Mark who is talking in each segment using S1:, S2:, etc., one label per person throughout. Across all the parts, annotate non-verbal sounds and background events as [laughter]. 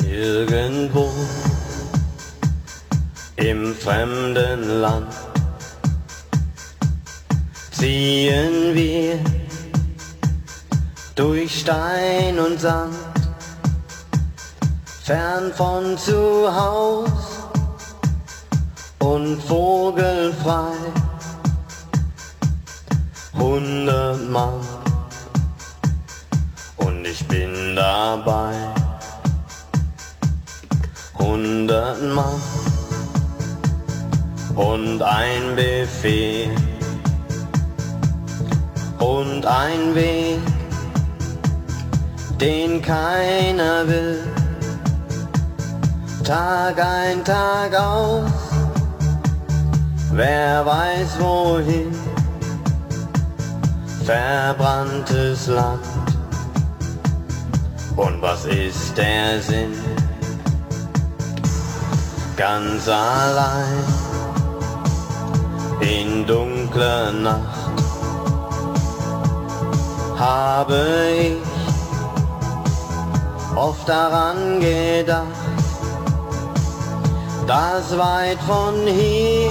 S1: irgendwo im fremden Land ziehen wir durch Stein und Sand, fern von zu Haus und vogelfrei. Hundert Mann und ich bin dabei. Hundert Mann und ein Befehl und ein Weg, den keiner will. Tag ein, Tag aus, wer weiß wohin. Verbranntes Land, und was ist der Sinn? Ganz allein in dunkler Nacht habe ich oft daran gedacht, dass weit von hier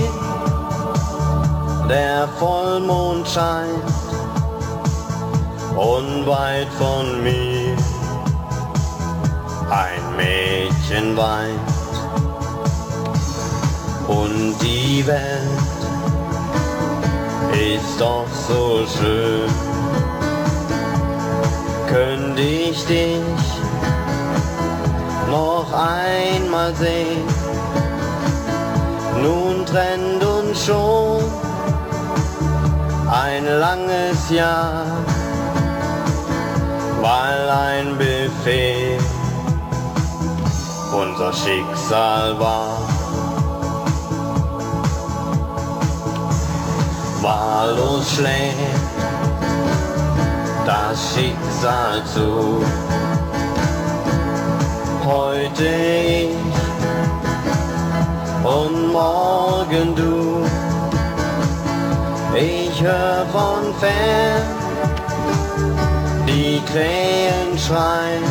S1: der Vollmond scheint und weit von mir ein Mädchen weint und die Welt ist doch so schön. Könnte ich dich noch einmal sehen? Nun trennt uns schon ein langes Jahr, weil ein Befehl unser Schicksal war. wahllos schlägt das Schicksal zu. Heute ich und morgen du. Ich hör von fern die Krähen schreien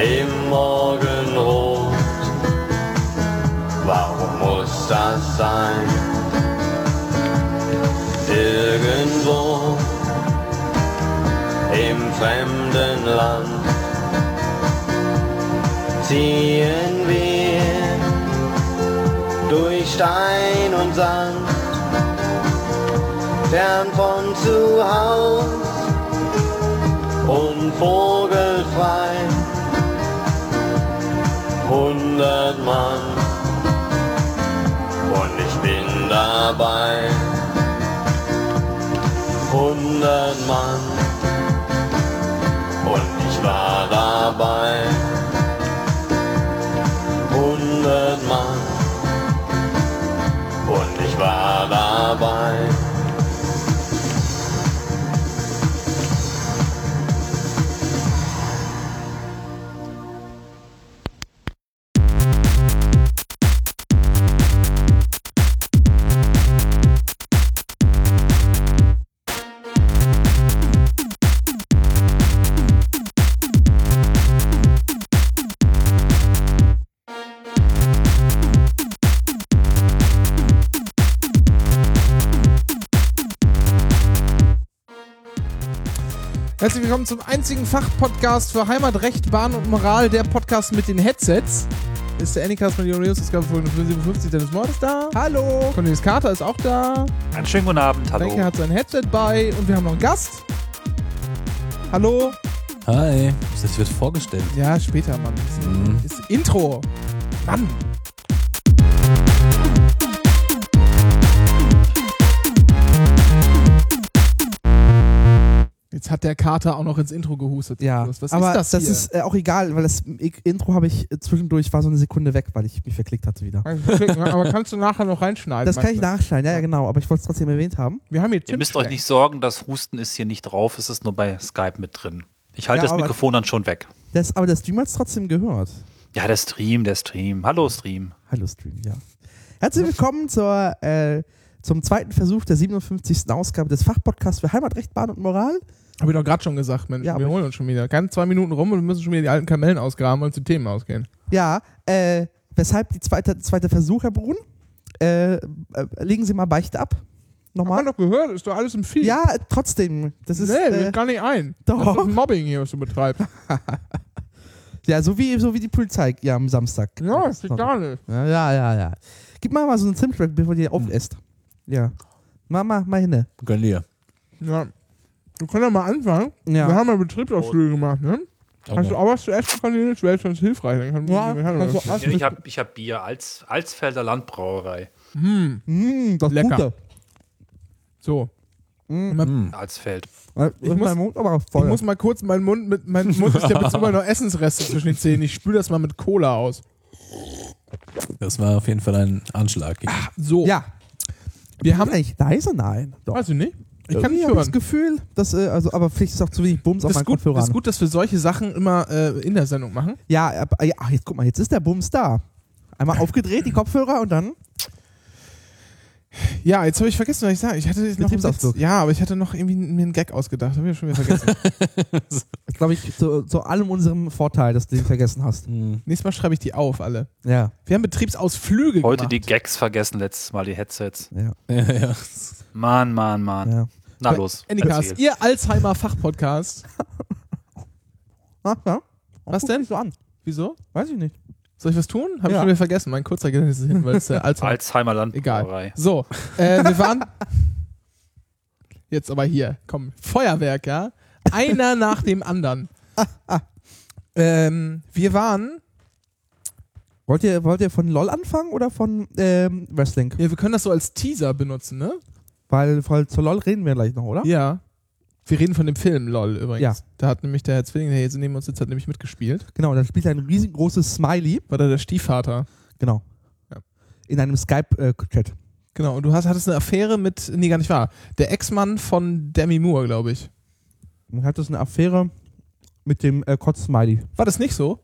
S1: im Morgenrot. Warum muss das sein? irgendwo im fremden Land ziehen wir durch Stein und Sand, fern von zu Haus und vogelfrei. Hundert Mann und ich bin dabei hundert Mann und ich war dabei. Hundert Mann und ich war dabei.
S2: Herzlich willkommen zum einzigen Fachpodcast für Heimat, Recht, Bahn und Moral, der Podcast mit den Headsets. Ist der Anycast mit Leonidas, Ausgabe Folge 57, Dennis Mord ist da. Hallo. Cornelius Carter ist auch da.
S3: Einen schönen guten Abend, hallo.
S2: Renke hat sein Headset bei und wir haben noch einen Gast. Hallo.
S4: Hi, das wird vorgestellt.
S2: Ja, später, Mann. Ist,
S4: Mhm.
S2: ist Intro. Mann. Jetzt hat der Kater auch noch ins Intro gehustet.
S5: Ja,
S2: Was
S5: aber
S2: ist das, hier?
S5: ist äh, auch egal, weil das I- Intro habe ich äh, zwischendurch, war so eine Sekunde weg, weil ich mich verklickt hatte wieder.
S2: Kannst du klicken,
S5: [laughs]
S2: aber kannst du nachher noch reinschneiden?
S5: Das kann ich
S2: Max?
S5: nachschneiden, ja, ja genau, aber ich wollte es trotzdem erwähnt haben.
S2: Wir haben hier
S3: Ihr müsst
S2: Timspeck.
S3: euch nicht sorgen, das Husten ist hier nicht drauf, es ist nur bei Skype mit drin. Ich halte
S5: Ja,
S3: das
S5: aber-
S3: Mikrofon dann schon weg.
S5: Das, aber der Stream hat es trotzdem gehört.
S3: Ja, der Stream, der Stream. Hallo Stream.
S5: Hallo Stream, ja. Herzlich willkommen zur, äh, zum zweiten Versuch der 57. Ausgabe des Fachpodcasts für Heimat, Recht, Bahn und Moral.
S2: Habe ich doch gerade schon gesagt, Mensch,
S5: Ja,
S2: wir
S5: aber-
S2: holen uns schon wieder. Ganz zwei Minuten rum und wir müssen schon wieder die alten Kamellen ausgraben und zu Themen ausgehen.
S5: Ja, äh, weshalb die zweite, zweite Versuch, Herr Brun? Äh, äh, legen Sie mal Beichte ab.
S2: Haben wir
S5: Nochmal.
S2: doch gehört, ist doch alles im Feed.
S5: Ja, äh, trotzdem. Das
S2: nee,
S5: ist.
S2: äh,
S5: Äh,
S2: gar nicht ein. Das
S5: doch.
S2: ist Mobbing hier, was du
S5: [laughs]
S2: betreibst.
S5: Ja, so wie, so wie die Polizei ja, am Samstag.
S2: Ja, das geht gar nicht. Hm.
S5: Ja, ja, ja, ja. Gib mal mal so einen Zimtschreck, bevor du die aufesst. Ja. Mach mal, mal hin.
S4: Gönn dir.
S2: Ja. Wir können ja mal anfangen.
S5: Ja.
S2: Wir haben ja Betriebsausflüge gemacht, ne?
S3: Oh.
S2: Hast du auch was zu essen, Cornelis? Wäre jetzt ganz hilfreich. Dann kann
S5: Ja, also,
S2: kann
S5: kannst du
S2: das.
S5: auch-
S3: Ich habe ich hab Bier, als, Alsfelder Landbrauerei.
S2: Hm,
S5: Mm, das
S2: Lecker.
S5: Gute.
S2: so.
S3: Alsfeld.
S5: Ich
S2: muss-
S5: muss, Äh, Mund aber auf
S2: Ich
S5: Feuer.
S2: muss mal kurz meinen Mund mit. Mein Mund ist ja bis immer
S3: [laughs]
S2: noch Essensreste zwischen den Zähnen. Ich spüle das mal mit Cola aus.
S4: Das war auf jeden Fall ein Anschlag.
S2: So.
S5: ja.
S2: Wir haben.
S5: eigentlich leise? Nein. Doch.
S2: Weiß ich nicht. Ich kann
S5: Irgendwie
S2: nicht
S5: hab
S2: hören.
S5: das Gefühl, dass, äh, also, aber vielleicht ist auch zu wenig Bums auf
S2: Das
S5: meinen
S2: ist, gut,
S5: Kopfhörern.
S2: das ist gut, dass wir solche Sachen immer äh, in der Sendung machen.
S5: Ja, aber, ja, ach, jetzt guck mal, jetzt ist der Bums da. Einmal aufgedreht, die Kopfhörer und dann.
S2: Ja, jetzt habe ich vergessen, was ich sage. Ich hatte jetzt noch einen Witz.
S5: Betriebsausflug.
S2: Ja, aber ich hatte noch irgendwie mir einen Gag ausgedacht. Habe ich schon wieder [laughs] vergessen.
S5: Ist, glaube ich, zu, zu allem unserem Vorteil, dass du den vergessen hast.
S4: hm.
S2: Nächstes Mal schreibe ich die auf, alle.
S5: Ja.
S2: Wir haben Betriebsausflüge
S3: Heute
S2: gemacht.
S3: die Gags vergessen, letztes Mal die Headsets.
S5: Ja.
S4: [laughs] Ja, ja.
S3: Mann, Mann, Mann.
S5: ja.
S3: Na los.
S2: Anycast,
S3: erzähl.
S2: ihr Alzheimer-Fachpodcast.
S5: Ah, ja.
S2: Was
S5: Guck
S2: denn?
S5: mich So an.
S2: Wieso?
S5: Weiß ich nicht.
S2: Soll ich was tun? Habe ich
S5: Ja.
S2: schon wieder vergessen. Mein kurzer Gedächtnis ist hin, weil
S3: [laughs]
S2: es äh, Alzheimer
S3: Alzheimer Landbrauerei.
S2: Egal. So, äh, wir waren. Jetzt aber hier, komm, Feuerwerk, ja? Einer nach dem [laughs] anderen. Ähm, wir waren.
S5: Wollt ihr, wollt ihr von LOL anfangen oder von ähm, Wrestling?
S2: Ja, wir können das so als Teaser benutzen, ne?
S5: Weil voll zu LOL reden wir gleich noch, oder?
S2: Ja. Wir reden von dem Film, lol, übrigens.
S5: Ja.
S2: Da hat nämlich der Herr Zwilling, der hier so neben uns sitzt, hat nämlich mitgespielt.
S5: Genau, dann spielt er ein riesengroßes Smiley.
S2: War da der Stiefvater.
S5: Genau.
S2: Ja.
S5: In einem äh, Skype-Chat.
S2: Genau, und du hast, hattest eine Affäre mit, nee, gar nicht wahr, der Ex-Mann von Demi Moore, glaube ich.
S5: Man hat das eine Affäre mit dem äh, Kotz-Smiley.
S2: War das nicht so?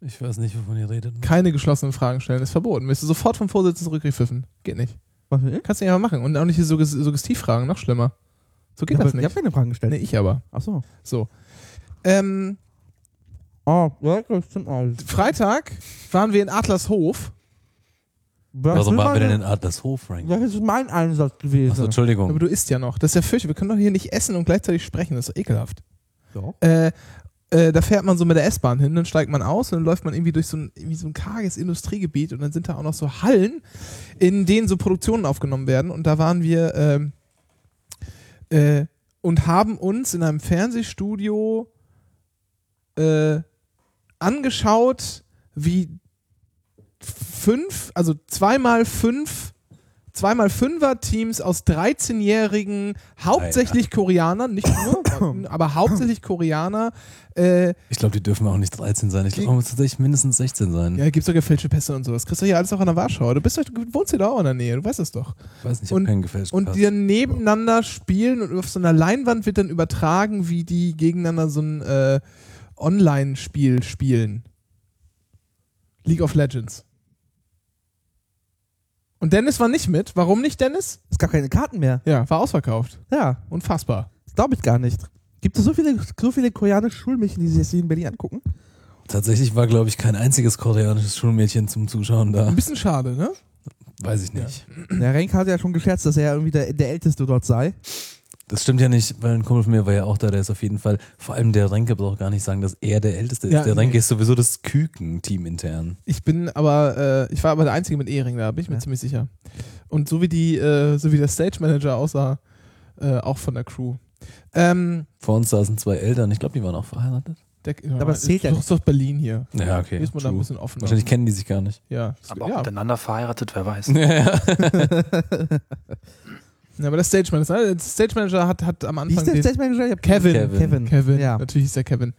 S4: Ich weiß nicht, wovon ihr redet.
S2: Keine geschlossenen Fragen stellen, ist verboten. Wirst du sofort vom Vorsitzenden zurückgepfiffen. Geht nicht.
S5: Was äh? denn?
S2: Kannst du nicht mal machen. Und auch nicht die Sugges- Suggestivfragen, noch schlimmer. So
S5: Ich
S2: geht das
S5: habe
S2: nicht.
S5: hab keine Fragen gestellt.
S2: Nee, ich aber.
S5: Ach so.
S2: So. Ähm,
S5: Ah, ja, das stimmt alles.
S2: Freitag waren wir in Adlershof.
S5: Was
S4: Warum
S5: ist
S4: Also waren wir denn
S5: meine-
S4: in Adlershof, Frank?
S5: Das ist mein Einsatz
S4: Achso,
S5: gewesen.
S2: Aber
S4: Entschuldigung.
S2: du isst ja noch. Das ist ja fürchterlich. Wir können doch hier nicht essen und gleichzeitig sprechen. Das ist doch ekelhaft.
S5: Doch.
S2: äh, äh, da fährt man so mit der S-Bahn hin, dann steigt man aus und dann läuft man irgendwie durch so ein, irgendwie so ein karges Industriegebiet und dann sind da auch noch so Hallen, in denen so Produktionen aufgenommen werden. Und da waren wir ähm, äh, und haben uns in einem Fernsehstudio äh, angeschaut, wie fünf, also zweimal fünf, zweimal Fünfer-Teams aus 13-jährigen, hauptsächlich Koreanern, nicht nur, aber hauptsächlich Koreaner, äh,
S4: Ich glaube, die dürfen auch nicht 13 sein. Ich glaube, man muss tatsächlich mindestens 16 sein.
S2: ja, gibt's doch gefälschte Pässe und sowas. Kriegst du hier alles auch an der Warschau. Du bist doch, du wohnst ja da auch in der Nähe, du weißt es doch.
S4: Ich weiß nicht, ich
S2: Und-
S4: habe keinen gefälscht.
S2: Und die dann nebeneinander spielen und auf so einer Leinwand wird dann übertragen, wie die gegeneinander so ein äh, Online-Spiel spielen. League of Legends. Und Dennis war nicht mit. Warum nicht, Dennis?
S5: Es gab keine Karten mehr.
S2: Ja, war ausverkauft.
S5: Ja,
S2: Unfassbar.
S5: glaube ich gar nicht. Gibt es so viele, so viele koreanische Schulmädchen, die sich das hier in Berlin angucken?
S4: Tatsächlich war, glaube ich, kein einziges koreanisches Schulmädchen zum Zuschauen
S5: Ah.
S4: da.
S2: Ein bisschen schade, ne?
S4: Weiß ich nicht.
S5: Der Renk hat ja schon gescherzt, dass er ja irgendwie der, der Älteste dort sei.
S4: Das stimmt ja nicht, weil ein Kumpel von mir war ja auch da, der ist auf jeden Fall, vor allem der Renke braucht gar nicht sagen, dass er der Älteste ist.
S2: Ja,
S4: der
S2: nee.
S4: Renke ist sowieso das Küken-Team intern.
S2: Ich bin aber, äh, ich war aber der Einzige mit Ehering da, bin ich mir
S5: Ja.
S2: ziemlich sicher. Und so wie die, äh, so wie der Stage Manager aussah, äh, auch von der Crew. Ähm,
S4: Vor uns saßen zwei Eltern, ich glaube, die waren auch verheiratet.
S2: der, ja,
S5: Aber es zählt ja
S2: ist, doch- ist doch Berlin hier.
S4: Ja, okay.
S2: ist man da ein
S4: true.
S2: bisschen offener.
S4: Wahrscheinlich kennen die sich
S2: [laughs]
S4: gar nicht.
S2: Ja, es-
S3: Aber auch
S2: ja.
S3: miteinander verheiratet, wer weiß.
S4: Ja,
S2: ja, aber der Stage Manager, der Stage Manager hat, hat am
S5: Wie
S2: Anfang
S5: ist der
S2: den-
S5: Stage Manager? Ich hab-
S2: Kevin.
S4: Kevin.
S5: Kevin.
S2: Kevin,
S5: Ja.
S2: natürlich ist der Kevin.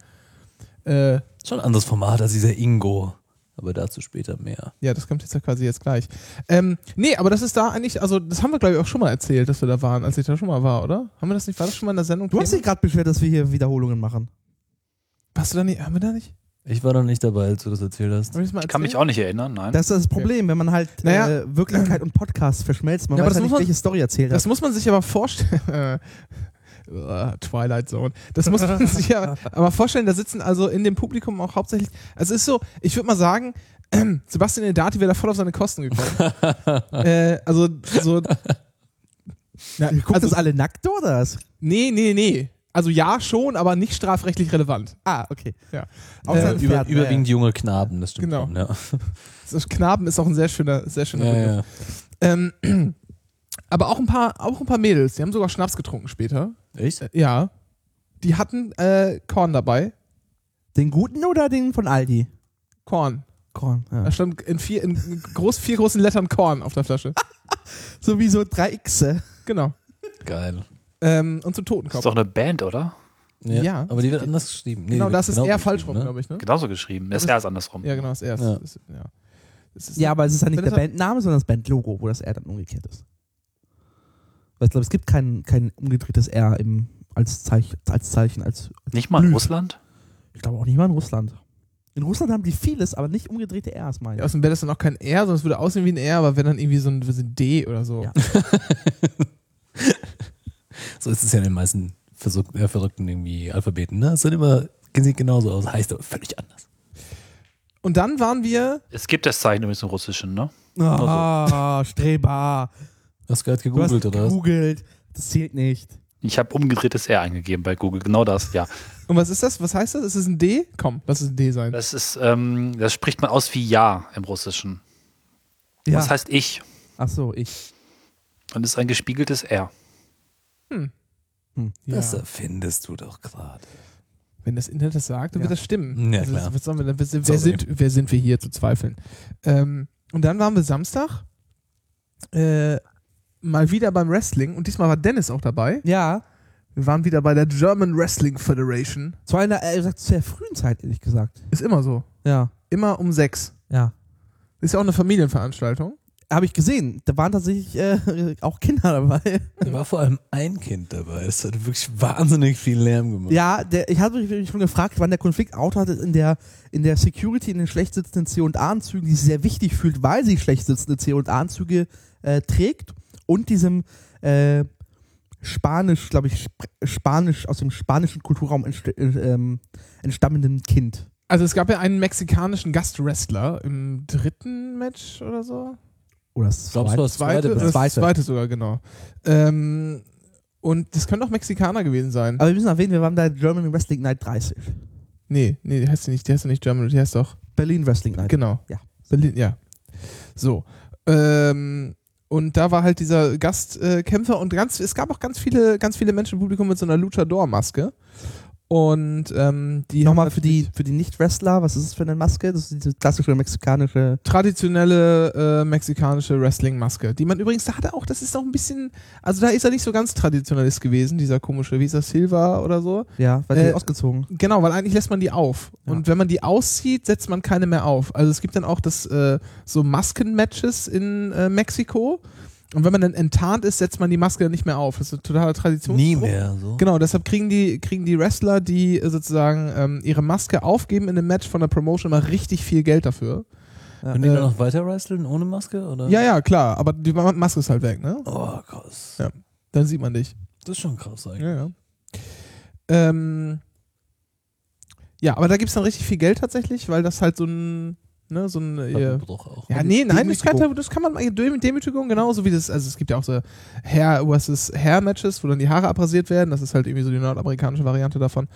S2: Äh,
S4: Schon ein anderes Format als dieser Ingo. Aber dazu später mehr.
S2: ja, das kommt jetzt ja quasi jetzt gleich. Ähm, nee, aber das ist da eigentlich, also das haben wir glaube ich auch schon mal erzählt, dass wir da waren, als ich da schon mal war, oder? Haben wir das nicht, war das schon mal in der Sendung?
S5: Du hast dich gerade beschwert, dass wir hier Wiederholungen machen.
S2: Warst du da nicht, haben wir da nicht?
S4: Ich war noch nicht dabei, als du das erzählt hast.
S2: Haben wir das mal
S3: Ich kann mich
S2: erzählt?
S3: auch nicht erinnern, nein.
S5: Das ist das Problem, wenn man halt
S2: Naja.
S5: äh, Wirklichkeit und Podcast verschmelzt. Man
S2: Ja, aber das
S5: weiß
S2: muss
S5: halt nicht,
S2: man-
S5: welche Story erzählt
S2: Das [laughs]
S5: hat.
S2: muss man sich aber vorstellen. äh, Twilight Zone. Das muss
S4: [laughs]
S2: man sich ja aber vorstellen, da sitzen also in dem Publikum auch hauptsächlich, also es ist so, ich würde mal sagen, [clears throat] Sebastian Edati wäre da voll auf seine Kosten gekommen.
S4: [laughs]
S2: äh, also so, na,
S5: Guckt
S2: also,
S5: das alle nackt oder was?
S2: nee, nee, nee. Also ja, schon, aber nicht strafrechtlich relevant.
S5: Ah, okay.
S2: Ja.
S5: Außer
S2: Äh,
S5: ein
S4: Über,
S5: Pferd,
S4: überwiegend junge Knaben, das stimmt.
S2: Genau.
S4: Schon, ja.
S2: Das also Knaben ist auch ein sehr schöner, sehr schöner
S4: Ja,
S2: Begriff.
S4: ja.
S2: Ähm, [clears throat] aber auch ein paar, auch ein paar Mädels, die haben sogar Schnaps getrunken später.
S4: Echt?
S2: Äh, Ja. Die hatten äh, Korn dabei.
S5: Den guten oder den von Aldi?
S2: Korn.
S5: Korn.
S2: Da
S5: Ja.
S2: stand in vier, in groß, vier großen Lettern Korn auf der Flasche.
S5: So wie so drei äh. Xe.
S2: Genau.
S4: Geil.
S2: Ähm, und zum
S3: Das ist
S2: Totenkopf.
S3: doch eine Band, oder?
S2: Ja.
S4: Aber die wird anders geschrieben. Nee,
S2: Genau,
S4: die wird
S2: das ist eher falsch rum,
S4: geschrieben,
S2: glaube ich, ne?
S3: Genauso geschrieben. Das R ist andersrum.
S2: Ja, genau, das ist eher.
S4: Ja.
S2: das Ist, ja. Das ist-
S5: Ja, aber es ist ja nicht
S2: Wenn
S5: der
S2: das-
S5: Bandname, sondern das Bandlogo, wo das R dann umgekehrt ist. Weil ich glaube, es gibt kein, kein umgedrehtes R im, als, Zeichen, als Zeichen. Als,
S3: Nicht mal in Russland?
S5: ich glaube auch nicht mal in Russland. In Russland haben die vieles, aber nicht umgedrehte Rs, meine
S2: Ja,
S5: ich.
S2: Außerdem wäre das dann auch kein R, sondern es würde aussehen wie ein R, aber wenn dann irgendwie so ein, so ein D oder so.
S5: Ja.
S4: So ist es ja in den meisten versuch- äh, verrückten irgendwie Alphabeten. Ne? Es sind immer, sieht genauso aus, heißt aber völlig anders.
S2: Und dann waren wir.
S3: Es gibt das Zeichen übrigens im Russischen, ne?
S4: Also,
S5: Ah, Streber.
S4: Hast du gerade
S5: Du hast
S4: gegoogelt, oder was?
S5: gegoogelt. Das zählt nicht.
S3: Ich habe umgedrehtes R eingegeben bei Google. Genau das, ja.
S2: Und was ist das? Was heißt das? Ist es ein D? Komm, lass es ein D sein.
S3: Das ist, ähm, das spricht man aus wie Ja im Russischen.
S5: Ja.
S3: Das heißt ich
S5: Ach so, ich.
S3: und ist ein gespiegeltes
S2: Ja.
S3: R.
S4: Das erfindest du doch gerade.
S2: Wenn das Internet das sagt, dann
S5: Ja.
S2: wird das stimmen.
S4: Ja,
S2: also,
S4: klar.
S2: Was sollen wir, denn- wer, wer,
S4: Sorry.
S2: sind, wer sind wir hier zu zweifeln? Ähm, und dann waren wir Samstag äh, mal wieder beim Wrestling und diesmal war Dennis auch dabei.
S5: Ja.
S2: Wir waren wieder bei der German Wrestling Federation.
S5: Zu einer, ehrlich gesagt, sehr frühen Zeit, ehrlich gesagt.
S2: Ist immer so.
S5: Ja.
S2: Immer um sechs.
S5: Ja.
S2: Ist ja auch eine Familienveranstaltung.
S5: Habe ich gesehen. Da waren tatsächlich äh, [laughs] auch Kinder dabei.
S4: Da war vor allem ein Kind dabei. Das hat wirklich wahnsinnig viel Lärm gemacht.
S5: Ja, der, ich habe mich schon gefragt, wann der Konflikt out hat in der, in der Security, in den schlecht sitzenden C&A-Anzügen, die sie sehr wichtig fühlt, weil sie schlecht sitzende C&A-Anzüge äh, trägt und diesem äh, Spanisch, glaube ich, Sp Spanisch aus dem spanischen Kulturraum entst äh, ähm, entstammenden Kind.
S2: Also es gab ja einen mexikanischen Gastwrestler im dritten Match oder so.
S5: Oder das
S4: Ich glaube, es war das zweite.
S2: das
S4: Platz.
S5: Zweite.
S2: zweite sogar, genau. Ähm, und das können auch Mexikaner gewesen sein.
S5: Aber wir müssen erwähnen, wir waren bei German Wrestling Night 30.
S2: Nee, nee, die heißt ja nicht, die heißt ja nicht German, die heißt doch
S5: Berlin Wrestling Night.
S2: Genau.
S5: Ja.
S2: Berlin, ja. So. Ähm, und da war halt dieser Gastkämpfer äh, Kämpfer und ganz, es gab auch ganz viele, ganz viele Menschen im Publikum mit so einer Luchador-Maske. Und ähm, die
S5: Nochmal
S2: haben
S5: für die, für die Nicht-Wrestler, was ist das für eine Maske? Das ist diese klassische mexikanische
S2: traditionelle äh, mexikanische Wrestling-Maske, die man übrigens, da hat er auch, das ist auch ein bisschen, also da ist er nicht so ganz Traditionalist gewesen, dieser komische, wie ist er, Silva oder so.
S5: Ja, weil
S2: Äh,
S5: die ausgezogen.
S2: Genau, weil eigentlich lässt man die auf.
S5: Ja.
S2: Und wenn man die auszieht, setzt man keine mehr auf. Also es gibt dann auch das äh, so Masken-Matches in äh, Mexiko. Und wenn man dann enttarnt ist, setzt man die Maske dann nicht mehr auf. Das ist eine totale Tradition.
S4: Nie mehr so.
S2: Genau, deshalb kriegen die, kriegen die Wrestler, die äh, sozusagen ähm, ihre Maske aufgeben in einem Match von der Promotion, immer richtig viel Geld dafür.
S4: Können die
S2: Äh,
S4: dann noch ne? weiter wresteln ohne Maske? Oder?
S2: Ja, ja, klar, aber die Ma- Maske ist halt weg, ne?
S4: Oh, krass.
S2: Dann sieht man dich.
S4: Das ist schon krass eigentlich.
S2: Ja, ja. Ähm, ja, aber da gibt es dann richtig viel Geld tatsächlich, weil das halt so ein, ne, so ein äh,
S4: Doch auch.
S2: Ja, nee, nein, das kann,
S5: Demütigung.
S2: das kann man äh, Dem- Demütigung genauso wie das, also es gibt ja auch so Hair versus Hair Matches, wo dann die Haare abrasiert werden, das ist halt irgendwie so die nordamerikanische Variante davon.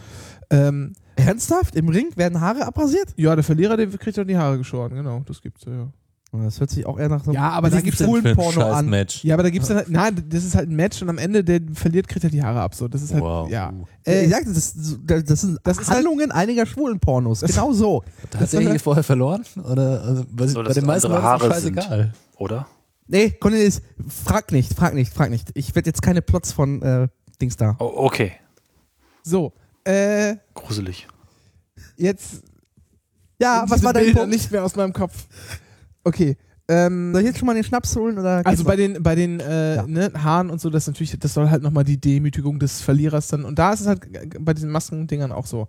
S2: Ähm,
S5: Ernsthaft? Im Ring werden Haare abrasiert?
S2: ja, der Verlierer, der kriegt dann die Haare geschoren, genau, das gibt's ja.
S5: Das hört sich auch eher nach so
S2: Ja, aber da
S5: Riesen-
S2: gibt's
S5: Pool- Porno
S4: Scheiß
S5: an.
S4: Match.
S2: Ja, aber da gibt's dann halt, nein, das ist halt ein Match und am Ende, der verliert, kriegt er die Haare ab, so, das ist halt,
S4: Wow.
S2: ja.
S5: Äh,
S2: Äh,
S5: ich sagte, das, das sind
S2: Das ist halt-
S5: Handlungen einiger schwulen Pornos. Genau so.
S4: Hat
S2: [laughs]
S4: der hier vorher verloren? Oder also, was,
S3: Nur,
S4: bei
S3: dass
S4: den meisten
S3: andere
S4: Leuten
S3: Haare
S4: ist es scheißegal.
S3: Oder?
S5: Nee, Cornelis, frag nicht, frag nicht, frag nicht. Ich werde jetzt keine Plots von äh, Dings da.
S3: Oh, okay.
S2: so, äh,
S3: Gruselig.
S2: jetzt, [laughs]
S5: Ja,
S2: sind
S5: Ah, was
S2: diese
S5: war dein
S2: Bilder
S5: Punkt?
S2: nicht mehr aus meinem Kopf. Okay, ähm,
S5: Soll ich jetzt schon mal den Schnaps holen? Oder
S2: Also bei den, bei den äh,
S5: Ja.
S2: ne, Haaren und so, das natürlich, das soll halt nochmal die Demütigung des Verlierers dann. Und da ist es halt g- g- bei diesen Maskendingern auch so.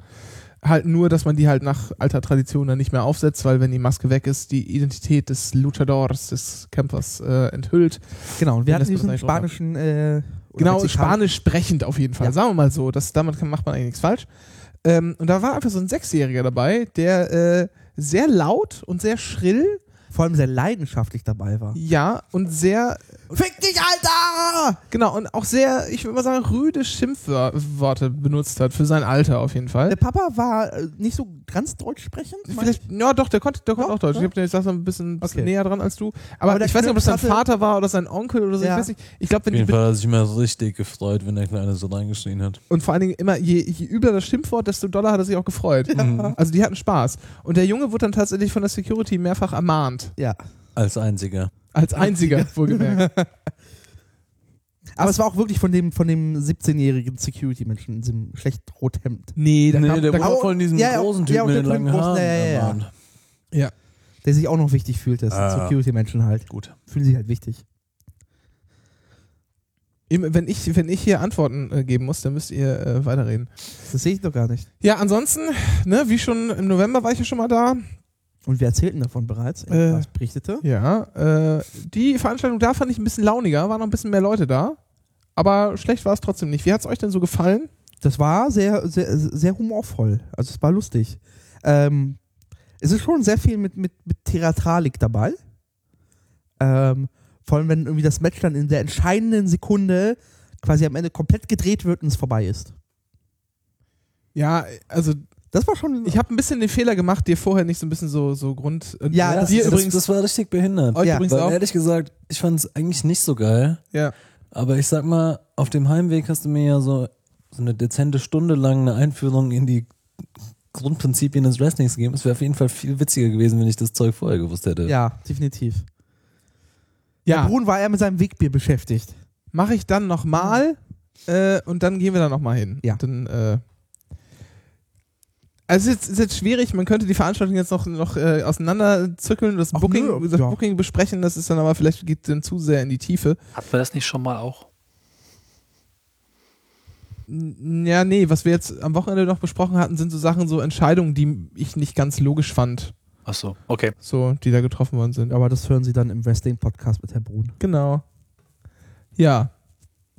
S2: Halt nur, dass man die halt nach alter Tradition dann nicht mehr aufsetzt, weil wenn die Maske weg ist, die Identität des Luchadors, des Kämpfers äh, enthüllt.
S5: genau, und wir
S2: Dann
S5: hatten
S2: lässt man
S5: diesen
S2: das eigentlich
S5: spanischen äh, Oder
S2: Genau,
S5: Mexikaner.
S2: spanisch sprechend auf jeden Fall.
S5: Ja.
S2: Sagen wir mal so, das, damit kann, macht man eigentlich nichts falsch. Ähm, und da war einfach so ein Sechsjähriger dabei, der äh, sehr laut und sehr schrill,
S5: Vor allem sehr leidenschaftlich dabei war.
S2: ja, und sehr. Fick dich, Alter! Genau, und auch sehr, ich würde mal sagen, rüde Schimpfworte benutzt hat, für sein Alter auf jeden Fall.
S5: Der Papa war äh, nicht so ganz deutsch sprechend.
S2: Vielleicht, ja, doch, der konnte, der konnte
S5: Ja,
S2: auch Deutsch.
S5: ja.
S2: Ich, hab, den- ich saß noch ein bisschen, bisschen
S5: Okay.
S2: näher dran als du. Aber,
S5: Aber der
S2: ich weiß nicht, ob das sein
S5: Knirps hatte-
S2: Vater war oder sein Onkel oder so.
S5: Ja.
S2: Ich weiß nicht. Ich glaube, wenn
S4: Auf
S2: die
S4: jeden Fall hat er sich immer richtig gefreut, wenn der Kleine so reingeschrien hat.
S2: Und vor allen Dingen immer, je, je übler das Schimpfwort, desto doller hat er sich auch gefreut. Also die hatten Spaß. Und der Junge wurde dann tatsächlich von der Security mehrfach ermahnt.
S5: Ja.
S4: Als einziger.
S2: Als einziger, wohlgemerkt.
S5: Aber es war auch wirklich von dem, von dem 17-jährigen Security-Menschen in diesem schlecht Rothemd.
S2: Nee, da kam, da
S5: wurde-
S2: kam,
S5: kam- ja, ja, ja, und der mit dem großen- ja, ja, ja.
S4: ermahnt.
S5: Der sich auch noch wichtig fühlte. Das
S4: Ah.
S5: sind Security-Menschen halt.
S4: Gut.
S5: Fühlen sich halt wichtig.
S2: eben, wenn, ich, wenn ich hier Antworten äh, geben muss, dann müsst ihr äh, weiterreden.
S5: Das sehe ich doch gar nicht.
S2: Ja, ansonsten, ne, wie schon im November war ich ja schon mal da.
S5: Und wir erzählten davon bereits.
S2: Äh.
S5: Was berichtete?
S2: Ja, äh, die Veranstaltung da fand ich ein bisschen launiger, waren noch ein bisschen mehr Leute da. Aber schlecht war es trotzdem nicht. Wie hat es euch denn so gefallen?
S5: Das war sehr, sehr, sehr humorvoll. Also es war lustig. Ähm, es ist schon sehr viel mit, mit, mit Theatralik dabei. Ähm, vor allem, wenn irgendwie das Match dann in der entscheidenden Sekunde quasi am Ende komplett gedreht wird und es vorbei ist.
S2: Ja, also
S5: Das war schon.
S2: Ich habe ein bisschen den Fehler gemacht, dir vorher nicht so ein bisschen so, so Grund. und-
S5: Ja,
S4: Das,
S2: dir
S4: das,
S2: übrigens.
S4: das war richtig behindert.
S2: euch
S5: ja,
S2: übrigens
S4: Weil
S2: auch.
S4: ehrlich gesagt, ich fand es eigentlich nicht so geil.
S2: Ja.
S4: Aber ich sag mal, auf dem Heimweg hast du mir ja so, so eine dezente Stunde lang eine Einführung in die Grundprinzipien des Wrestlings gegeben. Es wäre auf jeden Fall viel witziger gewesen, wenn ich das Zeug vorher gewusst hätte.
S5: ja, definitiv.
S2: ja.
S5: Brun war eher mit seinem Wegbier beschäftigt.
S2: Mache ich dann nochmal äh, und dann gehen wir da nochmal hin.
S5: Ja.
S2: Dann, äh, also es ist, jetzt- ist jetzt schwierig, man könnte die Veranstaltung jetzt noch, noch äh, auseinanderzückeln, das,
S5: Ach,
S2: Booking,
S5: nö,
S2: das
S5: ja.
S2: Booking besprechen, das ist dann aber vielleicht geht dann zu sehr in die Tiefe.
S3: Hatten wir das nicht schon mal auch?
S2: N- Ja, nee, was wir jetzt am Wochenende noch besprochen hatten, sind so Sachen, so Entscheidungen, die ich nicht ganz logisch fand,
S3: Achso, okay.
S2: so, die da getroffen worden sind.
S5: Aber das hören Sie dann im Wrestling-Podcast mit Herrn Brun.
S2: Genau. Ja.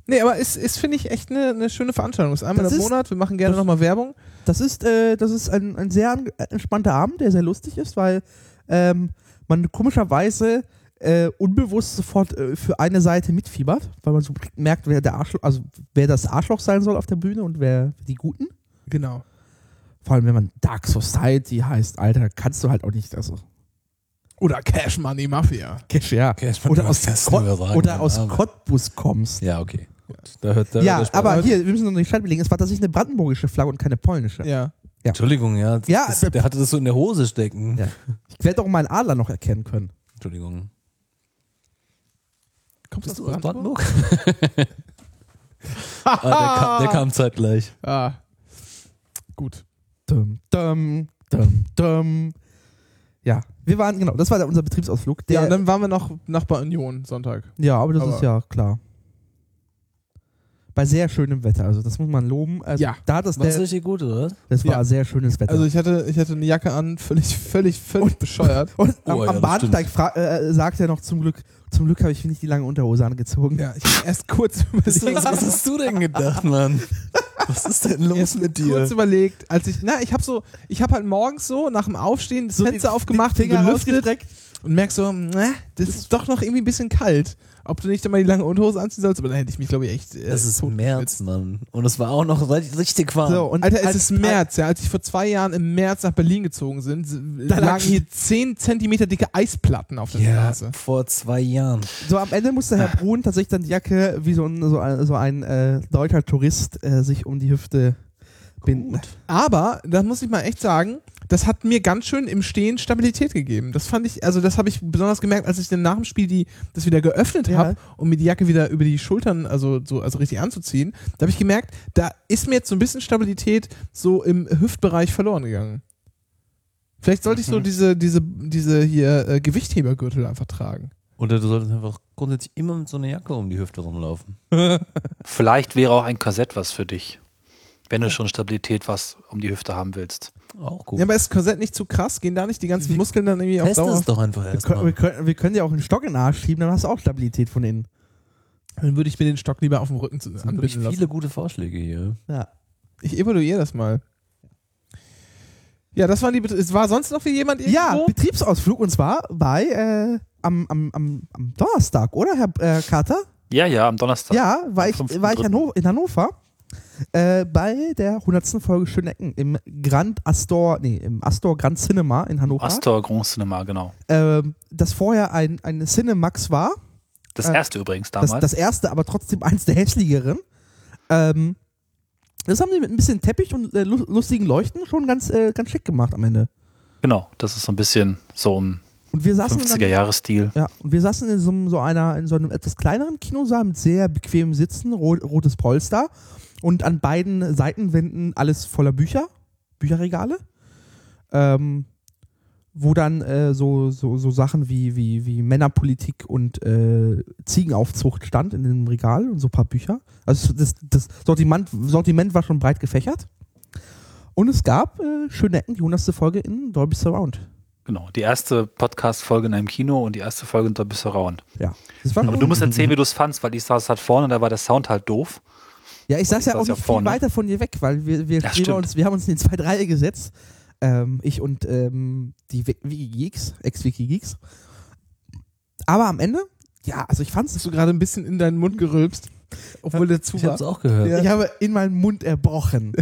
S2: Nee, aber ist, ist finde ich, echt eine, eine schöne Veranstaltung. Ist einmal
S5: Das
S2: im
S5: ist-
S2: Monat, wir machen gerne
S5: das-
S2: nochmal Werbung.
S5: Das ist, äh, das ist ein, ein sehr an- entspannter Abend, der sehr lustig ist, weil ähm, man komischerweise äh, unbewusst sofort äh, für eine Seite mitfiebert, weil man so merkt, wer der Arschloch, also wer das Arschloch sein soll auf der Bühne und wer die Guten.
S2: Genau.
S5: Vor allem, wenn man Dark Society heißt, Alter, kannst du halt auch nicht. Also, [laughs]
S2: Oder Cash Money Mafia.
S5: Cash, ja.
S4: Okay, ich fand
S5: Oder
S4: das
S5: aus,
S4: fast
S5: Kot
S4: überragend,
S5: oder aus
S4: aber-
S5: Cottbus kommst.
S4: Ja, okay. Gut. Da hört, da hört
S5: Ja,
S4: der Spaß
S5: aber
S4: auf.
S5: hier, wir müssen noch die Stadt belegen. Es war tatsächlich eine brandenburgische Flagge und keine polnische.
S2: Ja.
S4: Entschuldigung, ja. Das,
S5: Ja, äh,
S4: das, der hatte das so in der Hose stecken.
S5: Ja. Ich werde auch meinen Adler noch erkennen können.
S4: Entschuldigung.
S2: Kommst
S4: Bist du aus Brandenburg? [laughs] ah, der, kam, der kam zeitgleich.
S2: Ah. Gut.
S5: Dum, dum, dum, dum. Ja, wir waren, genau, das war der, unser Betriebsausflug. Der,
S2: ja, und dann waren wir noch, noch bei Union Sonntag.
S5: ja, aber das
S2: aber-
S5: ist ja klar. Bei sehr schönem Wetter, also das muss man loben. Also
S2: Ja.
S5: da hat das,
S4: War das
S5: der,
S4: richtig gut, oder?
S5: das war
S2: ja.
S5: sehr schönes Wetter.
S2: Also ich hatte, ich hatte eine Jacke an, völlig, völlig, völlig bescheuert.
S5: und am,
S4: Oh, ja, das
S5: am Bahnsteig fra- äh, sagt er noch zum Glück, zum Glück habe ich nicht die lange Unterhose angezogen.
S2: Ja, ich hab erst
S5: [laughs]
S2: kurz überlegt.
S4: Was, was hast du denn gedacht, Mann? Was ist denn los
S2: Erst
S4: mit
S2: kurz
S4: dir?
S2: überlegt, als ich, na, ich habe so, ich habe halt morgens so nach dem Aufstehen das Fenster aufgemacht,
S5: die Finger
S2: gelüftet
S5: rausgestreckt.
S2: und merk so, na, das ist doch noch irgendwie ein bisschen kalt. Ob du nicht einmal die lange Unterhose anziehen sollst, aber dann hätte ich mich, glaube ich, echt. Äh,
S4: Es ist
S2: tot
S4: März, Mann. Und es war auch noch rei- richtig warm.
S5: So, und
S2: Alter, es
S5: als-
S2: ist März, ja. Als ich vor zwei Jahren im März nach Berlin gezogen sind, s-
S5: lag
S2: lagen hier 10 Zentimeter dicke Eisplatten auf der
S4: ja,
S2: Straße.
S4: vor zwei Jahren.
S5: So am Ende musste
S2: Ah.
S5: Herr Brun tatsächlich dann die Jacke wie so ein, so ein, so ein äh, deutscher Tourist äh, sich um die Hüfte binden.
S2: Aber, da muss ich mal echt sagen, das hat mir ganz schön im Stehen Stabilität gegeben. Das fand ich, also das habe ich besonders gemerkt, als ich dann nach dem Spiel die, das wieder geöffnet
S5: Ja.
S2: habe und mir die Jacke wieder über die Schultern, also so, also richtig anzuziehen, da habe ich gemerkt, da ist mir jetzt so ein bisschen Stabilität so im Hüftbereich verloren gegangen. Vielleicht sollte ich so
S3: Mhm.
S2: diese, diese, diese hier äh, Gewichthebergürtel einfach tragen.
S4: Oder du solltest einfach grundsätzlich immer mit so einer Jacke um die Hüfte rumlaufen.
S3: Vielleicht wäre auch ein Korsett was für dich, wenn du schon Stabilität was um die Hüfte haben willst.
S4: Auch gut.
S2: Ja, aber ist Korsett nicht zu krass? Gehen da nicht die ganzen
S4: Wie-
S2: Muskeln dann irgendwie auf
S4: Test
S2: Dauer?
S4: es doch einfach
S5: Wir können, wir,
S4: erstmal.
S5: können, wir können dir auch einen Stock in den Arsch schieben, dann hast du auch Stabilität von innen.
S2: Dann würde ich mir den Stock lieber auf dem Rücken zu-
S4: Das sind wirklich
S2: anbinden lassen.
S4: viele gute Vorschläge hier.
S5: Ja.
S2: Ich evaluiere das mal. Ja, das waren die. Bet- Es war sonst noch für jemand irgendwo?
S5: ja, Betriebsausflug und zwar bei äh, am, am, am, am Donnerstag, oder, Herr äh, Kater?
S3: Ja, ja, am Donnerstag.
S5: Ja, war
S3: Am
S5: ich,
S3: 5.3..
S5: war ich Hanno- in Hannover äh, bei der 100. Folge Schöne Ecken im Grand Astor, nee, im Astor Grand Cinema in Hannover.
S3: Astor Grand Cinema, genau.
S5: Ähm, das vorher ein, ein Cinemax war.
S3: Das
S5: Äh,
S3: erste übrigens
S5: Das,
S3: damals.
S5: das erste, aber trotzdem eins der hässlicheren. Ähm, das haben sie mit ein bisschen Teppich und äh, lu- lustigen Leuchten schon ganz, äh, ganz schick gemacht am Ende.
S3: genau, das ist so ein bisschen so ein
S5: Und wir saßen in einem,
S3: 50er-Jahres-Stil.
S5: ja, und wir saßen in so, einem- so einer, in so einem etwas kleineren Kinosaal mit sehr bequemem Sitzen, ro rotes Polster und an beiden Seitenwänden alles voller Bücher, Bücherregale. Ähm, wo dann äh, so, so, so Sachen wie, wie, wie Männerpolitik und äh, Ziegenaufzucht stand in dem Regal und so ein paar Bücher. Also das, das Sortiment, Sortiment war schon breit gefächert. Und es gab äh, schöne Ecken, die 100. Folge in Dolby Surround.
S3: Genau, die erste Podcast-Folge in einem Kino und die erste Folge in Dolby Surround.
S5: Ja. Das war
S3: Aber
S5: schon-
S3: du musst erzählen, wie du es fandst, weil ich saß halt vorne und da war der Sound halt doof.
S5: Ja, ich saß
S3: Ich
S5: ja
S3: saß
S5: auch
S3: ja
S5: nicht viel
S3: vorne.
S5: weiter von dir weg, weil wir, wir,
S3: Ja,
S5: wir,
S3: stimmt.
S5: haben uns, wir haben uns in die zweite Reihe gesetzt. Ähm, ich und ähm, die Wiki- Wiki Geeks, Ex-Wiki Geeks. Aber am Ende, ja, also ich fand's.
S2: Hast du gerade ein bisschen in deinen Mund gerülpst, obwohl der zu
S4: Ich habe
S2: war.
S4: es auch gehört.
S2: Ja.
S5: Ich habe in meinen
S2: [laughs]
S5: Mund erbrochen.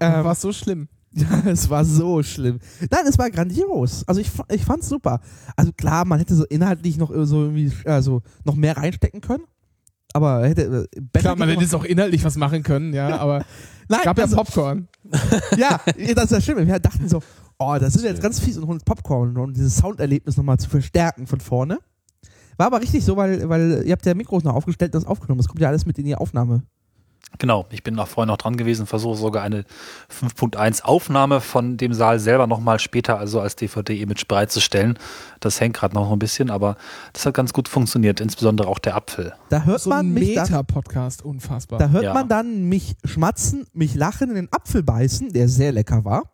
S5: ähm,
S2: war so schlimm.
S5: [laughs] ja, es war so schlimm. Nein, es war grandios. Also ich, fa- ich fand's super. Also klar, man hätte so inhaltlich noch äh, so irgendwie, also noch mehr reinstecken können. Aber hätte äh, besser
S2: Klar, man hätte
S5: gemacht.
S2: jetzt auch inhaltlich was machen können, ja, [laughs]
S5: [laughs]
S2: aber
S5: Nein,
S2: gab ja
S5: also-
S2: Popcorn.
S5: [laughs] ja, das ist ja schlimm. Wir dachten so, oh, das ist jetzt ganz fies und holen uns Popcorn, um dieses Sounderlebnis nochmal zu verstärken von vorne. War aber richtig so, weil, weil ihr habt ja Mikros noch aufgestellt und das aufgenommen. Das kommt ja alles mit in die Aufnahme.
S3: Genau, ich bin auch vorhin noch dran gewesen, versuche sogar eine 5.1 Aufnahme von dem Saal selber nochmal später, also als DVD-Image bereitzustellen. Das hängt gerade noch ein bisschen, aber das hat ganz gut funktioniert, insbesondere auch der Apfel.
S5: Da hört
S2: So
S5: man
S2: ein
S5: mich dann,
S2: Meta-Podcast, unfassbar.
S5: da hört
S3: Ja.
S5: man dann mich schmatzen, mich lachen, in den Apfel beißen, der sehr lecker war.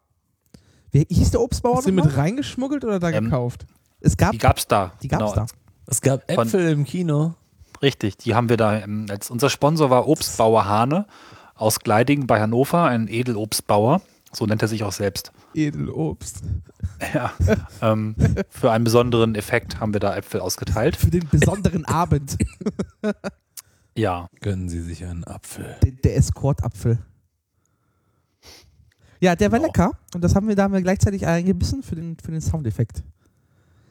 S5: Wie hieß der Obstbauer
S2: Hast du den
S5: nochmal?
S2: mit reingeschmuggelt oder da
S3: Ähm,
S2: gekauft?
S5: Es gab,
S3: Die gab's da.
S5: die gab's
S3: genau,
S5: da.
S4: Es gab
S3: Von-
S4: Äpfel im Kino.
S3: Richtig, die haben wir da ähm, als unser Sponsor war Obstbauer Hane aus Gleidingen bei Hannover, ein Edelobstbauer, so nennt er sich auch [laughs] selbst.
S2: Edelobst.
S3: Ja, ähm, für einen besonderen Effekt haben wir da Äpfel ausgeteilt.
S5: Für den besonderen [laughs] Abend.
S3: Ja,
S4: Gönnen Sie sich einen Apfel.
S5: Der, der Escort-Apfel. Ja, der war
S3: Genau.
S5: lecker. Und das haben wir, da haben wir gleichzeitig eingebissen für den, für den Soundeffekt.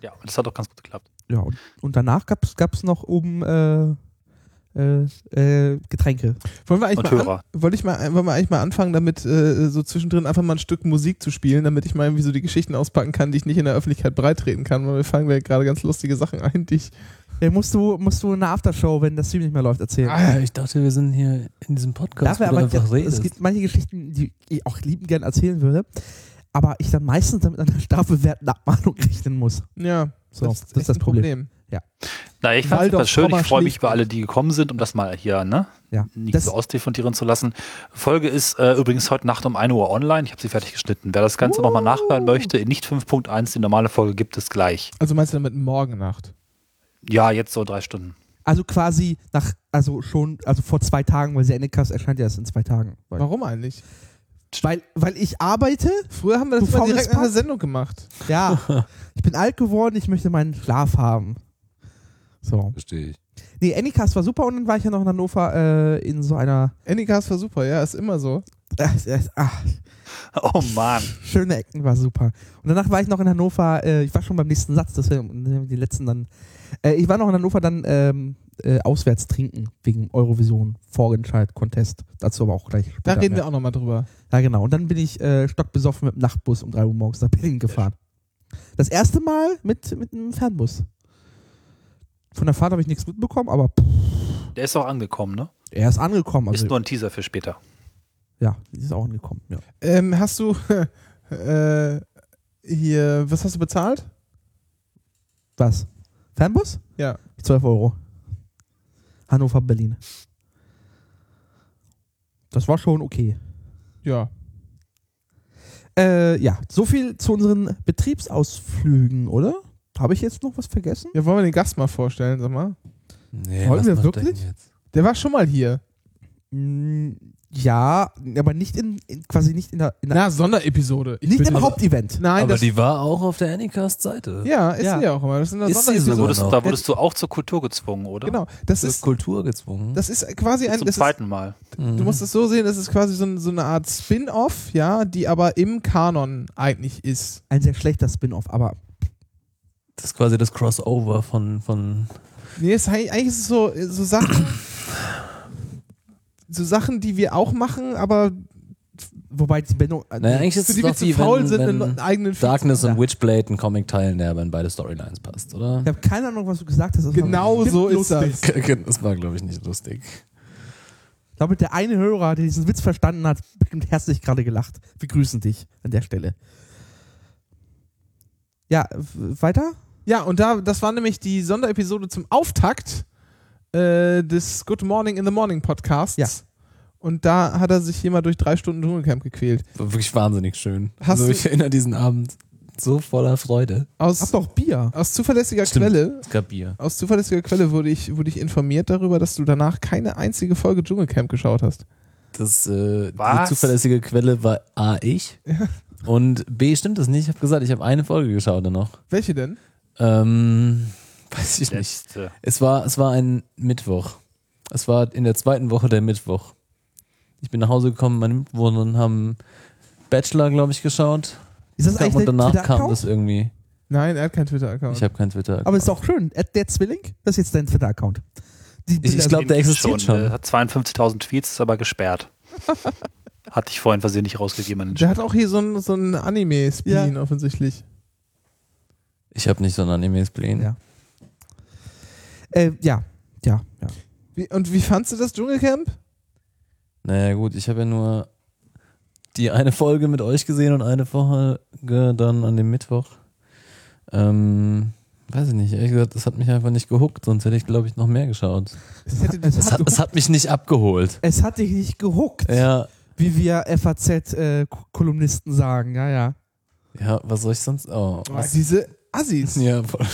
S3: ja, das hat auch ganz gut geklappt.
S5: Ja, und, und danach gab es noch oben äh, äh, äh, Getränke.
S2: Wollen wir eigentlich
S3: Und
S2: mal
S3: Hörer.
S2: An, wollte ich mal, wollen wir eigentlich mal anfangen, damit äh, so zwischendrin einfach mal ein Stück Musik zu spielen, damit ich mal irgendwie so die Geschichten auspacken kann, die ich nicht in der Öffentlichkeit breitreten kann, weil wir fangen da gerade ganz lustige Sachen ein, die ich.
S5: Äh, musst, du, musst du in der Aftershow, wenn das Stream nicht mehr läuft, erzählen.
S4: Ja, ich dachte, wir sind hier in diesem Podcast,
S5: Dafür
S4: wo Ah, du
S5: aber,
S4: einfach
S5: es
S4: redest.
S5: gibt manche Geschichten, die ich auch lieben gern erzählen würde, aber ich dann meistens damit an der strafbewährten Abmahnung rechnen muss.
S2: Ja,
S5: So, das,
S2: echt
S5: ist das
S2: ein
S5: Problem.
S3: Na, ich fand
S2: Waldorf
S3: das schön. Ich
S2: Komma
S3: freue mich
S2: schlicht.
S3: über alle, die gekommen sind, um das mal hier ne,
S5: Ja.
S3: nicht
S5: Das,
S3: so ausdiffundieren zu lassen. Folge ist äh, übrigens heute Nacht um 1 Uhr online. Ich habe sie fertig geschnitten. Wer das Ganze nochmal nachhören möchte, in nicht 5.1, die normale Folge gibt es gleich.
S2: Also meinst du damit Morgennacht?
S3: Ja, jetzt so drei Stunden.
S5: also quasi nach, also schon, also vor zwei Tagen, weil Senecast erscheint ja erst in zwei Tagen. Weil,
S2: Warum eigentlich?
S5: weil, weil ich arbeite,
S2: Früher haben wir das
S5: Du
S2: immer
S5: faules
S2: direkt nach der
S5: Pack.
S2: Sendung gemacht. [laughs]
S5: ja, ich bin alt geworden, ich möchte meinen Schlaf haben. So.
S4: Verstehe ich.
S5: Nee, Anycast war super und dann war ich ja noch in Hannover äh, in so einer.
S2: Anycast war super, ja, ist immer so.
S5: Ach, ach, ach,
S3: Oh Mann.
S5: schöne Ecken war super. Und danach war ich noch in Hannover, äh, ich war schon beim nächsten Satz, das wären die letzten dann. Äh, ich war noch in Hannover dann ähm, äh, auswärts trinken wegen Eurovision, Vorentscheid, Contest. Dazu aber auch gleich.
S2: Da
S5: später
S2: reden
S5: mehr.
S2: wir auch nochmal drüber.
S5: Ja, genau. Und dann bin ich äh, stockbesoffen mit dem Nachtbus um 3 Uhr morgens nach Berlin gefahren. Das erste Mal mit, mit einem Fernbus. Von der Fahrt habe ich nichts mitbekommen, aber pff,
S3: Der ist auch angekommen, ne?
S5: er ist angekommen. Also,
S3: ist nur ein Teaser für später.
S5: ja, ist auch angekommen. Ja.
S2: Ähm, hast du [laughs] äh, hier, was hast du bezahlt?
S5: Was? Fernbus?
S2: Ja.
S5: 12 Euro. Hannover, Berlin. Das war schon okay.
S2: Ja.
S5: Äh, ja, so viel zu unseren Betriebsausflügen, oder? Habe ich jetzt noch was vergessen?
S2: Ja, wollen wir den Gast mal vorstellen, sag mal.
S4: Nee,
S2: Wollen
S4: lass
S2: wir
S4: mal
S2: wirklich?
S4: stecken Jetzt.
S2: Der war schon mal hier.
S5: Mm, Ja, aber nicht in, in quasi nicht in der, in der
S2: Na, Sonderepisode. Ich
S5: nicht
S2: bin- also
S5: im Hauptevent.
S2: Nein,
S4: Aber
S2: das,
S4: die war auch auf der Anycast-Seite.
S2: ja, ist
S5: Ja.
S2: sie auch immer. Das ist eine
S4: Ist sie
S3: Da
S4: so?
S2: Sonderepisode.
S4: Genau.
S3: wurdest, da wurdest du auch zur Kultur gezwungen, oder?
S2: Genau, das
S4: Das ist
S2: ist,
S4: Kultur gezwungen.
S2: das ist quasi ein,
S3: Zum
S2: das ist,
S3: zweiten Mal.
S4: Mhm.
S2: Du musst es so sehen, es ist quasi so, ein- so eine Art Spin-off, ja, die aber im Kanon eigentlich ist.
S5: Ein sehr schlechter Spin-off, aber
S4: das ist quasi das Crossover von, von
S2: Nee, es, ist eigentlich eigentlich ist es so, so Sachen, so Sachen, die wir auch machen, aber
S5: wobei die Benno. äh,
S4: Naja, eigentlich ist
S2: für
S4: es
S2: die
S4: doch
S2: wir zu
S4: wie,
S2: faul
S4: wenn,
S2: sind,
S4: wenn
S2: einen eigenen Feed
S4: Darkness
S2: zu
S4: und
S2: machen.
S4: Witchblade einen Comic teilen, der aber in beide Storylines passt, oder?
S5: ich habe keine Ahnung, was du gesagt hast. Das war
S2: Genau
S5: bestimmt
S2: so ist
S5: lustig.
S2: das.
S4: Das war, glaube ich, nicht lustig.
S5: Damit der eine Hörer, der diesen Witz verstanden hat, bestimmt herzlich gerade gelacht. Wir grüßen dich an der Stelle. Ja, w- weiter?
S2: Ja, und da, das war nämlich die Sonderepisode zum Auftakt äh, des Good Morning in the Morning Podcasts.
S5: Ja.
S2: Und da hat er sich jemand durch drei Stunden Dschungelcamp gequält.
S4: War wirklich wahnsinnig schön.
S2: Hast
S4: also
S2: du-
S4: ich erinnere diesen Abend so voller Freude.
S2: Aus,
S5: Hab doch Bier.
S2: aus zuverlässiger
S4: Stimmt.
S2: Quelle
S4: Es gab Bier.
S2: Aus zuverlässiger Quelle wurde ich, wurde ich informiert darüber, dass du danach keine einzige Folge Dschungelcamp geschaut hast.
S4: Das, äh, die
S3: Was?
S4: zuverlässige Quelle war A, ich. Und B, stimmt das nicht. Ich habe gesagt, ich habe eine Folge geschaut dann noch.
S2: Welche denn?
S4: Ähm, weiß ich nicht.
S3: Letzte.
S4: Es war, es war ein Mittwoch. Es war in der zweiten Woche der Mittwoch. Ich bin nach Hause gekommen, meine Mitbewohnerin haben Bachelor, glaube ich, geschaut.
S5: Ist das eigentlich
S4: und
S5: der
S4: danach kam
S5: Twitter-Account?
S4: das irgendwie.
S2: Nein, er hat keinen
S4: Ich
S2: Twitter-Account.
S4: habe kein Twitter.
S5: Aber ist auch schön. At der Zwilling, das ist jetzt dein Twitter-Account. Die
S4: Ich- ich
S5: Bilder-
S4: glaub, der existiert schon.
S3: Der hat 52.000 äh, Tweets, ist aber gesperrt. Hatte ich vorhin versehentlich rausgegeben. an den
S2: Der hat auch hier so ein, so ein Anime-Spleen offensichtlich.
S4: ich habe nicht so ein Anime-Spleen.
S5: Ja. äh, ja, ja, ja.
S2: Wie, und wie fandst du das Dschungelcamp?
S4: Naja, gut, ich habe ja nur die eine Folge mit euch gesehen und eine Folge dann an dem Mittwoch. Ähm, weiß ich nicht, ehrlich gesagt, das hat mich einfach nicht gehuckt, sonst hätte ich, glaube ich, noch mehr geschaut.
S2: Es hätte
S5: Es
S4: Es hat, es hat mich nicht
S5: [laughs]
S4: abgeholt.
S5: Es hat dich nicht gehuckt,
S4: Ja,
S5: wie wir FAZ-Kolumnisten äh, sagen. Ja, ja.
S4: ja, was soll ich sonst? Oh.
S2: Oh, diese Assis.
S4: Ja, voll.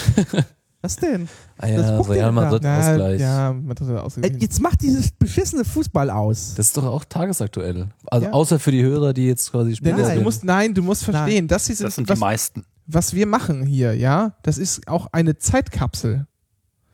S5: Was denn?
S4: Ah
S5: Das
S4: ja,
S5: guckt
S4: Real
S5: ihr
S4: Madrid
S2: Na,
S4: Ausgleich.
S2: ja, man hat das
S5: Äh,
S2: ausgesehen.
S5: jetzt mach dieses beschissene Fußball aus.
S4: Das ist doch auch tagesaktuell. Also
S2: Ja.
S4: außer für die Hörer, die jetzt quasi spielen.
S2: Dennis,
S5: Nein.
S2: du musst, nein, du musst verstehen, das hier sind,
S3: Das sind die
S2: was,
S3: meisten.
S2: was wir machen hier, ja, das ist auch eine Zeitkapsel.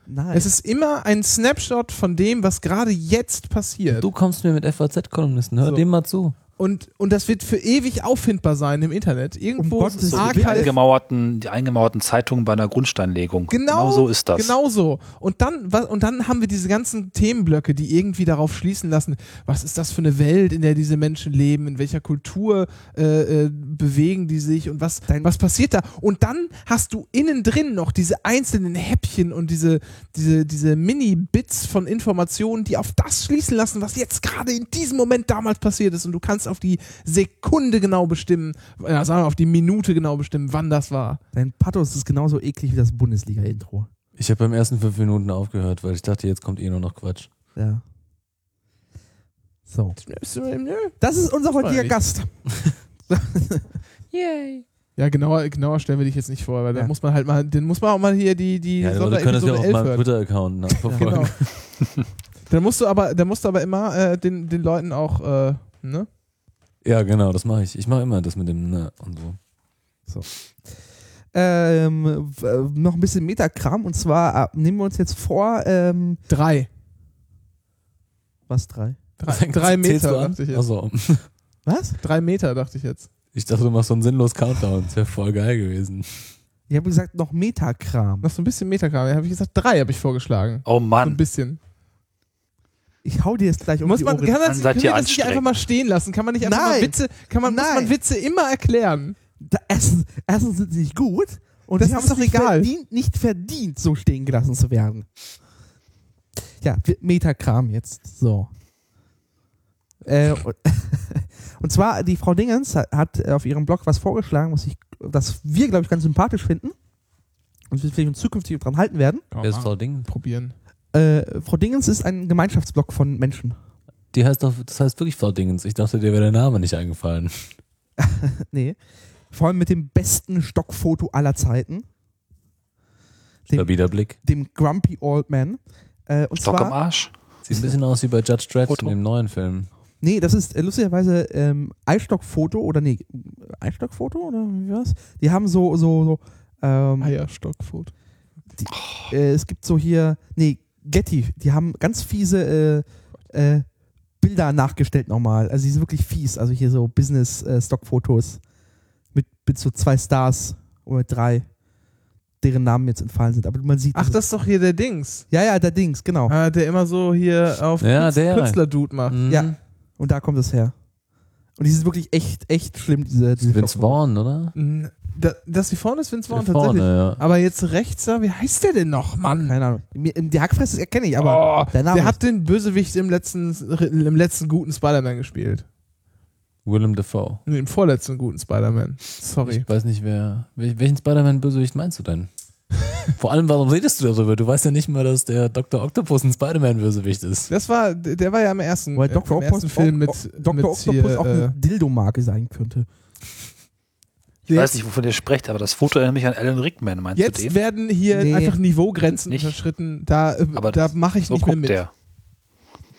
S5: Nein.
S2: Es ist immer ein Snapshot von dem, was gerade jetzt passiert.
S4: Du kommst mir mit FAZ-Kolumnisten, hör
S2: So.
S4: dem mal zu.
S2: Und, und das wird für ewig auffindbar sein im Internet. Irgendwo
S5: Um Gottes
S2: im
S5: Willen.
S3: Die
S2: Archive.
S3: eingemauerten, die eingemauerten Zeitungen bei einer Grundsteinlegung. so ist das.
S2: Genau so. Und dann, wa- und dann haben wir diese ganzen Themenblöcke, die irgendwie darauf schließen lassen, was ist das für eine Welt, in der diese Menschen leben, in welcher Kultur äh, äh, bewegen die sich und was,
S5: Dein-
S2: was passiert da. Und dann hast du innen drin noch diese einzelnen Häppchen und diese, diese, diese Mini-Bits von Informationen, die auf das schließen lassen, was jetzt gerade in diesem Moment damals passiert ist. Und du kannst auf die Sekunde genau bestimmen, äh, sagen wir auf die Minute genau bestimmen, wann das war.
S5: Dein Pathos ist genauso eklig wie das Bundesliga-Intro.
S4: Ich habe beim ersten fünf Minuten aufgehört, weil ich dachte, jetzt kommt eh nur noch Quatsch.
S5: Ja. So. Das ist unser heutiger
S2: nicht.
S5: Gast.
S2: Ja, genauer, genauer stellen wir dich jetzt nicht vor, weil
S5: Ja.
S2: dann muss man halt mal, dann muss man auch mal hier die, die
S4: Ja, die Leute können das ja
S2: Sonderepisode
S4: auch auf
S2: 11
S4: meinem
S2: hören.
S4: Twitter-Account
S2: [laughs]
S4: ne? nachverfolgen.
S2: Genau. [laughs] dann musst du aber, dann musst du aber immer äh, den, den Leuten auch, äh, ne?
S4: Ja, genau, das mache ich. Ich mache immer das mit dem ne und so.
S5: Ähm, w- äh, noch ein bisschen Metakram und zwar äh, nehmen wir uns jetzt vor, ähm,
S2: Drei.
S5: was drei?
S2: Drei, drei
S4: Zählst du
S2: Meter,
S4: an?
S2: dachte ich jetzt.
S4: Achso.
S5: Was?
S2: Drei Meter, dachte ich jetzt.
S4: Ich dachte, du machst so einen sinnlos Countdown. Das wäre voll geil gewesen.
S5: Ich habe gesagt, noch Metakram.
S2: Noch so ein bisschen Meterkram. Da habe ich gesagt, drei habe ich vorgeschlagen.
S3: Oh
S2: So ein
S3: Mann.
S2: bisschen.
S5: Ich hau dir jetzt gleich um
S2: Muss
S5: die
S2: man,
S5: Ohren.
S2: kann man,
S3: Dann seid
S2: können
S3: ihr
S2: wir das nicht
S3: anstrengend.
S2: einfach mal stehen lassen? Kann man nicht einfach
S5: Nein.
S2: mal Witze, kann man, muss
S5: Nein.
S2: man Witze immer erklären?
S5: Da, erstens, erstens sind sie nicht gut und
S2: Das
S5: sie haben
S2: ist
S5: es
S2: doch
S5: nicht
S2: egal.
S5: Verdient, nicht verdient, so stehen gelassen zu werden. Ja, wir- Metakram jetzt. So. Äh, und, [laughs] und zwar, die Frau Dingens hat, hat auf ihrem Blog was vorgeschlagen, was, ich, was wir, glaube ich, ganz sympathisch finden und wir vielleicht uns zukünftig dran halten werden.
S2: Komm,
S4: Wer ist Frau Ding?
S2: probieren.
S5: Äh, Frau Dingens ist ein Gemeinschaftsblog von Menschen. [laughs]
S4: Die heißt doch, das heißt wirklich Frau Dingens. Ich dachte, dir wäre der Name nicht eingefallen.
S5: Nee. Vor allem mit dem besten Stockfoto aller Zeiten. Dem-
S4: Stabiler Blick.
S5: dem Grumpy Old Man. Äh, und
S3: Stock
S5: zwar,
S3: am Arsch.
S4: Sieht ein bisschen aus wie bei Judge Dredd
S3: Foto.
S4: in dem neuen Film.
S5: Nee, das ist äh, lustigerweise ähm, Eistockfoto oder nee, Eistockfoto oder wie war's? Die haben so, so, so ähm,
S2: Eierstockfood.
S5: äh, es gibt so hier, nee, Getty, die haben ganz fiese äh, äh, Bilder nachgestellt nochmal. Also die sind wirklich fies. Also hier so Business-Stock-Fotos mit, mit so zwei Stars oder drei, deren Namen jetzt entfallen sind. Aber man sieht.
S2: Ach,
S5: das
S2: das ist doch hier der Dings.
S5: ist- Ja, ja, der Dings, genau.
S2: Ah, der immer so hier auf
S4: Ja, der.
S2: Künstler-Dude macht.
S4: Mhm.
S5: Ja. Und da kommt das her. Und die sind wirklich echt, echt schlimm, diese, diese
S4: Vince
S5: Stockfotos.
S4: Vaughn, oder?
S2: Mhm. Da, dass sie vorne ist, Vince Vaughn
S4: Der
S2: tatsächlich.
S4: vorne, ja.
S2: Aber jetzt rechts da, wie heißt der denn noch, Mann?
S5: Keine Ahnung. Mir- ähm, Die Hackfresse erkenne ich, aber
S2: oh,
S5: der
S2: der,
S5: Name ist-
S2: hat den Bösewicht im letzten, im letzten guten Spider-Man gespielt.
S4: Willem Dafoe.
S2: Nee, Im vorletzten guten Spider-Man. Sorry.
S4: Ich weiß nicht, wer. wel- Welchen Spider-Man-Bösewicht meinst du [laughs] denn? Vor allem, warum redest du darüber? Du weißt ja nicht mal, dass der Dr. Octopus ein Spider-Man-Bösewicht ist.
S2: Das war, der war ja im ersten,
S5: Weil
S2: äh,
S5: Dr.
S2: im ersten
S5: Octopus,
S2: Film mit,
S5: auch, Dr.
S2: mit
S5: Octopus
S2: hier,
S5: auch
S2: äh,
S5: eine Dildo-Marke sein könnte.
S3: Ich weiß nicht, wovon ihr sprecht, aber das Foto erinnert mich an Alan Rickman, meinst du
S2: Jetzt
S3: den?
S2: werden hier
S5: Nee.
S2: einfach Niveaugrenzen
S3: Nicht.
S2: unterschritten. Da, äh,
S3: Aber
S2: da mache ich
S3: So
S2: nicht mehr
S3: guckt
S2: mit.
S3: der.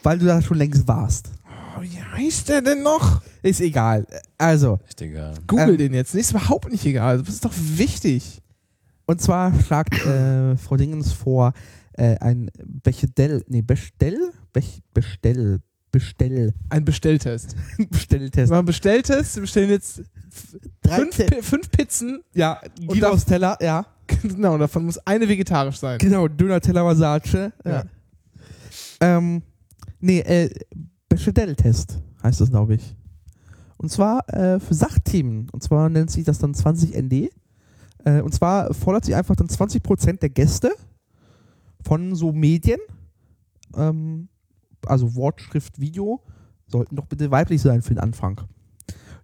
S5: Weil du da schon längst warst.
S2: Oh, wie heißt der denn noch?
S5: Ist egal. Also,
S4: Echt egal.
S2: Google
S5: Ähm.
S2: den jetzt. Nee, ist überhaupt nicht egal. Das ist doch wichtig.
S5: und zwar schlagt äh, Frau Dingens vor, äh, ein Bechdel, nee, Bestell? Bech, Bestell, Bestell,
S2: Ein Bestelltest. Wir
S5: Bestelltest.
S2: machen Bestelltest. Wir bestellen jetzt fünf, Pi- fünf Pizzen. [laughs]
S5: ja,
S2: Und da-
S5: Guidos Teller, ja.
S2: Genau, davon muss eine vegetarisch sein.
S5: Genau, Döner Teller Massage.
S2: Ja.
S5: Ja. Ähm, nee, äh, Bechdel-Test heißt das, glaube ich. Und zwar äh, für Sachthemen. Und zwar nennt sich das dann 20ND. Äh, und zwar fordert sie einfach dann 20% der Gäste von so Medien, ähm, also Wort, Schrift, Video, sollten doch bitte weiblich sein für den Anfang.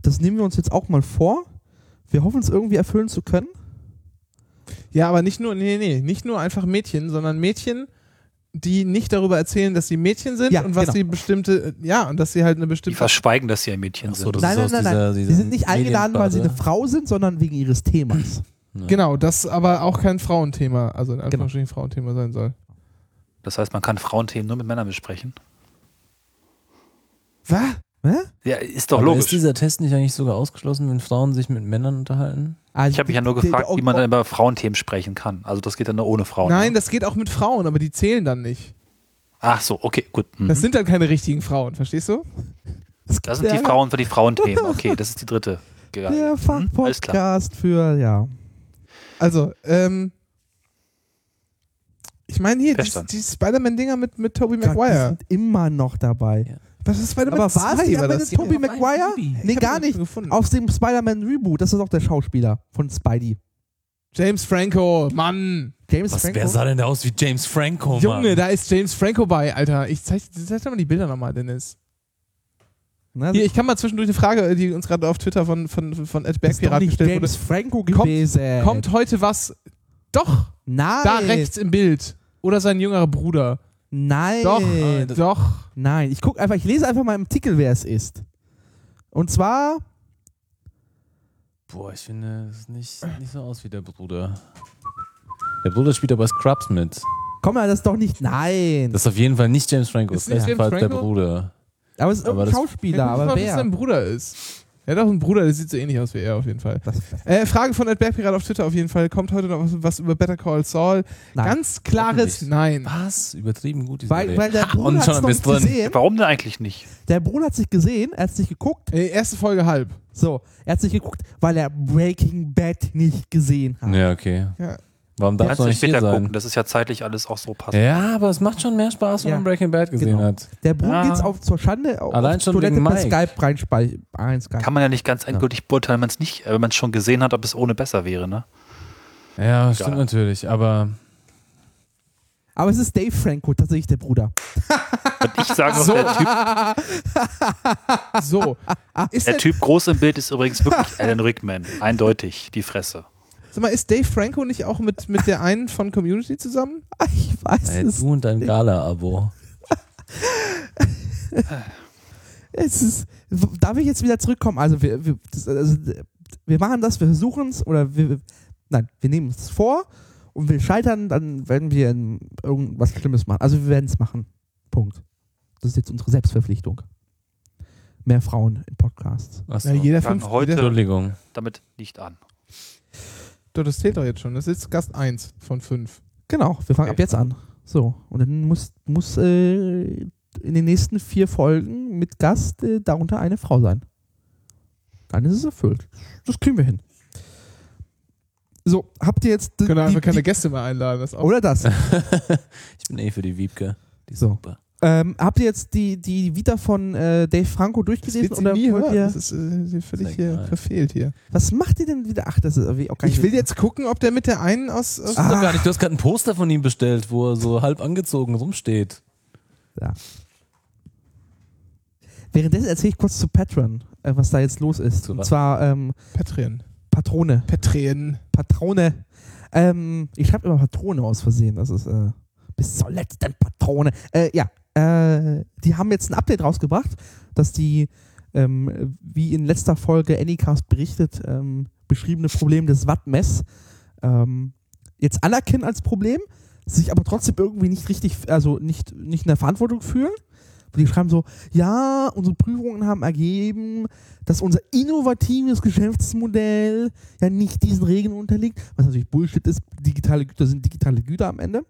S5: Das nehmen wir uns jetzt auch mal vor. Wir hoffen es irgendwie erfüllen zu können.
S2: Ja, aber nicht nur, nee, nee, nicht nur einfach Mädchen, sondern Mädchen, die nicht darüber erzählen, dass sie Mädchen sind
S5: Ja,
S2: und was
S5: genau.
S2: sie bestimmte, ja, und dass sie halt eine
S3: Die
S2: bestimmte.
S3: verschweigen, dass sie ein Mädchen
S4: Ach so,
S3: sind.
S4: das
S5: Nein,
S4: ist
S5: nein,
S4: aus
S5: nein,
S4: dieser, dieser
S5: Sie sind nicht eingeladen, weil sie eine
S4: Medienbubble.
S5: Frau sind, sondern wegen ihres Themas.
S2: Genau, das aber auch kein Frauenthema, also
S5: Genau.
S2: in Anführungsstrichen Frauenthema sein soll.
S3: Das heißt, man kann Frauenthemen nur mit Männern besprechen.
S5: Was? Hä?
S3: Ja, ist doch
S4: Aber
S3: logisch.
S4: Ist dieser Test nicht eigentlich sogar ausgeschlossen, wenn Frauen sich mit Männern unterhalten?
S5: Also
S3: Ich habe mich ja nur
S5: der- der-
S3: gefragt,
S5: der-
S3: wie man dann über Frauenthemen sprechen kann. Also das geht dann nur ohne Frauen.
S2: Nein,
S3: ne?
S2: das geht auch mit Frauen, aber die zählen dann nicht.
S3: Ach so, okay, gut. Mhm.
S2: Das sind dann keine richtigen Frauen, verstehst du?
S3: Das sind
S5: der-
S3: die Frauen für die Frauenthemen. Okay, das ist die dritte. Geil.
S5: Der
S3: Hm, Alles klar.
S5: Fachpodcast für, ja.
S2: Also, ähm. Ich meine hier, die,
S3: Verstanden.
S2: die Spider-Man-Dinger mit, mit Tobey
S5: Gott, die
S2: Maguire.
S5: sind immer noch dabei.
S2: Was ist Spider-Man
S5: Aber war es die
S2: war
S5: am
S2: das?
S5: Ende Tobey Maguire?
S2: Ich
S5: Nee,
S2: hab
S5: gar
S2: ihn
S5: nicht.
S2: Gefunden.
S5: Auf dem Spider-Man-Reboot, das ist auch der Schauspieler von Spidey.
S2: James Franco, Mann.
S5: James
S4: Was,
S5: Franco.
S4: wer sah denn da aus wie James Franco, Oh Mann?
S2: Junge, da ist James Franco bei, Alter. Ich zeig, zeig dir mal die Bilder nochmal, Dennis.
S5: Ne?
S2: Hier, ich kann mal zwischendurch eine Frage, die uns gerade auf Twitter von, von, von Ed
S5: Das ist doch
S2: Bergpirat
S5: nicht
S2: gestellt wurde.
S5: James Franco
S2: Kommt-
S5: gewesen.
S2: Kommt heute was? Doch,
S5: Nein.
S2: da rechts im Bild. Oder sein jüngerer Bruder.
S5: Nein.
S2: Doch,
S5: das-
S2: doch.
S5: Nein. Ich guck einfach, ich lese einfach mal im Artikel, wer es ist. Und zwar
S4: Boah, ich finde, es sieht nicht, nicht so aus wie der Bruder. Der Bruder spielt aber Scrubs mit.
S5: Komm mal, das ist doch nicht. Nein.
S4: Das ist auf jeden Fall nicht James Franco,
S2: Ist
S4: ist
S2: nicht James
S4: jedenfalls der
S2: Franco?
S4: Bruder.
S5: aber es ist
S4: aber
S5: irgendein
S4: das-
S5: Schauspieler,
S2: guck mal,
S5: aber
S2: was
S5: wer?
S2: sein Bruder ist. Er hat auch einen Bruder, der sieht so ähnlich aus wie er auf jeden Fall.
S5: Das-
S2: Äh, Frage von Ed Bergpirat auf Twitter auf jeden Fall. Kommt heute noch was, was über Better Call Saul?
S5: Nein.
S2: Ganz klares
S4: Hoffentlich.
S2: Nein.
S4: Was? Übertrieben gut, diese
S5: Weil,
S4: Serie. [laughs]
S5: weil der Bruder
S4: und schon
S5: hat's
S4: bist
S5: noch nicht
S4: drin.
S5: gesehen.
S3: Warum denn eigentlich nicht?
S5: Der Bruder hat sich gesehen, er hat sich geguckt.
S2: Äh, erste Folge halb.
S5: So, er hat sich geguckt, weil er Breaking Bad nicht gesehen hat.
S4: Ja, okay.
S2: Ja.
S4: Warum darfst
S3: Kannst
S4: du
S3: du
S4: nicht hier
S3: später
S4: sein?
S3: gucken, das ist ja zeitlich alles auch so passend.
S4: Ja, aber es macht schon mehr Spaß, wenn
S5: Ja.
S4: man Breaking Bad gesehen
S5: Genau.
S4: hat.
S5: Der Bruder
S3: Ja.
S5: geht's auf zur Schande auf
S4: Allein schon
S5: Toilette
S4: wegen
S5: per
S4: Mike.
S5: Skype reinspeichern. Rein Skype.
S3: Kann man ja nicht ganz endgültig beurteilen, wenn man es nicht, äh, wenn man es schon gesehen hat, ob es ohne besser wäre, ne?
S4: Ja, stimmt
S3: Geil.
S4: natürlich, aber
S5: Aber es ist Dave Franco, tatsächlich der Bruder. [laughs]
S3: Und ich sage noch, der, typ,
S5: [laughs]
S2: So. Ist
S3: der Typ groß im Bild ist übrigens wirklich Alan Rickman. Eindeutig, die Fresse.
S2: Sag mal, ist Dave Franco nicht auch mit, mit der einen von Community zusammen?
S5: Ich weiß
S4: ey,
S5: es.
S4: du und dein Gala-Abo.
S5: es ist, darf ich jetzt wieder zurückkommen? Also wir, wir, das, also, wir machen das, wir versuchen es oder wir, wir, nein, wir nehmen es vor und wir scheitern, dann werden wir in irgendwas Schlimmes machen. Also wir werden es machen. Punkt. Das ist jetzt unsere Selbstverpflichtung. Mehr Frauen in Podcasts.
S4: Achso.
S2: Ja, jeder
S3: Dann
S2: fünfte,
S3: heute-
S2: jeder,
S4: Entschuldigung.
S3: Damit nicht an.
S2: du, das zählt doch jetzt schon. Das ist Gast 1 von 5.
S5: Genau, wir fangen
S3: Okay.
S5: ab jetzt an. So, und dann muss, muss äh, in den nächsten vier Folgen mit Gast äh, darunter eine Frau sein. Dann ist es erfüllt. Das kriegen wir hin. So, habt ihr jetzt d-
S2: Können
S5: die,
S2: einfach keine
S5: die,
S2: Gäste mehr einladen. Das ist auch
S5: oder das?
S4: [laughs] ich bin eh für die Wiebke. Die ist
S5: So.
S4: super.
S5: ähm, habt ihr jetzt die, die Vita von äh, Dave Franco
S2: das
S5: durchgelesen
S2: wird sie
S5: oder
S2: nie
S5: wollt
S2: hören.
S5: ihr,
S2: Das ist äh, sie völlig
S4: Ist
S2: hier
S4: egal.
S2: verfehlt hier.
S5: was macht ihr denn wieder? Ach, das ist irgendwie auch gar
S2: Ich
S5: nicht-
S2: will jetzt gucken, ob der mit der einen aus. aus
S4: Das ist doch gar nicht. Du hast gerade ein Poster von ihm bestellt, wo er so halb angezogen rumsteht.
S5: Währenddessen erzähle ich kurz zu Patreon, äh, was da jetzt los ist.
S4: Zu
S5: Und
S4: was?
S5: zwar ähm,
S2: Patreon.
S5: Patrone.
S2: Patreon.
S5: Patrone. Ähm, ich schreibe immer Patrone aus Versehen. Das ist äh, bis zur letzten Patrone. Äh, ja, äh, die haben jetzt ein Update rausgebracht, dass die, ähm, wie in letzter Folge Anycast berichtet, ähm, beschriebene Problem des Wattmess ähm, jetzt anerkennen als Problem, sich aber trotzdem irgendwie nicht richtig, also nicht, nicht in der Verantwortung fühlen. Die schreiben so, ja, unsere Prüfungen haben ergeben, dass unser innovatives Geschäftsmodell ja nicht diesen Regeln unterliegt, was natürlich Bullshit ist. Digitale Güter sind digitale Güter am Ende.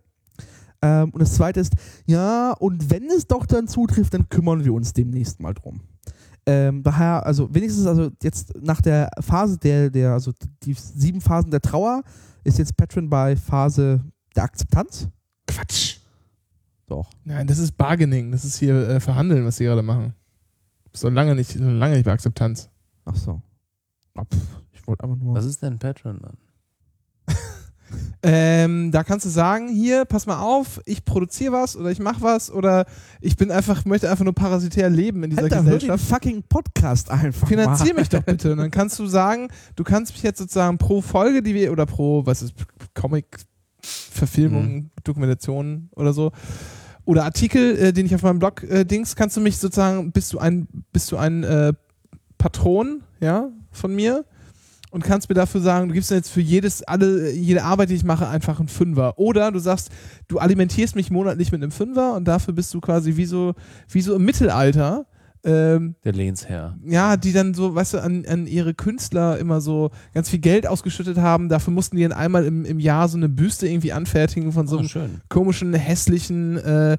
S5: Ähm, und das zweite ist, ja, und wenn es doch dann zutrifft, dann kümmern wir uns demnächst mal drum. Ähm, daher, also wenigstens, also jetzt nach der Phase der, der, also die sieben Phasen der Trauer, ist jetzt Patreon bei Phase der Akzeptanz.
S2: Quatsch.
S5: Doch.
S2: Nein, das ist Bargaining. Das ist hier äh, Verhandeln, was sie gerade machen. Ist doch lange nicht, lange nicht bei Akzeptanz.
S5: Ach so. Ah, pf, ich wollte einfach
S2: Also
S5: nur.
S4: Was ist denn Patreon, Mann?
S2: Ähm, da kannst du sagen, hier, pass mal auf, ich produziere was oder ich mache was oder ich bin einfach, möchte einfach nur parasitär leben in dieser
S5: Alter, hör den
S2: Gesellschaft.
S5: fucking Podcast einfach.
S2: Finanzier
S5: mal.
S2: mich doch bitte. Und dann kannst du sagen, du kannst mich jetzt sozusagen pro Folge, die wir, oder pro, was ist, Comic, Verfilmung,
S5: Mhm.
S2: Dokumentation oder so, oder Artikel, äh, den ich auf meinem Blog äh, dings, kannst du mich sozusagen, bist du ein, bist du ein äh, Patron, ja, von mir und kannst mir dafür sagen, du gibst mir jetzt für jedes, alle, jede Arbeit, die ich mache, einfach einen Fünfer. Oder du sagst, du alimentierst mich monatlich mit einem Fünfer und dafür bist du quasi wie so, wie so im Mittelalter, ähm,
S4: Der Lehnsherr.
S2: ja, die dann so, weißt du, an, an ihre Künstler immer so ganz viel Geld ausgeschüttet haben. Dafür mussten die dann einmal im, im Jahr so eine Büste irgendwie anfertigen von so
S4: So
S2: einem
S4: schön.
S2: komischen, hässlichen äh,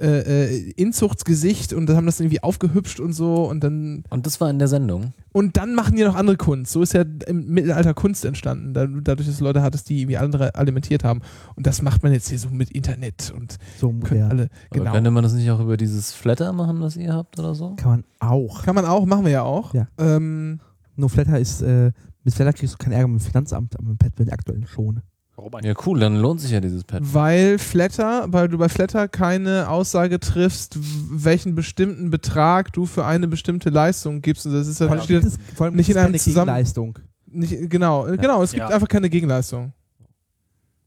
S2: äh, äh, Inzuchtsgesicht und dann haben das irgendwie aufgehübscht und so und dann
S4: Und das war in der Sendung.
S2: und dann machen die noch andere Kunst. So ist ja im Mittelalter Kunst entstanden, da- dadurch, dass du Leute hattest, die irgendwie andere alimentiert haben. Und das macht man jetzt hier so mit Internet und
S5: So
S2: können
S5: ungefähr.
S2: alle
S4: Genau.
S2: genau.
S4: Aber könnte man das nicht auch über dieses Flatter machen, was ihr habt oder so?
S5: Kann man auch.
S2: Kann man auch, machen wir ja auch.
S5: Ja.
S2: Ähm,
S5: Nur Flatter ist, äh, mit Flatter kriegst du keinen Ärger mit dem Finanzamt, aber mit Patreon aktuell schon.
S3: Warum eigentlich?
S4: Ja, cool, dann lohnt sich ja dieses Patreon.
S2: Weil Flatter, weil du bei Flatter keine Aussage triffst, w- welchen bestimmten Betrag du für eine bestimmte Leistung gibst. Und das ist ja
S3: Voll
S2: steht
S5: Das- vor allem
S2: Nicht
S5: das
S2: in
S5: ist
S2: einem
S5: keine
S2: zusammen-
S5: Gegenleistung.
S2: nicht, genau, äh, genau, es gibt
S3: Ja.
S2: einfach keine Gegenleistung.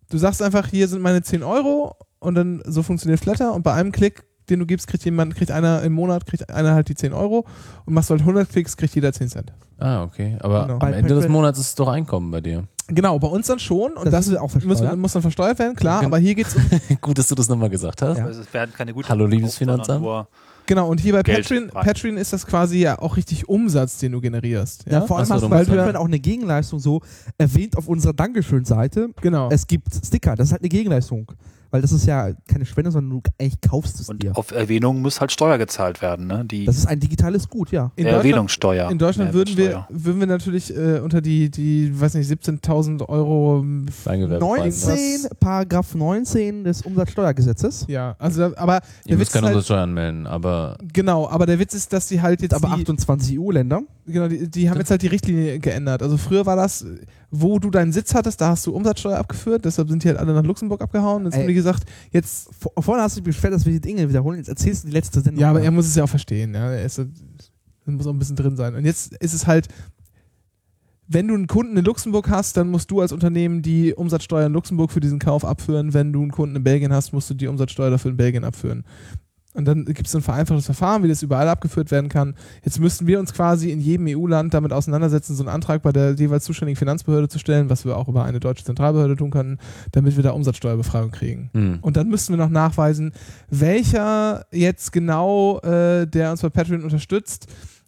S2: Du sagst einfach, hier sind meine 10 Euro und dann so funktioniert Flatter und bei einem Klick, den du gibst, kriegt jemand, kriegt einer im Monat, kriegt einer halt die 10 Euro und machst du halt 100 Klicks, kriegt jeder 10 Cent.
S4: Ah, okay. Aber
S2: Genau.
S4: am
S5: Bei
S4: Ende des
S5: Patreon-
S4: Monats ist es doch Einkommen bei dir.
S2: Genau, bei uns dann schon und das,
S5: ist auch
S2: muss,
S5: versteuert.
S2: muss dann versteuert werden, klar,
S4: Gen-
S2: aber hier geht's
S4: Gut, dass du das nochmal gesagt hast.
S5: Ja.
S3: Also es werden keine guten
S4: Hallo, liebes
S3: sondern
S4: Finanzamt.
S3: nur-
S2: Genau, und hier bei
S3: Geld
S2: Patreon,
S3: rein.
S2: Patreon ist das quasi ja auch richtig Umsatz, den du generierst. Ja,
S5: Ja, vor allem
S4: Achso,
S5: hast
S4: du
S5: du bei
S4: musst-
S3: halt-
S5: Patreon auch eine Gegenleistung so erwähnt auf unserer Dankeschön-Seite.
S2: genau.
S5: Es gibt Sticker, das ist halt eine Gegenleistung. Weil das ist ja keine Spende, sondern du eigentlich kaufst es
S3: Und
S5: dir.
S3: auf Erwähnung muss halt Steuer gezahlt werden, ne? Die
S5: Das ist ein digitales Gut, ja.
S2: In Deutschland,
S3: Erwähnungssteuer.
S2: in Deutschland würden, wir,
S3: Mehrwertsteuer.
S2: würden wir natürlich äh, unter die, die, weiß nicht, 17.000 Euro. m,
S4: Kleingewerbe-
S5: 19, Paragraph 19 des Umsatzsteuergesetzes.
S2: Ja, also, da- aber
S4: Ihr
S2: der
S4: müsst
S2: Witz ist
S4: keine
S2: halt,
S4: Umsatzsteuer anmelden, aber
S2: genau, aber der Witz ist, dass die halt jetzt,
S5: Aber
S2: die,
S5: 28 EU-Länder.
S2: genau, die, die haben jetzt halt die Richtlinie geändert. Also früher war das, wo du deinen Sitz hattest, da hast du Umsatzsteuer abgeführt, deshalb sind die halt alle nach Luxemburg abgehauen. Jetzt
S5: Ey.
S2: haben die gesagt, jetzt,
S5: Vor, vorhin hast du dich beschwert, dass wir die Dinge wiederholen. Jetzt erzählst du die letzte Sendung.
S2: ja, aber er muss es ja auch verstehen, ja, er ist, so- er muss auch ein bisschen drin sein. Und jetzt ist es halt, wenn du einen Kunden in Luxemburg hast, dann musst du als Unternehmen die Umsatzsteuer in Luxemburg für diesen Kauf abführen. Wenn du einen Kunden in Belgien hast, musst du die Umsatzsteuer dafür in Belgien abführen. Und dann gibt es ein vereinfachtes Verfahren, wie das überall abgeführt werden kann. Jetzt müssten wir uns quasi in jedem EU-Land damit auseinandersetzen, so einen Antrag bei der jeweils zuständigen Finanzbehörde zu stellen, was wir auch über eine deutsche Zentralbehörde tun können, damit wir da Umsatzsteuerbefreiung kriegen.
S4: Hm.
S2: Und dann müssten wir noch nachweisen, welcher jetzt genau, äh, der uns bei Patreon unterstützt,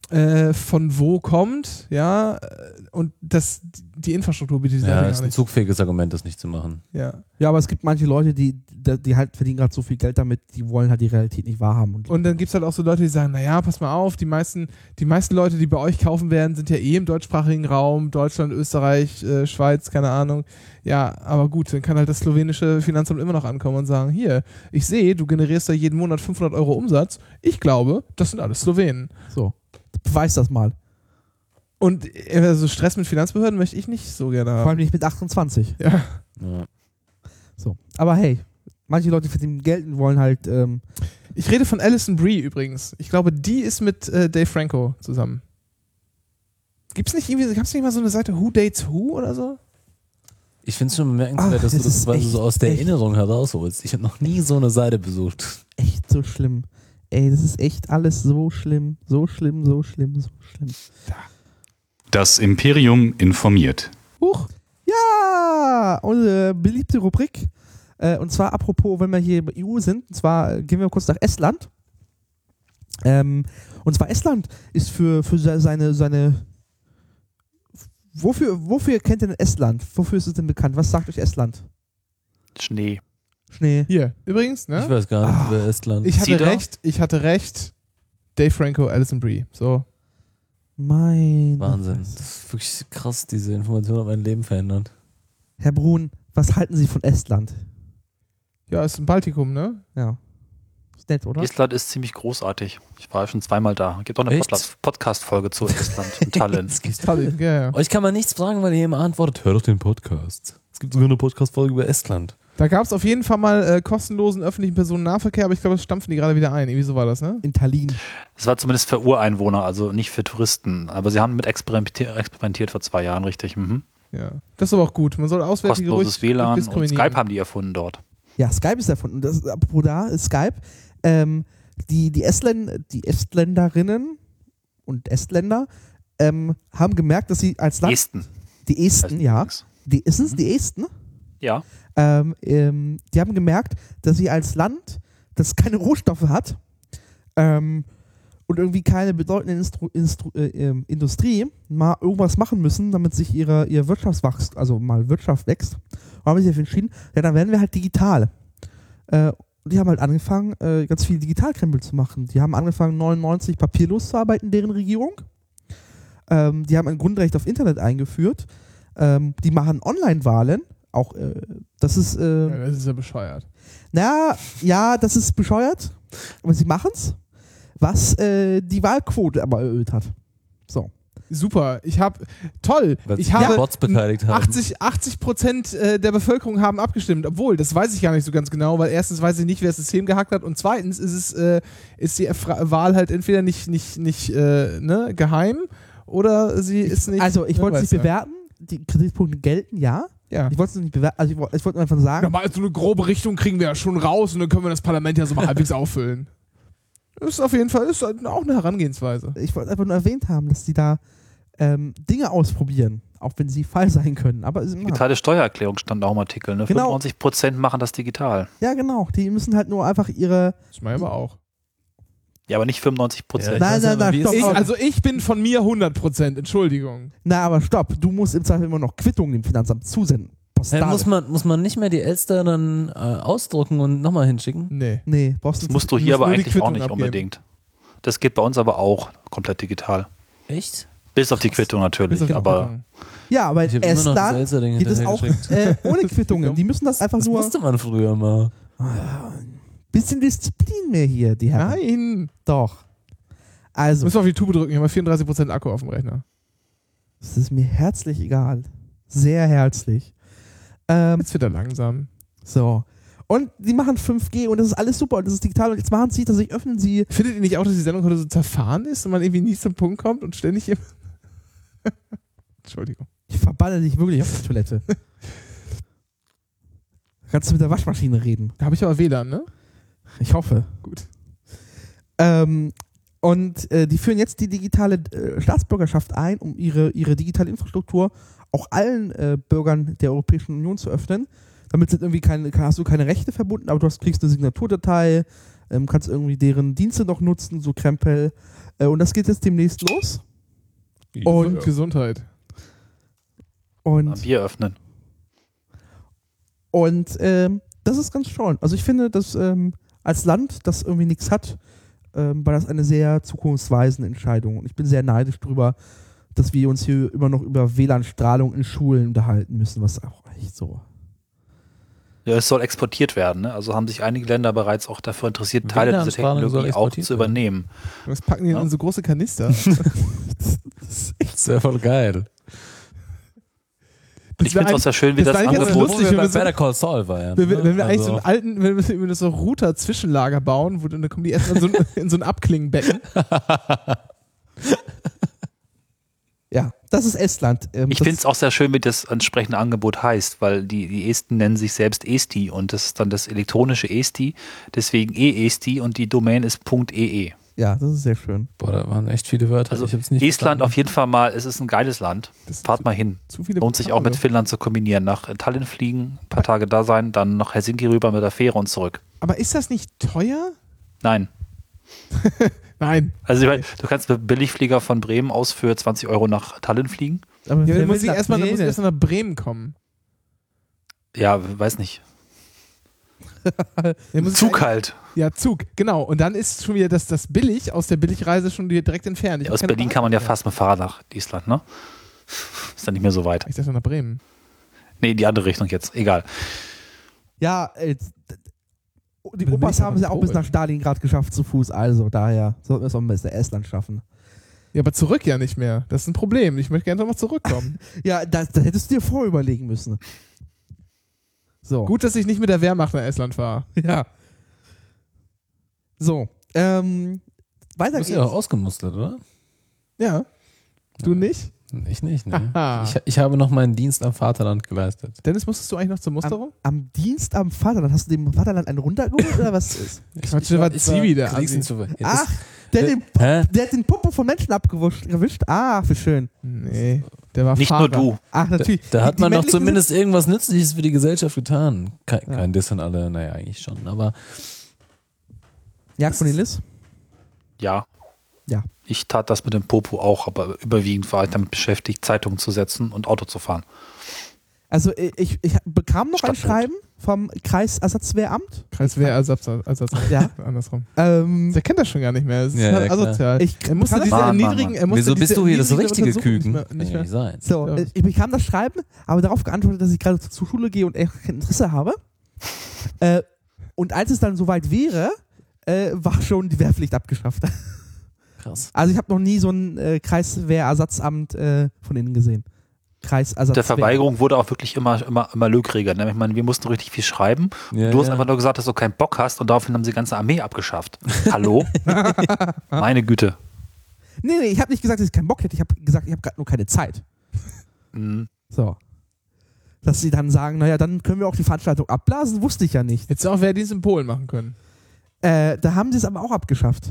S2: äh, von wo kommt, ja, äh, und das, die Infrastruktur bietet
S4: Ja,
S2: ja,
S4: ist
S2: gar
S4: ein
S2: nicht.
S4: zugfähiges Argument, das nicht zu machen.
S2: Ja.
S5: Ja, aber es gibt manche Leute, die, die die halt verdienen gerade so viel Geld damit, die wollen halt die Realität nicht wahrhaben. Und,
S2: Und dann gibt es halt auch so Leute, die sagen, naja, pass mal auf, die meisten, die meisten Leute, die bei euch kaufen werden, sind ja eh im deutschsprachigen Raum, Deutschland, Österreich, äh, Schweiz, keine Ahnung. Ja, aber gut, dann kann halt das slowenische Finanzamt immer noch ankommen und sagen, hier, ich sehe, du generierst da jeden Monat 500 Euro Umsatz. Ich glaube, das sind alles Slowenen.
S5: so. Beweis das mal.
S2: Und äh, also Stress mit Finanzbehörden möchte ich nicht so gerne
S5: Vor
S2: haben.
S5: allem nicht mit 28.
S2: Ja.
S4: Ja.
S5: So. Aber hey, manche Leute verdienen Geld und wollen halt, ähm,
S2: Ich rede von Alison Brie übrigens. Ich glaube, die ist mit äh, Dave Franco zusammen. Gibt's nicht irgendwie, gab's nicht mal so eine Seite Who Dates Who oder so?
S4: Ich finde es schon bemerkenswert,
S5: Ach,
S4: dass du
S5: das
S4: das
S5: ist
S4: weil du
S5: echt,
S4: so aus der
S5: echt.
S4: Erinnerung herausholst. Ich habe noch nie so eine Seite besucht.
S5: echt so schlimm. Ey, das ist echt alles so schlimm, so schlimm, so schlimm, so schlimm.
S6: Das Imperium informiert.
S2: Huch.
S5: Ja, unsere beliebte Rubrik. Äh, und zwar apropos, wenn wir hier im EU sind, und zwar äh, gehen wir kurz nach Estland. Ähm, und zwar Estland ist für, für se- seine, seine wofür, wofür kennt ihr denn Estland? Wofür ist es denn bekannt? Was sagt euch Estland?
S3: Schnee.
S5: Schnee.
S2: Hier, übrigens,
S4: Ich
S2: ne?
S4: weiß gar nicht,
S5: Ah.
S4: wer Estland.
S2: Ich, hatte
S3: Cedar?
S2: recht, ich hatte recht. Dave Franco, Alison Brie. So.
S5: Mein
S4: Wahnsinn. Das ist wirklich krass, diese Information hat mein Leben verändert.
S5: Herr Brun, was halten Sie von Estland?
S2: Ja, ist ein Baltikum, ne?
S5: Ja. Ist nett, oder?
S3: Estland ist ziemlich großartig. Ich war schon zweimal da. Gibt auch eine
S4: Echt?
S3: Podcast- Podcast-Folge zu Estland in
S4: [laughs]
S3: Tallinn.
S2: Tallinn, ja, ja.
S4: Euch kann man nichts fragen, weil ihr immer antwortet, hör doch den Podcast. Es gibt sogar eine Podcast-Folge über Estland.
S2: Da gab es auf jeden Fall mal äh, kostenlosen öffentlichen Personennahverkehr, aber ich glaube, das stampfen die gerade wieder ein. Irgendwie so war das, ne?
S5: In Tallinn.
S3: Es war zumindest für Ureinwohner, also nicht für Touristen. Aber sie haben mit experimentiert, experimentiert vor zwei Jahren, richtig. Mhm.
S2: Ja. Das ist aber auch gut. Man soll auswärtige
S3: Kostenloses WLAN und
S2: diskriminieren.
S3: Skype haben die erfunden dort.
S5: Ja, Skype ist erfunden. Das, apropos da, ist Skype. Ähm, die, die, Estlen, die Estländerinnen und Estländer ähm, haben gemerkt, dass sie als Land,
S3: Esten.
S5: die
S3: heißen
S5: Esten, Mhm.
S3: die
S5: ja,
S3: übrigens.
S5: die, ist es die Esten?
S3: Ja,
S5: Ähm, ähm, die haben gemerkt, dass sie als Land, das keine Rohstoffe hat ähm, und irgendwie keine bedeutende Instru Instru äh, ähm, Industrie, mal irgendwas machen müssen, damit sich ihre, ihr Wirtschaftswachstum, also mal Wirtschaft wächst. Und haben sich dafür entschieden, ja, dann werden wir halt digital. Äh, und die haben halt angefangen, äh, ganz viel Digitalkrempel zu machen. Die haben angefangen, 99 papierlos zu arbeiten, deren Regierung. Ähm, die haben ein Grundrecht auf Internet eingeführt. Ähm, die machen Online-Wahlen. Auch äh, das ist äh,
S2: Ja, das ist ja bescheuert.
S5: na, ja, das ist bescheuert, aber sie machen's, was äh, die Wahlquote aber erhöht hat. So.
S2: Super. Ich habe toll.
S4: Weil
S2: ich
S4: sich
S2: habe
S4: Bots beteiligt haben.
S2: 80, 80 Prozent äh, der Bevölkerung haben abgestimmt, obwohl, das weiß ich gar nicht so ganz genau, weil erstens weiß ich nicht, wer das System gehackt hat und zweitens ist es äh, ist die Fra- Wahl halt entweder nicht, nicht, nicht äh, ne, geheim oder sie ist nicht.
S5: also, ich
S2: ne,
S5: wollte es
S2: weiß
S5: nicht bewerten, die Kritikpunkte gelten, ja.
S2: Ja.
S5: Ich wollte es nicht bewerten, also ich, woll- ich wollte einfach sagen,
S2: Ja, mal so eine grobe Richtung kriegen wir ja schon raus und dann können wir das Parlament ja so [laughs] mal halbwegs auffüllen. Ist auf jeden Fall ist halt auch eine Herangehensweise.
S5: ich wollte einfach nur erwähnt haben, dass die da ähm, Dinge ausprobieren, auch wenn sie falsch sein können. Aber
S2: Ah.
S5: sie machen.
S3: digitale Steuererklärung stand auch im Artikel. Ne?
S5: Genau.
S3: 95 Prozent machen das digital.
S5: Ja, genau. Die müssen halt nur einfach ihre.
S2: Ich meine aber auch.
S3: Ja, aber nicht 95 Prozent.
S5: Nein, nein, nein, stopp.
S2: Ich,
S5: aber-
S2: also ich bin von mir 100%, Entschuldigung.
S5: Na, aber stopp, du musst im Zweifel immer noch Quittungen dem Finanzamt zusenden. Postal.
S4: Hey, muss, man, muss man nicht mehr die Elster dann äh, ausdrucken und nochmal hinschicken?
S2: Nee.
S5: nee, brauchst
S3: Das
S5: du
S3: musst du
S2: Du
S3: hier
S2: musst
S3: aber
S2: nur die
S3: eigentlich auch
S2: Quittung
S3: nicht
S2: abgeben.
S3: unbedingt. Das geht bei uns aber auch komplett digital.
S4: Echt?
S3: Bis auf die Quittung natürlich,
S2: Bis auf die
S3: aber
S2: Abwägung.
S5: Ja, aber in
S4: Ich habe immer noch das
S5: Estland
S4: Elster-Ding
S5: geht
S4: [laughs]
S5: es auch
S2: [laughs]
S4: hinterhergeschickt.
S5: äh, ohne Quittungen. Die müssen das einfach
S4: Das
S5: nur.
S4: musste man früher mal.
S5: Bisschen Disziplin mehr hier, die Herren.
S2: Nein.
S5: Doch. Also,
S2: Müssen wir auf die Tube drücken, ich habe 34% Akku auf dem Rechner.
S5: es ist mir herzlich egal. Sehr herzlich.
S3: [laughs]
S5: Ähm,
S2: Jetzt wird er langsam.
S5: so. Und die machen 5G und das ist alles super und das ist digital und jetzt machen sie, dass ich öffnen sie.
S2: Findet ihr nicht auch, dass die Sendung heute so zerfahren ist und man irgendwie nie zum Punkt kommt und ständig hier. [laughs] Entschuldigung.
S5: Ich verbanne dich wirklich auf die Toilette. Kannst du mit der Waschmaschine reden?
S2: Da habe ich aber WLAN, ne?
S5: Ich hoffe.
S2: Gut.
S5: Ähm, und äh, die führen jetzt die digitale äh, Staatsbürgerschaft ein, um ihre, ihre digitale Infrastruktur auch allen äh, Bürgern der Europäischen Union zu öffnen. Damit sind irgendwie keine, hast du keine Rechte verbunden, aber du hast, kriegst eine Signaturdatei, ähm, kannst irgendwie deren Dienste noch nutzen, so Krempel. Äh, und das geht jetzt demnächst los.
S2: Und Gesundheit.
S5: Und
S3: Mal Bier öffnen.
S5: Und ähm, das ist ganz schön. Also ich finde, dass ähm, als Land, das irgendwie nichts hat, ähm, war das eine sehr zukunftsweisende Entscheidung. Und ich bin sehr neidisch drüber, dass wir uns hier immer noch über WLAN-Strahlung in Schulen unterhalten müssen, was auch echt so.
S3: Ja, es soll exportiert werden. Ne? Also haben sich einige Länder bereits auch dafür interessiert, Teile dieser
S4: WLAN-Strahlung
S3: Technologie
S4: soll
S3: auch
S4: exportiert
S3: zu übernehmen.
S2: Das packen die
S3: Ja.
S2: in so große
S3: [laughs]
S2: Kanister.
S4: Das wäre voll geil.
S3: Und ich
S2: wär
S3: finde es
S2: eigentlich-
S3: auch sehr schön, wie
S2: das
S3: das,
S2: wär eigentlich jetzt
S3: Angebot
S2: lustig, wenn wir so-
S4: Better Call Saul war ja.
S2: Wenn wir,
S3: ne?
S2: wenn wir eigentlich so
S4: also,
S2: einen alten, wenn wir so- wenn wir so Router-Zwischenlager bauen, wo dann dann kommen die erstmal in so ein, in so ein Abklingenbecken.
S5: Ja, das ist Estland. Ähm,
S3: Ich
S5: das-
S3: finde es auch sehr schön, wie das entsprechende Angebot heißt, weil die, die Esten nennen sich selbst Esti und das ist dann das elektronische Esti, deswegen E-Esti und die Domain ist .ee.
S5: Ja, das ist sehr schön.
S4: boah, da waren echt viele Wörter.
S3: Also
S4: ich hab's nicht
S3: Estland auf
S4: verstanden.
S3: jeden Fall mal, es ist ein geiles Land.
S2: Das-
S3: Fahrt mal hin.
S2: Zu viele
S3: Lohnt sich auch mit
S2: Vokabeln.
S3: Finnland zu kombinieren. Nach äh, Tallinn fliegen, ein paar Tage da sein, dann nach Helsinki rüber mit der Fähre und zurück.
S2: Aber ist das nicht teuer?
S3: Nein.
S2: Nein.
S3: Also ich mein, du kannst mit Billigflieger von Bremen aus für 20 Euro nach Tallinn fliegen.
S5: Aber
S2: Ja,
S5: wer
S2: dann muss
S5: will
S2: ich
S5: nach
S2: erstmal
S5: Bremen?
S2: erst nach Bremen kommen.
S3: Ja, weiß nicht.
S2: Dann muss ich-
S3: Zug halt.
S2: Ja, Zug, genau. Und dann ist schon wieder das, das Billig aus der Billigreise schon wieder direkt entfernt. Ich
S3: Aus
S2: hab keine
S3: Berlin kann man ja
S2: Bahn-
S3: fast mit Fahrrad nach Island, ne? Ist dann nicht mehr so weit.
S2: Ich dachte nach Bremen.
S3: Nee, in die andere Richtung jetzt. Egal.
S5: Ja, äh, d- d- die
S2: Dann bin ich
S5: Opas
S2: doch
S5: haben es
S2: in
S5: ja auch bis
S2: Polen.
S5: nach Stalingrad geschafft zu Fuß, also daher sollten wir es auch mal bis nach Estland schaffen.
S2: Ja, aber zurück ja nicht mehr. Das ist ein Problem. Ich möchte gerne nochmal zurückkommen.
S5: Ja, das, das hättest du dir vorüberlegen müssen. So.
S2: Gut, dass ich nicht mit der Wehrmacht nach Estland fahre.
S5: [laughs] Ja. So. Ähm,
S4: Du
S5: weiter
S4: bist
S5: geht's.
S4: ja auch ausgemustert, oder?
S2: Ja. Du nicht?
S4: Ich nicht, ne?
S2: Haha.
S4: Ich, ich habe noch meinen Dienst am Vaterland geleistet.
S2: Dennis, musstest du eigentlich noch zur Musterung?
S5: Am Dienst am Vaterland. Hast du dem Vaterland einen runtergeholt oder was
S4: [laughs]
S5: ist?
S2: Quatsch, war sie wieder,
S4: Kriegs-
S2: Assi.
S4: zu- Jetzt
S5: Ach,
S4: ist-
S5: der, den,
S4: Hä?
S5: der hat den Popo von Menschen abgewischt. Gewischt. Ah, wie schön.
S2: Nee. Der war
S3: Nicht
S2: Fahrer.
S3: nur du.
S5: Ach, natürlich.
S4: Da hat
S5: Die- die
S4: man doch
S5: männlichen
S4: zumindest irgendwas Nützliches für die Gesellschaft getan. Kein,
S5: Ja.
S4: kein Diss an alle, naja, eigentlich schon. Aber
S5: sind- Ja, Cornelis.
S3: Ja.
S5: Ja.
S3: Ich tat das mit dem Popo auch, aber überwiegend war ich damit beschäftigt, Zeitungen zu setzen und Auto zu fahren.
S5: Also, äh, ich, ich bekam noch ein
S3: Stadtbild.
S5: Schreiben vom Kreisersatzwehramt.
S2: Kreiswehrersatz. Ersatz,
S5: [laughs] Ja.
S2: andersrum.
S5: Ähm,
S2: Der kennt das schon gar nicht mehr. Das ist
S4: Ja,
S2: halt
S4: ja, klar.
S2: asozial.
S5: Ich-
S2: er musste
S5: Mann,
S2: diese
S3: Mann,
S2: erniedrigen. Er musste
S4: wieso bist
S2: diese
S4: du hier das
S2: erniedrigende
S4: richtige
S2: Untersuchung
S4: Küken?
S2: Nicht mehr, nicht
S4: Kann ja
S2: mehr.
S4: nicht sein.
S5: So,
S2: Ja.
S5: äh, ich bekam das Schreiben, aber darauf geantwortet, dass ich gerade zur Schule gehe und echt kein Interesse habe. äh, und als es dann soweit wäre, äh, war schon die Wehrpflicht abgeschafft.
S4: Krass.
S5: Also ich habe noch nie so ein äh, Kreiswehrersatzamt äh, von innen gesehen. Kreisersatz.
S3: Mit der Verweigerung wurde auch wirklich immer, immer, immer lökriger. ne? Ich meine, wir mussten richtig viel schreiben.
S4: Ja,
S3: du hast
S4: ja.
S3: einfach nur gesagt, dass du keinen Bock hast und daraufhin haben sie die ganze Armee abgeschafft. Hallo? Meine Güte.
S5: Nee, nee, ich habe nicht gesagt, dass ich keinen Bock hätte. Ich habe gesagt, ich habe gerade nur keine Zeit.
S3: Mhm.
S5: So. Dass sie dann sagen, naja, dann können wir auch die Veranstaltung abblasen, wusste ich ja nicht.
S2: Hättest du auch Wehrdienst in Polen machen können.
S5: Äh, da haben sie es aber auch abgeschafft.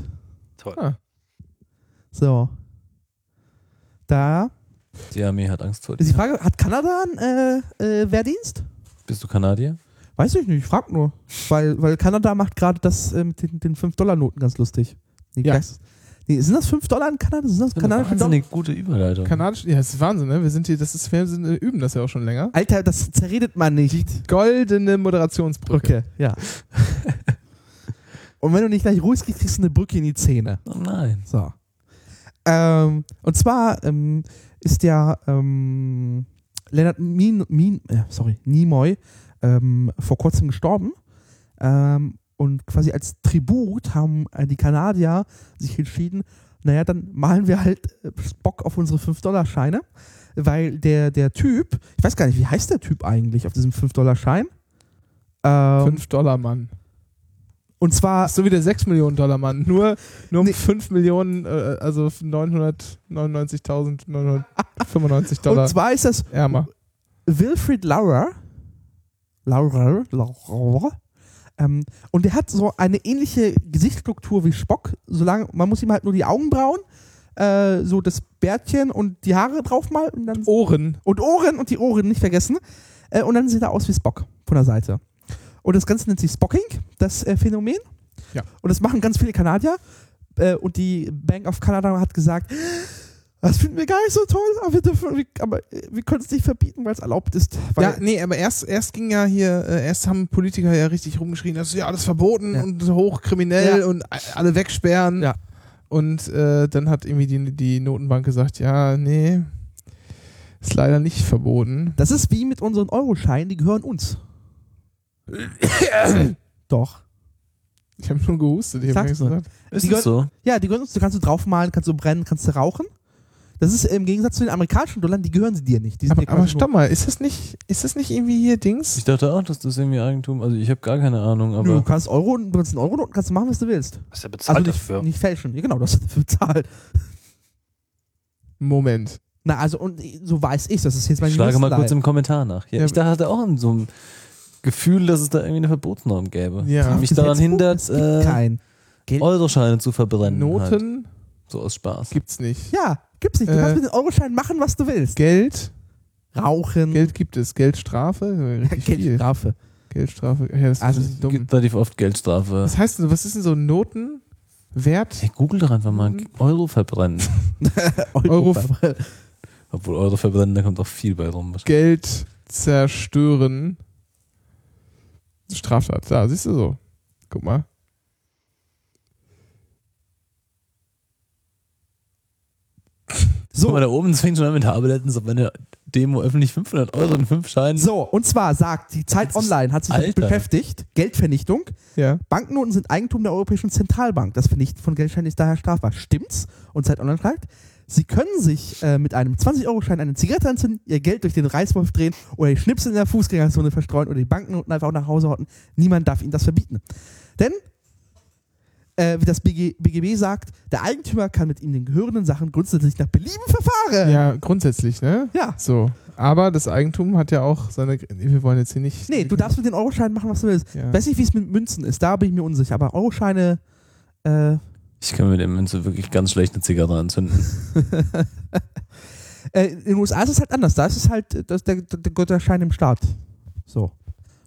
S3: Toll.
S2: Ah.
S5: So. Da
S4: Die Armee hat Angst vor
S5: Ist
S4: dir.
S5: die Frage, hat Kanada einen äh, äh, Wehrdienst?
S4: Bist du Kanadier?
S5: Weiß ich nicht, ich frag nur. Weil, weil Kanada macht gerade das äh, mit den, den 5-Dollar-Noten ganz lustig. Die
S2: Ja.
S5: Geiß- nee, sind das 5 Dollar in Kanada? Sind das kanadische Dollar?
S4: wahnsinnig gute Überleitung.
S2: Kanadisch, ja, das ist Wahnsinn, ne? Wir sind hier, das ist, wir sind, äh, üben das ja auch schon länger.
S5: Alter, das zerredet man nicht.
S2: Goldene Moderationsbrücke.
S5: Okay, [laughs] ja. Und wenn du nicht gleich ruhig kriegst, kriegst du eine Brücke in die Zähne.
S4: oh nein.
S5: So. Ähm, und zwar ähm, ist ja ähm, Leonard Min, Min, äh, sorry, Nimoy ähm, vor kurzem gestorben. Ähm, und quasi als Tribut haben äh, die Kanadier sich entschieden, naja, dann malen wir halt äh, Spock auf unsere 5-Dollar-Scheine, weil der, der Typ, ich weiß gar nicht, wie heißt der Typ eigentlich auf diesem 5-Dollar-Schein? Ähm,
S2: 5 Dollar Mann.
S5: Und zwar
S2: So wie der 6 Millionen Dollar Mann. Nur, nur um
S5: Nee.
S2: 5 Millionen, äh, also [laughs] 999.995
S5: Und
S2: Dollar
S5: zwar ist das
S2: ärmer.
S5: Wilfried Laurer, Laurer, Laurer Ähm, und der hat so eine ähnliche Gesichtsstruktur wie Spock, solange man muss ihm halt nur die Augenbrauen, äh, so das Bärtchen und die Haare draufmalen und
S2: Oh, Ohren.
S5: dann und Ohren und die Ohren nicht vergessen. Äh, und dann sieht er aus wie Spock von der Seite. Und das Ganze nennt sich Spocking, das äh, Phänomen.
S2: Ja.
S5: Und das machen ganz viele Kanadier. Äh, und die Bank of Canada hat gesagt, das finden wir gar nicht so toll, aber wir, dürfen, wir, aber äh, wir können es nicht verbieten, weil es erlaubt ist. Weil
S2: ja, nee, aber erst, erst ging ja hier, äh, erst haben Politiker ja richtig rumgeschrien, das ist ja alles verboten
S5: Ja.
S2: und hochkriminell
S5: Ja.
S2: und a- alle wegsperren.
S5: Ja.
S2: Und äh, dann hat irgendwie die, die Notenbank gesagt, ja, nee, ist leider nicht verboten.
S5: Das ist wie mit unseren Euroscheinen, die
S2: [coughs]
S5: gehören uns. Doch.
S2: Ich habe nur gehustet. Ich hab
S5: Sag's
S2: nichts
S5: nur.
S2: gesagt.
S4: Ist
S5: Die
S4: es so?
S5: Ja, die gehören uns, du kannst du draufmalen, kannst du brennen, kannst du rauchen. Das ist im Gegensatz zu den amerikanischen Dollar, die gehören sie dir nicht. Die sind
S2: Aber,
S5: dir
S2: aber
S5: quasi nur-
S2: stopp mal, ist das, nicht, ist das nicht irgendwie hier Dings?
S4: Ich dachte auch, dass das irgendwie Eigentum, also ich habe gar keine Ahnung,
S5: Nö, Du
S4: aber
S5: kannst Euro, du kannst einen Euro noten, kannst du machen, was du willst.
S3: Was der bezahlt
S5: Also nicht,
S3: dafür?
S5: nicht fälschen. Ja, genau, das [laughs] hast du dafür bezahlt.
S2: Moment.
S5: Na, also, und so weiß ich, das ist jetzt mein
S4: ich schlage mal
S5: Juristenlei.
S4: kurz im Kommentar nach. Ja,
S2: Ja.
S4: ich dachte auch an so ein Gefühl, dass es da irgendwie eine Verbotsnorm gäbe,
S2: Ja.
S4: die mich
S5: Das
S4: daran
S5: Gesetzbuch,
S4: hindert,
S5: es gibt
S4: äh,
S5: keinen.
S4: Euroscheine zu verbrennen. Halt.
S2: Noten
S4: So aus Spaß.
S2: gibt's nicht.
S5: Ja, gibt's nicht. Du
S2: Äh,
S5: kannst mit den Euroscheinen machen, was du willst.
S2: Geld,
S5: Rauchen, [laughs]
S2: Geld gibt es. Geldstrafe? äh, Richtig viel.
S5: Hm. Geldstrafe.
S2: Geldstrafe. Ja, das ist
S5: Also,
S2: also, dumm.
S4: Gibt relativ oft Geldstrafe.
S2: Was heißt denn, was ist denn so Noten? Wert?
S5: [laughs]
S4: Hey, google doch einfach mal
S2: Mhm.
S4: Euro verbrennen.
S2: Euro-
S4: Obwohl Euro verbrennen, da kommt auch viel bei rum. wahrscheinlich.
S2: Geld zerstören. Straftat. Da, siehst du so. Guck mal.
S4: Guck mal,
S5: So,
S4: da oben, das fängt schon an mit habe letztens auf meiner Demo öffentlich 500 Euro in fünf Scheinen.
S5: so, und zwar sagt, die Zeit
S4: Das ist-
S5: Online hat sich damit
S4: Alter.
S5: beschäftigt, Geldvernichtung.
S2: Ja.
S5: Banknoten sind Eigentum der Europäischen Zentralbank. Das Vernichten von Geldscheinen ist daher strafbar. Stimmt's? Und Zeit Online schreibt, Sie können sich äh, mit einem 20-Euro-Schein eine Zigarette anzünden, Ihr Geld durch den Reißwolf drehen oder die Schnipsel in der Fußgängerzone verstreuen oder die Banknoten einfach auch nach Hause horten. Niemand darf Ihnen das verbieten. Denn, äh, wie das BG, BGB sagt, der Eigentümer kann mit ihm den gehörenden Sachen grundsätzlich nach Belieben verfahren.
S2: Ja, grundsätzlich, ne?
S5: ja.
S2: So. Aber das Eigentum hat ja auch seine. Wir wollen jetzt hier nicht.
S5: Nee, du darfst mit den Euroscheinen machen, was du willst.
S2: Ja.
S5: Weiß nicht, wie es mit Münzen ist, da bin ich mir unsicher. Aber Euroscheine, äh,
S4: Ich kann mit der Münze wirklich ganz schlecht eine Zigarre anzünden.
S5: Äh, in den USA ist es halt anders. Da ist es halt äh, das, der, der der Götterschein im Staat. So.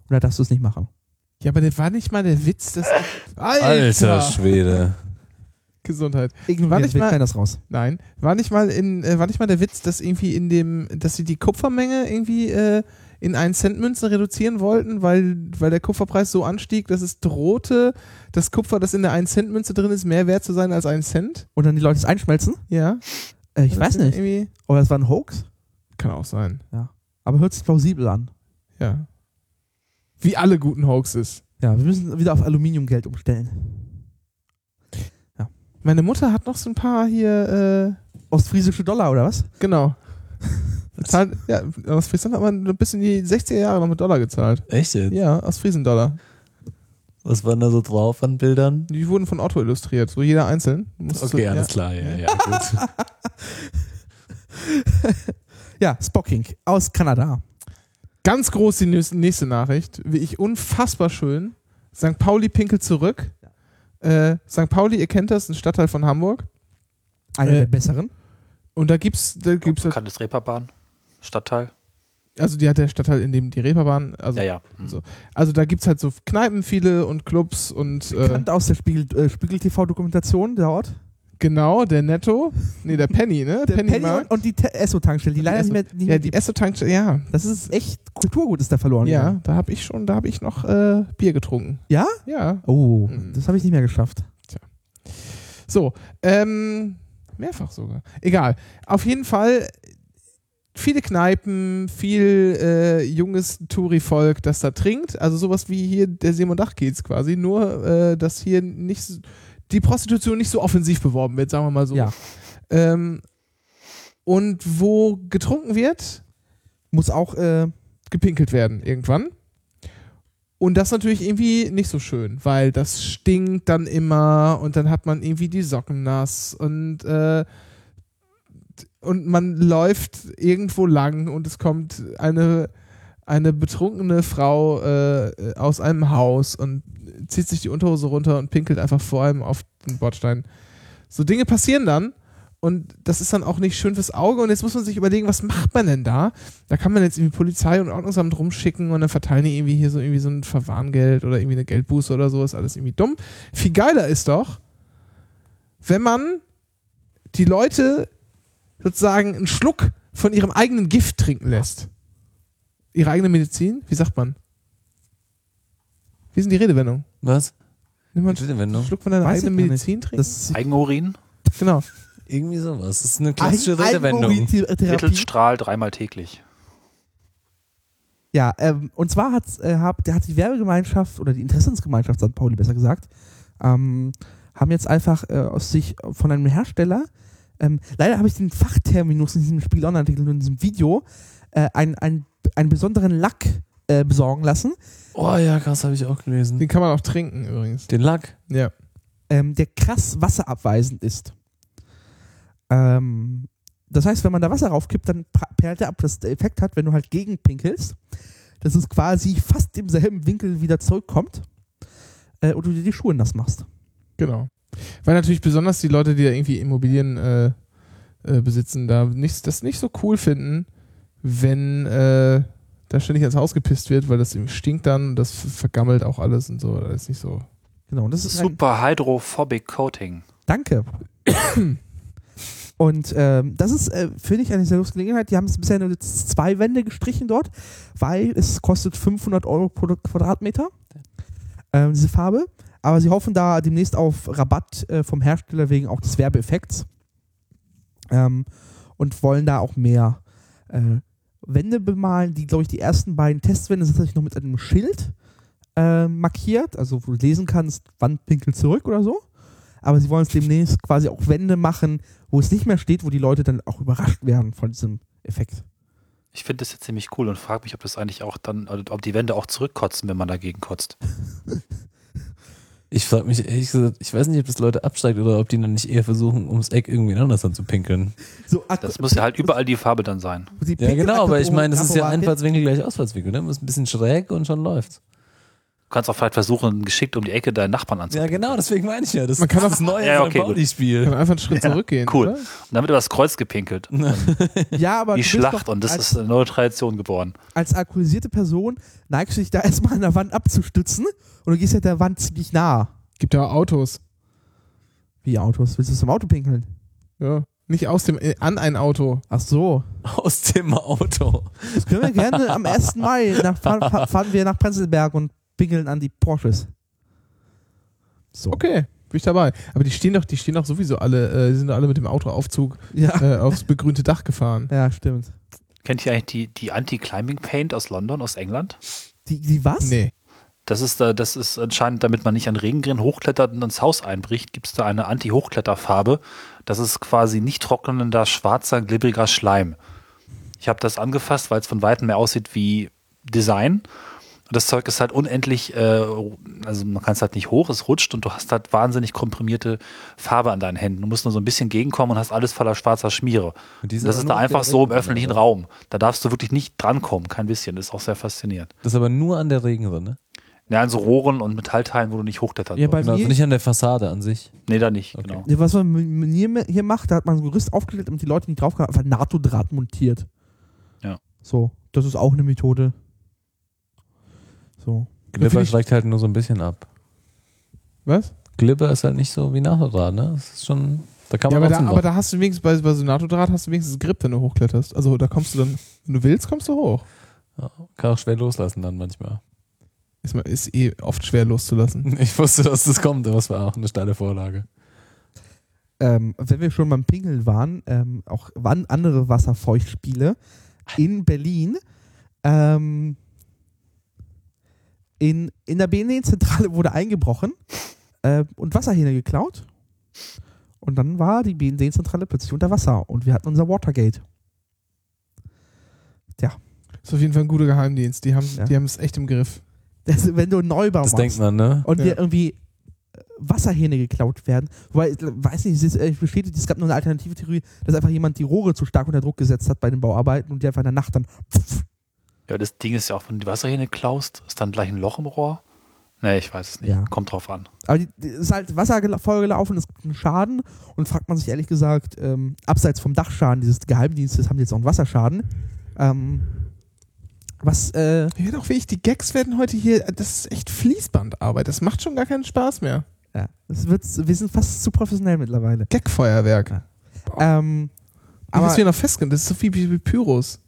S5: Oder darfst du es nicht machen?
S2: Ja, aber das war nicht mal der Witz. Das Alter!
S4: [laughs] Alter Schwede.
S2: Gesundheit.
S5: Irgendwann
S2: Warte, ich mal-
S5: das raus.
S2: Nein. War nicht mal in, äh, war nicht mal der Witz, dass irgendwie in dem, dass sie die Kupfermenge irgendwie äh, in 1 Cent Münzen reduzieren wollten, weil, weil der Kupferpreis so anstieg, dass es drohte, das Kupfer, das in der 1 Cent Münze drin ist, mehr wert zu sein als 1 Cent.
S5: Und dann die Leute es einschmelzen?
S2: Ja.
S5: Äh, ich
S2: Das
S5: weiß
S2: ist
S5: nicht.
S2: Irgendwie
S5: Oder es war ein Hoax?
S2: kann auch sein.
S5: Aber hört sich plausibel an.
S2: Ja. Wie alle guten Hoaxes.
S5: Ja, wir müssen wieder auf Aluminiumgeld umstellen.
S2: Meine Mutter hat noch so ein paar hier,
S5: Ostfriesische Dollar oder was?
S2: äh, genau. Zahlt, ja, aus Friesland hat man bis in die 60er Jahre noch mit Dollar gezahlt.
S4: Echt jetzt?
S2: Ja, aus Friesendollar.
S4: Was waren da so drauf an Bildern?
S2: Die wurden von Otto illustriert, so jeder einzeln. Musstest du-
S4: Okay, alles klar. Ja, ja, [laughs] gut.
S5: Ja, Spocking aus Kanada.
S2: Ganz groß die nüs- nächste Nachricht, wie ich unfassbar schön. St. Pauli pinkelt zurück. Äh, St. Pauli, ihr kennt das, ein Stadtteil von Hamburg.
S5: Einer
S2: Äh.
S5: der besseren.
S2: Und da gibt's, da gibt's, halt,
S3: Bekanntes Reeperbahn, Stadtteil.
S2: also die hat der Stadtteil, in dem die Reeperbahn, also,
S3: Ja, ja. Mhm.
S2: So. also da gibt's halt so Kneipen viele und Clubs und äh,
S5: Bekannt aus der Spiegel, äh, Spiegel TV-Dokumentation der Ort.
S2: genau, der Netto, nee, der Penny, ne?
S5: Der Penny
S2: Markt.
S5: und, und die Te- Esso-Tankstelle, die
S2: Und die
S5: leider nicht
S2: Esso-
S5: mehr. Nicht
S2: ja,
S5: mehr
S2: die Esso-Tankstelle, ja,
S5: das ist echt Kulturgut, ist da verloren.
S2: ja,
S5: gegangen.
S2: da habe ich schon, da habe ich noch äh, Bier getrunken.
S5: Ja?
S2: Ja.
S5: Oh,
S2: Mhm.
S5: das habe ich nicht mehr geschafft.
S2: So, ähm, mehrfach sogar. Egal. Auf jeden Fall viele Kneipen, viel äh, junges Touri-Volk, das da trinkt. Also sowas wie hier der Simon Dach geht's quasi, nur äh, dass hier nicht s- die Prostitution nicht so offensiv beworben wird, sagen wir mal so.
S5: Ja.
S2: Ähm, und wo getrunken wird,
S5: Muss auch äh,
S2: gepinkelt werden irgendwann. Und das ist natürlich irgendwie nicht so schön, weil das stinkt dann immer und dann hat man irgendwie die Socken nass und, äh, und man läuft irgendwo lang und es kommt eine, eine betrunkene Frau äh, aus einem Haus und zieht sich die Unterhose runter und pinkelt einfach vor allem auf den Bordstein. So Dinge passieren dann und das ist dann auch nicht schön fürs Auge und jetzt muss man sich überlegen, was macht man denn da? Da kann man jetzt irgendwie Polizei und Ordnungsamt rumschicken und dann verteilen die irgendwie hier so irgendwie so ein Verwarngeld oder irgendwie eine Geldbuße oder so, ist alles irgendwie dumm. Viel geiler ist doch, wenn man die Leute sozusagen einen Schluck von ihrem eigenen Gift trinken lässt. Ihre eigene Medizin? Wie sagt man? Wie ist denn die Redewendung?
S4: Was?
S2: Nimm mal
S4: Die
S2: einen
S4: Redewendung?
S2: Schluck von deiner
S5: Weiß ich
S2: eigenen
S5: gar nicht.
S2: Medizin trinken?
S5: Das ist
S3: Eigenurin,
S2: Genau.
S4: Irgendwie sowas. Das ist eine klassische
S5: Eigen-
S4: Redewendung.
S5: Eigenorientiertherapie.
S3: Mittelstrahl dreimal täglich.
S5: Ja, ähm, und zwar hat, äh, hab, der hat die Werbegemeinschaft oder die Interessensgemeinschaft, St. Pauli besser gesagt, ähm, haben jetzt einfach äh, aus sich von einem Hersteller, ähm, leider habe ich den Fachterminus in diesem Spiel Online-Artikel, nur in diesem Video, äh, einen, einen, einen besonderen Lack äh, besorgen lassen.
S4: Oh ja, krass, habe ich auch gelesen.
S2: Den kann man auch trinken übrigens.
S4: Den Lack.
S2: Ja.
S5: ähm, der krass wasserabweisend ist. Ähm, das heißt, wenn man da Wasser raufkippt, dann pra- perlt er ab, das der Effekt hat, wenn du halt gegenpinkelst, dass es quasi fast im selben Winkel wieder zurückkommt äh, und du dir die Schuhe nass machst.
S2: Genau. Weil natürlich besonders die Leute, die da irgendwie Immobilien äh, äh, besitzen, da nicht, das nicht so cool finden, wenn äh, da ständig ins Haus gepisst wird, weil das irgendwie stinkt dann und das vergammelt auch alles und so. Das ist nicht so.
S5: Genau, und das ist ein
S3: Super Hydrophobic Coating.
S5: Danke. Und ähm, das ist, äh, finde ich, eine sehr lustige Gelegenheit. Die haben es bisher nur jetzt zwei Wände gestrichen dort, weil es kostet 500 Euro pro Quadratmeter, ähm, diese Farbe. Aber sie hoffen da demnächst auf Rabatt äh, vom Hersteller wegen auch des Werbeeffekts. Ähm, und wollen da auch mehr äh, Wände bemalen. Die, glaube ich, die ersten beiden Testwände sind tatsächlich noch mit einem Schild äh, markiert, also wo du lesen kannst, Wand pinkelt zurück oder so aber sie wollen es demnächst quasi auch Wände machen, wo es nicht mehr steht, wo die Leute dann auch überrascht werden von diesem Effekt.
S3: Ich finde das jetzt ziemlich cool und frage mich, ob das eigentlich auch dann, also ob die Wände auch zurückkotzen, wenn man dagegen kotzt.
S4: Ich frage mich ehrlich gesagt, ich weiß nicht, ob das Leute absteigt oder ob die dann nicht eher versuchen, ums Eck irgendwie anders anzupinkeln.
S5: So, ak-
S3: Das muss ja halt überall die Farbe dann sein.
S5: sie
S4: Ja,
S5: pinkeln
S4: genau, aber ich
S5: akkurat
S4: meine, das ist ja
S5: akkurat hin.
S4: Einfallswinkel gleich Ausfallswinkel, ne? Muss ein bisschen schräg und schon läuft's.
S3: Du kannst auch vielleicht versuchen, geschickt um die Ecke deinen Nachbarn
S4: Ja,
S3: anzupinkeln.
S4: genau, deswegen meine ich ja. Das
S2: Man kann
S4: das
S2: auch-
S4: ist das neue
S3: Ja,
S4: St.
S3: okay, gut.
S4: Pauli-Spiel.
S2: Kann man einfach einen Schritt zurückgehen.
S3: cool.
S2: Oder?
S3: Und dann wird übers Kreuz gepinkelt.
S5: Ja, aber
S3: die
S5: du bist
S3: Schlacht
S5: doch
S3: und das
S5: als,
S3: ist eine neue Tradition geboren.
S5: als alkoholisierte Person neigst du dich da erstmal an der Wand abzustützen und du gehst ja der Wand ziemlich nah.
S2: Gibt ja auch Autos.
S5: Wie Autos? Willst du zum Auto pinkeln?
S2: Ja. Nicht aus dem, äh, an ein Auto.
S5: Ach so.
S4: [laughs] Aus dem Auto.
S5: Das können wir gerne am 1. Mai. Nach, fahren, fa- fahren wir nach Prenzlberg und pinkeln an die Porsches. So.
S2: Okay, bin ich dabei. Aber die stehen doch, die stehen doch sowieso alle, äh, die sind doch alle mit dem Autoaufzug
S5: Ja,
S2: äh, aufs begrünte Dach gefahren.
S5: ja stimmt.
S3: Kennt ihr eigentlich die, die Anti-Climbing-Paint aus London, aus England?
S5: Die, die was?
S2: Nee.
S3: Das ist, da, das ist anscheinend, damit man nicht an Regenrinnen hochklettert und ins Haus einbricht, gibt es da eine Anti-Hochkletterfarbe. Das ist quasi nicht trocknender, schwarzer, glibbriger Schleim. Ich habe das angefasst, weil es von Weitem mehr aussieht wie Design. Und das Zeug ist halt unendlich, äh, also man kann es halt nicht hoch, es rutscht und du hast halt wahnsinnig komprimierte Farbe an deinen Händen. Du musst nur so ein bisschen gegenkommen und hast alles voller schwarzer Schmiere.
S4: Und die sind
S3: Das
S4: aber
S3: ist
S4: nur
S3: da
S4: auf
S3: einfach
S4: der
S3: so im
S4: Regenrinne,
S3: öffentlichen
S4: oder?
S3: Raum. Da darfst du wirklich nicht drankommen, kein bisschen. Das ist auch sehr faszinierend.
S4: Das ist aber nur an der Regenrinne. ne?
S3: Ja, an so Rohren und Metallteilen, wo du nicht hochklettern
S5: Ja, bei
S4: Genau, also
S5: mir
S4: nicht an der Fassade an sich.
S3: Nee, da nicht,
S4: Okay.
S3: genau.
S5: Ja, was man mit- mit hier, hier macht, da hat man so ein Gerüst aufgelegt, damit die Leute nicht drauf kamen, einfach NATO-Draht montiert.
S3: Ja.
S5: So, das ist auch eine Methode. So.
S4: Glibber
S5: ich-
S4: schlägt halt nur so ein bisschen ab.
S2: Was?
S4: Glibber ist halt nicht so wie Nachrad, ne? Das ist schon. Da kann
S2: Ja,
S4: man
S2: aber da,
S4: trotzdem
S2: aber da hast du wenigstens bei, bei so NATO-Draht hast du wenigstens Grip, wenn du hochkletterst. Also da kommst du dann, wenn du willst, kommst du hoch.
S4: drauf. Ja, kann auch schwer loslassen dann manchmal. [laughs]
S2: Ist, mal- ist eh oft schwer loszulassen.
S4: Ich wusste, dass das kommt, aber es war auch eine steile Vorlage.
S5: Ähm, wenn wir schon beim Pingeln waren, ähm, auch wann andere Wasserfeuchtspiele in Berlin, ähm, in, in der BND-Zentrale wurde eingebrochen äh, und Wasserhähne geklaut. Und dann war die BND-Zentrale plötzlich unter Wasser und wir hatten unser Watergate. [laughs]
S2: Ist auf jeden Fall ein guter Geheimdienst. Die haben
S5: Ja.
S2: die haben es echt im Griff.
S5: Das, Also wenn du einen Neubau
S4: Das
S5: machst
S4: denkt man, ne?
S5: und
S2: Ja.
S5: dir irgendwie äh, Wasserhähne geklaut werden, wobei, ich weiß nicht, es ist, äh, ich bestätigt, es gab nur eine alternative Theorie, dass einfach jemand die Rohre zu stark unter Druck gesetzt hat bei den Bauarbeiten und die einfach in der Nacht dann
S3: Ja, das Ding ist ja auch, wenn du die Wasserhähne klaust, ist dann gleich ein Loch im Rohr. Nee, ich weiß es nicht.
S5: Ja.
S3: Kommt drauf an.
S5: Aber die, die ist halt Wasser gel- vollgelaufen, es gibt einen Schaden und fragt man sich ehrlich gesagt, ähm, abseits vom Dachschaden dieses Geheimdienstes haben die jetzt auch einen Wasserschaden. Ähm, was, äh,
S2: Ja, doch wirklich, die Gags werden heute hier, das ist echt Fließbandarbeit. Das macht schon gar keinen Spaß mehr.
S5: ja, es wird, wir sind fast zu professionell mittlerweile.
S2: Gagfeuerwerk.
S5: Ja. Ähm,
S2: Aber das
S5: aber
S2: wir noch festgestellt, das ist so viel wie, wie Pyros.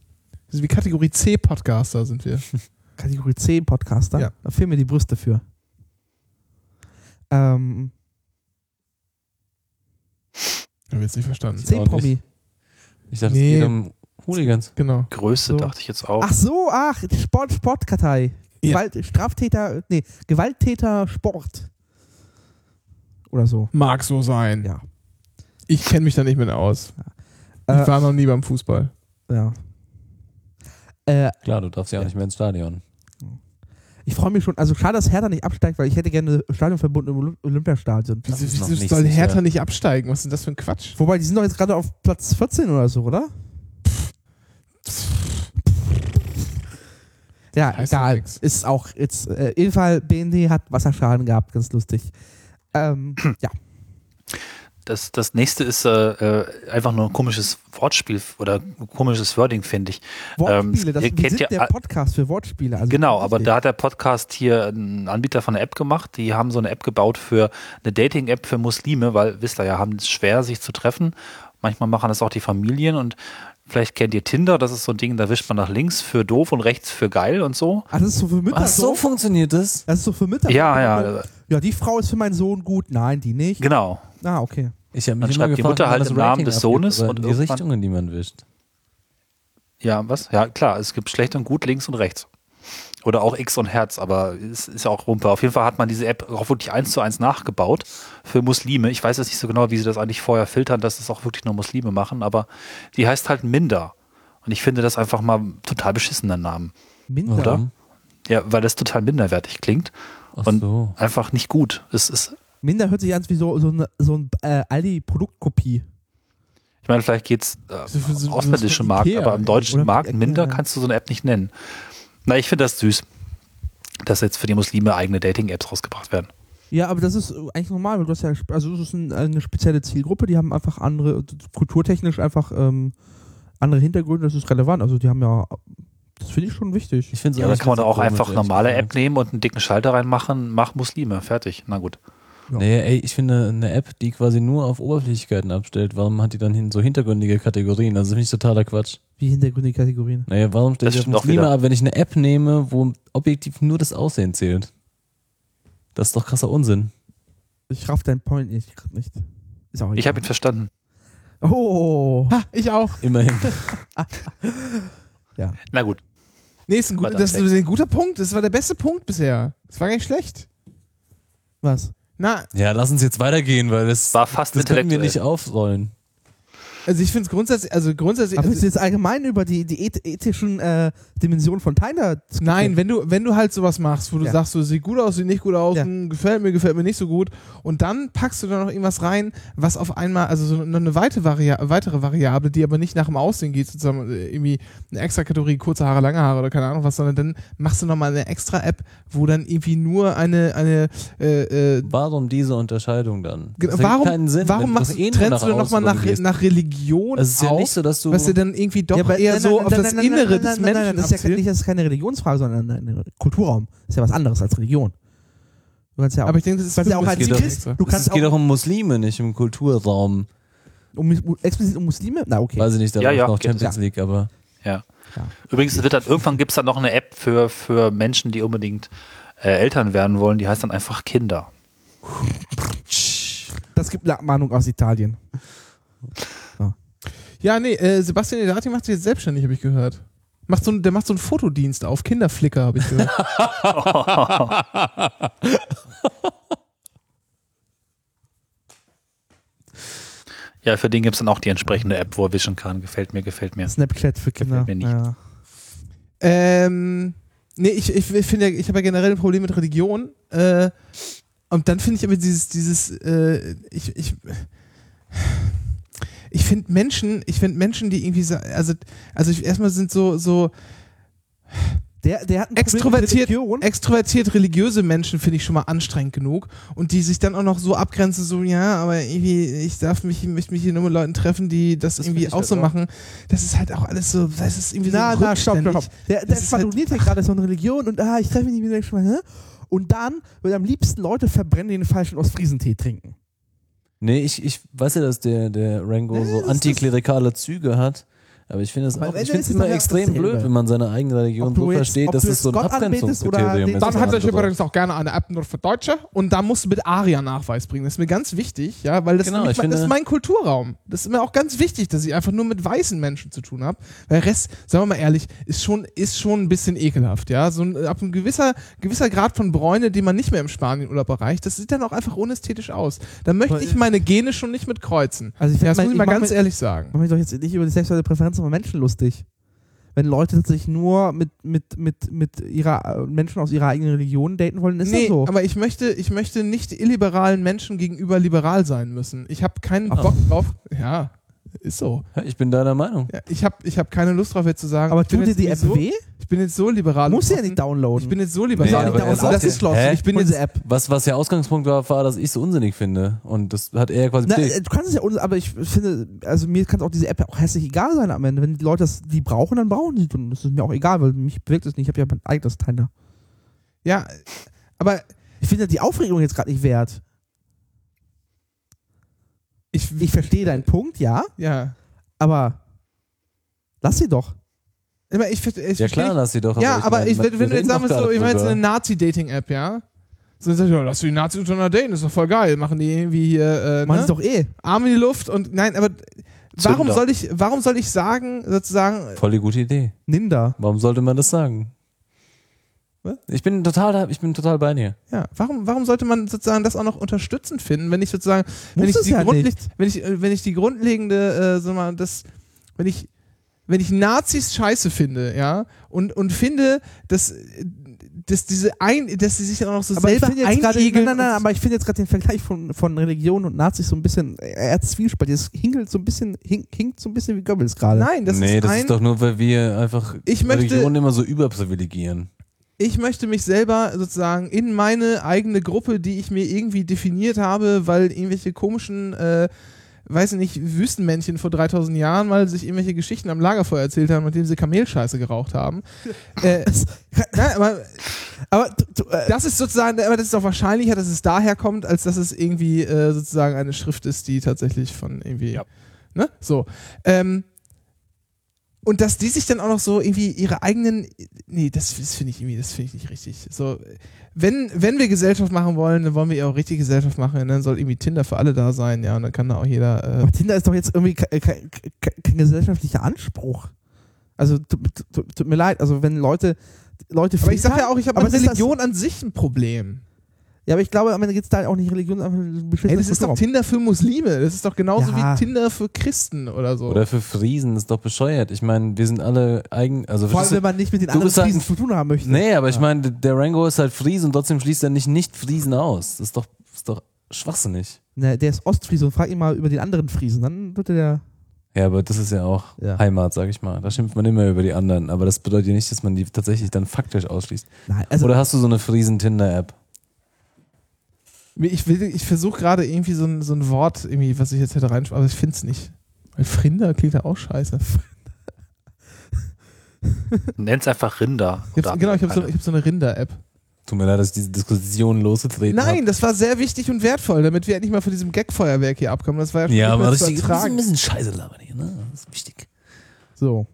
S2: Das ist wie Kategorie C Podcaster sind wir.
S5: Kategorie C Podcaster,
S2: Ja.
S5: da fehlen mir die Brüste für. Ähm,
S2: Haben wir jetzt nicht verstanden.
S5: C Promi.
S4: Ich dachte,
S2: Nee.
S4: es geht um Hooligans.
S2: Genau.
S3: Größe
S5: So.
S3: dachte ich jetzt auch.
S5: Ach so, ach, Sport, Sportkartei.
S2: Ja.
S5: Gewalt, Straftäter, nee, Gewalttäter Sport. Oder so.
S2: Mag so sein.
S5: Ja.
S2: Ich kenne mich da nicht mit aus.
S5: Äh,
S2: ich war noch nie beim Fußball.
S5: Ja. Äh,
S4: Klar, du darfst ja auch nicht mehr ins Stadion.
S5: ich freue mich schon. Also schade, dass Hertha nicht absteigt, weil ich hätte gerne Stadionverbund im Olymp- Olympiastadion.
S4: Das
S2: Wieso,
S4: ist noch
S2: wieso
S4: nicht
S2: soll
S4: sicher.
S2: Hertha nicht absteigen? Was ist denn das für ein Quatsch?
S5: Wobei, die sind doch jetzt gerade auf Platz 14 oder so, oder? Ja,
S2: Heißt doch
S5: egal.
S2: nix.
S5: Ist auch jetzt, äh, jedenfalls BND hat Wasserschaden gehabt, ganz lustig. Ähm, ja,
S3: Das, das nächste ist äh, äh, einfach nur ein komisches Wortspiel oder ein komisches Wording, finde ich.
S5: Wortspiele,
S3: Ähm,
S5: das
S3: ihr
S5: wir
S3: kennt
S5: sind
S3: ja
S5: der
S3: all-
S5: Podcast für Wortspiele. Also
S3: Genau, aber
S5: richtig.
S3: da hat der Podcast hier einen Anbieter von einer App gemacht. Die haben so eine App gebaut für eine Dating-App für Muslime, weil, wisst ihr ja, haben es schwer, sich zu treffen. Manchmal machen das auch die Familien und vielleicht kennt ihr Tinder, das ist so ein Ding, da wischt man nach links für doof und rechts für geil und so.
S5: Ah, das ist so für Mütter.
S4: Ach, so funktioniert das?
S5: Das ist so für Mütter.
S3: Ja, ja,
S5: Ja, die Frau ist für meinen Sohn gut. Nein, die nicht.
S3: genau.
S5: Ah, okay.
S4: Ich habe
S3: Dann
S4: mich immer
S3: schreibt die
S4: gefragt,
S3: Mutter
S4: wie man
S3: halt
S4: das
S3: im Namen
S4: Ranking
S3: des Sohnes
S4: abgibt,
S3: und
S4: aber die
S3: irgendwann-
S4: Richtungen, die man wischt.
S3: Ja, was? Ja, klar, es gibt schlecht und gut, links und rechts. Oder auch X und Herz, aber es ist ja auch Rumpe. Auf jeden Fall hat man diese App auch wirklich eins zu eins nachgebaut für Muslime. Ich weiß jetzt nicht so genau, wie sie das eigentlich vorher filtern, dass es auch wirklich nur Muslime machen, aber die heißt halt Minder. Und ich finde das einfach mal ein total beschissener Namen.
S5: Minder.
S4: Warum?
S3: Ja, weil das total minderwertig klingt.
S4: Ach
S3: Und-
S4: so.
S3: Einfach nicht gut. Es ist,
S5: Minder hört sich an wie so, so, eine, so ein äh, Aldi-Produktkopie.
S3: ich meine, vielleicht geht's
S2: So- so- so-
S3: äh, am ausländischen
S2: so-
S3: Markt,
S2: Ikea,
S3: aber im deutschen
S5: oder-
S3: Markt minder
S5: ja.
S3: kannst du so eine App nicht nennen. Na, ich finde das süß, dass jetzt für die Muslime eigene Dating-Apps rausgebracht werden.
S5: Ja, aber das ist äh, eigentlich normal, weil du hast ja, sp- also es ist ein, eine spezielle Zielgruppe, die haben einfach andere, kulturtechnisch einfach ähm, andere Hintergründe, das ist relevant. Also die haben ja, das finde ich schon wichtig.
S4: Ich finde
S3: Ja, dann kann man doch auch einfach normale App nehmen und einen dicken Schalter reinmachen, mach Muslime, fertig. Na gut.
S4: Nee, ey, ich finde eine App, die quasi nur auf Oberflächlichkeiten abstellt, warum hat die dann hin so hintergründige Kategorien? Also das finde ich totaler Quatsch.
S5: Wie hintergründige Kategorien.
S4: Naja, warum stelle
S3: Das
S4: ich auf
S3: stimmt auch
S4: Muslime
S3: wieder.
S4: ab, wenn ich eine App nehme, wo objektiv nur das Aussehen zählt? Das ist doch krasser Unsinn.
S5: Ich raff deinen Point nicht. nicht. Ist auch
S3: Ich habe ihn verstanden.
S5: egal. Oh,
S2: Ha, ich auch.
S4: [laughs] Immerhin.
S3: Na gut.
S2: Nee, ist ein, gut,
S3: Verdammt,
S2: das ist ein guter Punkt. Das war der beste Punkt bisher. Das war gar nicht schlecht.
S5: was?
S2: Na,
S4: ja, lass uns jetzt weitergehen, weil das,
S3: War fast
S4: das können wir
S3: intellektuell.
S4: nicht aufrollen.
S2: also ich finde es grundsätzlich, also grundsätzlich.
S5: Aber
S2: Also,
S5: willst du jetzt allgemein über die, die eth- ethischen äh, Dimensionen von Tyler? diskutieren?
S2: Nein, wenn du, wenn du halt sowas machst, wo du
S5: Ja.
S2: sagst, so sieht gut aus, sieht nicht gut aus,
S5: Ja.
S2: hm, gefällt mir, gefällt mir nicht so gut, und dann packst du da noch irgendwas rein, was auf einmal, also so noch eine weite Varia weitere Variable, die aber nicht nach dem Aussehen geht, sozusagen äh, irgendwie eine extra Kategorie, kurze Haare, lange Haare oder keine Ahnung was, sondern dann machst du nochmal eine extra App, wo dann irgendwie nur eine, eine äh, äh,
S4: Warum diese Unterscheidung dann?
S2: Ge-
S4: Das ergibt
S2: warum-
S4: keinen Sinn, wenn
S2: warum machst,
S4: das eh
S2: du-
S4: nur
S2: trennst du nochmal
S4: Außen
S2: nach,
S4: gehst.
S2: nach Religion
S4: Also Es ist ja
S2: auf,
S4: nicht so, dass du.
S2: was dir dann irgendwie doch
S5: Ja, aber-
S2: eher
S5: nein,
S2: so
S5: nein,
S2: auf
S5: nein,
S2: das
S5: nein, nein,
S2: Innere
S5: nein,
S2: des
S5: nein, nein, nein,
S2: Menschen
S5: Das ist ja
S2: abzielt.
S5: nicht, das ist keine Religionsfrage, sondern eine, eine Kulturraum. Das ist ja was anderes als Religion. Du kannst ja auch,
S2: Aber ich denke, das ist
S5: kannst ja auch
S2: es
S5: als
S2: geht
S4: doch-
S5: Christ,
S2: extra.
S5: du
S4: es
S5: kannst
S4: geht
S5: auch
S4: auch um Muslime, nicht um Kulturraum.
S5: um, um, explizit um Muslime. Na okay.
S4: Weiß ich nicht, da
S3: Ja,
S4: läuft
S3: ja,
S4: noch
S3: geht-
S4: Champions League, aber
S3: Ja.
S5: Ja.
S3: Übrigens wird dann irgendwann gibt's dann noch eine App für, für Menschen, die unbedingt äh, Eltern werden wollen, die heißt dann einfach Kinder.
S5: Das gibt eine Mahnung aus Italien.
S2: Ja, nee, äh, Sebastian Edati macht sich jetzt selbstständig, habe ich gehört. Macht so, ein- der macht so einen Fotodienst auf, Kinderflicker, habe ich
S5: [laughs]
S2: gehört.
S3: Ja, für den gibt's dann auch die entsprechende App, wo er wischen kann. Gefällt mir, gefällt mir.
S5: Snapchat für Kinder.
S3: Gefällt mir nicht.
S5: Ja.
S2: ähm, nee, ich, ich finde, ja, ich habe ja generell ein Problem mit Religion. Äh, und dann finde ich aber dieses, dieses, äh, ich, ich, ich finde Menschen, ich finde Menschen, die irgendwie, sa- also, also ich, erstmal sind so, so,
S5: Der, der hat ein
S2: Extrovertiert,
S5: Problem mit Religion.
S2: extrovertiert religiöse Menschen finde ich schon mal anstrengend genug und die sich dann auch noch so abgrenzen, so ja, aber irgendwie ich darf mich, möchte mich hier nur mit Leuten treffen, die das,
S5: Das
S2: irgendwie
S5: finde ich
S2: auch so
S5: halt auch.
S2: machen. Das ist halt auch alles so, das ist irgendwie
S5: Na,
S2: so
S5: na, stopp, stopp.
S2: rückständig.
S5: stopp. Der, der
S2: Das ist halt-
S5: verduliert ja gerade so eine Religion und ah, ich treffe mich nicht mit dem Menschen, hä? Und dann wird am liebsten Leute verbrennen, die den falschen Ostfriesentee trinken.
S4: Nee, ich, ich weiß ja, dass der, der Rango
S5: Nee,
S4: so
S5: das ist-
S4: antiklerikale Züge hat. Aber ich finde es
S5: Aber
S4: auch,
S5: am
S4: ich
S5: Ende
S4: finde
S5: ist
S4: es
S5: es
S4: immer
S5: nachher auch
S4: extrem
S5: dasselbe.
S4: blöd, wenn man seine eigene Religion
S5: Ob du
S4: so
S5: jetzt-
S4: versteht,
S5: ob
S4: dass
S5: du
S4: es so ein
S5: jetzt Gott anbetest oder
S4: Abgrenzungskriterium
S5: den-
S2: Dann
S4: ist. was
S2: hat sich
S4: anderes.
S2: übrigens auch gerne eine App nur für Deutsche und da musst du mit ARIA-Nachweis bringen. Das ist mir ganz wichtig, ja, weil das,
S4: Genau,
S2: ist, nämlich
S4: ich
S2: mein, das
S4: finde-
S2: ist mein Kulturraum. Das ist mir auch ganz wichtig, dass ich einfach nur mit weißen Menschen zu tun habe. Weil der Rest, sagen wir mal ehrlich, ist schon, ist schon ein bisschen ekelhaft, ja. So ein, ab einem gewisser, gewisser Grad von Bräune, den man nicht mehr im Spanienurlaub erreicht, das sieht dann auch einfach unästhetisch aus. Da möchte
S5: Voll.
S2: ich meine Gene schon nicht mit kreuzen.
S5: Also ich
S2: Ja,
S5: werd
S2: das muss ich mal
S5: mach
S2: ganz
S5: mir-
S2: ehrlich sagen.
S5: Mach mich doch jetzt nicht über die sexuelle Präferenz von Menschen lustig. Wenn Leute tatsächlich nur mit, mit, mit, mit ihrer äh, Menschen aus ihrer eigenen Religion daten wollen, ist
S2: nee,
S5: das so.
S2: aber ich möchte, ich möchte nicht illiberalen Menschen gegenüber liberal sein müssen. Ich habe keinen Bock drauf. Ja, ist so.
S4: Ja, Ich bin deiner Meinung.
S2: Ja, ich habe ich hab keine Lust drauf, jetzt zu sagen.
S5: Aber
S2: ich bin
S5: tut dir
S2: jetzt
S5: die App
S2: sowieso-
S5: weh?
S2: Ich bin jetzt so liberal.
S5: Muss
S2: und
S5: ja nicht
S2: offen.
S5: downloaden.
S2: Ich bin jetzt so liberal.
S4: Nee,
S2: und
S4: aber
S2: offen,
S4: er
S2: das ist
S4: sagt ja-
S2: schloss.
S4: Hä?
S2: Ich bin jetzt
S5: diese App.
S4: Was, was der Ausgangspunkt war, war, dass ich so unsinnig finde. Und das hat er quasi
S5: Na, äh,
S4: bestätigt.
S5: du kannst es ja, un- aber ich finde, also mir kann auch diese App auch hässlich egal sein am Ende. Wenn die Leute das, die brauchen, dann brauchen die. Dann ist es mir auch egal, weil mich bewegt es nicht. Ich habe ja mein eigenes Teil da.
S2: Ja, aber
S5: Ich finde die Aufregung jetzt gerade nicht wert.
S2: ich,
S5: Ich verstehe deinen Punkt, ja,
S2: ja.
S5: aber lass sie doch.
S2: Immer, ich, ver- ich
S4: Ja
S2: versteh-
S4: klar, lass sie doch.
S2: Ja,
S4: ich
S2: aber
S4: mein,
S2: ich,
S4: man-
S2: wenn,
S4: wir
S2: wenn du jetzt
S4: reden
S2: sagen
S4: doch
S2: würdest, so, ich
S4: gerade
S2: meine jetzt
S4: drüber.
S2: eine Nazi-Dating-App, ja? So, dann sag ich, ja, lass die Nazis untereinander daten, ist doch voll geil. Machen die irgendwie hier, äh,
S5: Man
S2: ne?
S5: ist doch eh.
S2: Arme in die Luft und, nein, aber warum
S3: Zünder.
S2: soll ich, warum soll ich sagen, sozusagen,
S4: Voll die gute Idee.
S5: Ninder.
S4: Warum sollte man das sagen?
S2: Was?
S4: Ich bin total, da- ich bin total bei dir.
S2: ja, warum, warum sollte man sozusagen das auch noch unterstützend finden, wenn ich sozusagen wenn
S5: Muss
S2: ich,
S5: es
S2: die
S5: ja
S2: grundleg-
S5: nicht.
S2: wenn, ich, äh, wenn ich die grundlegende, äh, so mal, das, wenn ich, wenn ich Nazis scheiße finde, ja, und, und finde, dass, äh, dass diese ein, dass sie sich auch noch so
S5: Aber ich
S2: selber
S5: finde jetzt gerade
S2: einegeln
S5: nein, nein, nein,
S2: und-
S5: aber ich finde jetzt gerade den Vergleich von, von Religion und Nazis so ein bisschen äh, zwiespalt. Das hinkelt so ein bisschen, hink, hinkt so ein bisschen wie Goebbels gerade.
S2: Nein, das
S4: nee,
S2: ist
S4: das
S2: ein,
S4: ist doch nur, weil wir einfach
S2: Ich möchte-
S4: Religionen immer so überprivilegieren.
S2: ich möchte mich selber sozusagen in meine eigene Gruppe, die ich mir irgendwie definiert habe, weil irgendwelche komischen, äh, weiß ich nicht, Wüstenmännchen vor 3000 Jahren mal sich irgendwelche Geschichten am Lagerfeuer erzählt haben, mit denen sie Kamelscheiße geraucht haben. äh, [laughs] nein, aber
S5: Aber du- du, äh,
S2: das ist sozusagen, aber das ist auch wahrscheinlicher, dass es daher kommt, als dass es irgendwie äh, sozusagen eine Schrift ist, die tatsächlich von irgendwie,
S3: Ja.
S2: ne, so. Ähm, und dass die sich dann auch noch so irgendwie ihre eigenen, nee, das, das finde ich irgendwie, das finde ich nicht richtig. So, wenn, wenn wir Gesellschaft machen wollen, dann wollen wir ja auch richtig Gesellschaft machen und dann soll irgendwie Tinder für alle da sein, ja, und dann kann da auch jeder, äh,
S5: aber Tinder ist doch jetzt irgendwie ke- äh, ke- ke- kein gesellschaftlicher Anspruch. Also tut tut- tut mir leid, also wenn Leute Leute
S2: aber ich sage ja auch, ich habe
S5: aber
S2: mit
S5: das ist
S2: Religion an sich ein Problem.
S5: Ja, aber ich glaube, am Ende geht es da halt auch nicht Religion, sondern
S2: Ey, das ist doch Tinder für Muslime, das ist doch genauso
S5: Ja.
S2: wie Tinder für Christen oder so.
S4: Oder für Friesen ist doch bescheuert. Ich meine, wir sind alle eigen, also
S5: Vor allem, wenn
S4: verstehst
S5: man nicht mit den
S4: du
S5: anderen
S4: bist halt
S5: Friesen
S4: ein-
S5: zu tun haben möchte.
S4: du? nee, aber ich meine, der Rango ist halt Fries und trotzdem schließt er nicht nicht Friesen aus. Das ist doch, ist doch schwachsinnig.
S5: Ne, der ist Ostfriese und frag ihn mal über den anderen Friesen, dann wird er der.
S4: Ja, aber das ist ja auch
S5: Ja.
S4: Heimat, sag ich mal. Da schimpft man immer über die anderen, aber das bedeutet ja nicht, dass man die tatsächlich dann faktisch ausschließt.
S5: Nein, also
S4: Oder hast du so eine Friesen-Tinder-App?
S2: Mir- Ich, will- ich versuche gerade irgendwie so ein, so ein Wort, irgendwie, was ich jetzt hätte reinschreiben, aber ich finde es nicht. Weil Frinder klingt ja auch scheiße.
S3: Nenn's einfach Rinder.
S2: Ich
S3: oder
S2: hab, genau, ich habe so,
S3: eine-
S2: ich hab so eine Rinder-App.
S4: Tut mir leid, dass ich diese Diskussion losgetreten
S2: Nein, das war sehr wichtig und wertvoll, damit wir endlich mal von diesem Gag-Feuerwerk hier abkommen. Das war ja
S4: hab.
S2: schon
S4: Ja,
S2: nicht
S4: aber
S2: mehr
S4: das
S2: zu
S4: ist ein
S2: ertragen.
S4: bisschen scheiße labern hier, ne? Das ist wichtig.
S5: so.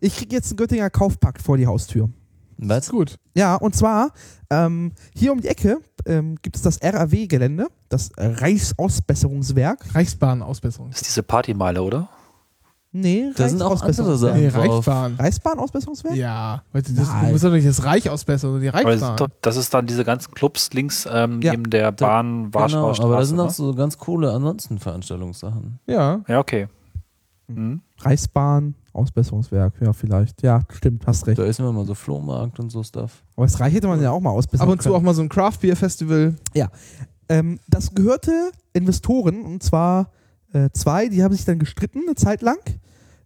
S5: Ich krieg jetzt einen Göttinger Kaufpakt vor die Haustür.
S4: Was?
S2: Gut.
S5: Ja, und zwar ähm, hier um die Ecke ähm, gibt es das RAW-Gelände, das Reichsausbesserungswerk.
S2: Reichsbahn-Ausbesserung.
S3: Ist diese Partymeile, oder?
S5: Nee,
S4: Da sind auch andere Sachen.
S2: Nee,
S4: drauf.
S2: Reichsbahn.
S5: Reichsbahn-Ausbesserungswerk?
S2: Ja, weil das, du
S5: Nein.
S2: musst doch nicht das Reich ausbessern, sondern die
S3: Aber das,
S2: Reichsbahn.
S3: ist doch- das ist dann diese ganzen Clubs links ähm,
S5: Ja,
S3: neben der
S4: da-
S3: Bahn,
S4: Genau,
S3: Warschauer Straße.
S4: aber das sind
S3: ne?
S4: auch so ganz coole ansonsten Veranstaltungssachen.
S2: Ja.
S3: Ja, okay. Mhm.
S5: Reichsbahn-Ausbesserungswerk, ja, vielleicht. Ja, stimmt, hast recht.
S4: Da ist immer mal so Flohmarkt und so Stuff.
S5: Aber das Reich hätte man ja auch mal ausbessern
S2: Ab und zu
S5: können.
S2: auch mal so ein Craft-Beer-Festival.
S5: Ähm, das gehörte Investoren und zwar äh, zwei, die haben sich dann gestritten eine Zeit lang.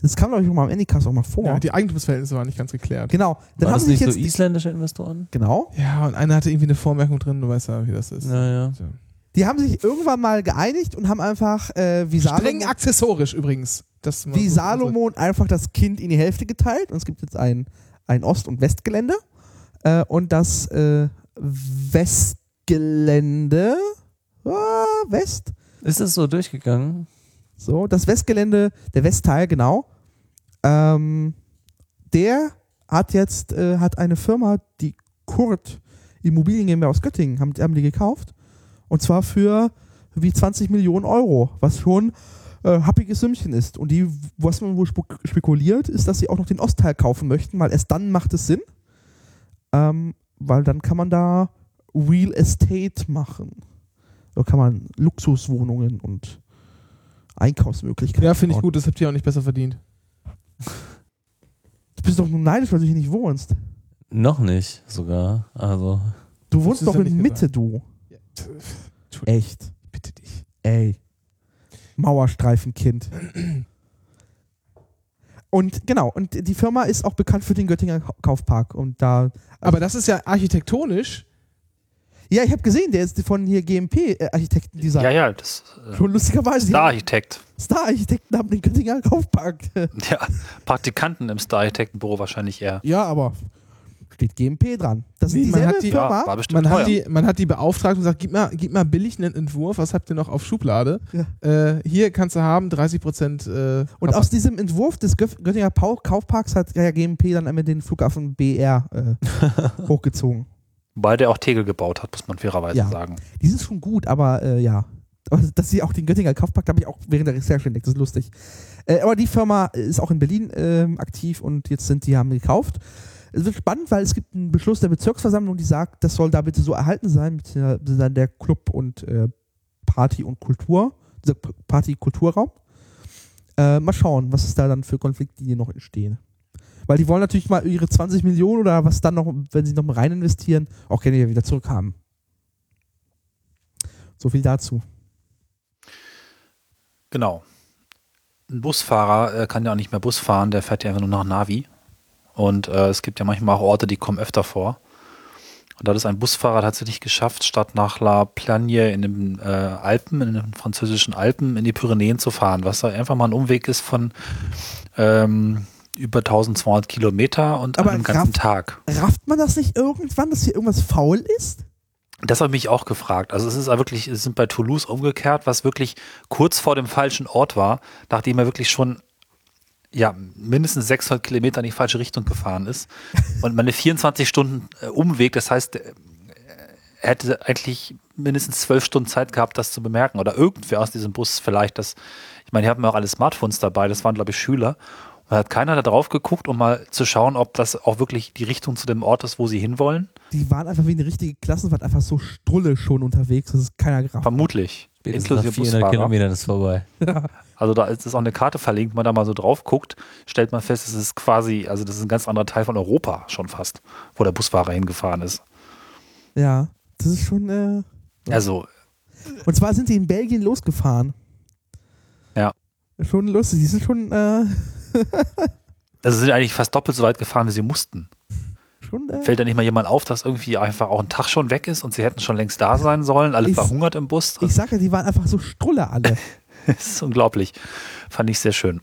S5: Das kam, glaube ich, auch mal am Endicast auch mal vor.
S2: Ja, die Eigentumsverhältnisse waren nicht ganz geklärt.
S5: genau. Dann
S4: War
S5: haben
S4: das
S5: sich
S4: nicht so
S5: jetzt.
S4: isländische Investoren?
S5: genau.
S2: Ja, und einer hatte irgendwie eine Vormerkung drin, du weißt ja, wie das ist.
S4: Naja.
S2: So.
S5: Die haben sich irgendwann mal geeinigt und haben einfach, äh, wie
S2: Streng also.
S5: Salomo-
S2: accessorisch übrigens. Das mal
S5: wie
S2: so-
S5: Salomon einfach das Kind in die Hälfte geteilt und es gibt jetzt ein, ein Ost- und Westgelände. Äh, und das äh, Westgelände, ah, West,
S4: Ist das so durchgegangen?
S5: so, das Westgelände, der Westteil, genau, ähm, der hat jetzt, äh, hat eine Firma, die Kurt Immobilien GmbH aus Göttingen, haben, haben die gekauft. Und zwar für wie 20 Millionen Euro, was schon äh, happiges Sümmchen ist. Und die, was man wohl spek- spekuliert, ist, dass sie auch noch den Ostteil kaufen möchten, weil erst dann macht es Sinn. Ähm, weil dann kann man da Real Estate machen. Da kann man Luxuswohnungen und Einkaufsmöglichkeiten.
S2: Also, Ja, finde ich
S5: bauen.
S2: gut, das habt ihr auch nicht besser verdient.
S5: Du bist doch nur neidisch, weil du hier nicht wohnst.
S4: Noch nicht sogar. Also,
S5: Du wohnst
S2: ist
S5: doch
S2: ja
S5: in
S2: nicht
S5: Mitte, du. Echt.
S2: Bitte dich.
S5: Ey. [clears throat] Mauerstreifenkind. Und genau, und die Firma ist auch bekannt für den Göttinger Kau- Kaufpark. Und da.
S2: Aber das ist ja architektonisch.
S5: Ja, ich habe gesehen, der ist von hier GMP-Architekten äh, dieser.
S3: Ja, ja, das äh,
S5: Schon lustigerweise. die
S3: Star-Architekt.
S5: Star-Architekten haben den Göttinger Kaufpark. [laughs]
S3: Ja, Praktikanten im Star-Architektenbüro wahrscheinlich eher.
S5: Ja, aber steht GMP dran. Das ist
S2: Nee, man
S5: dieselbe
S2: hat die-
S5: Firma.
S3: Ja, war bestimmt
S2: Man
S3: teuer.
S2: hat, die, man hat die beauftragt und sagt, gib mal, gib mal billig einen Entwurf, was habt ihr noch auf Schublade? Äh, hier kannst du haben, 30 Prozent. Äh,
S5: und aus diesem Entwurf des Göf- Göttinger Pau- Kaufparks hat ja GMP dann einmal den Flughafen BR äh, hochgezogen.
S3: Wobei der auch Tegel gebaut hat, muss man fairerweise
S5: Ja.
S3: sagen.
S5: Die sind schon gut, aber äh, ja. Aber [laughs] dass sie auch den Göttinger Kaufpark, habe ich auch während der Recherche entdeckt, das ist lustig. Äh, aber die Firma ist auch in Berlin ähm, aktiv und jetzt sind die haben gekauft. Es wird spannend, weil es gibt einen Beschluss der Bezirksversammlung, die sagt, das soll da bitte so erhalten sein, mit der, dann der Club und äh, Party und Kultur, dieser P- Party-Kulturraum. Äh, mal schauen, was es da dann für Konflikte hier noch entstehen. Weil die wollen natürlich mal ihre 20 Millionen oder was dann noch, wenn sie noch mal rein investieren, auch gerne wieder zurückhaben. So viel dazu.
S3: Genau. Ein Busfahrer äh, kann ja auch nicht mehr Bus fahren, der fährt ja einfach nur nach Navi. Und äh, es gibt ja manchmal auch Orte, die kommen öfter vor. Und da hat es ein Busfahrer tatsächlich geschafft, statt nach La Plagne in den äh, Alpen, in den französischen Alpen, in die Pyrenäen zu fahren, was da einfach mal ein Umweg ist von ähm, über 1200 Kilometer und
S5: Aber
S3: einem ganzen
S5: Kraft-
S3: Tag.
S5: Rafft man das nicht irgendwann, dass hier irgendwas faul ist?
S3: Das habe ich mich auch gefragt. Also es ist ja wirklich, es sind bei Toulouse umgekehrt, was wirklich kurz vor dem falschen Ort war, nachdem er wirklich schon ja, mindestens 600 Kilometer in die falsche Richtung gefahren ist. Und meine 24 Stunden äh, Umweg, das heißt, äh, er hätte eigentlich mindestens 12 Stunden Zeit gehabt, das zu bemerken. Oder irgendwer aus diesem Bus vielleicht das, ich meine, die hatten ja auch alle Smartphones dabei, das waren glaube ich Schüler. Und da hat keiner da drauf geguckt, um mal zu schauen, ob das auch wirklich die Richtung zu dem Ort ist, wo sie hinwollen.
S5: Die waren einfach wie eine richtige Klassenfahrt, einfach so strulle schon unterwegs, dass es keiner gerafft hat.
S3: Vermutlich.
S4: spätestens nach
S3: Inklusive
S4: 400
S3: Busfahrer.
S4: Kilometern ist vorbei.
S3: Also da ist ist auch eine Karte verlinkt, wenn man da mal so drauf guckt, stellt man fest, es ist quasi, also das ist ein ganz anderer Teil von Europa schon fast, wo der Busfahrer hingefahren ist.
S5: Ja, das ist schon. Äh Ja.
S3: Also
S5: und zwar sind die in Belgien losgefahren.
S3: Ja.
S5: Schon lustig. Die sind schon, äh,
S3: also sie sind eigentlich fast doppelt so weit gefahren, wie sie mussten.
S5: schon äh,
S3: Fällt da nicht mal jemand auf, dass irgendwie einfach auch ein Tag schon weg ist und sie hätten schon längst da sein sollen, alle
S5: Ich-
S3: verhungert im Bus.
S5: Ich sage, ja, die waren einfach so strulle alle.
S3: Das ist unglaublich. Fand ich sehr schön.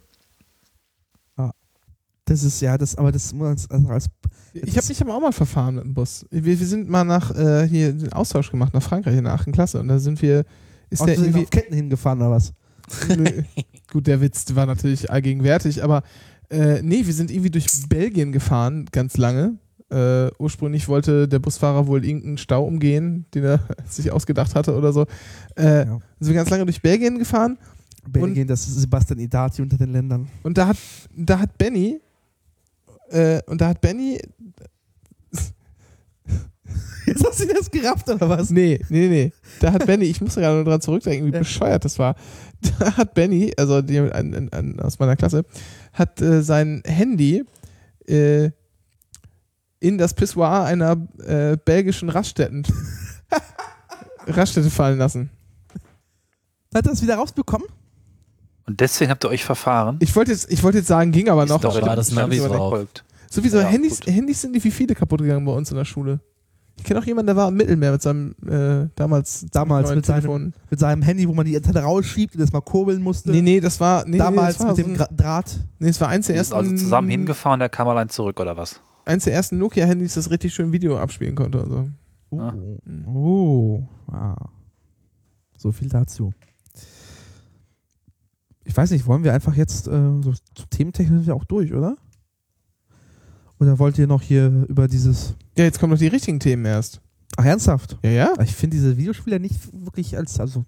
S5: Das ist ja das, aber das muss man als.
S2: Ich habe mich aber auch mal verfahren mit dem Bus. Wir, wir sind mal nach äh, hier den Austausch gemacht nach Frankreich in der 8. Klasse und da sind wir ist
S5: Hast
S2: der
S5: du den
S2: irgendwie
S5: auf Ketten hingefahren oder was?
S2: Nö. [laughs] Gut, der Witz war natürlich allgegenwärtig, aber äh, nee, wir sind irgendwie durch Belgien gefahren, ganz lange. Äh, ursprünglich wollte der Busfahrer wohl irgendeinen Stau umgehen, den er [laughs] sich ausgedacht hatte oder so. Äh,
S5: Ja.
S2: Sind wir ganz lange durch Belgien gefahren
S5: Belgien, das ist Sebastian Idati unter den Ländern.
S2: und da hat, da hat Benny äh, und da hat Benny
S5: [laughs] Jetzt hast du das gerafft oder was?
S2: Nee, nee, nee. Da hat Benny, ich muss da gerade nur dran zurückdenken, wie
S5: Ja.
S2: bescheuert das war. Da hat Benny, also die, ein, ein, ein, aus meiner Klasse, hat äh, sein Handy äh, in das Pissoir einer äh, belgischen
S5: [laughs]
S2: Raststätten Raststätte fallen lassen.
S5: Hat er das wieder rausbekommen?
S3: Und deswegen habt ihr euch verfahren.
S2: Ich wollte jetzt, ich wollte jetzt sagen, ging aber noch.
S3: Doch,
S4: war das Navi
S3: stimmt.
S4: drauf.
S3: Verfolgt.
S2: Sowieso,
S3: Ja,
S2: Handys,
S3: gut.
S2: Handys sind nicht wie viele kaputt gegangen bei uns in der Schule. Ich kenne auch jemanden, der war im Mittelmeer mit seinem äh, damals,
S5: Damals
S2: neuen
S5: mit seinem-
S2: Telefon.
S5: Mit seinem Handy, wo man die Antenne rausschiebt und das mal kurbeln musste.
S2: Nee, nee, das war. Nee,
S5: Damals
S2: nee, das war
S5: mit
S2: so
S5: dem
S2: ein-
S5: Gra- Draht.
S2: Nee, es war eins der
S3: Ihr seid
S2: ersten.
S3: also zusammen hingefahren, der kam allein zurück, oder was?
S2: Eins der ersten Nokia-Handys, das richtig schön Video abspielen konnte. Also.
S3: Ah.
S5: Oh. oh. Ah. So viel dazu. Ich weiß nicht, wollen wir einfach jetzt äh, so thementechnisch sind wir auch durch, oder? Oder wollt ihr noch hier über dieses.
S2: Ja, jetzt kommen noch die richtigen Themen erst.
S5: Ach, ernsthaft?
S2: Ja, ja.
S5: Ich finde diese Videospiele nicht wirklich als. Also,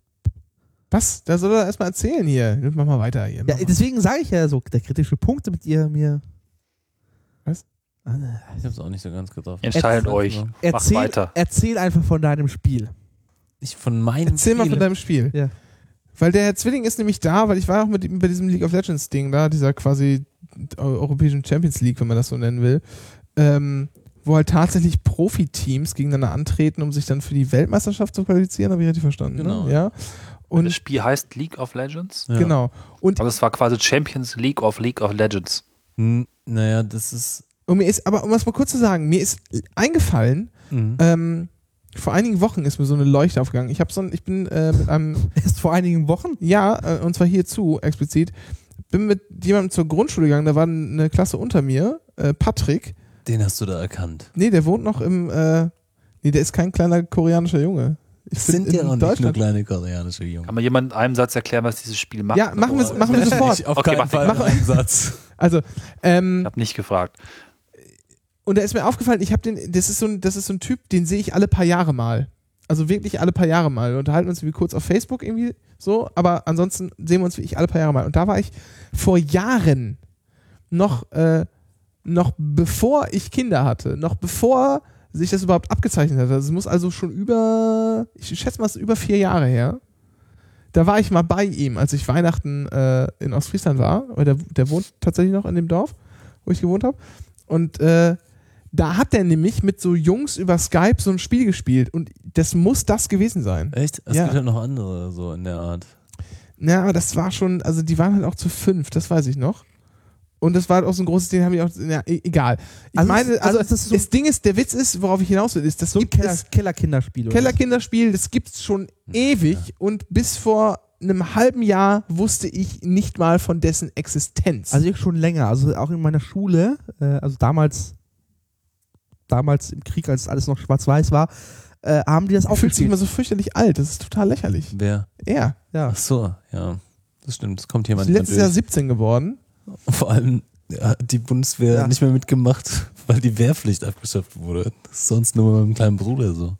S2: Was? Da soll er erstmal erzählen hier. Jetzt Mach mal weiter hier.
S5: ja,
S2: Mach mal.
S5: deswegen sage ich ja so, der kritische Punkt, damit ihr mir.
S2: Was?
S5: Ah,
S4: Ich hab's auch nicht so ganz getroffen. Also,
S3: Entscheidet
S5: Ätzend.
S3: euch.
S5: Erzähl,
S3: weiter.
S5: erzähl einfach von deinem Spiel. [laughs]
S4: Ich von meinem
S2: Erzähl mal
S4: Spiel.
S2: von deinem Spiel.
S5: Ja.
S2: Weil der Herr Zwilling ist nämlich da, weil ich war auch mit ihm bei diesem League of Legends Ding da, dieser quasi eu- europäischen Champions League, wenn man das so nennen will, ähm, wo halt tatsächlich Profi-Teams gegeneinander antreten, um sich dann für die Weltmeisterschaft zu qualifizieren, habe ich richtig verstanden.
S4: Genau.
S2: Ne? Ja.
S3: das
S2: Und
S3: Spiel heißt League of Legends.
S4: Ja.
S2: genau. Und,
S3: Aber Also es war quasi Champions League of League of Legends.
S4: Hm, Naja, das ist.
S2: und mir ist, aber um es mal kurz zu sagen, mir ist eingefallen,
S4: Mhm.
S2: ähm, vor einigen Wochen ist mir so eine Leuchte aufgegangen. Ich habe so ein, ich bin äh, mit einem
S5: Erst vor einigen Wochen?
S2: Ja, äh, und zwar hierzu explizit. Bin mit jemandem zur Grundschule gegangen, da war eine Klasse unter mir, äh, Patrick.
S4: Den hast du da erkannt.
S2: Nee, der wohnt noch im. Äh, nee, der ist kein kleiner koreanischer Junge. Ich
S4: [laughs]
S2: bin
S4: Sind ja
S2: in
S4: auch nicht nur
S2: Deutschland.
S4: kleine koreanische Jungen.
S3: Kann mir jemand in einem Satz erklären, was dieses Spiel macht?
S2: Ja, machen wir's-
S3: Oder-
S4: [laughs]
S2: machen wir sofort.
S4: Ich auf
S3: Okay,
S4: keinen
S3: mach-
S4: Fall
S2: mach-
S4: einen Satz.
S2: Also,
S3: Ich
S2: ähm,
S3: habe nicht gefragt.
S2: und da ist mir aufgefallen, ich habe den. Das ist, so ein, das ist so ein Typ, den sehe ich alle paar Jahre mal. Also wirklich alle paar Jahre mal. Wir unterhalten uns irgendwie kurz auf Facebook irgendwie so, aber ansonsten sehen wir uns wirklich alle paar Jahre mal. Und da war ich vor Jahren noch, äh, noch bevor ich Kinder hatte, noch bevor sich das überhaupt abgezeichnet hat. Also es muss also schon über, ich schätze mal, es ist über vier Jahre her. Da war ich mal bei ihm, als ich Weihnachten äh, in Ostfriesland war. Weil der, der wohnt tatsächlich noch in dem Dorf, wo ich gewohnt habe. Und äh, da hat der nämlich mit so Jungs über Skype so ein Spiel gespielt. Und das muss das gewesen sein.
S4: Echt? Es
S2: Ja.
S4: gibt halt noch andere so in der Art.
S2: Ja, aber das war schon, also die waren halt auch zu fünf, das weiß ich noch. Und das war halt auch so ein großes Ding, haben die auch, ja, e- egal. Ich
S5: Also
S2: meine,
S5: ist-
S2: also,
S5: also ist das so-
S2: das Ding ist, der Witz ist, worauf ich hinaus will, ist, das
S5: So ein
S2: gibt
S5: Keller,
S2: es,
S5: Kellerkinderspiel. oder?
S2: Kellerkinderspiel, das gibt's schon
S5: Hm,
S2: ewig und bis vor einem halben Jahr wusste ich nicht mal von dessen Existenz.
S5: Also ich schon länger, also auch in meiner Schule, äh, also damals, damals im Krieg, als alles noch schwarz-weiß war, äh, haben die das
S2: auch
S5: auch
S2: fühlt sich
S5: gespielt.
S2: immer so fürchterlich alt, das ist total lächerlich.
S4: Wer?
S2: Ja,
S5: Ja.
S4: Ach so, ja. Das stimmt. Es kommt
S2: ich
S4: jemand.
S2: bin letztes Jahr 17 geworden.
S4: Vor allem ja, hat die Bundeswehr
S5: Ja.
S4: nicht mehr mitgemacht, [laughs] weil die Wehrpflicht abgeschafft wurde. Das ist sonst nur mit meinem kleinen Bruder so.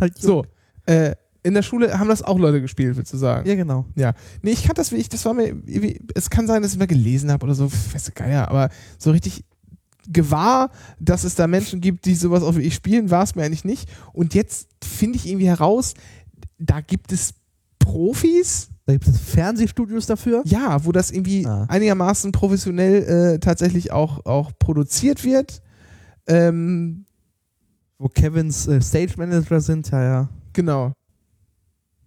S5: Halt
S2: So, äh, in der Schule haben das auch Leute gespielt, willst du sagen?
S5: Ja, genau.
S2: Nee, ich kannte das wirklich, das war mir, irgendwie- es kann sein, dass ich mal gelesen habe oder so, pf, weiß der Geier, aber so richtig gewahr, dass es da Menschen gibt, die sowas auch wie ich spielen, war es mir eigentlich nicht. Und jetzt finde ich irgendwie heraus, da gibt es Profis,
S5: Da gibt es Fernsehstudios dafür.
S2: ja, wo das irgendwie
S5: Ah.
S2: einigermaßen professionell äh, tatsächlich auch, auch produziert wird. Ähm,
S5: Wo Kevins äh, Stage Manager sind, ja, ja.
S2: genau.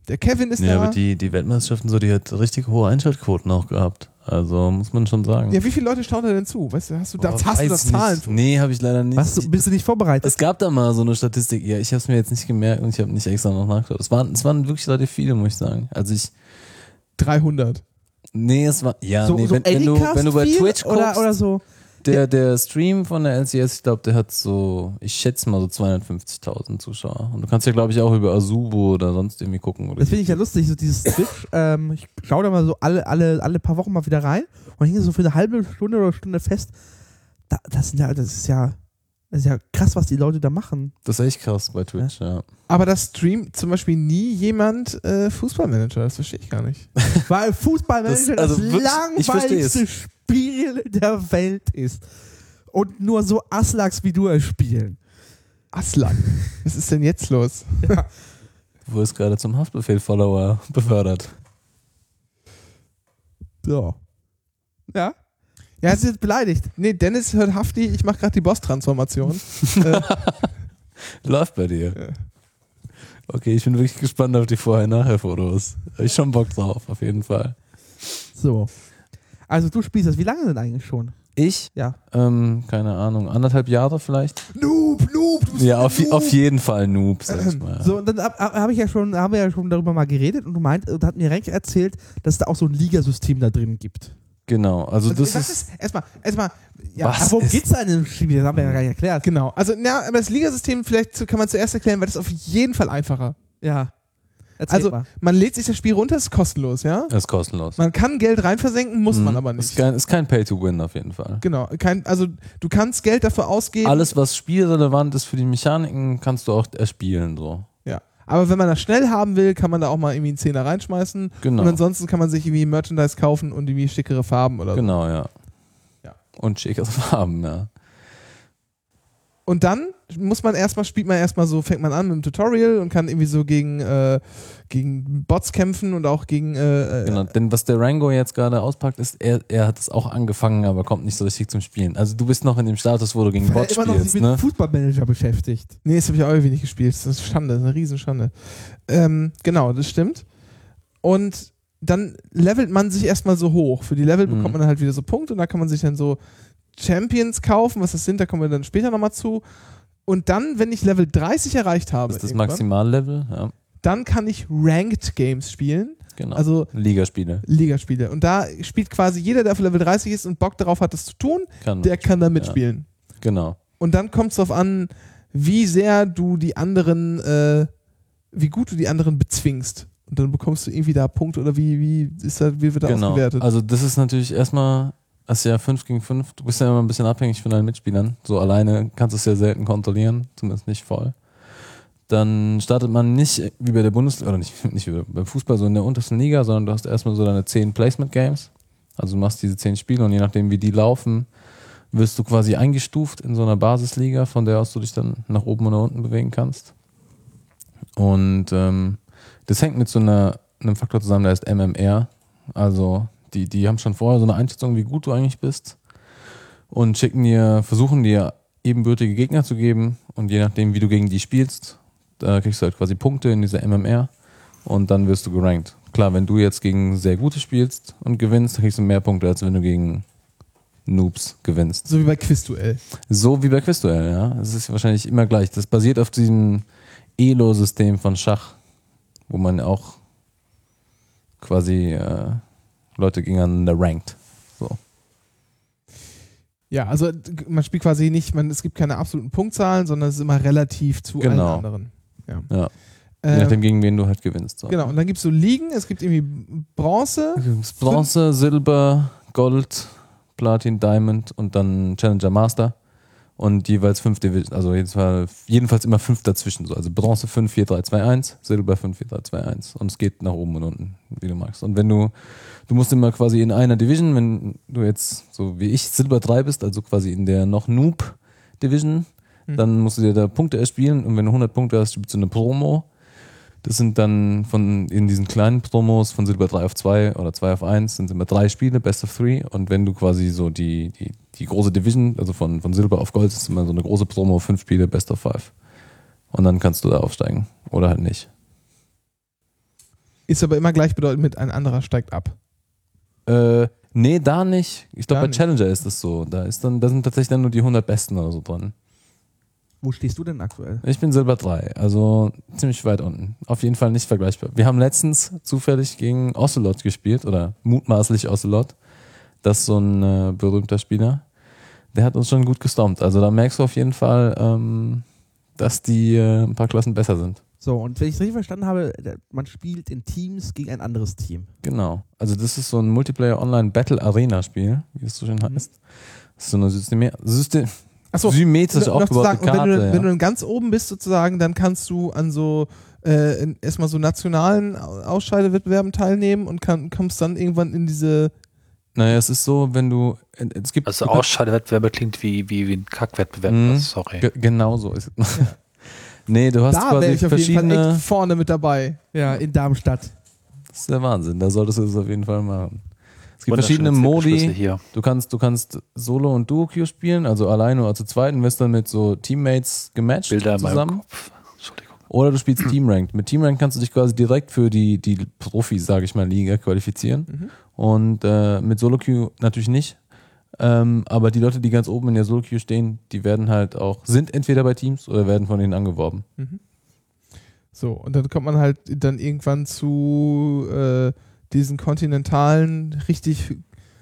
S2: Der Kevin ist
S4: Ja,
S2: da.
S4: aber die, die Weltmeisterschaften so, die hat richtig hohe Einschaltquoten auch gehabt. Also muss man schon sagen.
S2: ja, wie viele Leute schauen da denn zu? Weißt du, hast du, da,
S4: Boah,
S2: hast du
S4: weiß
S2: das Zahlen?
S4: Nicht. Nee, habe ich leider nicht.
S5: Was, du- bist du nicht vorbereitet?
S4: es gab da mal so eine Statistik, ja, ich habe es mir jetzt nicht gemerkt und ich habe nicht extra noch nachgeschaut. Es waren, es waren wirklich relativ viele, muss ich sagen. Also ich,
S2: 300.
S4: nee, es war, ja,
S5: so
S4: nee,
S5: so
S4: wenn, wenn, du, wenn du bei
S5: Anycast viel
S4: Twitch guckst,
S5: oder, oder so.
S4: Der, der Stream von der LCS, ich glaube, der hat so, ich schätze mal so 250.000 Zuschauer. Und du kannst ja, glaube ich, auch über Azubo oder sonst irgendwie gucken. Oder
S5: Das finde ich ja lustig, so dieses Twitch. Ähm, ich schaue da mal so alle, alle, alle paar Wochen mal wieder rein und hänge so für eine halbe Stunde oder Stunde fest. Da, das, sind ja, das ist ja. Das ist ja krass, was die Leute da machen.
S4: das ist echt krass bei Twitch, ja.
S2: Aber das streamt zum Beispiel nie jemand äh, Fußballmanager, das verstehe ich gar
S4: [laughs]
S2: nicht.
S5: Weil Fußballmanager das,
S4: Das- also wirklich, ich versteh's.
S5: langweiligste Spiel der Welt ist. Und nur so Aslaks wie du es spielen.
S2: Aslan, was ist denn jetzt los?
S4: Du wurdest gerade zum Haftbefehl-Follower [laughs] befördert.
S5: So. Ja?
S2: Ja, es ist beleidigt. Nee, Dennis hört Hafti, ich mache gerade die Boss-Transformation.
S4: Läuft bei dir. Okay, ich bin wirklich gespannt auf die Vorher-Nachher-Fotos. Hab ich schon Bock drauf, auf jeden Fall.
S5: So. Also du spielst das. Wie lange denn eigentlich schon?
S4: Ich?
S5: Ja.
S4: Ähm, keine Ahnung, anderthalb Jahre vielleicht?
S5: Noob, Noob, du bist
S4: Ja,
S5: ein
S4: auf, auf jeden Fall Noob, sag
S5: [clears throat]
S4: ich mal.
S5: So, und dann habe hab ich ja schon, haben wir ja schon darüber mal geredet und du meint, und hat mir Renk erzählt, dass es da auch so ein Ligasystem da drin gibt.
S4: Genau, also
S2: Also
S4: das
S2: was
S4: ist.
S2: erstmal, erstmal, ja,
S4: Was
S5: Aber worum
S4: ist-
S5: geht's da in dem Spiel? Das haben wir ja gar nicht erklärt.
S2: genau. Also, na, aber das Ligasystem vielleicht zu- kann man zuerst erklären, weil das ist auf jeden Fall einfacher.
S5: Ja. Erzähl
S2: Also,
S5: mal.
S2: Man lädt sich das Spiel runter, ist kostenlos, ja?
S4: Das ist kostenlos.
S2: Man kann Geld rein versenken, muss man
S4: Mhm.
S2: aber nicht.
S4: Ist kein, ist kein Pay-to-Win auf jeden Fall.
S2: Genau, kein, also du kannst Geld dafür ausgeben,
S4: Alles, was spielrelevant ist für die Mechaniken, kannst du auch erspielen, so.
S2: ja. Aber wenn man das schnell haben will, kann man da auch mal irgendwie einen Zehner reinschmeißen.
S4: Genau.
S2: Und ansonsten kann man sich irgendwie Merchandise kaufen und irgendwie schickere Farben oder so.
S4: Genau, ja.
S2: Ja.
S4: Und schickes [laughs] Farben, ja.
S2: Und dann muss man erstmal, spielt man erstmal so, fängt man an mit dem Tutorial und kann irgendwie so gegen, äh, gegen Bots kämpfen und auch gegen äh, äh,
S4: Genau. Denn was der Rango jetzt gerade auspackt, ist, er, er hat es auch angefangen, aber kommt nicht so richtig zum Spielen. Also du bist noch in dem Status, wo du gegen
S5: Weil er
S4: Bot
S5: immer noch sich
S4: spielst,
S5: mit
S4: ne?
S5: Fußballmanager beschäftigt.
S2: Nee, das habe ich auch irgendwie nicht gespielt. Das ist Schande, das ist eine Riesenschande. Ähm, genau, das stimmt. Und dann levelt man sich erstmal so hoch. Für die Level
S4: Mhm.
S2: bekommt man dann halt wieder so Punkte und da kann man sich dann so Champions kaufen, was das sind, da kommen wir dann später nochmal zu. Und dann, wenn ich Level 30 erreicht habe,
S4: Das ist das
S2: irgendwann,
S4: Maximallevel, ja.
S2: dann kann ich Ranked Games spielen,
S4: Genau.
S2: also
S4: Ligaspiele.
S2: Ligaspiele. Und da spielt quasi jeder, der auf Level 30 ist und Bock darauf hat, das zu tun,
S4: Kann.
S2: der kann da mitspielen.
S4: genau.
S2: Und dann kommt es darauf an, wie sehr du die anderen, äh, wie gut du die anderen bezwingst. Und dann bekommst du irgendwie da Punkte oder wie, wie ist da, wie wird da
S4: Genau.
S2: ausgewertet?
S4: Also das ist natürlich erstmal, also ja 5 gegen 5, du bist ja immer ein bisschen abhängig von deinen Mitspielern. So alleine kannst du es ja selten kontrollieren, zumindest nicht voll. Dann startet man nicht wie bei der Bundesliga, oder nicht, [laughs] nicht wie beim Fußball, so in der untersten Liga, sondern du hast erstmal so deine 10 Placement-Games. Also du machst diese 10 Spiele und je nachdem, wie die laufen, wirst du quasi eingestuft in so einer Basisliga, von der aus du dich dann nach oben oder unten bewegen kannst. Und ähm, das hängt mit so einer, einem Faktor zusammen, der heißt MMR. Also die, die haben schon vorher so eine Einschätzung, wie gut du eigentlich bist und schicken dir, versuchen dir ebenbürtige Gegner zu geben und je nachdem, wie du gegen die spielst, da kriegst du halt quasi Punkte in dieser MMR und dann wirst du gerankt. Klar, wenn du jetzt gegen sehr gute spielst und gewinnst, dann kriegst du mehr Punkte, als wenn du gegen Noobs gewinnst.
S2: so wie bei Quizduell.
S4: So wie bei Quizduell, ja. Es ist wahrscheinlich immer gleich. Das basiert auf diesem Elo-System von Schach, wo man auch quasi äh, Leute gegeneinander rankt. So.
S2: Ja, also d- man spielt quasi nicht, man, es gibt keine absoluten Punktzahlen, sondern es ist immer relativ zu
S4: Genau.
S2: allen anderen. Ja.
S4: Ja. Je nachdem,
S2: Ähm,
S4: gegen wen du halt gewinnst. So.
S2: genau, und dann gibt es so Ligen, es gibt irgendwie Bronze,
S4: Es gibt Also Bronze, Silber, Gold, Platin, Diamond und dann Challenger Master. Und jeweils fünf Division, also jedenfalls, jedenfalls immer fünf dazwischen. So. Also Bronze 5, 4, 3, 2, 1, Silber 5, 4, 3, 2, 1. Und es geht nach oben und unten, wie du magst. Und wenn du, du musst immer quasi in einer Division, wenn du jetzt so wie ich Silber 3 bist, also quasi in der noch Noob Division,
S2: Hm.
S4: dann musst du dir da Punkte erspielen. Und wenn du 100 Punkte hast, gibt's so eine Promo. Das sind dann von in diesen kleinen Promos von Silber 3 auf 2 oder 2 auf 1 sind immer drei Spiele, Best of 3. Und wenn du quasi so die, die, die große Division, also von, von Silber auf Gold, ist immer so eine große Promo, fünf Spiele, Best of 5. Und dann kannst du da aufsteigen. Oder halt nicht.
S2: ist aber immer gleichbedeutend mit ein anderer steigt ab.
S4: Äh, nee, da nicht. Ich
S2: Da
S4: glaube, bei
S2: nicht.
S4: Challenger ist es so. Da, ist dann, da sind tatsächlich dann nur die 100 Besten oder so dran.
S5: Wo stehst du denn aktuell?
S4: Ich bin Silber 3, also ziemlich weit unten. Auf jeden Fall nicht vergleichbar. Wir haben letztens zufällig gegen Ocelot gespielt oder mutmaßlich Ocelot. Das ist so ein äh, berühmter Spieler. Der hat uns schon gut gestompt. Also da merkst du auf jeden Fall, ähm, dass die äh, ein paar Klassen besser sind.
S5: So, und wenn ich es richtig verstanden habe, der- man spielt in Teams gegen ein anderes Team.
S4: Genau. Also das ist so ein Multiplayer Online Battle Arena Spiel, wie es so schön
S2: Mhm.
S4: heißt. Das ist so eine Systeme System
S2: Achso,
S4: symmetrisch
S2: noch zu
S4: aufgebaute
S2: sagen, und
S4: Karte.
S2: wenn, du,
S4: ja.
S2: wenn du dann ganz oben bist sozusagen, dann kannst du an so äh, in- erstmal so nationalen Au- Ausscheidewettbewerben teilnehmen und kann, kommst dann irgendwann in diese
S4: naja, es ist so, wenn du es gibt
S3: Also Ausscheidewettbewerbe klingt wie, wie, wie ein Kackwettbewerb.
S4: Mhm.
S3: das- Sorry.
S4: Ge- Genau so ist es. [laughs] nee, du hast
S2: da wäre ich
S4: quasi
S2: auf jeden Fall
S4: verschiedene.
S2: echt vorne mit dabei.
S5: Ja, in Darmstadt.
S4: Das ist der Wahnsinn, da solltest du es auf jeden Fall machen. Es gibt
S3: Wunderschöne
S4: verschiedene
S3: Zirkelschlüsse
S4: Modi.
S3: Hier.
S4: Du kannst, du kannst Solo und Duo-Queue spielen, also alleine oder zu zweit und wirst dann mit so Teammates gematcht
S3: Bilder in meinem
S4: zusammen.
S3: Kopf. Entschuldigung.
S4: Oder du spielst [clears throat] Team Ranked. Mit Team Ranked kannst du dich quasi direkt für die, die Profis, sage ich mal, Liga qualifizieren.
S2: Mhm.
S4: Und äh, mit Solo Queue natürlich nicht. Ähm, aber die Leute, die ganz oben in der Solo Queue stehen, die werden halt auch, sind entweder bei Teams oder werden von denen angeworben.
S2: So, und dann kommt man halt dann irgendwann zu äh, diesen kontinentalen, richtig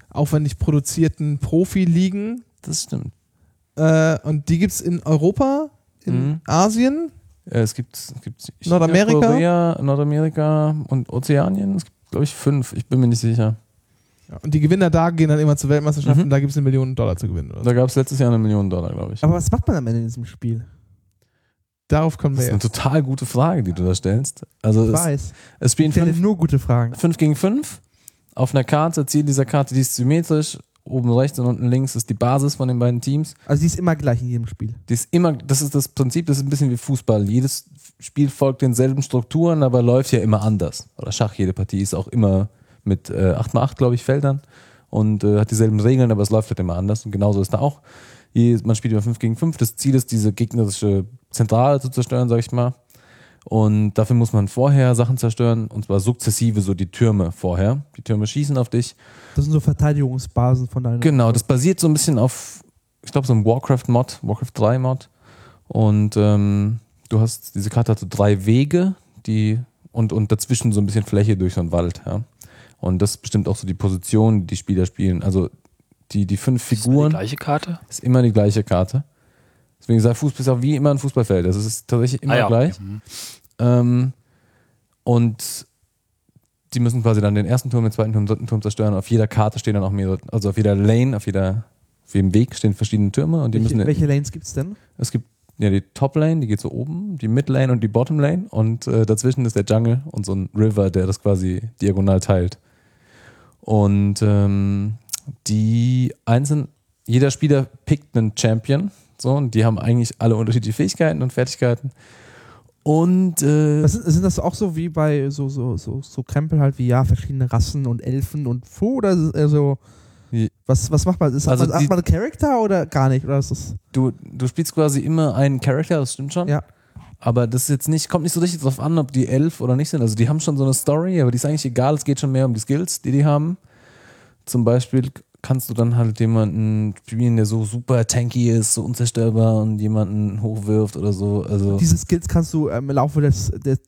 S2: aufwendig produzierten Profiligen.
S4: Das stimmt.
S2: Äh, und die gibt's in Europa, in
S4: Mhm.
S2: Asien.
S4: Äh, Es gibt, es gibt
S2: Nordamerika?
S4: Korea, Nordamerika und Ozeanien. Es gibt, glaube ich, fünf. Ich bin mir nicht sicher.
S2: Ja, Und die Gewinner da gehen dann immer zu Weltmeisterschaften,
S4: Mhm.
S2: da gibt's eine Million Dollar zu gewinnen. Oder so.
S4: Da gab es letztes Jahr eine Million Dollar, glaube ich.
S5: Aber was macht man am Ende in diesem Spiel?
S2: Darauf kommen
S4: Das
S2: wir
S4: ist eine
S2: jetzt.
S4: total gute Frage, die du da stellst. Also
S5: Ich
S4: es,
S5: weiß.
S4: es spielen
S5: Ich stelle
S4: fünf,
S5: nur gute Fragen.
S4: fünf gegen fünf auf einer Karte. Ziel dieser Karte, die ist symmetrisch. Oben rechts und unten links ist die Basis von den beiden Teams.
S5: Also die ist immer gleich in jedem Spiel.
S4: Die ist immer, das ist das Prinzip, das ist ein bisschen wie Fußball. Jedes Spiel folgt denselben Strukturen, aber läuft ja immer anders. Oder Schach, jede Partie ist auch immer mit äh, 8x8, glaube ich, Feldern und äh, hat dieselben Regeln, aber es läuft halt immer anders. Und genauso ist da auch. Je- Man spielt immer 5 gegen 5. Das Ziel ist, diese gegnerische Zentrale zu zerstören, sage ich mal. Und dafür muss man vorher Sachen zerstören, und zwar sukzessive, so die Türme vorher. Die Türme schießen auf dich
S5: Das sind so Verteidigungsbasen von
S3: Mhm.
S5: deinen.
S4: Genau, das basiert so ein bisschen auf, ich glaube, so einem Warcraft-Mod, Warcraft 3-Mod. Und ähm, du hast, diese Karte hat so drei Wege, die und, und dazwischen so ein bisschen Fläche durch so einen Wald, ja. Und das bestimmt auch so die Position, die die Spieler spielen. Also die, die fünf
S3: Ist das immer
S4: Figuren
S3: Die gleiche Karte?
S4: ist immer die gleiche Karte. Deswegen sagt Fußball ist auch wie immer ein Fußballfeld. Das ist tatsächlich immer
S3: Ah ja,
S4: gleich.
S3: okay. Mhm.
S4: Ähm, und die müssen quasi dann den ersten Turm, den zweiten Turm, den dritten Turm zerstören. Auf jeder Karte stehen dann auch mehrere, also auf jeder Lane, auf jeder, auf jedem Weg stehen verschiedene Türme und die
S5: welche,
S4: müssen,
S5: welche Lanes gibt es denn?
S4: es gibt ja die Top Lane, die geht so oben, die Mid Lane und die Bottom Lane und äh, dazwischen ist der Jungle und so ein River, der das quasi diagonal teilt. Und ähm, die einzelnen, jeder Spieler pickt einen Champion, so und die haben eigentlich alle unterschiedliche Fähigkeiten und Fertigkeiten. Und äh,
S5: Was sind, sind das auch so wie bei so, so, so, so Krempel halt wie ja, verschiedene Rassen und Elfen und Fu oder ist es eher so.
S4: Je-
S5: Was, was macht man? Ist
S4: Also
S5: man,
S4: die-
S5: hat man einen Charakter oder gar nicht? Oder ist das,
S4: du, du spielst quasi immer einen Charakter, das stimmt schon.
S5: Ja.
S4: Aber das ist jetzt nicht, kommt nicht so richtig drauf an, ob die elf oder nicht sind. Also die haben schon so eine Story, aber die ist eigentlich egal. Es geht schon mehr um die Skills, die die haben. Zum Beispiel kannst du dann halt jemanden spielen, der so super tanky ist, so unzerstörbar und jemanden hochwirft oder so. Also
S5: Diese Skills kannst du ähm, im Laufe des, des,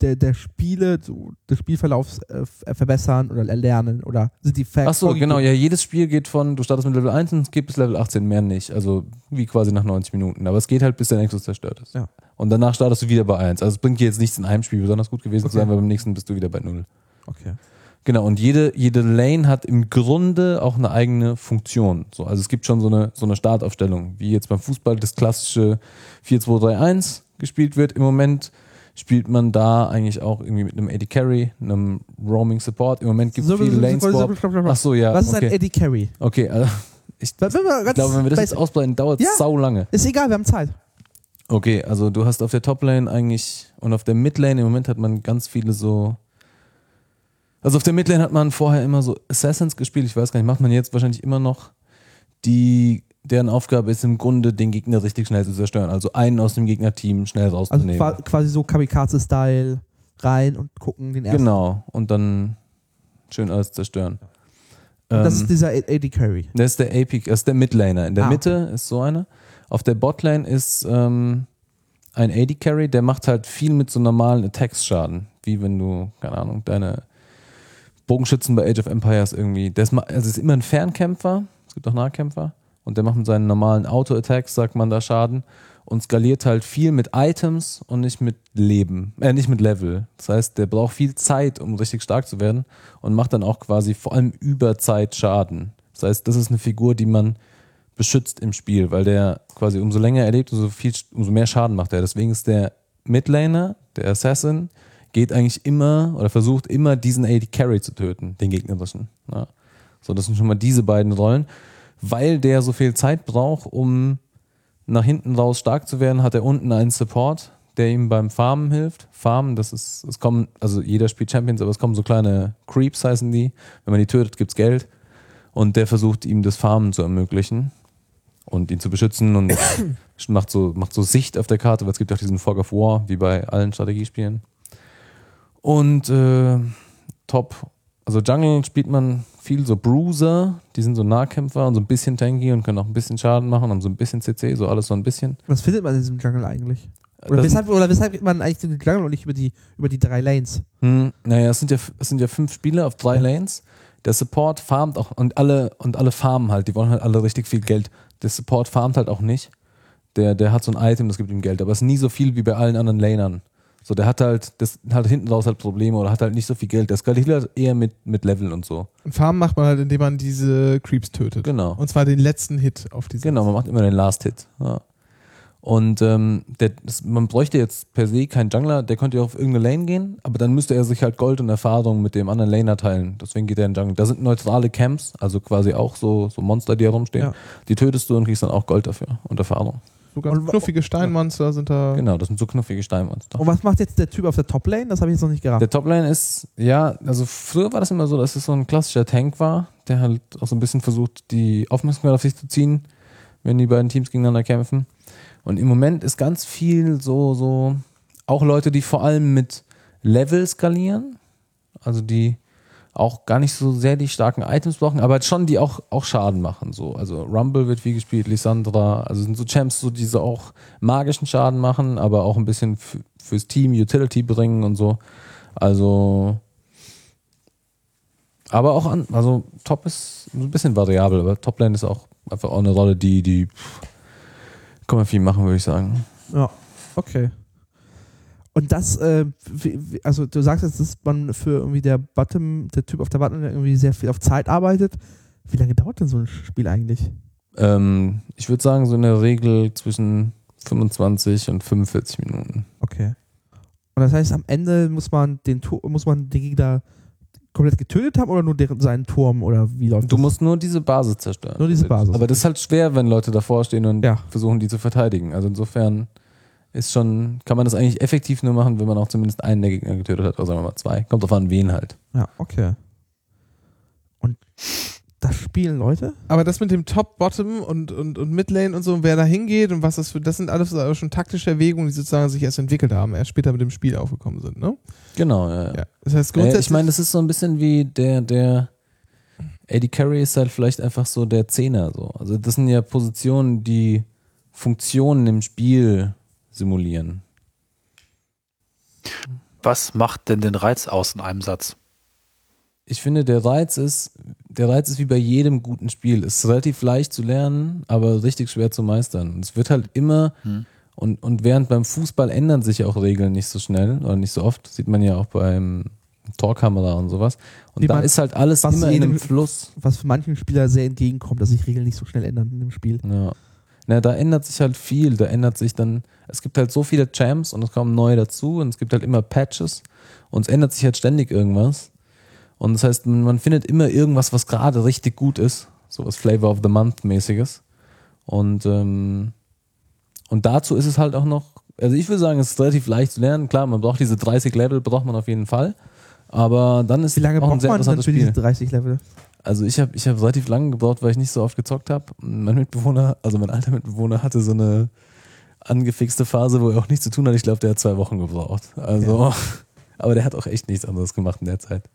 S5: der, der Spiele, so, des Spielverlaufs äh, f- äh, verbessern oder erlernen oder sind die Facts?
S4: Ach so, genau, ja, jedes Spiel geht von, du startest mit Level 1 und es geht bis Level 18, mehr nicht. Also wie quasi nach 90 Minuten. Aber es geht halt, bis der Nexus zerstört ist.
S5: Ja.
S4: Und danach startest du wieder bei 1. Also es bringt dir jetzt nichts in einem Spiel besonders gut gewesen zu
S5: Okay.
S4: sein, weil beim nächsten bist du wieder bei 0.
S5: Okay.
S4: Genau, und jede, jede Lane hat im Grunde auch eine eigene Funktion. So, also es gibt schon so eine, so eine Startaufstellung, wie jetzt beim Fußball das klassische 4-2-3-1 gespielt wird. Im Moment spielt man da eigentlich auch irgendwie mit einem Eddie Carry, einem Roaming Support. Im Moment gibt es
S5: So,
S4: viele
S5: so, so,
S4: Lane
S5: so, so,
S4: Swap.
S5: so, so, so.
S4: Ach so, ja.
S5: Was ist
S4: okay.
S5: ein Eddie Carry?
S4: Okay, also [laughs]
S5: Wenn wir ganz
S4: ich glaube, wenn wir das jetzt
S5: basic-
S4: ausbreiten, dauert es
S5: Ja.
S4: sau lange.
S5: ist egal, wir haben Zeit.
S4: Okay, also du hast auf der Toplane eigentlich und auf der Midlane im Moment hat man ganz viele so. Also auf der Midlane hat man vorher immer so Assassins gespielt, ich weiß gar nicht, macht man jetzt wahrscheinlich immer noch, die deren Aufgabe ist im Grunde, den Gegner richtig schnell zu zerstören. Also einen aus dem Gegnerteam schnell
S5: Also
S4: rauszunehmen.
S5: qua- quasi so Kamikaze-Style rein und gucken den ersten.
S4: genau, und dann schön alles zerstören.
S5: Und das
S4: Ähm,
S5: ist dieser Ed- Eddie Curry.
S4: Das ist der AP, das ist der Midlaner. In der
S5: Ah,
S4: Mitte ist so einer. Auf der Botlane ist ähm, ein AD Carry, der macht halt viel mit so normalen Attacks Schaden. Wie wenn du, keine Ahnung, deine Bogenschützen bei Age of Empires irgendwie. Der ist, ma- also ist immer ein Fernkämpfer, es gibt auch Nahkämpfer. Und der macht mit seinen normalen Auto-Attacks, sagt man da, Schaden. Und skaliert halt viel mit Items und nicht mit Leben, äh, nicht mit Level. Das heißt, der braucht viel Zeit, um richtig stark zu werden und macht dann auch quasi vor allem über Zeit Schaden. Das heißt, das ist eine Figur, die man beschützt im Spiel, weil der quasi umso länger er lebt, umso, viel, umso mehr Schaden macht er. Deswegen ist der Midlaner, der Assassin, geht eigentlich immer oder versucht immer diesen AD Carry zu töten, den gegnerischen. Ja. So, das sind schon mal diese beiden Rollen. Weil der so viel Zeit braucht, um nach hinten raus stark zu werden, hat er unten einen Support, der ihm beim Farmen hilft. Farmen, das ist, es kommen, also jeder spielt Champions, aber es kommen so kleine Creeps, heißen die. Wenn man die tötet, gibt's Geld. Und der versucht ihm das Farmen zu ermöglichen. und ihn zu beschützen und macht so, macht so Sicht auf der Karte, weil es gibt ja auch diesen Fog of War, wie bei allen Strategiespielen. Und äh, top. Also Jungle spielt man viel so Bruiser, die sind so Nahkämpfer und so ein bisschen tanky und können auch ein bisschen Schaden machen, haben so ein bisschen CC, so alles so ein bisschen.
S5: Was findet man in diesem Jungle eigentlich? Oder
S4: Das-
S5: weshalb, oder weshalb geht man eigentlich in den Jungle und nicht über die, über die drei Lanes?
S4: Hm, naja, es sind ja es sind ja fünf Spieler auf drei Lanes. Der Support farmt auch und alle und alle farmen halt, die wollen halt alle richtig viel Geld. Der Support farmt halt auch nicht. Der, der hat so ein Item, das gibt ihm Geld, aber es ist nie so viel wie bei allen anderen Lanern. So, der hat halt, das hat hinten raus halt Probleme oder hat halt nicht so viel Geld. Der skaliert eher mit, mit Level und so.
S2: Und Farmen macht man halt, indem man diese Creeps tötet.
S4: Genau.
S2: Und zwar den letzten Hit auf diese.
S4: Genau, man macht immer den Last Hit. Ja. Und ähm, der, das, man bräuchte jetzt per se keinen Jungler, der könnte ja auf irgendeine Lane gehen, aber dann müsste er sich halt Gold und Erfahrung mit dem anderen Laner teilen. Deswegen geht er in den Jungle. Da sind neutrale Camps, also quasi auch so, so Monster, die herumstehen.
S5: Ja.
S4: Die tötest du und kriegst dann auch Gold dafür und Erfahrung.
S2: So ganz
S5: Und-
S2: knuffige Steinmonster sind da.
S4: Genau, das sind so knuffige Steinmonster.
S5: Und was macht jetzt der Typ auf der Top Lane? Das habe ich jetzt noch nicht gerafft.
S4: Der Toplane ist, ja, also früher war das immer so, dass es so ein klassischer Tank war, der halt auch so ein bisschen versucht, die Aufmerksamkeit auf sich zu ziehen, wenn die beiden Teams gegeneinander kämpfen. Und im Moment ist ganz viel so, so, auch Leute, die vor allem mit Level skalieren, also die auch gar nicht so sehr die starken Items brauchen, aber schon die auch, auch Schaden machen, so. Also Rumble wird viel gespielt, Lissandra, also sind so Champs, so diese auch magischen Schaden machen, aber auch ein bisschen f- fürs Team Utility bringen und so. Also, aber auch an, also Top ist so ein bisschen variabel, aber Toplane ist auch einfach auch eine Rolle, die, die pff, kann man viel machen, würde ich sagen.
S5: Ja, okay. Und das, äh, wie- wie- also du sagst jetzt, dass man für irgendwie der Bottom, der Typ auf der Bottom irgendwie sehr viel auf Zeit arbeitet. Wie lange dauert denn so ein Spiel eigentlich?
S4: Ähm, ich würde sagen, so in der Regel zwischen 25 und 45 Minuten.
S5: Okay. Und das heißt, am Ende muss man den Tor, muss man den Gegner komplett getötet haben oder nur deren, seinen Turm oder wie läuft
S4: Du
S5: das?
S4: musst nur diese Basis zerstören.
S5: Nur diese Basis.
S4: Aber das ist halt schwer, wenn Leute davor stehen und
S5: Ja.
S4: versuchen, die zu verteidigen. Also insofern ist schon, kann man das eigentlich effektiv nur machen, wenn man auch zumindest einen der Gegner getötet hat, oder sagen wir mal zwei. Kommt drauf an, wen halt.
S5: Ja, okay. Und das spielen Leute?
S2: Aber das mit dem Top, Bottom und, und, und Midlane und so, und wer da hingeht und was das für, das sind alles so schon taktische Erwägungen, die sozusagen sich erst entwickelt haben, erst später mit dem Spiel aufgekommen sind, ne?
S4: Genau, ja. ja.
S2: Ja. Das heißt
S4: Ja,
S2: grundsätzlich.
S4: ich meine, das ist so ein bisschen wie der, der Eddie Carey ist halt vielleicht einfach so der Zehner so. Also das sind ja Positionen, die Funktionen im Spiel simulieren.
S3: Was macht denn den Reiz aus in einem Satz?
S4: Ich finde, der Reiz ist, der Reiz ist wie bei jedem guten Spiel. Ist relativ leicht zu lernen, aber richtig schwer zu meistern. Und Es wird halt immer,
S5: Hm.
S4: und, und während beim Fußball ändern sich ja auch Regeln nicht so schnell oder nicht so oft, sieht man ja auch beim Torkamera und sowas. Und
S5: Wie
S4: da
S5: man-
S4: ist halt alles
S5: was
S4: immer in
S5: jedem-
S4: einem Fluss.
S5: Was für manchen Spieler sehr entgegenkommt, dass sich Regeln nicht so schnell ändern in dem Spiel.
S4: Ja. Na, da ändert sich halt viel. Da ändert sich dann, es gibt halt so viele Champs und es kommen neue dazu und es gibt halt immer Patches und es ändert sich halt ständig irgendwas. Und das heißt, man man findet immer irgendwas, was gerade richtig gut ist. Sowas Flavor of the Month-mäßiges. Und, ähm, und dazu ist es halt auch noch, also ich würde sagen, es ist relativ leicht zu lernen. Klar, man braucht diese 30 Level, braucht man auf jeden Fall. Aber dann ist
S5: Wie lange
S4: es auch ein
S5: braucht
S4: sehr
S5: man denn
S4: interessantes
S5: für
S4: Spiel.
S5: diese 30 Level?
S4: Also ich habe ich hab relativ lange gebraucht, weil ich nicht so oft gezockt habe. Mein Mitbewohner, also mein alter Mitbewohner hatte so eine angefixte Phase, wo er auch nichts zu tun hat. Ich glaube, der hat zwei Wochen gebraucht. Also, [laughs] aber der hat auch echt nichts anderes gemacht in der Zeit.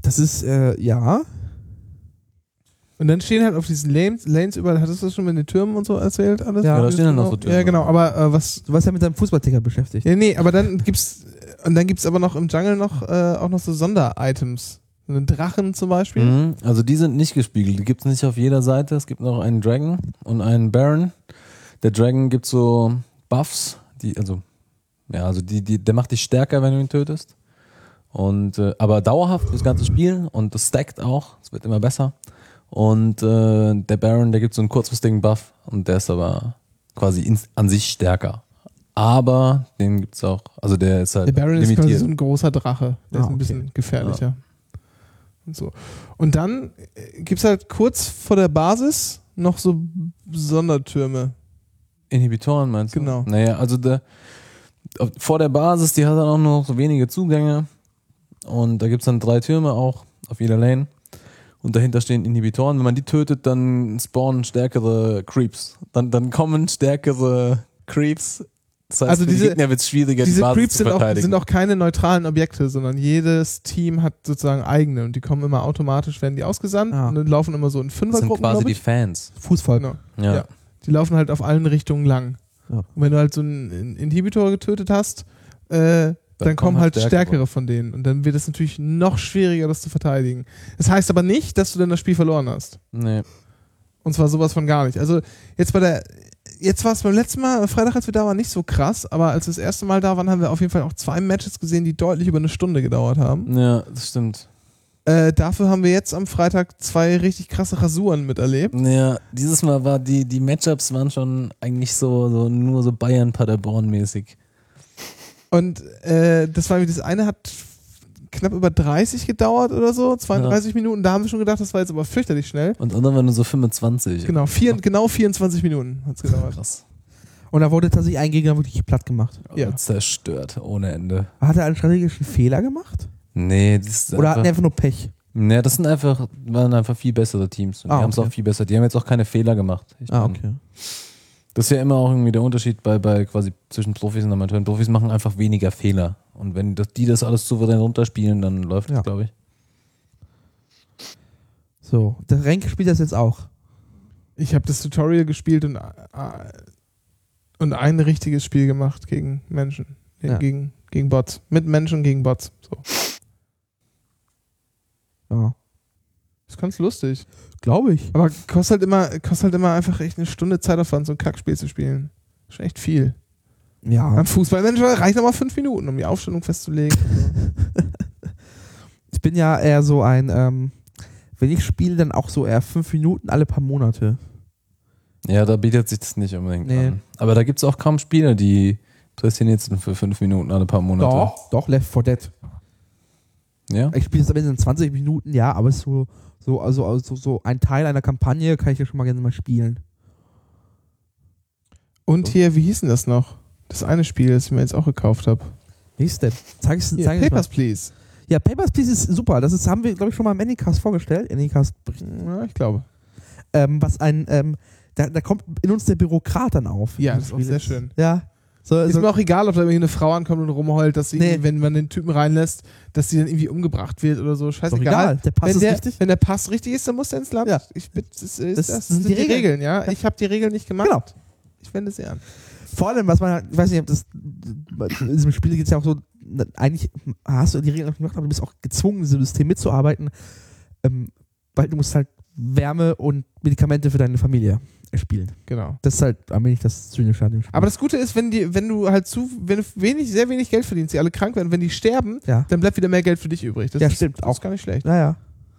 S5: Das ist, äh, ja.
S2: Und dann stehen halt auf diesen Lanes, Lanes überall, hattest du das schon mit den Türmen und so erzählt alles?
S5: Ja, da
S2: Hattest
S4: stehen
S2: du
S4: dann noch so Türme.
S2: Ja, genau, aber äh, was.
S5: Du warst ja mit deinem Fußballticker beschäftigt.
S2: Ja, nee, aber dann gibt's und dann gibt's aber noch im Jungle noch äh, auch noch so Sonderitems. So einen Drachen zum Beispiel.
S4: Mhm. Also die sind nicht gespiegelt. Die gibt es nicht auf jeder Seite. Es gibt noch einen Dragon und einen Baron. Der Dragon gibt so Buffs, die, also, ja, also die, die, der macht dich stärker, wenn du ihn tötest. Und äh, aber dauerhaft das ganze Spiel und das stackt auch, es wird immer besser. Und äh, der Baron, der gibt so einen kurzfristigen Buff und der ist aber quasi ins, an sich stärker. Aber den gibt's auch, also der ist halt
S2: Der Baron ist
S4: limitiert.
S2: quasi so ein großer Drache. Der
S5: Ah,
S2: ist ein
S5: okay.
S2: bisschen gefährlicher. Und so. Und dann äh, gibt's halt kurz vor der Basis noch so Sondertürme.
S4: Inhibitoren meinst du?
S2: Genau.
S4: Naja, also der, auf- vor der Basis, die hat dann auch nur noch so wenige Zugänge. Und da gibt's dann drei Türme auch auf jeder Lane. und dahinter stehen Inhibitoren. Wenn man die tötet, dann spawnen stärkere Creeps. Dann, dann kommen stärkere Creeps. Das heißt,
S2: Also
S4: also diese,
S2: diese-
S4: die Gegner wird es schwieriger, die
S2: Diese
S4: Basis
S2: Creeps
S4: zu
S2: sind auch,
S4: verteidigen.
S2: sind auch keine neutralen Objekte, sondern jedes Team hat sozusagen eigene und die kommen immer automatisch, werden die ausgesandt
S5: Ah.
S2: und dann laufen immer so in
S4: das sind
S2: Fünfergruppen.
S4: quasi
S2: glaub
S4: die
S2: ich.
S4: Fans.
S5: Fußball.
S2: Genau.
S4: Ja.
S2: Ja. Die laufen halt auf allen Richtungen lang.
S5: Ja.
S2: Und wenn du halt so einen In- Inhibitor getötet hast, äh, dann, kommen halt stärkere, von denen. Und dann wird es natürlich noch schwieriger, das zu verteidigen. Das heißt aber nicht, dass du dann das Spiel verloren hast.
S4: Nee.
S2: Und zwar sowas von gar nicht. Also jetzt bei der, jetzt war es beim letzten Mal, Freitag, als wir da waren, nicht so krass, aber als wir das erste Mal da waren, haben wir auf jeden Fall auch zwei Matches gesehen, die deutlich über eine Stunde gedauert haben.
S4: Ja, das stimmt.
S2: Äh, dafür haben wir jetzt am Freitag zwei richtig krasse Rasuren miterlebt.
S4: Ja, dieses Mal war die, die Matchups waren schon eigentlich so, so nur so Bayern-Paderborn-mäßig.
S2: Und äh, das war wie das eine hat knapp über 30 gedauert oder so, 32 Minuten. Da haben wir schon gedacht, das war jetzt aber fürchterlich schnell.
S4: Und andere waren nur so 25.
S2: Genau, vier, genau 24 Minuten hat es gedauert.
S4: Krass.
S5: Und da wurde tatsächlich ein Gegner wirklich platt gemacht.
S2: Ja.
S4: Zerstört ohne Ende.
S5: Hat er einen strategischen Fehler gemacht?
S4: Nee, das ist
S5: Oder ne- hatten
S4: einfach,
S5: er einfach nur Pech?
S4: nee, das sind einfach, waren einfach viel bessere Teams. Und
S5: Ah,
S4: die haben es
S5: okay.
S4: auch viel besser. Die haben jetzt auch keine Fehler gemacht. Ich
S5: Ah,
S4: mein,
S5: okay.
S4: Das ist ja immer auch irgendwie der Unterschied bei, bei quasi zwischen Profis und Amateuren. Profis machen einfach weniger Fehler. Und wenn das, die das alles souverän runterspielen, dann läuft
S5: Ja.
S4: das, glaube ich.
S5: So, der Renke spielt das jetzt auch.
S2: Ich habe das Tutorial gespielt und, äh, und ein richtiges Spiel gemacht gegen Menschen. Nee,
S5: Ja.
S2: Gegen, gegen Bots. Mit Menschen gegen Bots. So.
S5: Ja.
S2: Ist ganz lustig.
S5: Glaube ich.
S2: Aber kostet halt immer, kostet halt immer einfach echt eine Stunde Zeitaufwand, so ein Kackspiel zu spielen. Schon echt viel.
S5: Ja.
S2: Beim Fußballmanager reicht aber fünf Minuten, um die Aufstellung festzulegen.
S5: Ich bin ja eher so ein, ähm, wenn ich spiele, dann auch so eher fünf Minuten alle paar Monate.
S4: Ja, da bietet sich das nicht unbedingt
S5: Nee.
S4: an. Aber da gibt es auch kaum Spieler, die interessieren jetzt für fünf Minuten alle paar Monate.
S5: Doch, Left 4 Dead.
S4: Ja?
S5: Ich spiele es am Ende in 20 Minuten, ja, aber es ist so, so, also, also so ein Teil einer Kampagne kann ich ja schon mal gerne mal spielen.
S2: Und hier, wie hieß denn das noch? Das eine Spiel, das ich mir jetzt auch gekauft habe.
S5: Wie ist denn? Zeig es
S2: Hier,
S5: zeig es mal.
S2: Papers, Please.
S5: Ja, Papers, Please ist super. Das ist, haben wir, glaube ich, schon mal im Anycast vorgestellt. Anycast
S2: Ja, ich glaube.
S5: ähm, was ein, ähm, da, da kommt in uns der Bürokrat dann auf.
S2: Ja,
S5: Im
S2: das ist auch
S5: Spiel.
S2: sehr schön.
S5: Ja. So,
S2: Ist
S5: so,
S2: mir auch egal, ob da irgendwie eine Frau ankommt und rumheult, dass sie,
S5: Also Nee.
S2: irgendwie, wenn man den Typen reinlässt, dass sie dann irgendwie umgebracht wird oder so.
S5: ist doch
S2: Scheißegal.
S5: egal. Der Pass
S2: Wenn
S5: ist
S2: der,
S5: richtig.
S2: wenn der Pass richtig ist, dann muss er ins Land.
S5: Ja.
S2: Ich, bin- das, ist,
S5: Das
S2: das, sind die, Regeln. ja. Ich habe die Regeln nicht gemacht.
S5: Genau.
S2: Ich wende sie an.
S5: Vor allem, was man, halt, ich weiß nicht, ob das, in diesem Spiel geht es ja auch so, na, eigentlich hast du die Regeln noch gemacht, aber du bist auch gezwungen, in diesem System mitzuarbeiten, ähm, weil du musst halt Wärme und Medikamente für deine Familie erspielen.
S2: Genau.
S5: Das ist halt ein wenig das Zynische an dem Spiel.
S2: Aber das Gute ist, wenn, die, wenn du halt zu wenn du wenig, sehr wenig Geld verdienst, die alle krank werden, wenn die sterben,
S5: ja.
S2: dann bleibt wieder mehr Geld für dich übrig. Das
S5: Ja,
S2: ist,
S5: stimmt,
S2: Das
S5: auch.
S2: ist gar nicht schlecht.
S5: Naja.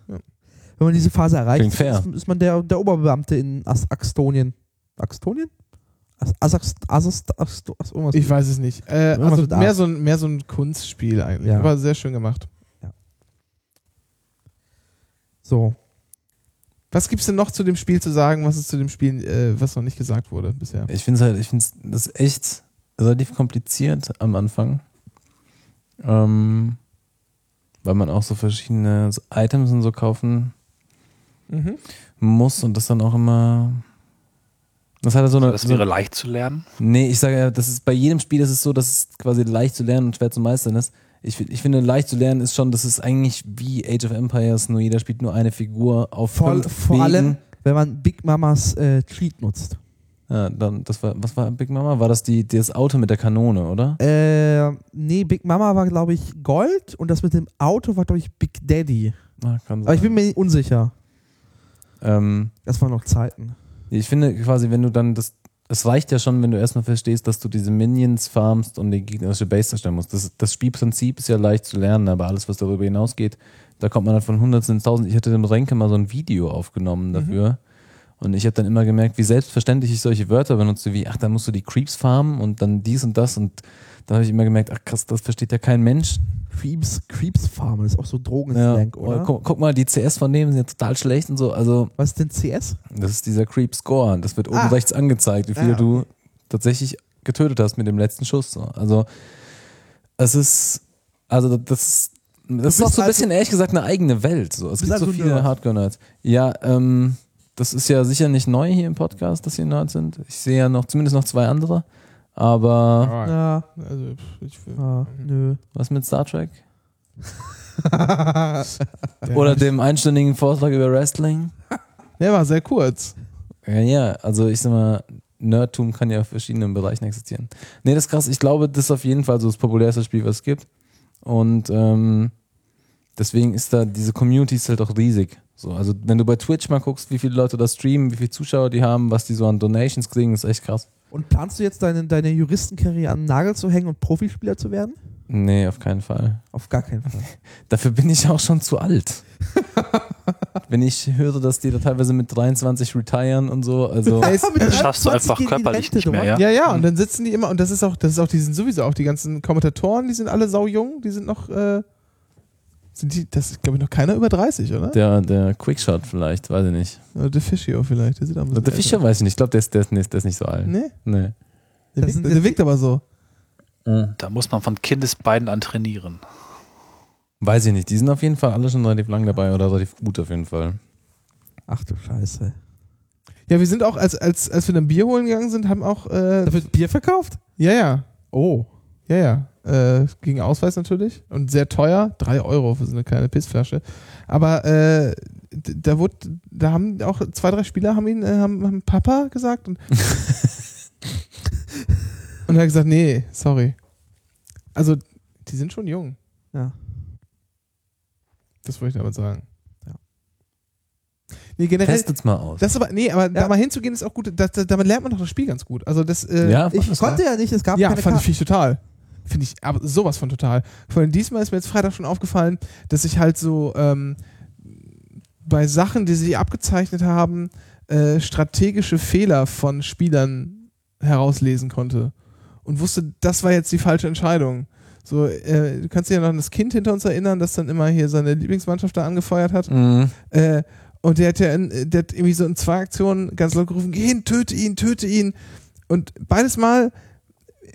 S2: Ja.
S5: Wenn man diese Phase erreicht,
S4: Klingt fair.
S5: Ist, ist man der, der Oberbeamte in As Axtonien. Axtonien? As Asax Asas Asto- As irgendwas.
S2: Ich weiß es nicht. Äh,
S5: Irgendwas
S2: also
S5: mit A.
S2: mehr so, ein, mehr so ein Kunstspiel eigentlich.
S5: Ja.
S2: Aber sehr schön gemacht.
S5: so.
S2: Was gibt's denn noch zu dem Spiel zu sagen, was es zu dem Spiel, äh, was noch nicht gesagt wurde bisher?
S4: Ich finde es halt, ich finde das echt relativ kompliziert am Anfang. Ähm, weil man auch so verschiedene Items und so kaufen
S2: Mhm.
S4: muss und das dann auch immer. Das hat halt so eine.
S3: Das wäre
S4: So,
S3: leicht zu lernen.
S4: nee, ich sage ja, das ist bei jedem Spiel ist es so, dass es quasi leicht zu lernen und schwer zu meistern ist. Ich, fi- ich finde, leicht zu lernen ist schon, das ist eigentlich wie Age of Empires, nur jeder spielt nur eine Figur auf
S5: Vor,
S4: fünf
S5: vor
S4: Wegen.
S5: allem, wenn man Big Mamas äh, Cheat nutzt.
S4: Ja, dann, das war, was war Big Mama? War das die, das Auto mit der Kanone, oder?
S5: Äh, nee, Big Mama war, glaube ich, Gold und das mit dem Auto war, glaube ich, Big Daddy.
S4: Ah, kann
S5: Aber ich bin mir nicht unsicher.
S4: ähm,
S5: Das waren noch Zeiten.
S4: Ich finde quasi, wenn du dann das. Es reicht ja schon, wenn du erstmal verstehst, dass du diese Minions farmst und die gegnerische Base zerstören musst. Das, das Spielprinzip ist ja leicht zu lernen, aber alles, was darüber hinausgeht, da kommt man dann von Hundertsten ins Tausend. Ich hatte dem Renke mal so ein Video aufgenommen
S5: Mhm.
S4: dafür. Und ich habe dann immer gemerkt, wie selbstverständlich ich solche Wörter benutze, wie, ach, dann musst du die Creeps farmen und dann dies und das. Und dann habe ich immer gemerkt, ach krass, das versteht ja kein Mensch.
S5: Creeps, Creeps Farm, das ist auch so
S4: Ja, Oh,
S5: Drogenslang, oder?
S4: guck, guck mal, die CS von dem sind ja total schlecht und so. Also,
S5: Was ist denn CS?
S4: das ist dieser Creep Score. Das wird oben
S5: Ah.
S4: rechts angezeigt, wie viele
S5: Ah, okay.
S4: du tatsächlich getötet hast mit dem letzten Schuss. so. Also es ist, also das ist Das ist
S5: bist
S4: auch so ein
S5: also-
S4: bisschen, ehrlich gesagt, eine eigene Welt. So. Es
S5: bist
S4: gibt so
S5: also ein
S4: viele
S5: Nerd.
S4: Hardcore-Nerds. Ja, ähm, das ist ja sicher nicht neu hier im Podcast, dass hier Nerds sind. Ich sehe ja noch, zumindest noch zwei andere. Aber
S2: Alright.
S5: Ja,
S2: Also, pff, ich,
S5: ah, nö.
S4: was mit Star Trek? Oder dem einstündigen Vortrag über Wrestling?
S2: [laughs] Der war sehr kurz.
S4: Ja, ja, also ich sag mal, Nerdtum kann ja auf verschiedenen Bereichen existieren. Nee, das ist krass. Ich glaube, das ist auf jeden Fall so das populärste Spiel, was es gibt. Und ähm, deswegen ist da diese Community ist halt auch riesig. So, also wenn du bei Twitch mal guckst, wie viele Leute da streamen, wie viele Zuschauer die haben, was die so an Donations kriegen, ist echt krass.
S5: Und planst du jetzt deine, deine Juristenkarriere an den Nagel zu hängen und Profispieler zu werden?
S4: Nee, auf keinen Fall.
S5: Auf gar keinen Fall.
S4: Dafür bin ich auch schon zu alt. [laughs] wenn ich höre, dass die da teilweise mit 23 retiren und so, also
S2: Ey, es-
S3: Das schaffst du einfach
S5: gehen die in
S3: körperlich
S5: Rente,
S3: nicht mehr,
S5: oder?
S2: Ja,
S3: ja.
S2: ja, und dann sitzen die immer, und das ist auch, das ist auch, die sind sowieso auch die ganzen Kommentatoren, die sind alle saujung, die sind noch, äh, sind die, das ist, glaube ich, noch keiner über 30, oder?
S4: der, der Quickshot vielleicht, weiß ich nicht.
S2: Oder De Fischio vielleicht, der sieht auch ein bisschen
S4: Der
S2: älter
S4: Fischer weiß ich nicht, ich glaube, der ist, der, ist nicht- der ist nicht so alt.
S2: aus. Also. Nee,
S4: Nee.
S2: der,
S5: Das
S2: wirkt,
S5: sind
S2: der
S5: jetzt-
S2: wirkt aber so. Mhm.
S3: Da muss man von Kindesbeinen an trainieren.
S4: Weiß ich nicht. Die sind auf jeden Fall alle schon relativ lang dabei oder relativ gut auf jeden Fall.
S5: Ach du Scheiße.
S2: Ja, wir sind auch, als, als, als wir dann Bier holen gegangen sind, haben auch, äh,
S5: Da wird Bier verkauft?
S2: ja, ja. Oh. Ja, ja. Äh, gegen Ausweis natürlich. Und sehr teuer. Drei Euro für so eine kleine Pissflasche. Aber äh, d- da wurde, da haben auch zwei, drei Spieler haben ihn, äh, haben, haben Papa gesagt
S5: [laughs]
S2: und, und er hat gesagt, nee, sorry. Also, die sind schon jung.
S5: Ja.
S2: Das wollte ich damit sagen.
S5: Ja.
S2: Nee, generell.
S4: Testet's mal aus.
S2: Äh, Das ist aber, nee, aber da
S5: Ja.
S2: mal hinzugehen ist auch gut. Das, das, damit lernt man doch das Spiel ganz gut. Also das, äh,
S4: Ja,
S5: Ich
S4: fand das
S5: konnte ja nicht, es gab
S2: ja,
S5: keine
S2: fand ich,
S5: Karten.
S2: find ich total. Finde ich aber sowas von total. Vor allem diesmal ist mir jetzt Freitag schon aufgefallen, dass ich halt so ähm, bei Sachen, die sie abgezeichnet haben, äh, strategische Fehler von Spielern herauslesen konnte. Und wusste, das war jetzt die falsche Entscheidung. So, äh, du kannst dich ja noch an das Kind hinter uns erinnern, das dann immer hier seine Lieblingsmannschaft da angefeuert hat.
S4: Mhm.
S2: Äh, und der hat ja in, der hat irgendwie so in zwei Aktionen ganz laut gerufen, geh hin, töte ihn, töte ihn. Und beides Mal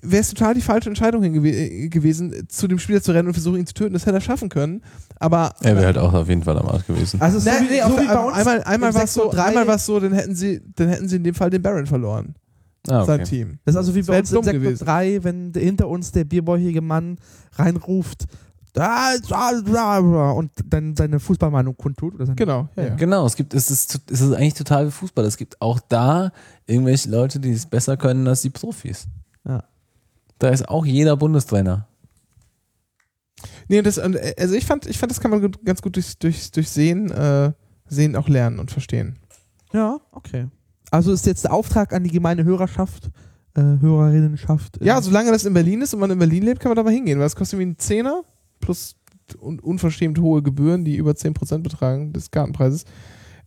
S2: wäre es total die falsche Entscheidung hingewe- äh, gewesen, zu dem Spieler zu rennen und versuchen, ihn zu töten. Das hätte er schaffen können. Aber
S4: Er wäre halt auch auf jeden Fall am Arsch gewesen.
S5: Also so,
S2: Nein,
S5: wie,
S2: nee,
S5: so
S2: auf-
S5: wie bei uns.
S2: einmal, einmal
S5: im
S2: war es so,
S5: 6:3.
S2: einmal war's so, dann hätten sie, dann hätten sie in dem Fall den Baron verloren,
S4: Ah,
S2: sein
S4: okay.
S2: Team.
S5: Das ist also wie
S2: wär
S5: bei uns in
S2: dumm
S5: Sektor
S2: gewesen.
S5: 3, wenn der- hinter uns der bierbäuchige Mann reinruft da, da, da, da, und dann seine Fußballmeinung kundtut. Oder seine
S2: Genau, ja, ja.
S4: Genau, es gibt, es ist, es ist eigentlich total wie Fußball. Es gibt auch da irgendwelche Leute, die es besser können als die Profis.
S5: Ja.
S4: Da ist auch jeder Bundestrainer.
S2: Nee, das, und, äh, also ich fand, ich fand, das kann man gut, ganz gut durch, durch, durch Sehen, äh, Sehen auch lernen und verstehen.
S5: Ja, okay. Also ist jetzt der Auftrag an die gemeine Hörerschaft, äh, Hörerinnenschaft. äh,
S2: Ja, also, solange das in Berlin ist und man in Berlin lebt, kann man da mal hingehen, weil es kostet irgendwie einen Zehner plus un unverschämt hohe Gebühren, die über 10% betragen des Gartenpreises.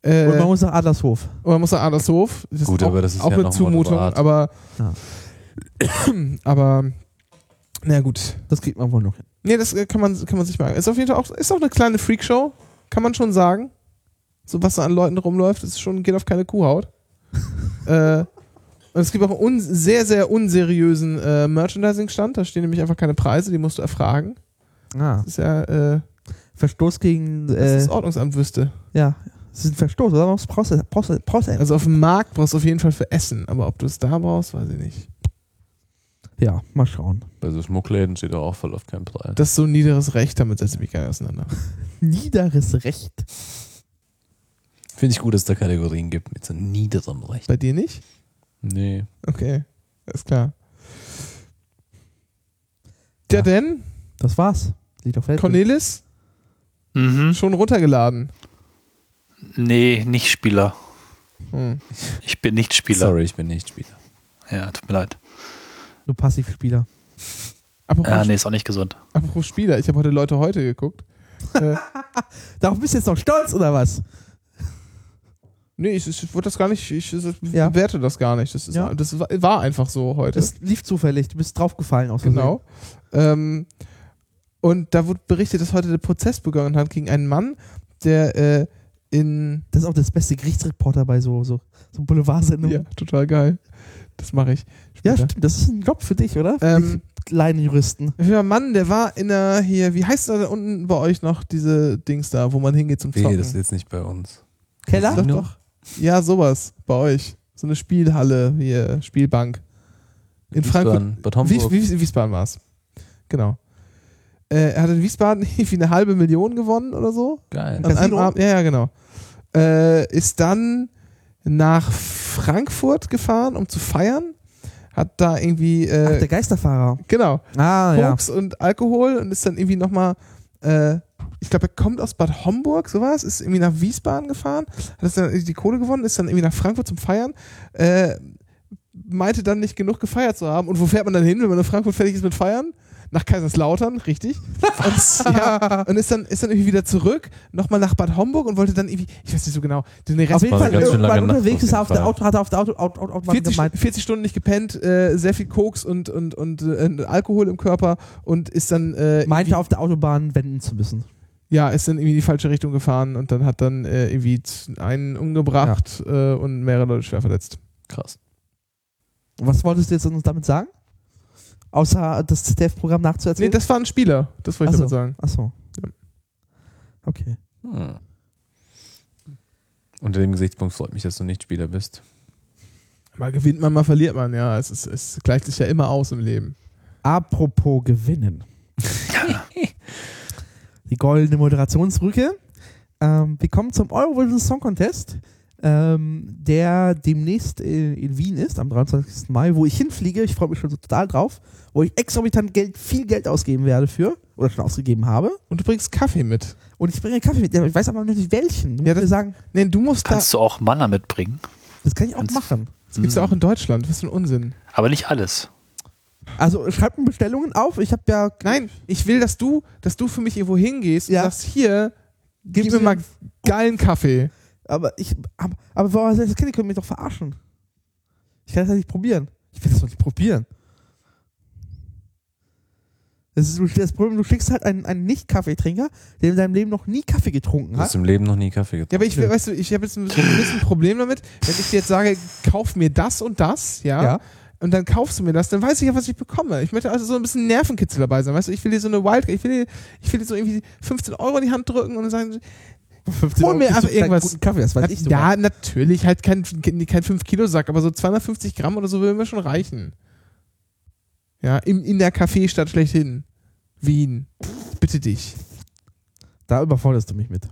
S2: Äh,
S5: und man muss nach Adlershof.
S2: und man muss nach Adlershof. Das
S4: Gut,
S2: auch,
S4: aber das ist
S2: auch
S4: ja
S2: eine
S4: noch ein
S2: Zumutung,
S4: Moderat.
S2: aber.
S5: Ja.
S2: [clears throat] aber. Na gut.
S5: Das kriegt man wohl noch hin.
S2: Nee, das äh, kann man, kann man sich mal. Ist auf jeden Fall auch, ist auch eine kleine Freakshow, kann man schon sagen. So was da an Leuten rumläuft, ist schon, geht auf keine
S5: [laughs]
S2: Kuhhaut. äh, und es gibt auch einen un sehr, sehr unseriösen äh, Merchandising-Stand. Da stehen nämlich einfach keine Preise, die musst du erfragen.
S5: Ah.
S2: Das ist ja, äh,
S5: Verstoß gegen.
S2: das
S5: Äh,
S2: ist Ordnungsamt wüsste.
S5: ja, das ist ein Verstoß, oder? Man muss brauchst du- brauchst du- brauchst du-
S2: Also auf dem Markt brauchst du auf jeden Fall für Essen, aber ob du es da brauchst, weiß ich nicht.
S5: Ja, mal schauen.
S4: Bei so Schmuckläden steht doch auch voll auf keinen Preis.
S2: Das ist so ein niederes Recht, damit setze ich mich gar nicht auseinander.
S5: Niederes Recht.
S4: Finde ich gut, dass es da Kategorien gibt mit so niederem Recht.
S2: Bei dir nicht?
S4: Nee.
S2: Okay, ist klar. Ja,
S5: Ja. Äh,
S2: denn,
S5: Das war's. Lied auf Welt.
S2: Cornelis,
S3: Mhm.
S2: schon runtergeladen.
S3: Nee, nicht Spieler.
S2: Hm.
S3: Ich bin nicht Spieler.
S4: Sorry, ich bin nicht Spieler.
S3: Ja, tut mir leid.
S5: Nur Passivspieler.
S2: Apropos,
S3: Ja, Ah, nee, ist auch nicht gesund.
S2: apropos Spieler, ich habe heute Leute heute geguckt.
S5: Darauf bist du jetzt noch stolz, oder was?
S2: Nee, ich, ich würde das gar nicht, ich, ich
S5: Ja.
S2: bewerte das gar nicht. Das, ist,
S5: Ja.
S2: das war- war einfach so heute.
S5: Das lief zufällig. Du bist draufgefallen aus Versehen.
S2: genau. Ähm, und da wurde berichtet, dass heute der Prozess begonnen hat gegen einen Mann, der äh, in
S5: Das ist auch das beste Gerichtsreporter bei so, so, so
S2: ja,
S5: Boulevardsendungen.
S2: total geil. Das mache ich.
S5: Ja,
S2: später.
S5: stimmt. Das ist ein Job für dich, oder? Für
S2: Ähm,
S5: dich Laienjuristen.
S2: Der Mann, der war in der hier, wie heißt da unten bei euch noch diese Dings da, wo man hingeht zum Zocken?
S4: Nee, das ist jetzt nicht bei uns.
S5: Keller?
S2: doch, doch. Ja, sowas bei euch. So eine Spielhalle hier, Spielbank. In Frankfurt.
S4: Wiesbaden, Bad
S2: Wies,
S4: Homburg.
S2: Wies, Wiesbaden war es. Genau. Äh, er hat in Wiesbaden [laughs] irgendwie eine halbe Million gewonnen oder so.
S4: Geil.
S2: An einem
S5: Casino?
S2: Abend, ja, ja, genau. Äh, ist dann nach Frankfurt gefahren, um zu feiern. Hat da irgendwie,
S5: Ach,
S2: äh,
S5: der Geisterfahrer.
S2: genau,
S5: Ah, ja.
S2: Koks und Alkohol und ist dann irgendwie nochmal, äh, ich glaube, er kommt aus Bad Homburg, sowas, ist irgendwie nach Wiesbaden gefahren, hat das dann irgendwie die Kohle gewonnen, ist dann irgendwie nach Frankfurt zum Feiern, äh, meinte dann nicht genug gefeiert zu haben. Und wo fährt man dann hin, wenn man in Frankfurt fertig ist mit Feiern? Nach Kaiserslautern, richtig. Und, [laughs] ja, und ist dann, ist dann irgendwie wieder zurück, nochmal nach Bad Homburg und wollte dann irgendwie, ich weiß nicht so genau, den Rest
S5: Auf jeden
S4: war
S5: Fall
S4: eine ganz schön lange
S5: irgendwann
S4: Nacht
S5: unterwegs
S4: auf
S5: ist er
S4: jeden
S5: auf
S4: Fall.
S5: der Auto, hat er auf der Auto, Auto, Auto, Autobahn
S2: 40,
S5: gemeint.
S2: 40 Stunden nicht gepennt, äh, sehr viel Koks und, und, und äh, Alkohol im Körper und ist dann. Äh,
S5: meinte
S2: irgendwie-
S5: auf der Autobahn wenden zu müssen.
S2: Ja, ist dann irgendwie in die falsche Richtung gefahren und dann hat dann äh, irgendwie z- einen umgebracht äh, und mehrere Leute schwer verletzt.
S4: Krass.
S5: Was wolltest du jetzt uns damit sagen? Außer äh, das ZDF-Programm
S2: Nee,
S5: nachzuerzählen?
S2: das war ein Spieler, das wollte ich
S5: Ach so.
S2: damit sagen.
S5: Achso.
S2: Ja.
S5: Okay.
S4: Hm. Unter dem Gesichtspunkt freut mich, dass du nicht Spieler bist.
S2: Mal gewinnt man, mal verliert man, ja. Es, ist, es gleicht sich ja immer aus im Leben. [laughs]
S5: Apropos gewinnen. Die goldene Moderationsbrücke. Ähm, wir kommen zum Eurovision Song Contest, ähm, der demnächst in, in Wien ist, am 23. Mai, wo ich hinfliege. Ich freue mich schon total drauf, wo ich exorbitant Geld, viel Geld ausgeben werde für, oder schon ausgegeben habe.
S2: Und du bringst Kaffee mit.
S5: Und ich bringe Kaffee mit. Ja, Ich weiß aber noch nicht welchen. Du
S2: Ja,
S5: musst mir
S2: das-
S5: sagen,
S2: Nee, du musst
S3: Kannst du auch Mana mitbringen?
S5: da, das kann ich auch
S3: Kannst-
S5: machen.
S2: da. Das gibt's ja auch in Deutschland, was für ein Unsinn.
S3: Aber nicht alles.
S5: Also schreibt mir Bestellungen auf. Ich habe ja.
S2: Nein, ich will, dass du, dass du für mich irgendwo hingehst
S5: Ja.
S2: und sagst, hier, gib,
S5: Gib
S2: mir
S5: mir-
S2: mal geilen Kaffee.
S5: Aber ich. Aber, aber warum das Kind, ihr könnt mich doch verarschen. Ich kann das ja nicht probieren. Ich will das doch nicht probieren. Das ist das Problem, du schickst halt einen, einen Nicht-Kaffeetrinker, der in seinem Leben noch nie Kaffee getrunken
S4: Du hast
S5: hat.
S4: im Leben noch nie Kaffee
S2: Ja,
S4: getrunken.
S2: aber ich,
S5: Nö.
S2: weißt du, ich habe jetzt ein bisschen ein bisschen Problem damit, wenn ich dir jetzt sage, kauf mir das und das, ja,
S5: [laughs] Ja.
S2: und dann kaufst du mir das, dann weiß ich ja, was ich bekomme. Ich möchte also so ein bisschen Nervenkitzel dabei sein, weißt du, ich will dir so eine Wildcard, ich will dir, ich will dir so irgendwie 15 Euro in die Hand drücken und sagen,
S5: 15
S2: Hol mir
S5: kriegst
S2: aber
S5: du keinen
S2: irgendwas.
S5: Guten Kaffee, das weiß ich sogar.
S2: ja, natürlich, halt kein, kein 5-Kilo-Sack, aber so 250 Gramm oder so würde mir schon reichen. Ja, in, in der Kaffeestadt schlechthin. Wien. Bitte dich.
S5: Da überforderst du mich mit.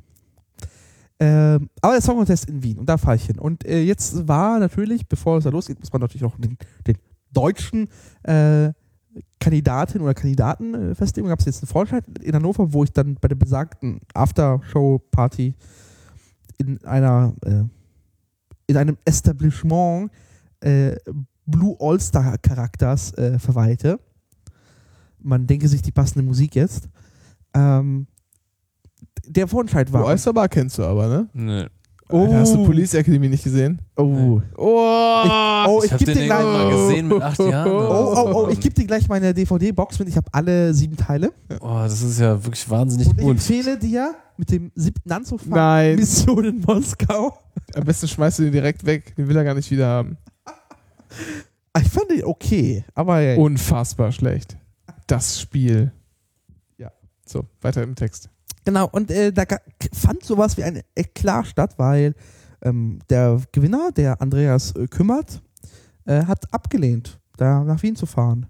S5: Ähm, aber der Song Contest in Wien und da fahre ich hin. Und äh, jetzt war natürlich, bevor es da losgeht, muss man natürlich auch den, den deutschen äh, Kandidatin oder Kandidaten äh, festlegen. Gab es jetzt einen Vorentscheid in Hannover, wo ich dann bei der besagten After-Show-Party in einer äh, in einem Establishment äh, Blue All-Star-Charakters äh, verweilte. Man denke sich die passende Musik jetzt. Ähm, der Vorentscheid
S2: Du
S5: war.
S2: Oysterbar kennst du aber, ne?
S4: Nö.
S5: Oh.
S2: Hast du Police Academy nicht gesehen?
S5: Oh.
S2: Oh!
S5: oh,
S4: Ich
S5: ich
S4: hab
S5: gebe
S4: den
S5: dir gleich.
S4: irgendwann mal
S5: Oh,
S4: gesehen mit acht Jahren. oder
S5: oh,
S4: so.
S5: oh, ich gebe dir gleich meine DVD-Box mit. Ich habe alle sieben Teile.
S4: Oh, das ist ja wirklich wahnsinnig
S5: Und ich
S4: gut.
S5: empfehle dir mit dem siebten anzufangen.
S2: Nein.
S5: Mission in Moskau.
S2: Am besten schmeißt du den direkt weg, den will er gar nicht wieder haben.
S5: Ah, Ich fand den okay, aber ey,
S2: Unfassbar schlecht. Das Spiel.
S5: Ja.
S2: So, weiter im Text.
S5: genau. Und äh, da ga- fand sowas wie ein Eklat statt, weil ähm, der Gewinner, der Andreas äh, kümmert, äh, hat abgelehnt, da nach Wien zu fahren.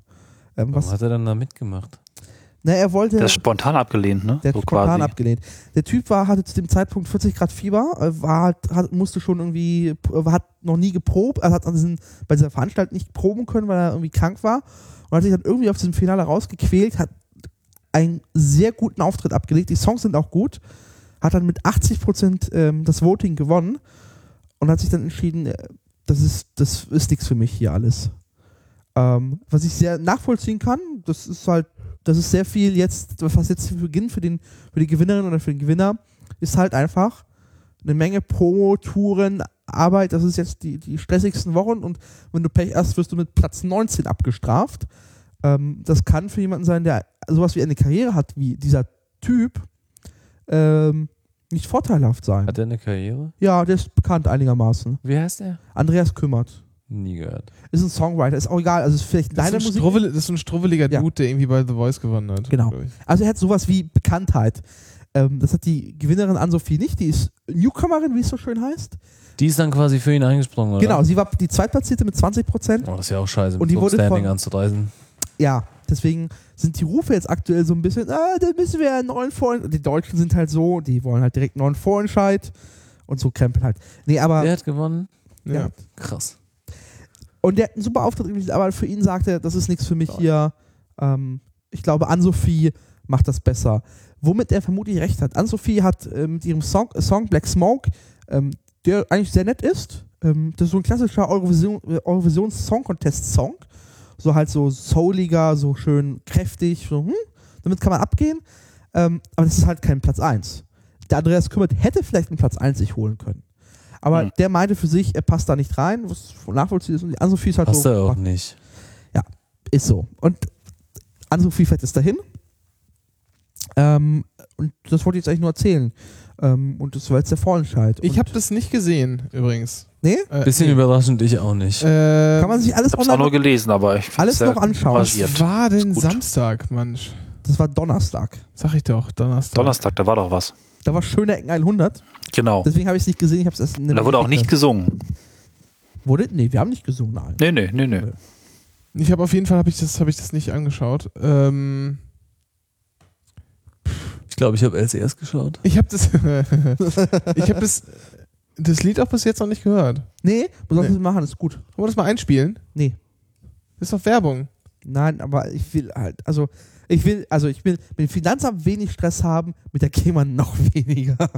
S5: Ähm,
S4: Warum
S5: was?
S4: hat er dann da mitgemacht?
S5: Na, er wollte.
S3: Der ist spontan abgelehnt, ne?
S5: Der hat
S3: so
S5: spontan
S3: quasi.
S5: abgelehnt. Der Typ war, hatte zu dem Zeitpunkt 40 Grad Fieber, äh, war, halt- hat, musste schon irgendwie, äh, hat noch nie geprobt, also hat an diesen, bei dieser Veranstaltung nicht proben können, weil er irgendwie krank war und hat sich dann irgendwie auf diesem Finale rausgequält, hat einen sehr guten Auftritt abgelegt, die Songs sind auch gut, hat dann mit 80 Prozent ähm, das Voting gewonnen und hat sich dann entschieden, äh, das ist, das ist nichts für mich hier alles. Ähm, was ich sehr nachvollziehen kann, das ist halt, das ist sehr viel jetzt, was jetzt beginnt für den, für die Gewinnerin oder für den Gewinner, ist halt einfach eine Menge Promo-Touren, Arbeit, das ist jetzt die, die stressigsten Wochen und wenn du Pech hast, wirst du mit Platz 19 abgestraft. Ähm, das kann für jemanden sein, der sowas wie eine Karriere hat, wie dieser Typ, ähm, nicht vorteilhaft sein.
S4: Hat er eine Karriere?
S5: Ja, der ist bekannt einigermaßen.
S4: Wie heißt er?
S5: Andreas kümmert.
S4: Nie gehört.
S5: Ist ein Songwriter, ist auch egal. Also ist vielleicht
S2: Das ist,
S5: deine
S2: ein
S5: Musik.
S2: Struwwel- das ist ein struwweliger
S5: Ja.
S2: Dude, der irgendwie bei The Voice gewonnen hat.
S5: Genau.
S2: glaub ich.
S5: Also er hat sowas wie Bekanntheit. Ähm, das hat die Gewinnerin Ann-Sophie nicht. Die ist Newcomerin, wie es so schön heißt.
S4: Die ist dann quasi für ihn eingesprungen, oder?
S5: Genau, sie war die Zweitplatzierte mit 20 Prozent.
S4: Oh, das ist ja auch scheiße,
S5: Und die
S4: so einem
S5: wurde
S4: Standing
S5: von-
S4: anzureißen.
S5: Ja, deswegen sind die Rufe jetzt aktuell so ein bisschen, ah, da müssen wir einen neuen Vorentscheid. Die Deutschen sind halt so, die wollen halt direkt einen neuen Vorentscheid und so krempeln halt. Nee, aber.
S4: Wer hat gewonnen?
S2: Ja.
S5: Ja.
S4: Krass.
S5: Und der hat einen super Auftritt gespielt, aber für ihn sagt er, das ist nichts für mich hier. Ähm, ich glaube, Ann-Sophie macht das besser. Womit er vermutlich recht hat. Ann-Sophie hat ähm, mit ihrem Song, Song Black Smoke, ähm, der eigentlich sehr nett ist. Ähm, das ist so ein klassischer Eurovision, äh, Eurovision Song Contest Song. So halt so souliger, so schön kräftig. So, hm, damit kann man abgehen. Ähm, aber das ist halt kein Platz 1. Der Andreas Kümmert hätte vielleicht einen Platz 1 sich holen können. Aber
S3: Hm.
S5: der meinte für sich, er passt da nicht rein, was nachvollziehbar ist. Und die Ann-Sophie ist halt
S4: Passt
S5: so.
S4: er auch nicht.
S5: Ist so. Und Ann-Sophie fährt jetzt dahin. Ähm, und das wollte ich jetzt eigentlich nur erzählen. Ähm, und das war jetzt der Vorentscheid.
S2: Ich
S5: Und-
S2: habe das nicht gesehen, übrigens.
S5: Nee?
S2: Äh,
S4: Bisschen
S2: nee.
S4: überraschend, ich auch nicht.
S2: Äh,
S5: Kann man sich alles
S3: ähm, Ich hab's auch nur
S5: online.
S3: gelesen, aber ich find's
S5: Alles
S3: sehr
S5: noch anschauen.
S3: rasiert.
S2: was war denn
S3: Ist gut.
S2: Samstag, Mensch?
S5: Das war Donnerstag.
S2: Sag ich doch, Donnerstag.
S3: Donnerstag, da war doch was.
S5: Da war schöne Ecken 100.
S3: Genau.
S5: Deswegen habe ich es nicht gesehen. Ich habe es erst in
S3: Und
S5: der
S3: da wurde auch nicht gesungen.
S5: Wurde? Nee, wir haben nicht gesungen. Nein.
S3: Nee, nee, nee, nee.
S2: Ich habe auf jeden Fall hab ich das, hab ich das nicht angeschaut. Ähm,
S4: Ich glaube, ich habe LCS geschaut.
S2: ich habe das, [laughs] ich habe das, das Lied auch bis jetzt noch nicht gehört.
S5: Nee, muss
S2: Nee.
S5: nee. machen, ist gut.
S2: Wollen wir das mal einspielen?
S5: Nee.
S2: Das ist doch Werbung.
S5: Nein, aber ich will halt, also ich will, also ich will mit dem Finanzamt wenig Stress haben, mit der GEMA noch [laughs] weniger.
S2: Ja,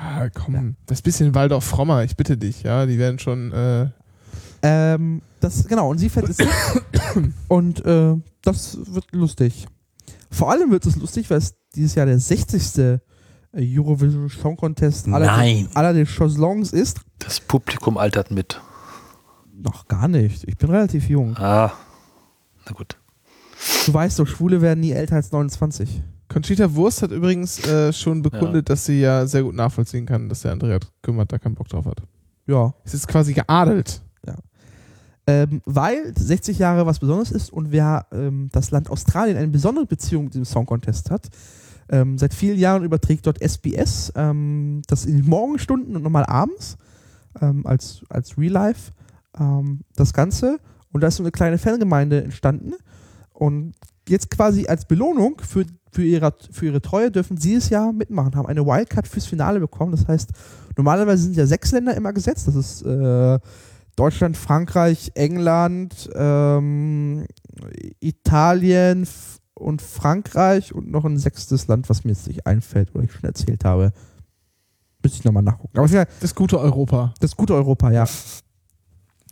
S2: Ah, komm, das bisschen Waldorf Frommer, ich bitte dich, ja, die werden schon, äh,
S5: Ähm, das, genau, und sie fährt es hin. Und äh, das wird lustig. Vor allem wird es lustig, weil es dieses Jahr der 60. Eurovision Song Contest aller,
S4: Nein.
S5: aller den Chansons ist.
S3: Das Publikum altert mit.
S5: Noch gar nicht. Ich bin relativ jung.
S3: Ah. Na gut.
S5: Du weißt doch, Schwule werden nie älter als 29.
S2: Conchita Wurst hat übrigens äh, schon bekundet, dass sie ja sehr gut nachvollziehen kann, dass der Andrea kümmert, da keinen Bock drauf hat.
S5: Ja.
S2: Es ist quasi geadelt.
S5: Ähm, weil 60 Jahre was Besonderes ist und wer ähm, das Land Australien eine besondere Beziehung mit dem Song Contest hat. Ähm, seit vielen Jahren überträgt dort SBS ähm, das in den Morgenstunden und nochmal abends ähm, als, als Real Life ähm, das Ganze. Und da ist so eine kleine Fangemeinde entstanden. Und jetzt quasi als Belohnung für, für, ihre, für ihre Treue dürfen sie es ja mitmachen, haben eine Wildcard fürs Finale bekommen. Das heißt, normalerweise sind ja sechs Länder immer gesetzt. Das ist äh, Deutschland, Frankreich, England, ähm, Italien f- und Frankreich und noch ein sechstes Land, was mir jetzt nicht einfällt oder ich schon erzählt habe. Müsste ich nochmal nachgucken. Aber auf jeden Fall,
S2: Das gute Europa.
S5: das gute Europa, ja.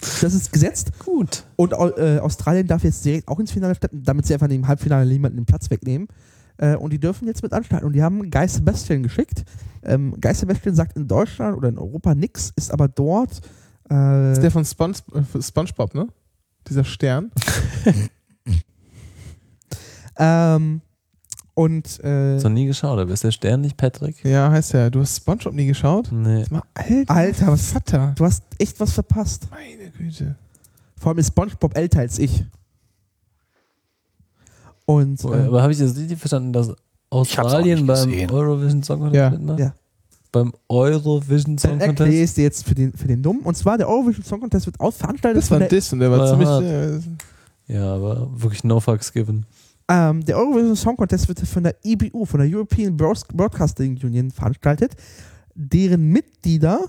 S5: Das ist gesetzt
S4: Gut.
S5: und Au- äh, Australien darf jetzt direkt auch ins Finale starten, damit sie einfach im Halbfinale niemanden den Platz wegnehmen. Äh, und die dürfen jetzt mit anstarten. Und die haben Guy Sebastian geschickt. Ähm, Guy Sebastian sagt in Deutschland oder in Europa nichts, ist aber dort. Äh,
S2: Das ist der von Spons äh, SpongeBob, ne? Dieser Stern.
S5: Ähm, und äh,
S4: Hast du noch nie geschaut, aber ist der Stern nicht Patrick?
S2: Ja, heißt er. Du hast SpongeBob nie geschaut?
S4: Nee.
S2: Mal, Alter,
S5: Alter, was-
S2: Vater.
S5: du hast echt was verpasst.
S2: Meine Güte.
S5: Vor allem ist SpongeBob älter als ich. Und
S4: So,
S5: äh,
S4: aber habe ich das richtig verstanden, dass
S3: hab's auch
S4: Australien
S3: nicht
S4: beim
S3: gesehen.
S4: Eurovision Song Contest
S2: Ja.
S4: mitmacht?
S5: Ja. Äh,
S4: Beim Eurovision Song
S5: dann erkläre
S4: Contest?
S5: ich es dir jetzt für den, für den Dummen. Und zwar der Eurovision Song Contest wird aus veranstaltet
S2: Das war ein
S5: von der,
S2: Diss und der war
S4: War hart.
S2: ziemlich. Äh,
S4: Ja, aber wirklich no fucks given.
S5: ähm, der Eurovision Song Contest wird von der EBU, von der European Broad- Broadcasting Union veranstaltet, deren Mitglieder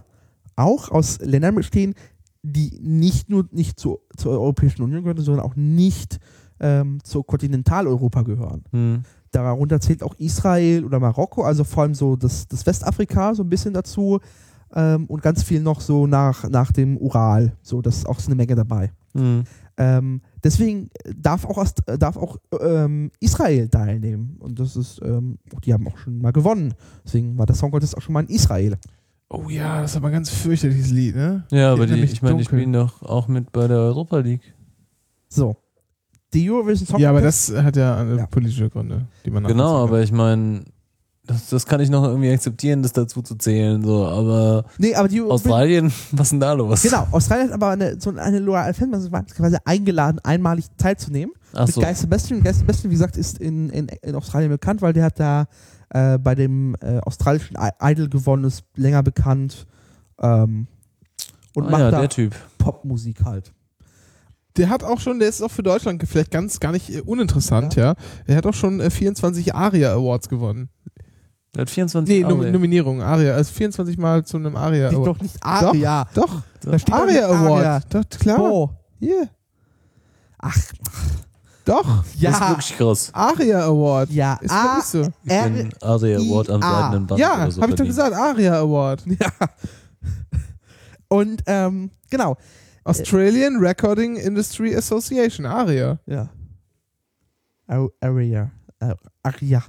S5: auch aus Ländern bestehen, die nicht nur nicht zu, zur Europäischen Union gehören, sondern auch nicht ähm, zu Kontinentaleuropa gehören.
S4: Hm.
S5: Darunter zählt auch Israel oder Marokko, also vor allem so das, das Westafrika so ein bisschen dazu ähm, und ganz viel noch so nach, nach dem Ural. So, das ist auch so eine Menge dabei.
S4: Hm.
S5: Ähm, deswegen darf auch, Ast- äh, darf auch ähm, Israel teilnehmen. Und das ist, ähm, die haben auch schon mal gewonnen. Deswegen war der Song Contest auch schon mal in Israel.
S2: oh ja, das ist aber ein ganz fürchterliches Lied, ne?
S4: Ja, aber die,
S2: nämlich
S4: ich meine, die
S2: dunkel.
S4: spielen doch auch mit bei der Europa League.
S5: So. Die Eurovision Song
S2: Ja, aber
S5: Contest-
S2: das hat ja, äh,
S5: Ja.
S2: politische Gründe, die man
S4: Genau,
S2: nachvollziehen
S4: aber ich meine, das, das kann ich noch irgendwie akzeptieren, das dazu zu zählen, so, aber
S5: Nee, aber die
S4: Australien, [laughs] was ist denn da los?
S5: Genau, Australien hat aber eine, so eine loyale Fanbase war quasi eingeladen, einmalig teilzunehmen.
S4: Ach
S5: mit
S4: so.
S5: Guy Sebastian. Guy Sebastian, wie gesagt, ist in, in, in Australien bekannt, weil der hat da äh, bei dem äh, australischen I- Idol gewonnen, ist länger bekannt ähm, und
S4: ah,
S5: macht
S4: ja,
S5: da
S4: der Typ.
S5: Popmusik halt.
S2: Der hat auch schon, der ist auch für Deutschland vielleicht ganz gar nicht äh, uninteressant, ja. Der hat auch schon äh, 24 ARIA Awards gewonnen.
S4: Der hat 24
S2: Nee, Nom
S4: Aurel.
S2: Nominierung, ARIA. Also 24 Mal zu einem ARIA
S5: Ist
S2: Award.
S5: doch nicht Aria.
S2: Doch,
S5: Da steht doch nicht
S2: ARIA Award.
S5: Aria.
S2: Doch, klar.
S5: Oh,
S2: Hier.
S5: Ach.
S2: Doch,
S4: Das ist
S5: ja.
S4: wirklich krass.
S2: ARIA Award.
S5: Ja, Ah.
S2: Ist
S5: A
S2: wirklich so.
S5: R
S4: Den Ari Award am
S5: I- A.
S4: seidenen Band.
S2: Ja,
S4: oder so
S2: hab ich doch
S4: Also verdient.
S2: gesagt, ARIA Award.
S5: [laughs] Ja. Und ähm, genau.
S2: Australian Recording Industry Association, ARIA.
S5: Ja. Ar- Aria. Ar- Aria.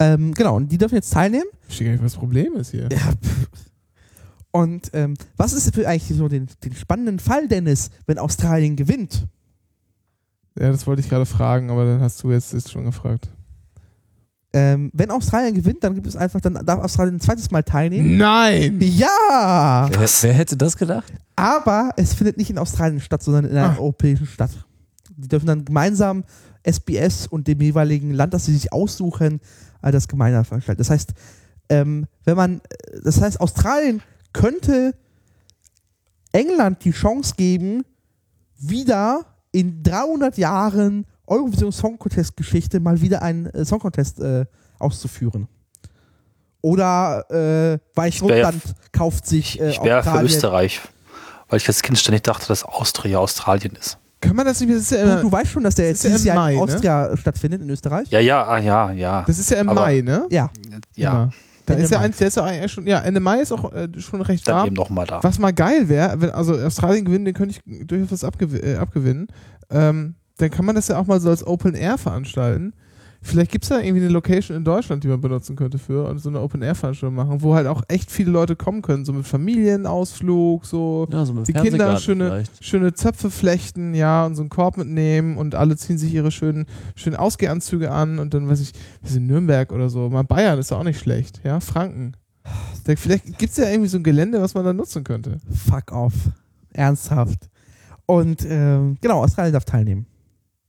S5: Ähm, genau, und die dürfen jetzt teilnehmen.
S2: Ich verstehe gar nicht, was das Problem ist hier.
S5: Ja. Und ähm, was ist für eigentlich so den, den spannenden Fall, Dennis, wenn Australien gewinnt?
S2: Ja, das wollte ich gerade fragen, aber dann hast du jetzt, jetzt schon gefragt.
S5: Ähm, wenn Australien gewinnt, dann gibt es einfach, dann darf Australien ein zweites Mal teilnehmen.
S2: Nein!
S5: Ja!
S4: Wer, wer hätte das gedacht?
S5: Aber es findet nicht in Australien statt, sondern in einer
S2: Ah.
S5: europäischen Stadt. Die dürfen dann gemeinsam SBS und dem jeweiligen Land, das sie sich aussuchen, äh, das gemeinsam veranstalten. Das heißt, ähm, wenn man, äh, das heißt, Australien könnte England die Chance geben, wieder in 300 Jahren Eurovision Song Contest Geschichte mal wieder einen äh, Song Contest äh, auszuführen. Oder äh, Weißrussland kauft sich äh,
S3: Ich wäre für
S5: Australien-
S3: Österreich, weil ich als Kind ständig dachte, dass Austria Australien ist.
S2: Kann man das nicht, das ist ja
S5: Du,
S2: immer,
S5: du weißt schon, dass der
S2: Das
S5: jetzt
S2: Äh, ist ja
S5: dieses
S2: im
S5: Jahr in
S2: Mai, ne?
S5: Austria stattfindet, in Österreich?
S3: Ja, ja, ah, ja, ja.
S2: das ist ja im
S3: Aber-
S2: Mai, ne?
S5: Ja.
S3: Ja,
S2: Immer. Da
S5: Ende
S2: ist ja
S5: Mai.
S2: eins, der ist ja eigentlich schon, ja, Ende Mai ist auch äh, schon recht
S3: dann
S2: warm.
S3: eben nochmal da.
S2: Was mal geil wäre, wenn also Australien gewinnen, den könnte ich durchaus was abgew äh, abgewinnen. Ähm, dann kann man das ja auch mal so als Open Air veranstalten. Vielleicht gibt es da irgendwie eine Location in Deutschland, die man benutzen könnte für und so eine Open Air Veranstaltung machen, wo halt auch echt viele Leute kommen können, so mit Familienausflug, so
S4: Ja, so mit
S2: die Kinder
S4: Fernsehgarten
S2: schöne,
S4: vielleicht.
S2: schöne Zöpfe flechten, ja, und so einen Korb mitnehmen und alle ziehen sich ihre schönen, schönen Ausgehanzüge an und dann, weiß ich, weiß ich, Nürnberg oder so. Mal Bayern ist ja auch nicht schlecht, ja, Franken. Da- Vielleicht gibt es ja irgendwie so ein Gelände, was man da nutzen könnte.
S5: Fuck off. Ernsthaft. Und ähm, genau, Australien darf teilnehmen.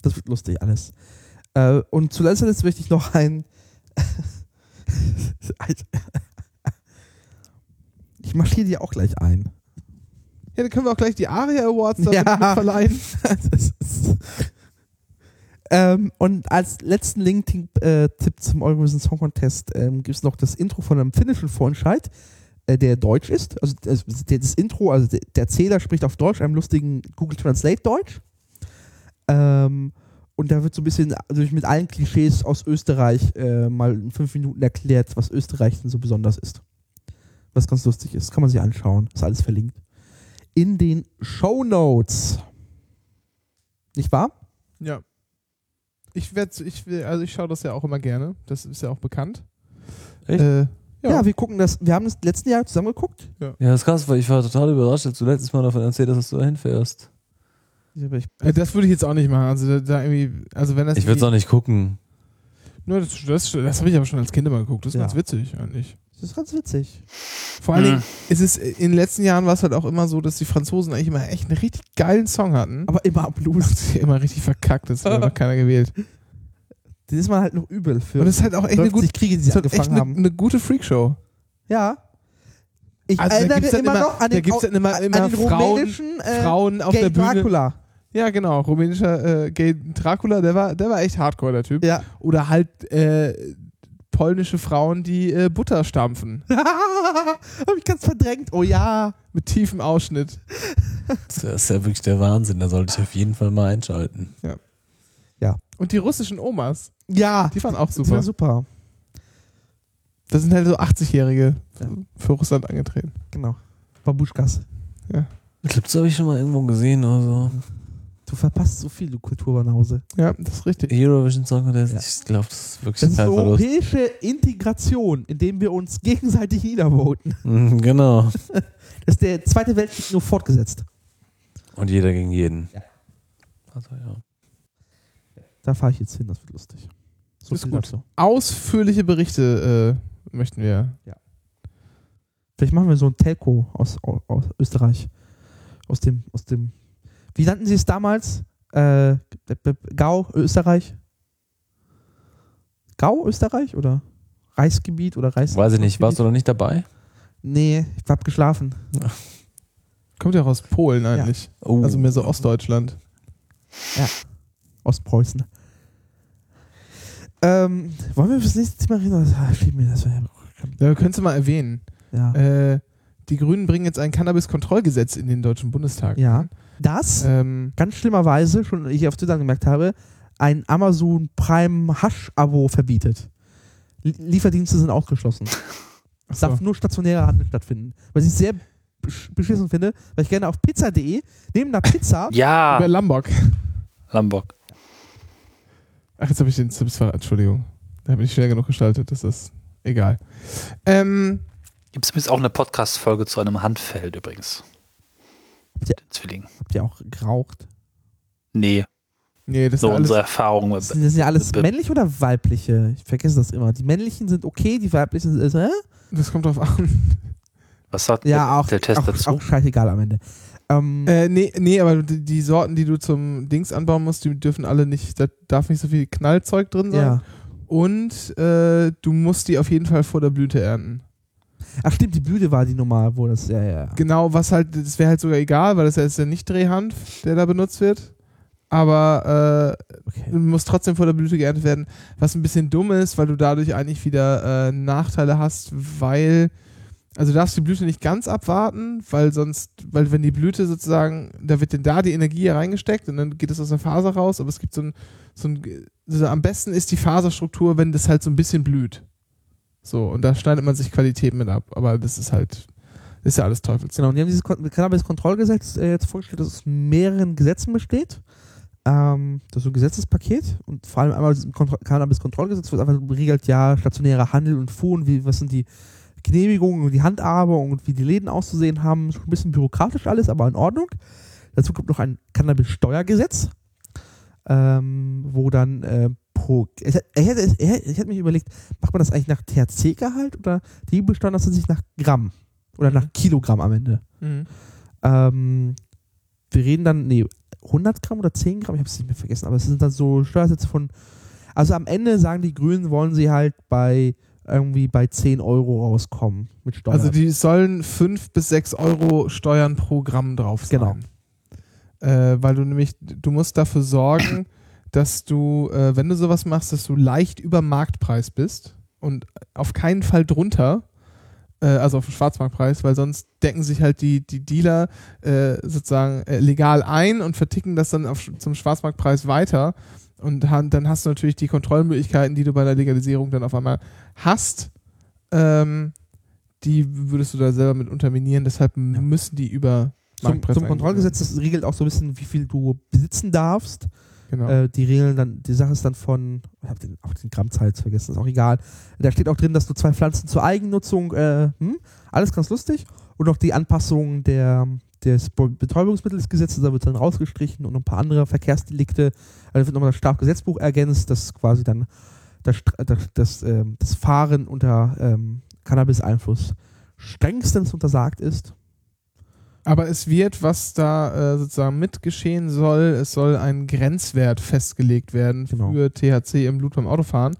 S5: Das wird lustig alles. Äh, und zuletzt ist wichtig noch ein. [laughs] Alter. ich marschiere dir auch gleich ein.
S2: Ja, dann können wir auch gleich die ARIA Awards damit
S5: Ja.
S2: verleihen.
S5: [laughs] Das ist- ähm, und als letzten Link-Tipp äh, Tipp zum Eurovision Song Contest ähm, gibt es noch das Intro von einem finnischen Vorentscheid, äh, der deutsch ist. Also das, das Intro, also der, der Zähler spricht auf Deutsch, einem lustigen Google Translate Deutsch. Ähm, und da wird so ein bisschen durch mit allen Klischees aus Österreich äh, mal in fünf Minuten erklärt, was Österreich denn so besonders ist. Was ganz lustig ist. Kann man sich anschauen. Ist alles verlinkt. In den Show Notes. Nicht wahr?
S2: Ja. Ich werde, ich will, also ich schaue das ja auch immer gerne. Das ist ja auch bekannt.
S4: Echt?
S2: Äh, ja.
S5: Ja. wir gucken das. Wir haben das letzten Jahr zusammen geguckt.
S4: Ja, das ist krass, weil ich war total überrascht, als du letztes Mal davon erzählt hast, dass du da hinfährst.
S2: Äh, das würde ich jetzt auch nicht machen. Also da, da irgendwie, also wenn das.
S4: Ich würde es auch nicht gucken.
S2: Nur das, das, das habe ich aber schon als Kind immer geguckt. Das ist
S5: Ja.
S2: ganz witzig eigentlich.
S5: Das ist ganz witzig.
S2: Vor allen
S3: Mhm.
S2: Dingen ist es in den letzten Jahren war es halt auch immer so, dass die Franzosen eigentlich immer echt einen richtig geilen Song hatten.
S5: Aber immer am Blues.
S2: Blues die immer richtig verkackt, das
S5: [laughs]
S2: hat einfach keiner gewählt.
S5: Das ist mal halt noch übel für
S2: Und es ist halt auch echt eine
S5: 50
S2: gute,
S5: Kriege, die
S2: es
S5: sie
S2: ist halt echt
S5: angefangen
S2: eine,
S5: haben.
S2: eine gute Freakshow.
S5: Ja. Ich
S2: Also da
S5: erinnere
S2: gibt's dann
S5: immer
S2: immer-
S5: noch an
S2: da
S5: den,
S2: gibt's dann immer-
S5: an
S2: immer
S5: den
S2: Frauen-
S5: rumänischen äh,
S2: Frauen auf
S5: Gay
S2: der Bühne.
S5: Dracula.
S2: Ja, genau. Rumänischer äh, Gay Dracula, der war, der war echt hardcore, der Typ.
S5: Ja.
S2: Oder halt äh, polnische Frauen, die äh, Butter stampfen.
S5: [laughs] Hab ich ganz verdrängt. Oh ja.
S2: Mit tiefem Ausschnitt.
S4: Das ist ja wirklich der Wahnsinn, da sollte ich auf jeden Fall mal einschalten.
S2: Und die russischen Omas,
S5: [laughs] Ja.
S2: die waren auch
S5: Das
S2: super.
S5: war super.
S2: Das sind halt so 80-Jährige
S5: Ja.
S2: für Russland angetreten.
S5: Genau. Babuschkas.
S4: Clips habe ich schon mal irgendwo gesehen oder so.
S5: Du verpasst so viel, du Kulturbanause.
S2: Ja, das ist richtig.
S4: Eurovision Song Contest,
S5: Ja.
S4: ich glaube, das ist
S5: Das
S4: wirklich
S5: ist
S4: kein Verlust.
S5: europäische Integration, indem wir uns gegenseitig niedervoten.
S4: Mhm, Genau.
S5: Das ist der Zweite Weltkrieg nur fortgesetzt.
S4: Und jeder gegen jeden.
S5: Ja.
S4: Also, ja.
S5: Da fahre ich jetzt hin, das wird lustig. So
S2: Ist
S5: viel
S2: gut.
S5: dazu.
S2: Ausführliche Berichte äh, möchten wir.
S5: Vielleicht machen wir so ein Telco aus, aus, aus Österreich. Aus dem, aus dem. Wie nannten sie es damals? Äh, Gau, Österreich? Gau, Österreich? Oder Reichsgebiet oder Reichs.
S4: Weiß ich nicht, warst du noch nicht dabei?
S5: Nee, ich hab geschlafen.
S2: Kommt ja auch aus Polen eigentlich.
S4: Oh.
S2: Also mehr so Ostdeutschland.
S5: Ostpreußen. Ähm, wollen wir fürs nächste Thema reden? oder- Ah, schieben wir das.
S2: Ja, könntest du mal erwähnen.
S5: Ja.
S2: Äh, die Grünen bringen jetzt ein Cannabis-Kontrollgesetz in den Deutschen Bundestag.
S5: Ja. Das,
S2: Ähm,
S5: ganz schlimmerweise, schon ich auf Twitter gemerkt habe, ein Amazon Prime Hasch-Abo verbietet. Lie- Lieferdienste sind ausgeschlossen. Es
S2: so.
S5: darf nur stationärer Handel stattfinden. Was ich sehr besch- beschissen finde, weil ich gerne auf pizza.de neben einer Pizza
S3: Ja,
S2: Ah. Über Lambok.
S3: Lambok.
S2: Ach, jetzt habe ich den Zips ver- Entschuldigung. Da habe ich schnell genug gestaltet, das ist egal. Ähm,
S3: Gibt es übrigens auch eine Podcast-Folge zu einem Handfeld übrigens. Mit
S5: Ja.
S3: den Zwillingen.
S5: habt ihr auch geraucht.
S3: Nee,
S2: nee, das
S3: so
S2: ist alles.
S3: unsere Erfahrungen.
S5: Das sind das sind ja alles
S3: b-
S5: männlich oder weibliche? Ich vergesse das immer. Die männlichen sind okay, die weiblichen sind. Äh?
S2: Das kommt drauf an. [laughs]
S3: Was sagt
S5: Ja, auch,
S3: der Test
S5: auch,
S3: dazu?
S5: auch scheißegal am Ende. Ähm,
S2: Äh, nee, nee, aber die, die Sorten, die du zum Dings anbauen musst, die dürfen alle nicht, da darf nicht so viel Knallzeug drin sein.
S5: ja.
S2: Und äh, du musst die auf jeden Fall vor der Blüte ernten.
S5: Ach stimmt, die Blüte war die Nummer, wo das. Ja, ja. ja.
S2: Genau, was halt, das wäre halt sogar egal, weil das ja ist ja nicht Drehhanf, der da benutzt wird. Aber äh,
S5: Okay.
S2: muss trotzdem vor der Blüte geerntet werden, was ein bisschen dumm ist, weil du dadurch eigentlich wieder äh, Nachteile hast, weil also du darfst die Blüte nicht ganz abwarten, weil sonst, weil wenn die Blüte sozusagen, da wird denn da die Energie reingesteckt und dann geht es aus der Faser raus, aber es gibt so ein, so ein also am besten ist die Faserstruktur, wenn das halt so ein bisschen blüht. So, und da schneidet man sich Qualität mit ab, aber das ist halt, ist ja alles Teufels.
S5: Genau, und die haben dieses Kon- Cannabis-Kontrollgesetz äh, jetzt vorgestellt, das aus mehreren Gesetzen besteht. Ähm, das ist so ein Gesetzespaket und vor allem einmal das Kontro- Cannabis-Kontrollgesetz, wo es einfach regelt, ja, stationärer Handel und Fuhr und wie, was sind die Genehmigungen und die Handhabung und wie die Läden auszusehen haben. Schon ein bisschen bürokratisch alles, aber in Ordnung. Dazu kommt noch ein Cannabis-Steuergesetz, ähm, wo dann äh, pro. Ich, hätte- ich, hätte, ich hätte- ich hätte mich überlegt, macht man das eigentlich nach THC-Gehalt oder die besteuern das sich nach Gramm oder nach Kilogramm am Ende? Ähm, wir reden dann, nee, 100 Gramm oder 10 Gramm, ich habe es nicht mehr vergessen, aber es sind dann so Steuersätze von. Also am Ende sagen die Grünen, wollen sie halt bei irgendwie bei 10 Euro rauskommen mit Steuern.
S2: Also die sollen 5 bis 6 Euro Steuern pro Gramm drauf sein.
S5: Genau.
S2: Äh, weil du nämlich, du musst dafür sorgen, dass du, äh, wenn du sowas machst, dass du leicht über Marktpreis bist und auf keinen Fall drunter, äh, also auf den Schwarzmarktpreis, weil sonst decken sich halt die, die Dealer äh, sozusagen äh, legal ein und verticken das dann auf, zum Schwarzmarktpreis weiter. Und han- dann hast du natürlich die Kontrollmöglichkeiten, die du bei der Legalisierung dann auf einmal hast. Ähm, die würdest du da selber mit unterminieren, deshalb müssen die über
S5: zum,
S2: Marktpreis
S5: zum
S2: eingehen.
S5: Kontrollgesetz, das regelt auch so ein bisschen, wie viel du besitzen darfst.
S2: Genau.
S5: Äh, die Regeln dann, die Sache ist dann von, ich habe den, auch den Grammzahl jetzt vergessen, ist auch egal. Da steht auch drin, dass du zwei Pflanzen zur Eigennutzung, äh, hm, alles ganz lustig. Und noch die Anpassung der, des Be- Betäubungsmittelsgesetzes, da wird dann rausgestrichen und noch ein paar andere Verkehrsdelikte. Also wird nochmal das Strafgesetzbuch ergänzt, das quasi dann das, Stra- das, das, ähm, das Fahren unter ähm, Cannabis-Einfluss strengstens untersagt ist.
S2: Aber es wird, was da äh, sozusagen mitgeschehen soll, es soll ein Grenzwert festgelegt werden
S5: Genau.
S2: für THC im Blut beim Autofahren,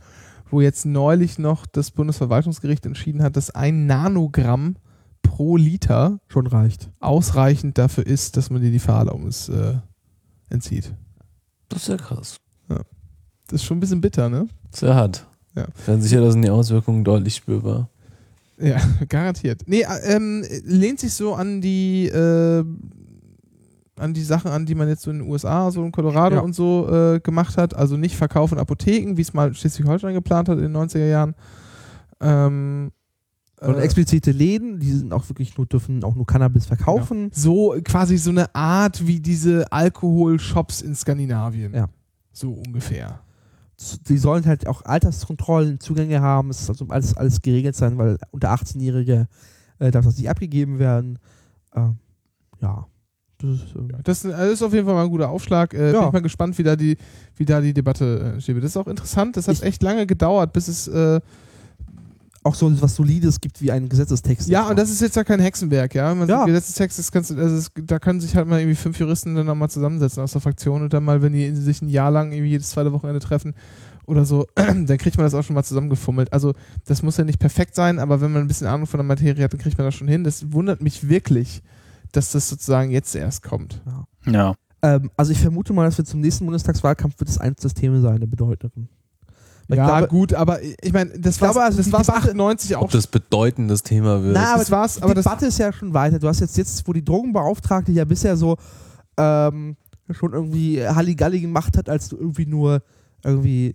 S2: wo jetzt neulich noch das Bundesverwaltungsgericht entschieden hat, dass ein Nanogramm pro Liter
S5: Schon reicht.
S2: ausreichend dafür ist, dass man dir die Fahrerlaubnis äh, entzieht.
S4: Das ist ja krass.
S2: Das ist schon ein bisschen bitter, ne?
S4: Sehr hart.
S2: Ja.
S4: Dann sicher, da sind die Auswirkungen deutlich spürbar.
S2: Ja, [laughs] garantiert. Nee, äh, ähm, lehnt sich so an die äh, an die Sachen an, die man jetzt so in den USA, so in Colorado
S5: Ja.
S2: und so äh, gemacht hat. Also nicht Verkauf in Apotheken, wie es mal Schleswig-Holstein geplant hat in den 90er Jahren. Ähm,
S5: Und
S2: äh,
S5: explizite Läden, die sind auch wirklich nur, dürfen auch nur Cannabis verkaufen.
S2: so quasi so eine Art wie diese Alkohol-Shops in Skandinavien.
S5: Ja.
S2: So ungefähr.
S5: Z- Die sollen halt auch Alterskontrollen, Zugänge haben. Es soll alles, alles geregelt sein, weil unter 18-Jährige äh, darf das nicht abgegeben werden. Ähm, ja. Das ist, ähm,
S2: Das ist- das ist auf jeden Fall mal ein guter Aufschlag. Äh,
S5: Ja.
S2: Bin ich mal gespannt, wie da die, wie da die Debatte äh, steht. Das ist auch interessant. Das hat
S5: Ich-
S2: echt lange gedauert, bis es. Äh,
S5: auch so was Solides gibt wie einen Gesetzestext.
S2: ja, und das ist jetzt ja kein Hexenwerk, ja. Man
S5: Ja.
S2: sagt, Gesetzestext, das kannst, du- also es, da können sich halt mal irgendwie fünf Juristen dann nochmal zusammensetzen aus der Fraktion und dann mal, wenn die sich ein Jahr lang irgendwie jedes zweite Wochenende treffen oder so, [clears throat] dann kriegt man das auch schon mal zusammengefummelt. Also, das muss ja nicht perfekt sein, aber wenn man ein bisschen Ahnung von der Materie hat, dann kriegt man das schon hin. Das wundert mich wirklich, dass das sozusagen jetzt erst kommt.
S3: Ja.
S5: ähm, also ich vermute mal, dass wir zum nächsten Bundestagswahlkampf wird es eins der Themen sein, der bedeutenden. Weil
S2: ja,
S5: ich glaube,
S2: gut, aber ich meine, das
S5: Ich glaube,
S2: war
S5: also
S2: das
S5: die
S2: war's
S5: Debatte-
S2: 98 auch.
S4: Ob das bedeutendes Thema wird.
S5: Na, aber
S2: das war's,
S5: aber
S2: aber
S5: die
S2: das
S5: Debatte ist ja schon weiter. Du hast jetzt, jetzt wo die Drogenbeauftragte ja bisher so ähm, schon irgendwie Halligalli gemacht hat, als du irgendwie nur irgendwie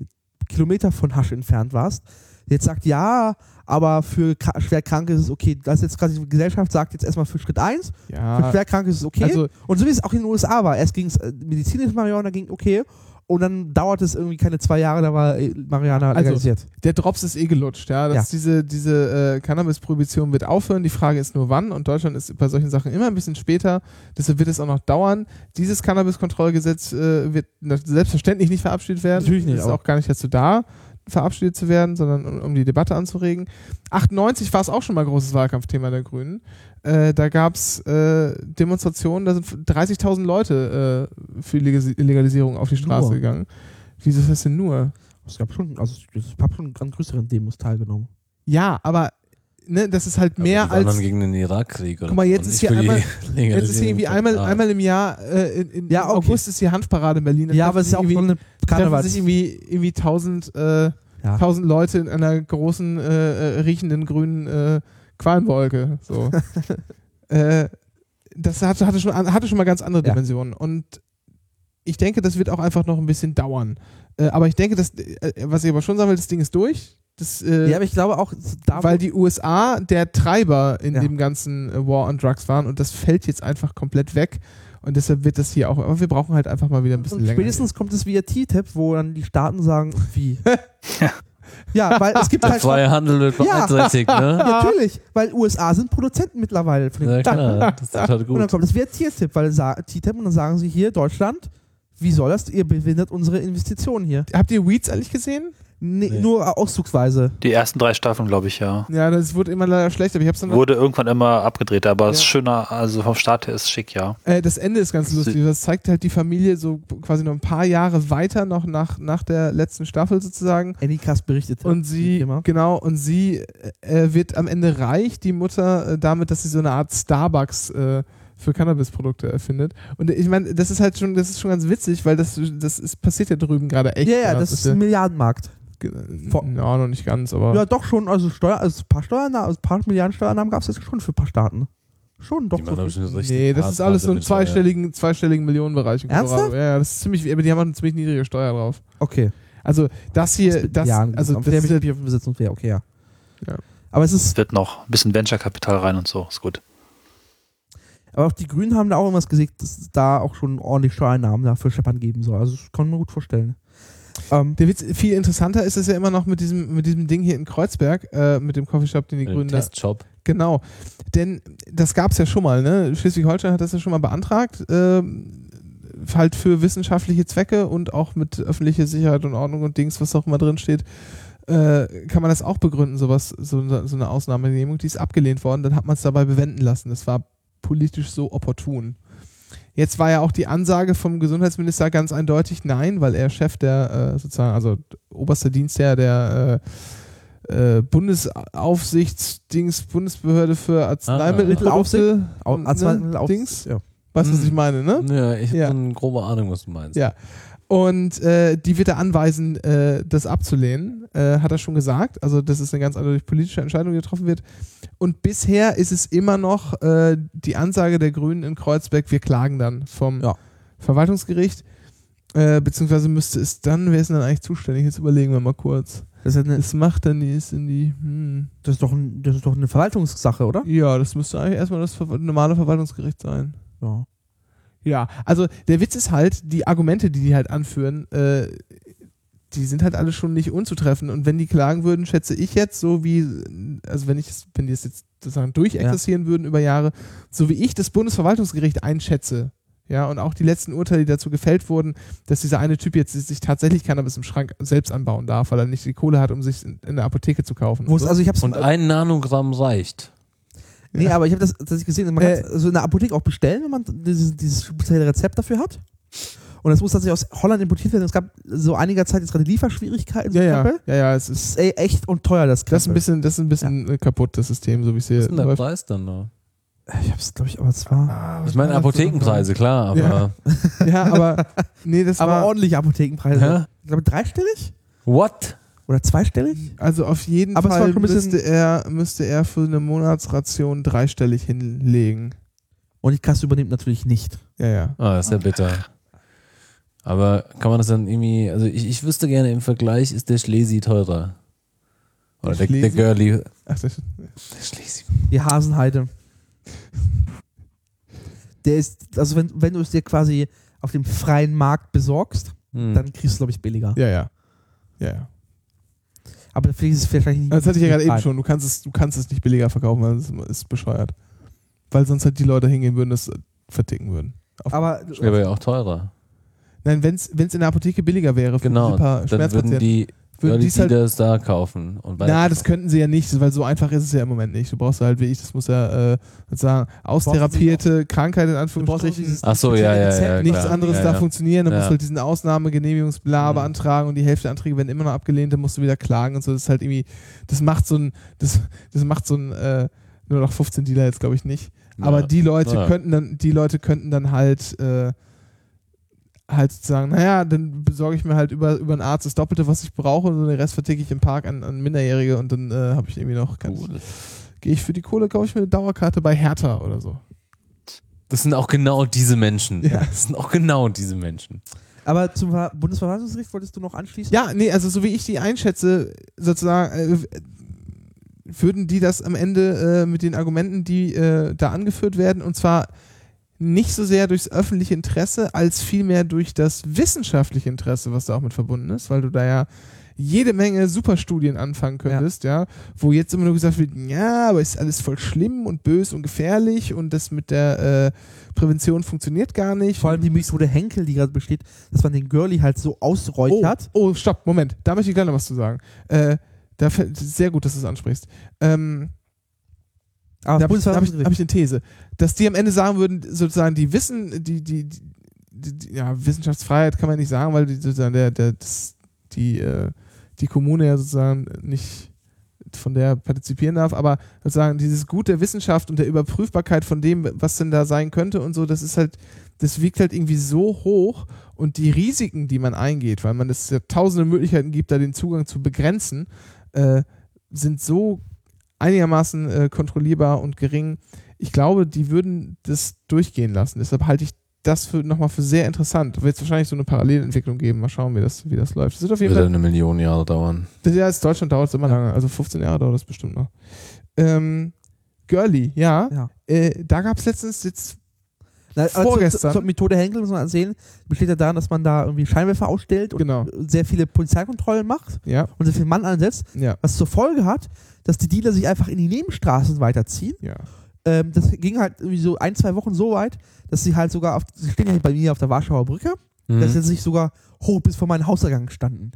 S5: Kilometer von Hasch entfernt warst, jetzt sagt ja, aber für Ka- Schwerkranke ist es okay. Das ist jetzt quasi die Gesellschaft sagt jetzt erstmal für Schritt 1, für
S2: ja,
S5: Schwerkranke ist es okay.
S2: also
S5: Und so wie es auch in den USA war. Erst ging es äh, medizinisch Marihuana, ging okay. Und dann dauerte es irgendwie keine zwei Jahre, da war äh, Marihuana
S2: Also,
S5: legalisiert.
S2: der Drops ist eh gelutscht, ja.
S5: Ja.
S2: Dass Diese, diese äh, Cannabis-Prohibition wird aufhören. Die Frage ist nur wann. Und Deutschland ist bei solchen Sachen immer ein bisschen später. Deshalb wird es auch noch dauern. Dieses Cannabis-Kontrollgesetz äh, wird na- selbstverständlich nicht verabschiedet werden.
S5: Natürlich nicht,
S2: Ist
S5: aber-
S2: auch gar nicht dazu da, verabschiedet zu werden, sondern um, um die Debatte anzuregen. 98 war es auch schon mal großes Wahlkampfthema der Grünen. Äh, da gab es äh, Demonstrationen, da sind 30.000 Leute äh, für Legalis- Legalisierung auf die Straße
S5: Nur.
S2: gegangen. Wieso ist das denn nur?
S5: Es gab schon, also ich habe schon an größeren Demos teilgenommen.
S2: Ja, aber ne, das ist halt
S4: Aber
S2: mehr
S4: die waren
S2: als.
S4: dann gegen den Irakkrieg oder
S2: Guck mal, jetzt
S4: so.
S2: ist
S4: Ich
S2: hier
S4: will die Ah.
S2: einmal-
S4: [laughs] Legalisierung
S2: Jetzt ist hier irgendwie
S4: von
S2: einmal,
S4: Irak.
S2: einmal im Jahr, äh, in, in
S5: Ja,
S2: im
S5: okay.
S2: August ist hier Handparade in Berlin. Da
S5: Ja,
S2: treffen
S5: aber es ist
S2: sich
S5: ja auch so
S2: irgendwie,
S5: eine
S2: treffen
S5: Karnevals.
S2: sich irgendwie, irgendwie tausend, äh,
S5: Ja.
S2: tausend Leute in einer großen, äh, äh, riechenden grünen äh, Qualmwolke.
S5: [laughs]
S2: So. äh, das hatte, hatte, schon, an- hatte schon mal ganz andere
S5: Ja.
S2: Dimensionen. Und ich denke, das wird auch einfach noch ein bisschen dauern. Äh, aber ich denke, dass, äh, was ich aber schon sagen will, das Ding ist durch. Das, äh,
S5: ja, aber ich glaube auch, da
S2: weil die USA der Treiber in
S5: Ja.
S2: dem ganzen äh, War on Drugs waren und das fällt jetzt einfach komplett weg und deshalb wird das hier auch. Aber wir brauchen halt einfach mal wieder ein bisschen
S5: und
S2: länger.
S5: spätestens kommt es via TTIP, wo dann die Staaten sagen,
S2: [laughs]
S5: wie? ja, weil es gibt
S4: Der
S5: halt schon,
S4: freie Handel wird
S5: Ja.
S2: [laughs]
S4: beeinträchtigt, ne?
S5: [laughs] natürlich, weil USA sind Produzenten mittlerweile von den
S4: Ja,
S5: Staaten.
S4: klar, das ist total
S5: Und dann
S4: gut.
S5: kommt es via TTIP, weil sa- TTIP und dann sagen sie hier, Deutschland, wie soll das? Ihr behindert unsere Investitionen hier.
S2: Habt ihr Weeds eigentlich gesehen?
S5: Nee,
S4: Nee.
S5: Nur auszugsweise.
S3: Die ersten drei Staffeln, glaube ich, ja.
S2: Ja, das wurde immer leider schlechter. aber Ich hab's dann
S3: Wurde irgendwann immer abgedreht, aber es ist
S2: Ja.
S3: schöner, also vom Start her ist schick, ja.
S2: äh, das Ende ist ganz
S3: Sie-
S2: lustig. Das zeigt halt die Familie so quasi noch ein paar Jahre weiter noch nach, nach der letzten Staffel sozusagen.
S5: Anycast berichtet.
S2: Und sie,
S5: Thema.
S2: genau, und sie äh, wird am Ende reich, die Mutter, äh, damit, dass sie so eine Art Starbucks äh, für Cannabisprodukte erfindet. Und ich meine, das ist halt schon, das ist schon ganz witzig, weil das, das ist, passiert ja drüben gerade echt.
S5: Ja, ja, das ist ein Milliardenmarkt.
S2: ja, ja, noch nicht ganz, aber.
S5: Ja, doch schon, also, Steuer, also ein paar Steuernahmen, also ein paar Milliarden Steuernahmen gab es jetzt schon für ein paar Staaten. Schon, doch.
S4: Die machen
S5: So
S4: da bestimmt richtig
S2: nee, das
S4: hart
S2: ist alles also so im
S4: mit Steuern.
S2: zweistelligen, zweistelligen Millionenbereich. in Colorado.
S5: Ernsthaft?
S2: Ja, ja, das ist ziemlich, aber die haben auch eine ziemlich niedrige Steuer drauf.
S5: okay.
S2: Also, das hier,
S5: mit
S2: das,
S5: Milliarden
S2: also,
S5: gesamt.
S2: das
S5: Wer
S2: ist
S5: mit Bier auf dem Besitz und wer, okay, ja.
S2: Ja.
S5: Aber es ist,
S3: Es wird noch ein bisschen Venture-Kapital rein und so, ist gut.
S5: aber auch die Grünen haben da auch irgendwas gesehen, dass es da auch schon ordentlich Steuernahmen dafür scheppern geben soll. Also, das kann man gut vorstellen. Ähm,
S2: Der Witz, viel interessanter ist es ja immer noch mit diesem, mit diesem Ding hier in Kreuzberg, äh, mit dem Coffeeshop, den die
S4: Mit dem
S2: Grünen da
S4: Testjob.
S2: Genau. Denn das gab es ja schon mal, ne? Schleswig-Holstein hat das ja schon mal beantragt, ähm, halt für wissenschaftliche Zwecke und auch mit öffentlicher Sicherheit und Ordnung und Dings, was auch immer drin steht, äh, kann man das auch begründen, sowas, so, eine- so eine Ausnahmegenehmigung, die ist abgelehnt worden, dann hat man es dabei bewenden lassen. Das war politisch so opportun. Jetzt war ja auch die Ansage vom Gesundheitsminister ganz eindeutig nein, weil er Chef der äh, sozusagen, also oberster Dienstherr der äh, äh, Bundesaufsichtsdings, Bundesbehörde für
S5: Also
S2: Arzneimittelprodukte,
S5: Au-
S2: ne,
S5: Arzneimittel-
S2: Dings,
S5: ja.
S2: weißt du, was ich meine, ne?
S4: Ja, ich habe
S2: Ja.
S4: so eine grobe Ahnung, was du meinst.
S2: Ja. Und äh, die wird er anweisen, äh, das abzulehnen, äh, hat er schon gesagt. Also das ist eine ganz eindeutig politische Entscheidung, die getroffen wird. Und bisher ist es immer noch äh, die Ansage der Grünen in Kreuzberg, wir klagen dann vom
S5: Ja.
S2: Verwaltungsgericht. Äh, beziehungsweise müsste es dann, wer ist denn dann eigentlich zuständig? Jetzt überlegen wir mal kurz.
S5: Das ist, eine,
S2: Das macht dann die, ist in die, hm.
S5: das, ist doch ein, das ist doch eine Verwaltungssache, oder?
S2: Ja, das müsste eigentlich erstmal das Ver normale Verwaltungsgericht sein.
S5: Ja.
S2: Ja, also der Witz ist halt, die Argumente, die die halt anführen, äh, die sind halt alle schon nicht unzutreffend. Und wenn die klagen würden, schätze ich jetzt, so wie, also wenn ich es- wenn die es jetzt sozusagen durchexerzieren würden über Jahre, so wie ich das Bundesverwaltungsgericht einschätze, Ja, und auch die letzten Urteile, die dazu gefällt wurden, dass dieser eine Typ jetzt sich tatsächlich Cannabis im Schrank selbst anbauen darf, weil er nicht die Kohle hat, um sich in, in der Apotheke zu kaufen.
S5: Wo es, also ich hab's,
S4: Und ein Nanogramm reicht.
S5: nee, aber ich habe das tatsächlich gesehen, man
S2: Äh,
S5: kann so in der Apotheke auch bestellen, wenn man dieses, dieses spezielle Rezept dafür hat. Und das muss tatsächlich aus Holland importiert werden. Es gab so einiger Zeit jetzt gerade Lieferschwierigkeiten. so
S2: ja, ja,
S5: Krempel.
S2: ja, ja, es
S5: Das
S2: ist,
S5: ist ey, echt und teuer, das
S2: das ist ein
S5: Krempel.
S2: bisschen, das ist ein bisschen äh, kaputt, das System, so wie es hier
S4: Was ist denn der
S2: läuft.
S4: Preis dann da?
S5: Ich hab's, glaube ich, aber zwar.
S4: Ich meine [laughs] Apothekenpreise, klar, aber.
S2: Ja, aber, nee, das
S5: Aber
S2: war,
S5: ordentliche
S2: also-
S5: Apothekenpreise.
S4: Hä?
S5: Ich glaube, dreistellig
S4: What?
S5: oder zweistellig?
S2: also auf jeden
S5: Aber es war
S2: Fall
S5: schon ein bisschen-
S2: müsste er, müsste er für eine Monatsration dreistellig hinlegen.
S5: Und die Kasse übernimmt natürlich nicht.
S2: Ja, ja.
S4: Ah, das ist ja bitter. Aber kann man das dann irgendwie, also ich, ich wüsste gerne, im Vergleich ist der Schlesi teurer. Oder
S2: Der
S4: der, der,
S2: Schlesi?
S4: Girlie. Der
S2: Ach, das,
S4: Schlesi.
S5: Die Hasenheide. Der ist, also wenn, wenn du es dir quasi auf dem freien Markt besorgst,
S4: Hm.
S5: dann kriegst du es, glaube ich, billiger.
S2: ja, ja. Ja, ja.
S5: Aber dafür ist es wahrscheinlich nicht.
S2: Das hatte ich ja gerade eben
S5: Nein.
S2: schon. Du kannst es, du kannst es nicht billiger verkaufen, weil es ist bescheuert. Weil sonst halt die Leute hingehen würden, das verticken würden. Auf-
S5: Aber
S4: Das wäre aber ja auch teurer.
S2: Nein, wenn es in der Apotheke billiger wäre für
S4: Genau.
S2: ein paar
S4: Dann würden
S2: Schmerzpatienten,
S4: die
S2: würden
S4: Girlie
S2: die
S4: die
S2: es halt.
S4: das da kaufen. Und weiter-
S2: Na, das könnten sie ja nicht, weil so einfach ist es ja im Moment nicht. Du brauchst halt wie ich, das muss ja äh, sozusagen austherapierte Krankheit in Anführungsstrichen.
S4: Ach so, ja, ja, ja.
S2: Nichts
S4: klar.
S2: anderes
S4: ja,
S2: darf
S4: ja.
S2: funktionieren. Du
S4: Ja.
S2: musst halt diesen Ausnahmegenehmigungsbla
S4: Mhm.
S2: beantragen und die Hälfte der Anträge werden immer noch abgelehnt, dann musst du wieder klagen und so. Das ist halt irgendwie, das macht so ein, das, das macht so ein äh, nur noch 15 Dealer jetzt, glaube ich, nicht. Aber
S4: Ja.
S2: die Leute
S4: Ja.
S2: könnten dann, die Leute könnten dann halt äh, halt sagen, naja, dann besorge ich mir halt über, über einen Arzt das Doppelte, was ich brauche, und den Rest verticke ich im Park an, an Minderjährige und dann äh, habe ich irgendwie noch kann-
S4: Cool.
S2: gehe ich für die Kohle, kaufe ich mir eine Dauerkarte bei Hertha oder so.
S4: Das sind auch genau diese Menschen.
S2: Ja.
S4: Das sind auch genau diese Menschen.
S5: Aber zum Ver- Bundesverfassungsgericht wolltest du noch anschließen?
S2: Ja, nee, also so wie ich die einschätze, sozusagen, äh, würden die das am Ende äh, mit den Argumenten, die äh, da angeführt werden, und zwar nicht so sehr durchs öffentliche Interesse, als vielmehr durch das wissenschaftliche Interesse, was da auch mit verbunden ist, weil du da ja jede Menge Superstudien anfangen könntest, ja. wo jetzt immer nur gesagt wird, ja, aber ist alles voll schlimm und bös und gefährlich und das mit der äh, Prävention funktioniert gar nicht.
S5: Vor allem die Methode Henkel, die gerade besteht, dass man den Girlie halt so ausräuchert.
S2: Oh, oh, stopp, Moment. Da möchte ich gleich noch was zu sagen. Äh, da fällt- sehr gut, dass du es ansprichst. Ähm, da
S5: Aber das
S2: habe ich, da hab ich, da
S5: Bundesverfassungsgericht.
S2: hab ich eine These. Dass die am Ende sagen würden, sozusagen, die wissen, die, die, die, die, die ja, Wissenschaftsfreiheit kann man nicht sagen, weil die sozusagen der, der, das, die, äh, die Kommune ja sozusagen nicht von der partizipieren darf, aber sozusagen dieses Gut der Wissenschaft und der Überprüfbarkeit von dem, was denn da sein könnte und so, das ist halt, das wiegt halt irgendwie so hoch und die Risiken, die man eingeht, weil man es ja tausende Möglichkeiten gibt, da den Zugang zu begrenzen, äh, sind so einigermaßen äh, kontrollierbar und gering. Ich glaube, die würden das durchgehen lassen. Deshalb halte ich das für, nochmal für sehr interessant. Wird es wahrscheinlich so eine Parallelentwicklung geben. Mal schauen, wie das, wie das läuft. Das wird auf jeden
S4: Würde
S2: Fall
S4: eine Million Jahre dauern.
S2: das ja, in Deutschland dauert es immer lange. Also 15 Jahre dauert es bestimmt noch. Ähm, Girly, ja.
S5: Ja.
S2: Äh, da gab es letztens jetzt.
S5: Na, aber
S2: Vorgestern.
S5: Zur, zur Methode Henkel muss man sehen, besteht ja daran, dass man da irgendwie Scheinwerfer ausstellt und
S2: Genau.
S5: sehr viele Polizeikontrollen macht
S2: Ja,
S5: und sehr viel Mann einsetzt,
S2: ja,
S5: was zur Folge hat, dass die Dealer sich einfach in die Nebenstraßen weiterziehen.
S2: ja.
S5: Ähm, das ging halt irgendwie so ein, zwei Wochen so weit, dass sie halt sogar auf, sie stehen ja hier bei mir auf der Warschauer Brücke,
S4: Hm.
S5: dass sie sich sogar hoch bis vor meinen Hausergang standen.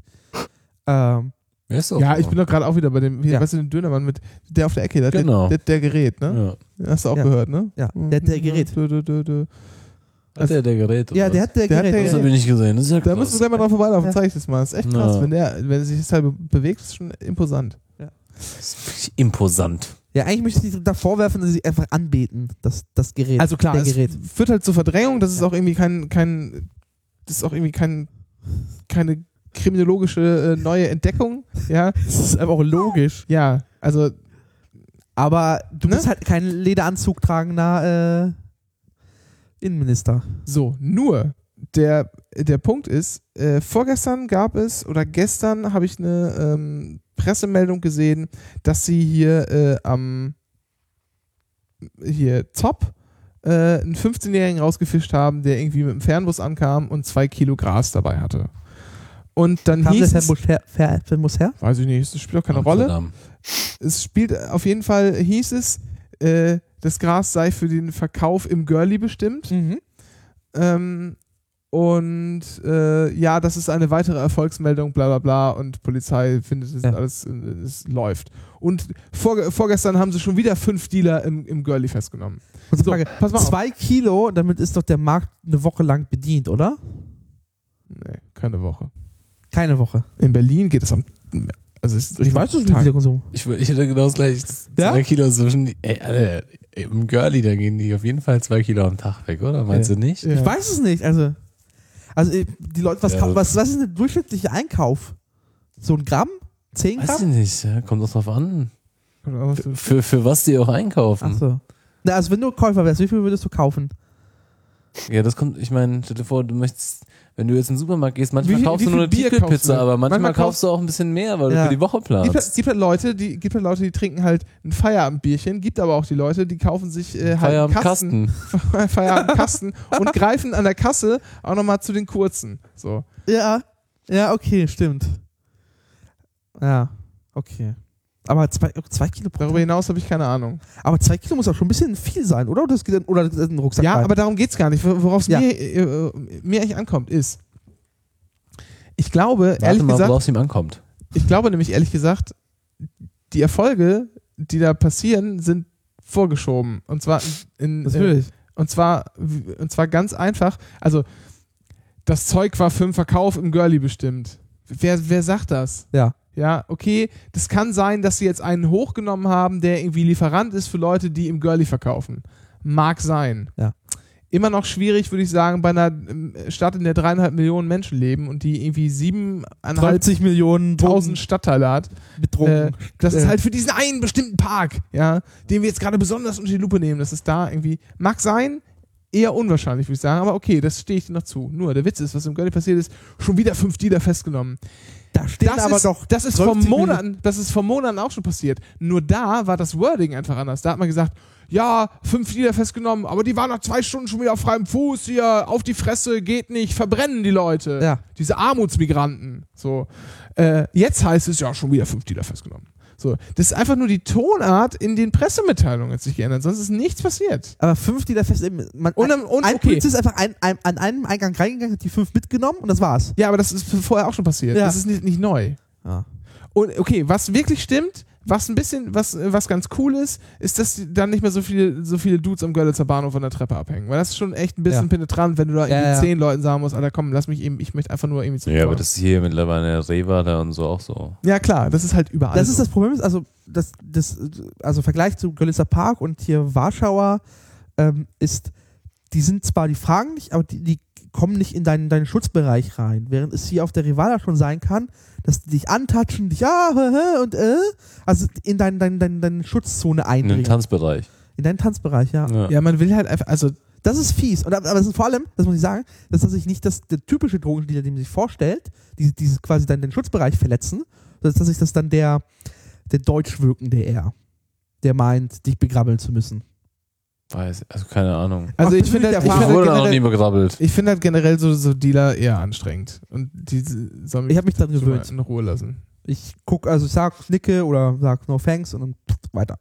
S5: Ähm,
S4: Ist doch
S2: Ja,
S4: so.
S2: ich bin doch gerade auch wieder bei dem, hier,
S5: Ja.
S2: weißt du, den Dönermann mit, der auf der Ecke, der,
S4: Genau.
S2: der, der Gerät, ne?
S4: Ja.
S2: Hast du auch
S5: Ja.
S2: gehört, ne?
S5: ja, der, der Gerät.
S2: Dö, dö, dö, dö.
S4: Hat der, der Gerät? oder
S5: Ja, der
S4: was?
S5: hat der,
S2: Der hat
S5: Gerät.
S2: der
S4: Das
S5: Also,
S4: habe ich nicht gesehen. Das ist ja
S2: Da
S4: krass.
S2: müssen wir gleich mal drauf vorbeilaufen,
S5: Ja.
S2: zeig ich das mal. Das ist echt krass,
S4: Ja.
S2: wenn der, wenn er sich das halt be- bewegt, ist schon imposant.
S4: Das ist wirklich imposant.
S5: ja, eigentlich möchte ich da vorwerfen, dass sie es einfach anbeten, das, das Gerät.
S2: Also klar,
S5: der
S2: es
S5: Gerät.
S2: führt halt zur Verdrängung, das ist auch irgendwie kein, kein das ist auch irgendwie kein, keine kriminologische äh, neue Entdeckung, ja.
S5: [laughs] Das ist einfach logisch.
S2: Ja, also
S5: Aber du
S2: Ne?
S5: bist halt kein Lederanzug tragender äh, Innenminister.
S2: so, nur der, der Punkt ist, äh, vorgestern gab es oder gestern habe ich eine ähm, Pressemeldung gesehen, dass sie hier äh, am hier Zopp äh, einen 15-Jährigen rausgefischt haben, der irgendwie mit dem Fernbus ankam und zwei Kilo Gras dabei hatte. Und dann
S5: Kam der
S2: hieß es,
S5: Fernbus her? Fer, Fernbus her?
S2: weiß ich nicht, es spielt doch keine Rolle.
S4: Amsterdam.
S2: es spielt auf jeden Fall,
S5: Mhm.
S2: hieß es, äh, das Gras sei für den Verkauf im Girlie bestimmt. Ähm, und äh, ja, das ist eine weitere Erfolgsmeldung, bla bla bla. Und Polizei findet es
S5: Ja.
S2: alles, äh, es läuft. Und vorge vorgestern haben sie schon wieder fünf Dealer im, im Girlie festgenommen.
S5: Kurze
S2: So,
S5: Frage.
S2: pass mal auf.
S5: Zwei Kilo, damit ist doch der Markt eine Woche lang bedient, oder?
S2: Nee, keine Woche.
S5: Keine Woche.
S2: In Berlin geht es am. Also es ist
S5: Ich weiß es nicht, wie
S2: Tag.
S5: der Konsum.
S4: Ich, wür- ich hätte genau das gleiche.
S5: Ja?
S4: Zwei Kilo zwischen. Ey, Alter, im Girlie, da gehen die auf jeden Fall zwei Kilo am Tag weg, oder? Meinst du nicht?
S2: Ja.
S5: Ich weiß es nicht. Also, also äh, die Leute, was,
S4: Ja,
S5: kau-
S4: das-
S5: was, was ist denn der durchschnittliche Einkauf? So ein Gramm? Zehn
S4: Weiß
S5: Gramm?
S4: ich nicht. Ja, kommt doch drauf an.
S2: Oder was?
S4: Für, für was die auch einkaufen.
S5: Achso. Na, also wenn du Käufer wärst, wie viel würdest du kaufen?
S4: Ja, das kommt, ich meine, stell dir vor, du möchtest, wenn du jetzt in den Supermarkt gehst,
S2: Wie
S4: manchmal
S2: viel-
S4: kaufst
S2: wie
S4: du nur eine
S2: viel Bier kaufst du?
S4: Tiefkühlpizza, aber manchmal,
S2: Manchmal
S4: kaufst du auch ein bisschen mehr, weil
S5: Ja.
S4: du für die Woche
S2: Gibt,
S4: planst.
S2: halt- gibt halt Leute, die gibt halt Leute, die trinken halt ein Feierabendbierchen, gibt aber auch die Leute, die kaufen sich äh, halt
S4: Feier am
S2: einen [laughs] Kasten,
S4: Kasten.
S2: Feierabendkasten und greifen an der Kasse auch nochmal zu den kurzen. So.
S5: Ja. Ja, okay, stimmt. Ja, okay. Aber zwei, oh, zwei Kilo pro
S2: Darüber
S5: Tag.
S2: hinaus habe ich keine Ahnung.
S5: Aber zwei Kilo muss auch schon ein bisschen viel sein, oder? Das geht in, oder das geht in den Rucksack
S2: ja,
S5: rein.
S2: aber darum geht's gar nicht. Wor- Worauf es
S5: Ja.
S2: mir, äh, äh, mir eigentlich ankommt, ist, ich glaube,
S4: Warte
S2: ehrlich
S4: mal,
S2: gesagt,
S4: worauf es ihm ankommt.
S2: ich glaube nämlich ehrlich gesagt, die Erfolge, die da passieren, sind vorgeschoben. Und zwar in, in,
S5: Natürlich.
S2: Und zwar, und zwar ganz einfach. Also, das Zeug war für den Verkauf im Girlie bestimmt. Wer, wer sagt das?
S5: Ja.
S2: Ja, okay. Das kann sein, dass sie jetzt einen hochgenommen haben, der irgendwie Lieferant ist für Leute, die im Girlie verkaufen. Mag sein.
S5: Ja.
S2: Immer noch schwierig, würde ich sagen, bei einer ähm, Stadt, in der dreieinhalb Millionen Menschen leben und die irgendwie siebeneinhalb
S5: 50 Millionen
S2: tausend Stadtteile hat.
S5: betrunken.
S2: Äh, das ist
S5: Äh.
S2: halt für diesen einen bestimmten Park, ja, den wir jetzt gerade besonders unter die Lupe nehmen, dass es da irgendwie, mag sein, eher unwahrscheinlich, würde ich sagen, aber okay, das stehe ich dir noch zu. Nur, der Witz ist, was im Girlie passiert ist, schon wieder fünf Dealer festgenommen.
S5: da stehen
S2: Das
S5: aber
S2: ist,
S5: doch.
S2: das ist vor
S5: 50 Millionen-
S2: Monaten, das ist vor Monaten auch schon passiert. Nur da war das Wording einfach anders. Da hat man gesagt, ja, fünf Dealer festgenommen, aber die waren nach zwei Stunden schon wieder auf freiem Fuß hier, auf die Fresse, geht nicht, verbrennen die Leute.
S5: Ja.
S2: Diese Armutsmigranten. So. Äh, jetzt heißt es ja schon wieder fünf Dealer festgenommen. So. Das ist einfach nur die Tonart in den Pressemitteilungen hat sich geändert, sonst ist nichts passiert.
S5: Aber fünf, die da fest. Man,
S2: Und, am- und
S5: ein
S2: okay.
S5: Polizist ist einfach ein, ein, an einem Eingang reingegangen, hat die fünf mitgenommen und das war's.
S2: Ja, aber das ist vorher auch schon passiert.
S5: Ja.
S2: Das ist nicht, nicht neu.
S5: Ja.
S2: Und okay, was wirklich stimmt, was ein bisschen, was, äh, was ganz cool ist, ist, dass die dann nicht mehr so viele, so viele Dudes am Görlitzer Bahnhof an der Treppe abhängen. Weil das ist schon echt ein bisschen
S5: Ja.
S2: penetrant, wenn du da irgendwie
S5: ja.
S2: zehn Leuten sagen musst, Alter, komm, lass mich eben, ich möchte einfach nur irgendwie zum Tor.
S4: ist hier mittlerweile Reva da und so auch so.
S2: Ja, klar, das ist halt überall.
S5: Das ist
S2: so.
S5: das Problem, ist also das, das, also Vergleich zu Görlitzer Park und hier Warschauer ähm, ist, die sind zwar, die fragen nicht, aber die, die kommen nicht in deinen, deinen Schutzbereich rein, während es hier auf der Rivala schon sein kann, dass die dich antatschen, dich ja hä, hä, und äh, also in deinen dein, dein, deine Schutzzone
S4: In den
S5: eindringen.
S4: Tanzbereich.
S5: in deinen Tanzbereich, ja.
S4: Ja.
S2: ja, man will halt einfach, also
S5: Das ist fies. Und, ab- aber es ist vor allem, das muss ich sagen, dass das sich nicht das, der typische Drogendealer, den man sich vorstellt, die, die quasi dann den Schutzbereich verletzen, sondern dass sich das dann der, der deutsch wirkende er, der meint, dich begrabbeln zu müssen.
S4: Weiß, also keine Ahnung.
S2: also
S5: Ach,
S2: ich finde
S5: persönliche
S2: halt, ich
S4: Ich
S5: Erfahrung.
S2: finde halt
S4: wurde da noch nie
S2: generell,
S4: begrabbelt.
S2: ich finde halt generell so, so Dealer eher anstrengend. Und die sollen
S5: Ich habe mich daran
S2: schon mal
S5: gewöhnt.
S2: in Ruhe lassen.
S5: Ich guck, also ich sag, nicke oder sag no thanks und dann pff, weiter.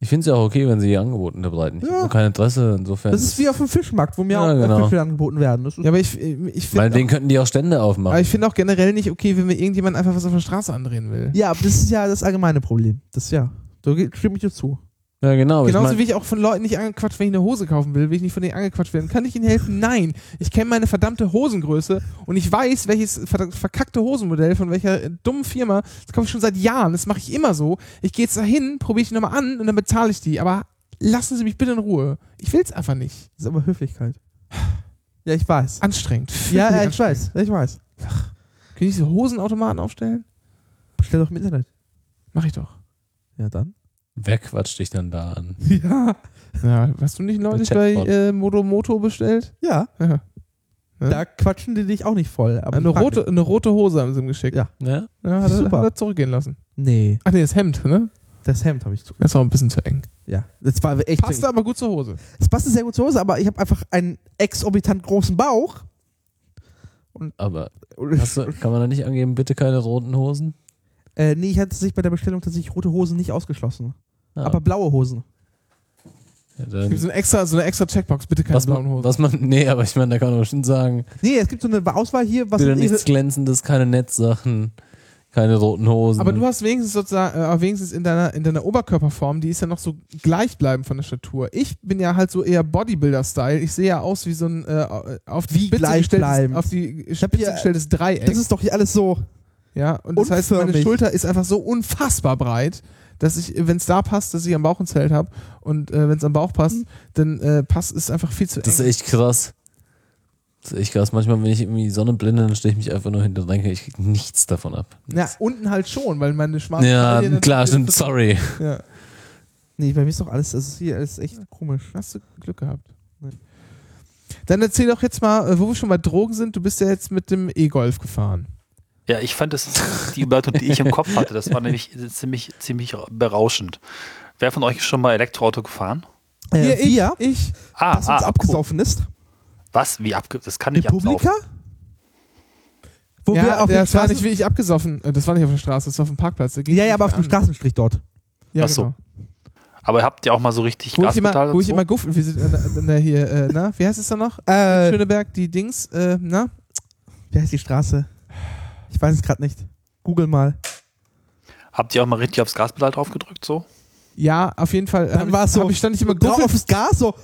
S4: Ich finde es ja auch okay, wenn sie ihr Angebot unterbreiten. Ich
S5: Ja.
S4: habe nur kein Interesse, insofern.
S5: Das ist wie auf dem Fischmarkt, wo mir
S4: Ja,
S5: auch
S4: genau.
S5: Fische angeboten werden. Das ist,
S2: Ja, aber ich, ich
S4: Weil
S2: finde
S4: den könnten die auch Stände
S2: auch,
S4: aufmachen.
S2: aber Ah, ich finde auch generell nicht okay, wenn mir irgendjemand einfach was auf der Straße andrehen will.
S5: ja, aber das ist ja das allgemeine Problem. Das ja. Da ge- stimme ich dir zu.
S4: ja, genau. aber ich
S2: Genauso
S4: mein-
S2: wie ich auch von Leuten nicht angequatscht, wenn ich eine Hose kaufen will, will ich nicht von denen angequatscht werden. Kann ich ihnen helfen? Nein. Ich kenne meine verdammte Hosengröße und ich weiß, welches ver- verkackte Hosenmodell von welcher äh, dummen Firma. Das kaufe ich schon seit Jahren. Das mache ich immer so. Ich gehe jetzt dahin, probiere ich die nochmal an und dann bezahle ich die. Aber lassen Sie mich bitte in Ruhe. Ich will es einfach nicht.
S5: Das ist aber Höflichkeit. Ja, ich weiß.
S2: Anstrengend. Wirklich [laughs]
S5: Ja, ja, ich
S2: anstrengend.
S5: weiß. Ich weiß.
S2: Können ich diese Hosenautomaten aufstellen?
S5: Bestell doch im Internet.
S2: Mach ich doch.
S5: Ja, dann.
S4: Wer quatscht dich dann da an?
S5: [laughs] Ja.
S2: Ja, hast du nicht neulich bei
S4: Chatbot.
S2: äh, Modo Moto bestellt?
S5: Ja.
S2: Ja. Ne?
S5: Da quatschen die dich auch nicht voll. Aber
S2: Eine
S5: die fragen
S2: rote, eine rote Hose haben sie ihm geschickt.
S5: Ja.
S4: Ja?
S2: Ja, hat, er,
S5: Super.
S2: hat er zurückgehen lassen.
S5: dich. Nee,
S2: Ach nee, das Hemd, ne?
S5: das Hemd habe ich zu.
S2: Das war ein bisschen zu eng.
S5: Ja. Das war echt.
S2: Passt aber gut zur Hose.
S5: Es passte sehr gut zur Hose, aber ich habe einfach einen exorbitant großen Bauch.
S2: [laughs]
S4: Aber hast du, kann man da nicht angeben, bitte keine roten Hosen?
S5: Äh,
S2: Ah.
S5: nee, ich hatte sich bei der Bestellung tatsächlich rote Hosen nicht ausgeschlossen.
S4: Ja.
S5: Aber blaue Hosen.
S4: Ja,
S2: Es gibt
S4: dann,
S2: so eine extra, so eine extra Checkbox, bitte keine
S4: was,
S2: blauen
S4: man,
S2: Hosen.
S4: was man, nee, aber ich meine, da kann man bestimmt sagen,
S5: Nee, es gibt so eine Auswahl hier, was
S4: wieder
S5: sind ihre,
S4: nichts Glänzendes, keine Netzsachen, keine roten Hosen.
S2: Aber du hast wenigstens sozusagen, äh, wenigstens in deiner, in deiner Oberkörperform, die ist ja noch so gleichbleibend von der Statur. Ich bin ja halt so eher Bodybuilder-Style. Ich sehe ja aus wie so ein äh, auf die
S5: Wie
S2: Spitze gestelltes,
S5: gleichbleibend?
S2: auf die
S5: hab
S2: Spitze
S5: hier-
S2: gestelltes Dreieck.
S5: das ist doch hier alles so.
S2: ja, und das heißt, meine
S5: unförmig.
S2: Schulter ist einfach so unfassbar breit, dass ich, wenn es da passt, dass ich am Bauch ein Zelt habe. Und äh, wenn es am Bauch
S5: Mhm.
S2: passt, dann äh, passt es einfach viel zu eng.
S4: Das ist echt krass. Das ist echt krass. Manchmal, wenn ich irgendwie Sonne blende, dann stehe ich mich einfach nur hinter und denke, ich krieg nichts davon ab.
S2: Na, unten halt schon, weil meine schwarze
S4: Ja,
S2: Taille dann- [laughs]
S4: klar, stimmt, sorry.
S2: Ja,
S5: Nee, bei mir ist doch alles, das ist hier alles echt komisch.
S2: hast du Glück gehabt. Dann erzähl doch jetzt mal, äh, wo wir schon bei Drogen sind. Du bist ja jetzt mit dem E-Golf gefahren.
S3: Ja, ich fand das die Überleitung, die ich im Kopf hatte, das war nämlich ziemlich, ziemlich berauschend. Wer von euch ist schon mal Elektroauto gefahren?
S5: Äh,
S2: Hier, ich-
S5: Via,
S2: Ich?
S3: Ah,
S5: das uns
S3: ah,
S5: abgesoffen ist.
S3: cool. Was? Wie abge? Das kann nicht
S5: Republika?
S3: absaufen.
S5: Wo wir
S2: ja,
S5: auf dem
S2: das war
S5: Straßen-
S2: nicht wie ich abgesoffen. Äh, Das war nicht auf der Straße, das war auf dem Parkplatz. Da ging
S5: Ja, ja,
S2: ich
S5: aber auf dem
S2: an.
S5: Straßenstrich dort.
S2: Ja,
S3: Ach so.
S2: Genau.
S3: Aber habt ihr auch mal so richtig
S2: Wo, ich
S3: Gaspedal
S2: immer, wo ich
S3: dazu?
S2: immer guff, wir sind äh, na, hier, äh, na, wie heißt es da noch?
S5: Äh,
S2: Schöneberg, die Dings, äh, na?
S5: wie heißt die Straße? Ich weiß es gerade nicht. Google mal.
S3: Habt ihr auch mal richtig aufs Gaspedal drauf gedrückt so?
S2: Ja, auf jeden Fall.
S5: Dann
S2: hab ich-
S5: war es so-
S2: Hab ich stand nicht immer
S5: Drauf
S2: guff.
S5: aufs Gas, so.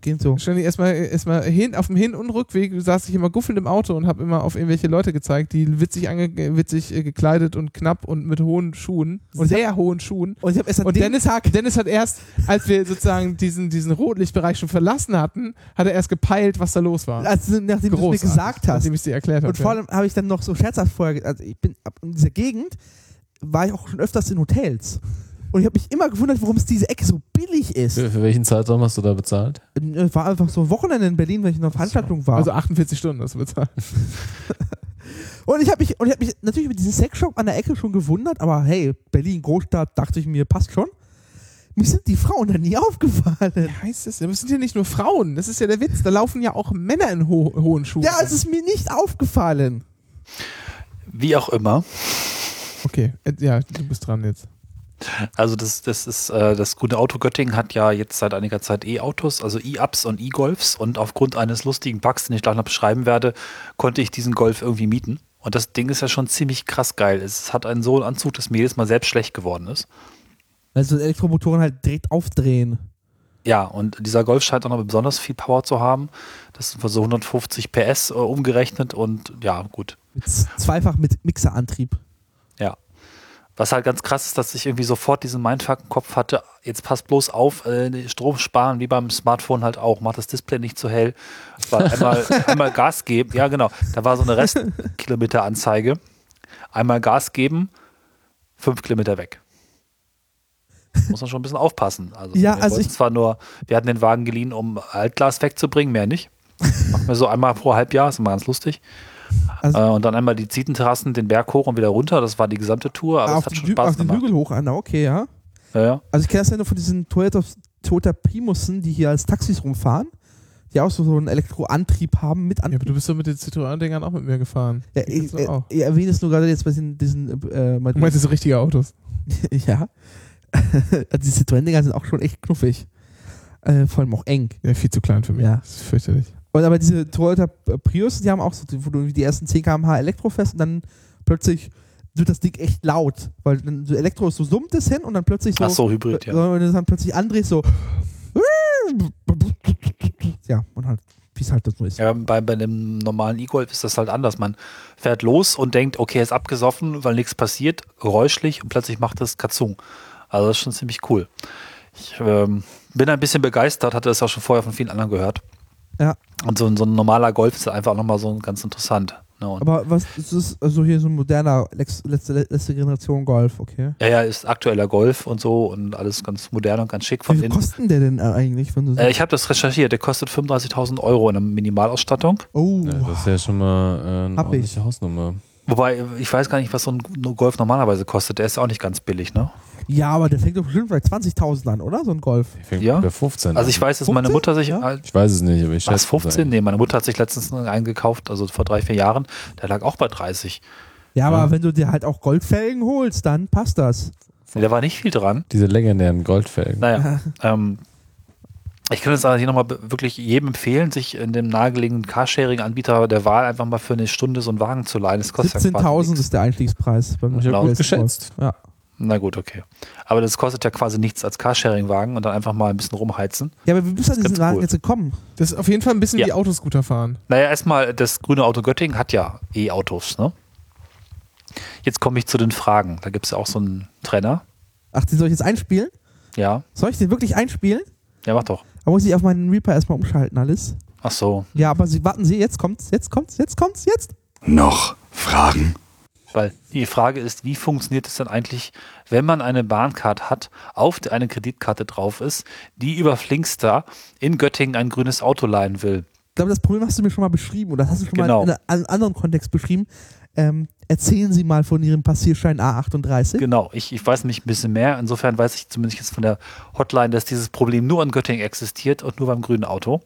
S5: Geht so.
S2: Stand ich erstmal, erstmal hin, auf dem Hin- und Rückweg saß ich immer guffelnd im Auto und habe immer auf irgendwelche Leute gezeigt, die witzig, ange äh, witzig äh, gekleidet und knapp und mit hohen Schuhen,
S5: Und-
S2: sehr hohen Schuhen.
S5: Und ich habe erst an
S2: Und
S5: dem
S2: Dennis, Dennis hat erst, als wir sozusagen diesen, diesen Rotlichtbereich schon verlassen hatten, hat er erst gepeilt, was da los war.
S5: also, nachdem du es mir
S2: Großartig,
S5: gesagt hast.
S2: Nachdem ich es dir erklärt habe.
S5: Und vor allem habe ich dann noch so scherzhaft vorher, ge- also ich bin ab in dieser Gegend, war ich auch schon öfters in Hotels. Und ich habe mich immer gewundert, warum es diese Ecke so billig ist.
S4: Für, für welchen Zeitraum hast du da bezahlt?
S5: Es war einfach so ein Wochenende in Berlin, wenn ich in einer Veranstaltung war.
S2: Also 48 Stunden, das wird sein.
S5: und ich habe mich, und ich hab mich natürlich mit diesem Sexshop an der Ecke schon gewundert, aber hey, Berlin, Großstadt, dachte ich mir, passt schon. Mir sind die Frauen dann nie [laughs] aufgefallen.
S2: heißt es? Das sind ja nicht nur Frauen, das ist ja der Witz. Da laufen ja auch Männer in ho hohen Schuhen.
S5: Ja, es ist mir nicht aufgefallen.
S3: Wie auch immer.
S2: Okay, äh, ja, du bist dran jetzt.
S3: Also das, das ist äh, das gute Auto Göttingen hat ja jetzt seit einiger Zeit E-Autos, also E-Ups und E-Golfs und aufgrund eines lustigen Bugs, den ich gleich noch beschreiben werde, konnte ich diesen Golf irgendwie mieten. Und das Ding ist ja schon ziemlich krass geil. Es hat einen so einen Anzug, dass mir jedes Mal selbst schlecht geworden ist.
S5: Also Elektromotoren halt direkt aufdrehen.
S3: Ja, und dieser Golf scheint auch noch besonders viel Power zu haben. Das sind wohl so 150 PS äh, umgerechnet und ja, gut.
S5: Mit z- zweifach mit Mixerantrieb.
S3: Ja. Was halt ganz krass ist, dass ich irgendwie sofort diesen Mindfuck im Kopf hatte. Jetzt passt bloß auf, äh, Strom sparen, wie beim Smartphone halt auch. Macht das Display nicht zu hell.
S5: [laughs]
S3: Weil einmal, einmal Gas geben. Ja, genau. Da war so eine Restkilometeranzeige. Einmal Gas geben, fünf Kilometer weg. Muss man schon ein bisschen aufpassen. Also,
S5: Ja,
S3: wir
S5: also
S3: wollten
S5: ich-
S3: zwar nur, wir hatten den Wagen geliehen, um Altglas wegzubringen, mehr nicht. Machen wir so einmal pro Halbjahr, ist immer ganz lustig.
S5: Also-
S3: äh, und dann einmal die Zietenterrassen, den Berg hoch und wieder runter. Das war die gesamte Tour, aber
S5: Ah, auf
S3: es hat
S5: den
S3: schon
S5: Hü- auf
S3: Spaß
S5: den
S3: gemacht.
S5: Hügel hoch, an, okay, ja.
S3: Ja, ja.
S5: Also ich kenne das ja nur von diesen Toyota, Toyota Primussen, die hier als Taxis rumfahren, die auch so, so einen Elektroantrieb haben mit
S2: Ja, aber
S5: Antrieb.
S2: du bist doch mit den Citroën-Dingern auch mit mir gefahren.
S5: Ja,
S2: das
S5: ich,
S2: doch
S5: äh,
S2: auch.
S5: ich erwähne es nur gerade jetzt bei diesen, diesen äh, mal
S2: Du meinst so richtige Autos.
S5: [laughs] ja. [laughs] also die Citroën-Dinger sind auch schon echt knuffig. Äh, vor allem auch eng.
S2: Ja, viel zu klein für mich.
S5: Ja.
S2: Das ist fürchterlich.
S5: Und aber diese Toyota äh, Prius, die haben auch so, wo du irgendwie die ersten 10 km/h Elektro fährst und dann plötzlich wird das Ding echt laut, weil dann so Elektro ist so summt es hin und dann plötzlich so,
S3: Ach so, Hybrid, ja.
S5: So, Und dann plötzlich andrehst so. Ja, und halt, wie es halt das so ist.
S3: ja bei, bei einem normalen E-Golf ist das halt anders. Man fährt los und denkt, okay, ist abgesoffen, weil nichts passiert, geräuschlich und plötzlich macht das Katzung. Also das ist schon ziemlich cool. Ich ähm, bin ein bisschen begeistert, hatte das auch schon vorher von vielen anderen gehört.
S5: Ja.
S3: Und so, ein- so ein normaler Golf ist halt einfach nochmal so ganz interessant. Ne? Und
S5: Aber was ist das? Also hier so ein moderner Lex, letzte, letzte Generation Golf, okay.
S3: ja, ja, ist aktueller Golf und so und alles ganz modern und ganz schick.
S5: Wie
S3: Von
S5: viel
S3: den,
S5: kosten der denn eigentlich? Wenn du
S3: äh, ich habe das recherchiert, der kostet 35.000 Euro in der Minimalausstattung.
S5: oh,
S4: Ja, das ist ja schon mal äh, eine
S5: Hab ich.
S4: ordentliche Hausnummer.
S3: Wobei, ich weiß gar nicht, was so ein Golf normalerweise kostet. Der ist ja auch nicht ganz billig, ne?
S5: ja, aber der fängt doch bestimmt bei 20.000 an, oder? So ein Golf.
S4: Die fängt
S3: Ja.
S4: bei 15
S3: Also
S4: an.
S3: ich weiß, dass meine
S5: 15?
S3: Mutter sich.
S5: Ja.
S3: äh,
S4: ich weiß es nicht, aber ich
S3: Was,
S4: schätze.
S3: 15?
S4: es
S3: Nee, meine Mutter hat sich letztens einen gekauft, also vor drei, vier Jahren. Der lag auch bei 30.
S5: Ja, aber wenn du dir halt auch Goldfelgen holst, dann passt das.
S4: eigentlich.
S3: Nee, da war nicht viel dran.
S4: Diese legendären Goldfelgen.
S5: [laughs]
S3: Naja. ähm, ich kann es hier nochmal wirklich jedem empfehlen, sich in dem nahegelegenen Carsharing-Anbieter der Wahl einfach mal für eine Stunde so einen Wagen zu leihen. Das kostet ja quasi
S5: 17.000
S3: nichts.
S5: ist der Einstiegspreis beim
S3: Ich hab gut
S5: Westport.
S4: geschätzt.
S5: Ja.
S3: Na gut, okay. Aber das kostet ja quasi nichts als Carsharing-Wagen und dann einfach mal ein bisschen rumheizen.
S5: ja, aber wie bist du an
S3: ist
S5: diesen
S3: ganz
S5: Wagen
S3: cool.
S5: jetzt gekommen?
S2: Das ist auf jeden Fall ein bisschen
S3: Ja.
S2: wie Autoscooter fahren.
S3: Naja, erstmal, das grüne Auto Göttingen hat ja E-Autos, ne? Jetzt komme ich zu den Fragen. Da gibt es ja auch so einen Trenner.
S5: Ach, den soll ich jetzt einspielen?
S3: Ja,
S5: Soll ich den wirklich einspielen?
S3: ja, mach doch.
S5: Da muss ich auf meinen Reaper erstmal umschalten, alles.
S3: Ach so,
S5: Ja, aber sie, warten Sie, jetzt kommt's, jetzt kommt's, jetzt kommt's, jetzt.
S6: Noch Fragen?
S3: weil die Frage ist, wie funktioniert es denn eigentlich, wenn man eine Bahncard hat, auf der eine Kreditkarte drauf ist, die über Flinkstar in Göttingen ein grünes Auto leihen will?
S5: Ich glaube, das Problem hast du mir schon mal beschrieben oder das hast du schon
S3: Genau.
S5: mal in einem an- anderen Kontext beschrieben. Ähm, erzählen Sie mal von Ihrem Passierschein A38.
S3: Genau, ich, ich weiß nämlich ein bisschen mehr. Insofern weiß ich zumindest jetzt von der Hotline, dass dieses Problem nur in Göttingen existiert und nur beim grünen Auto.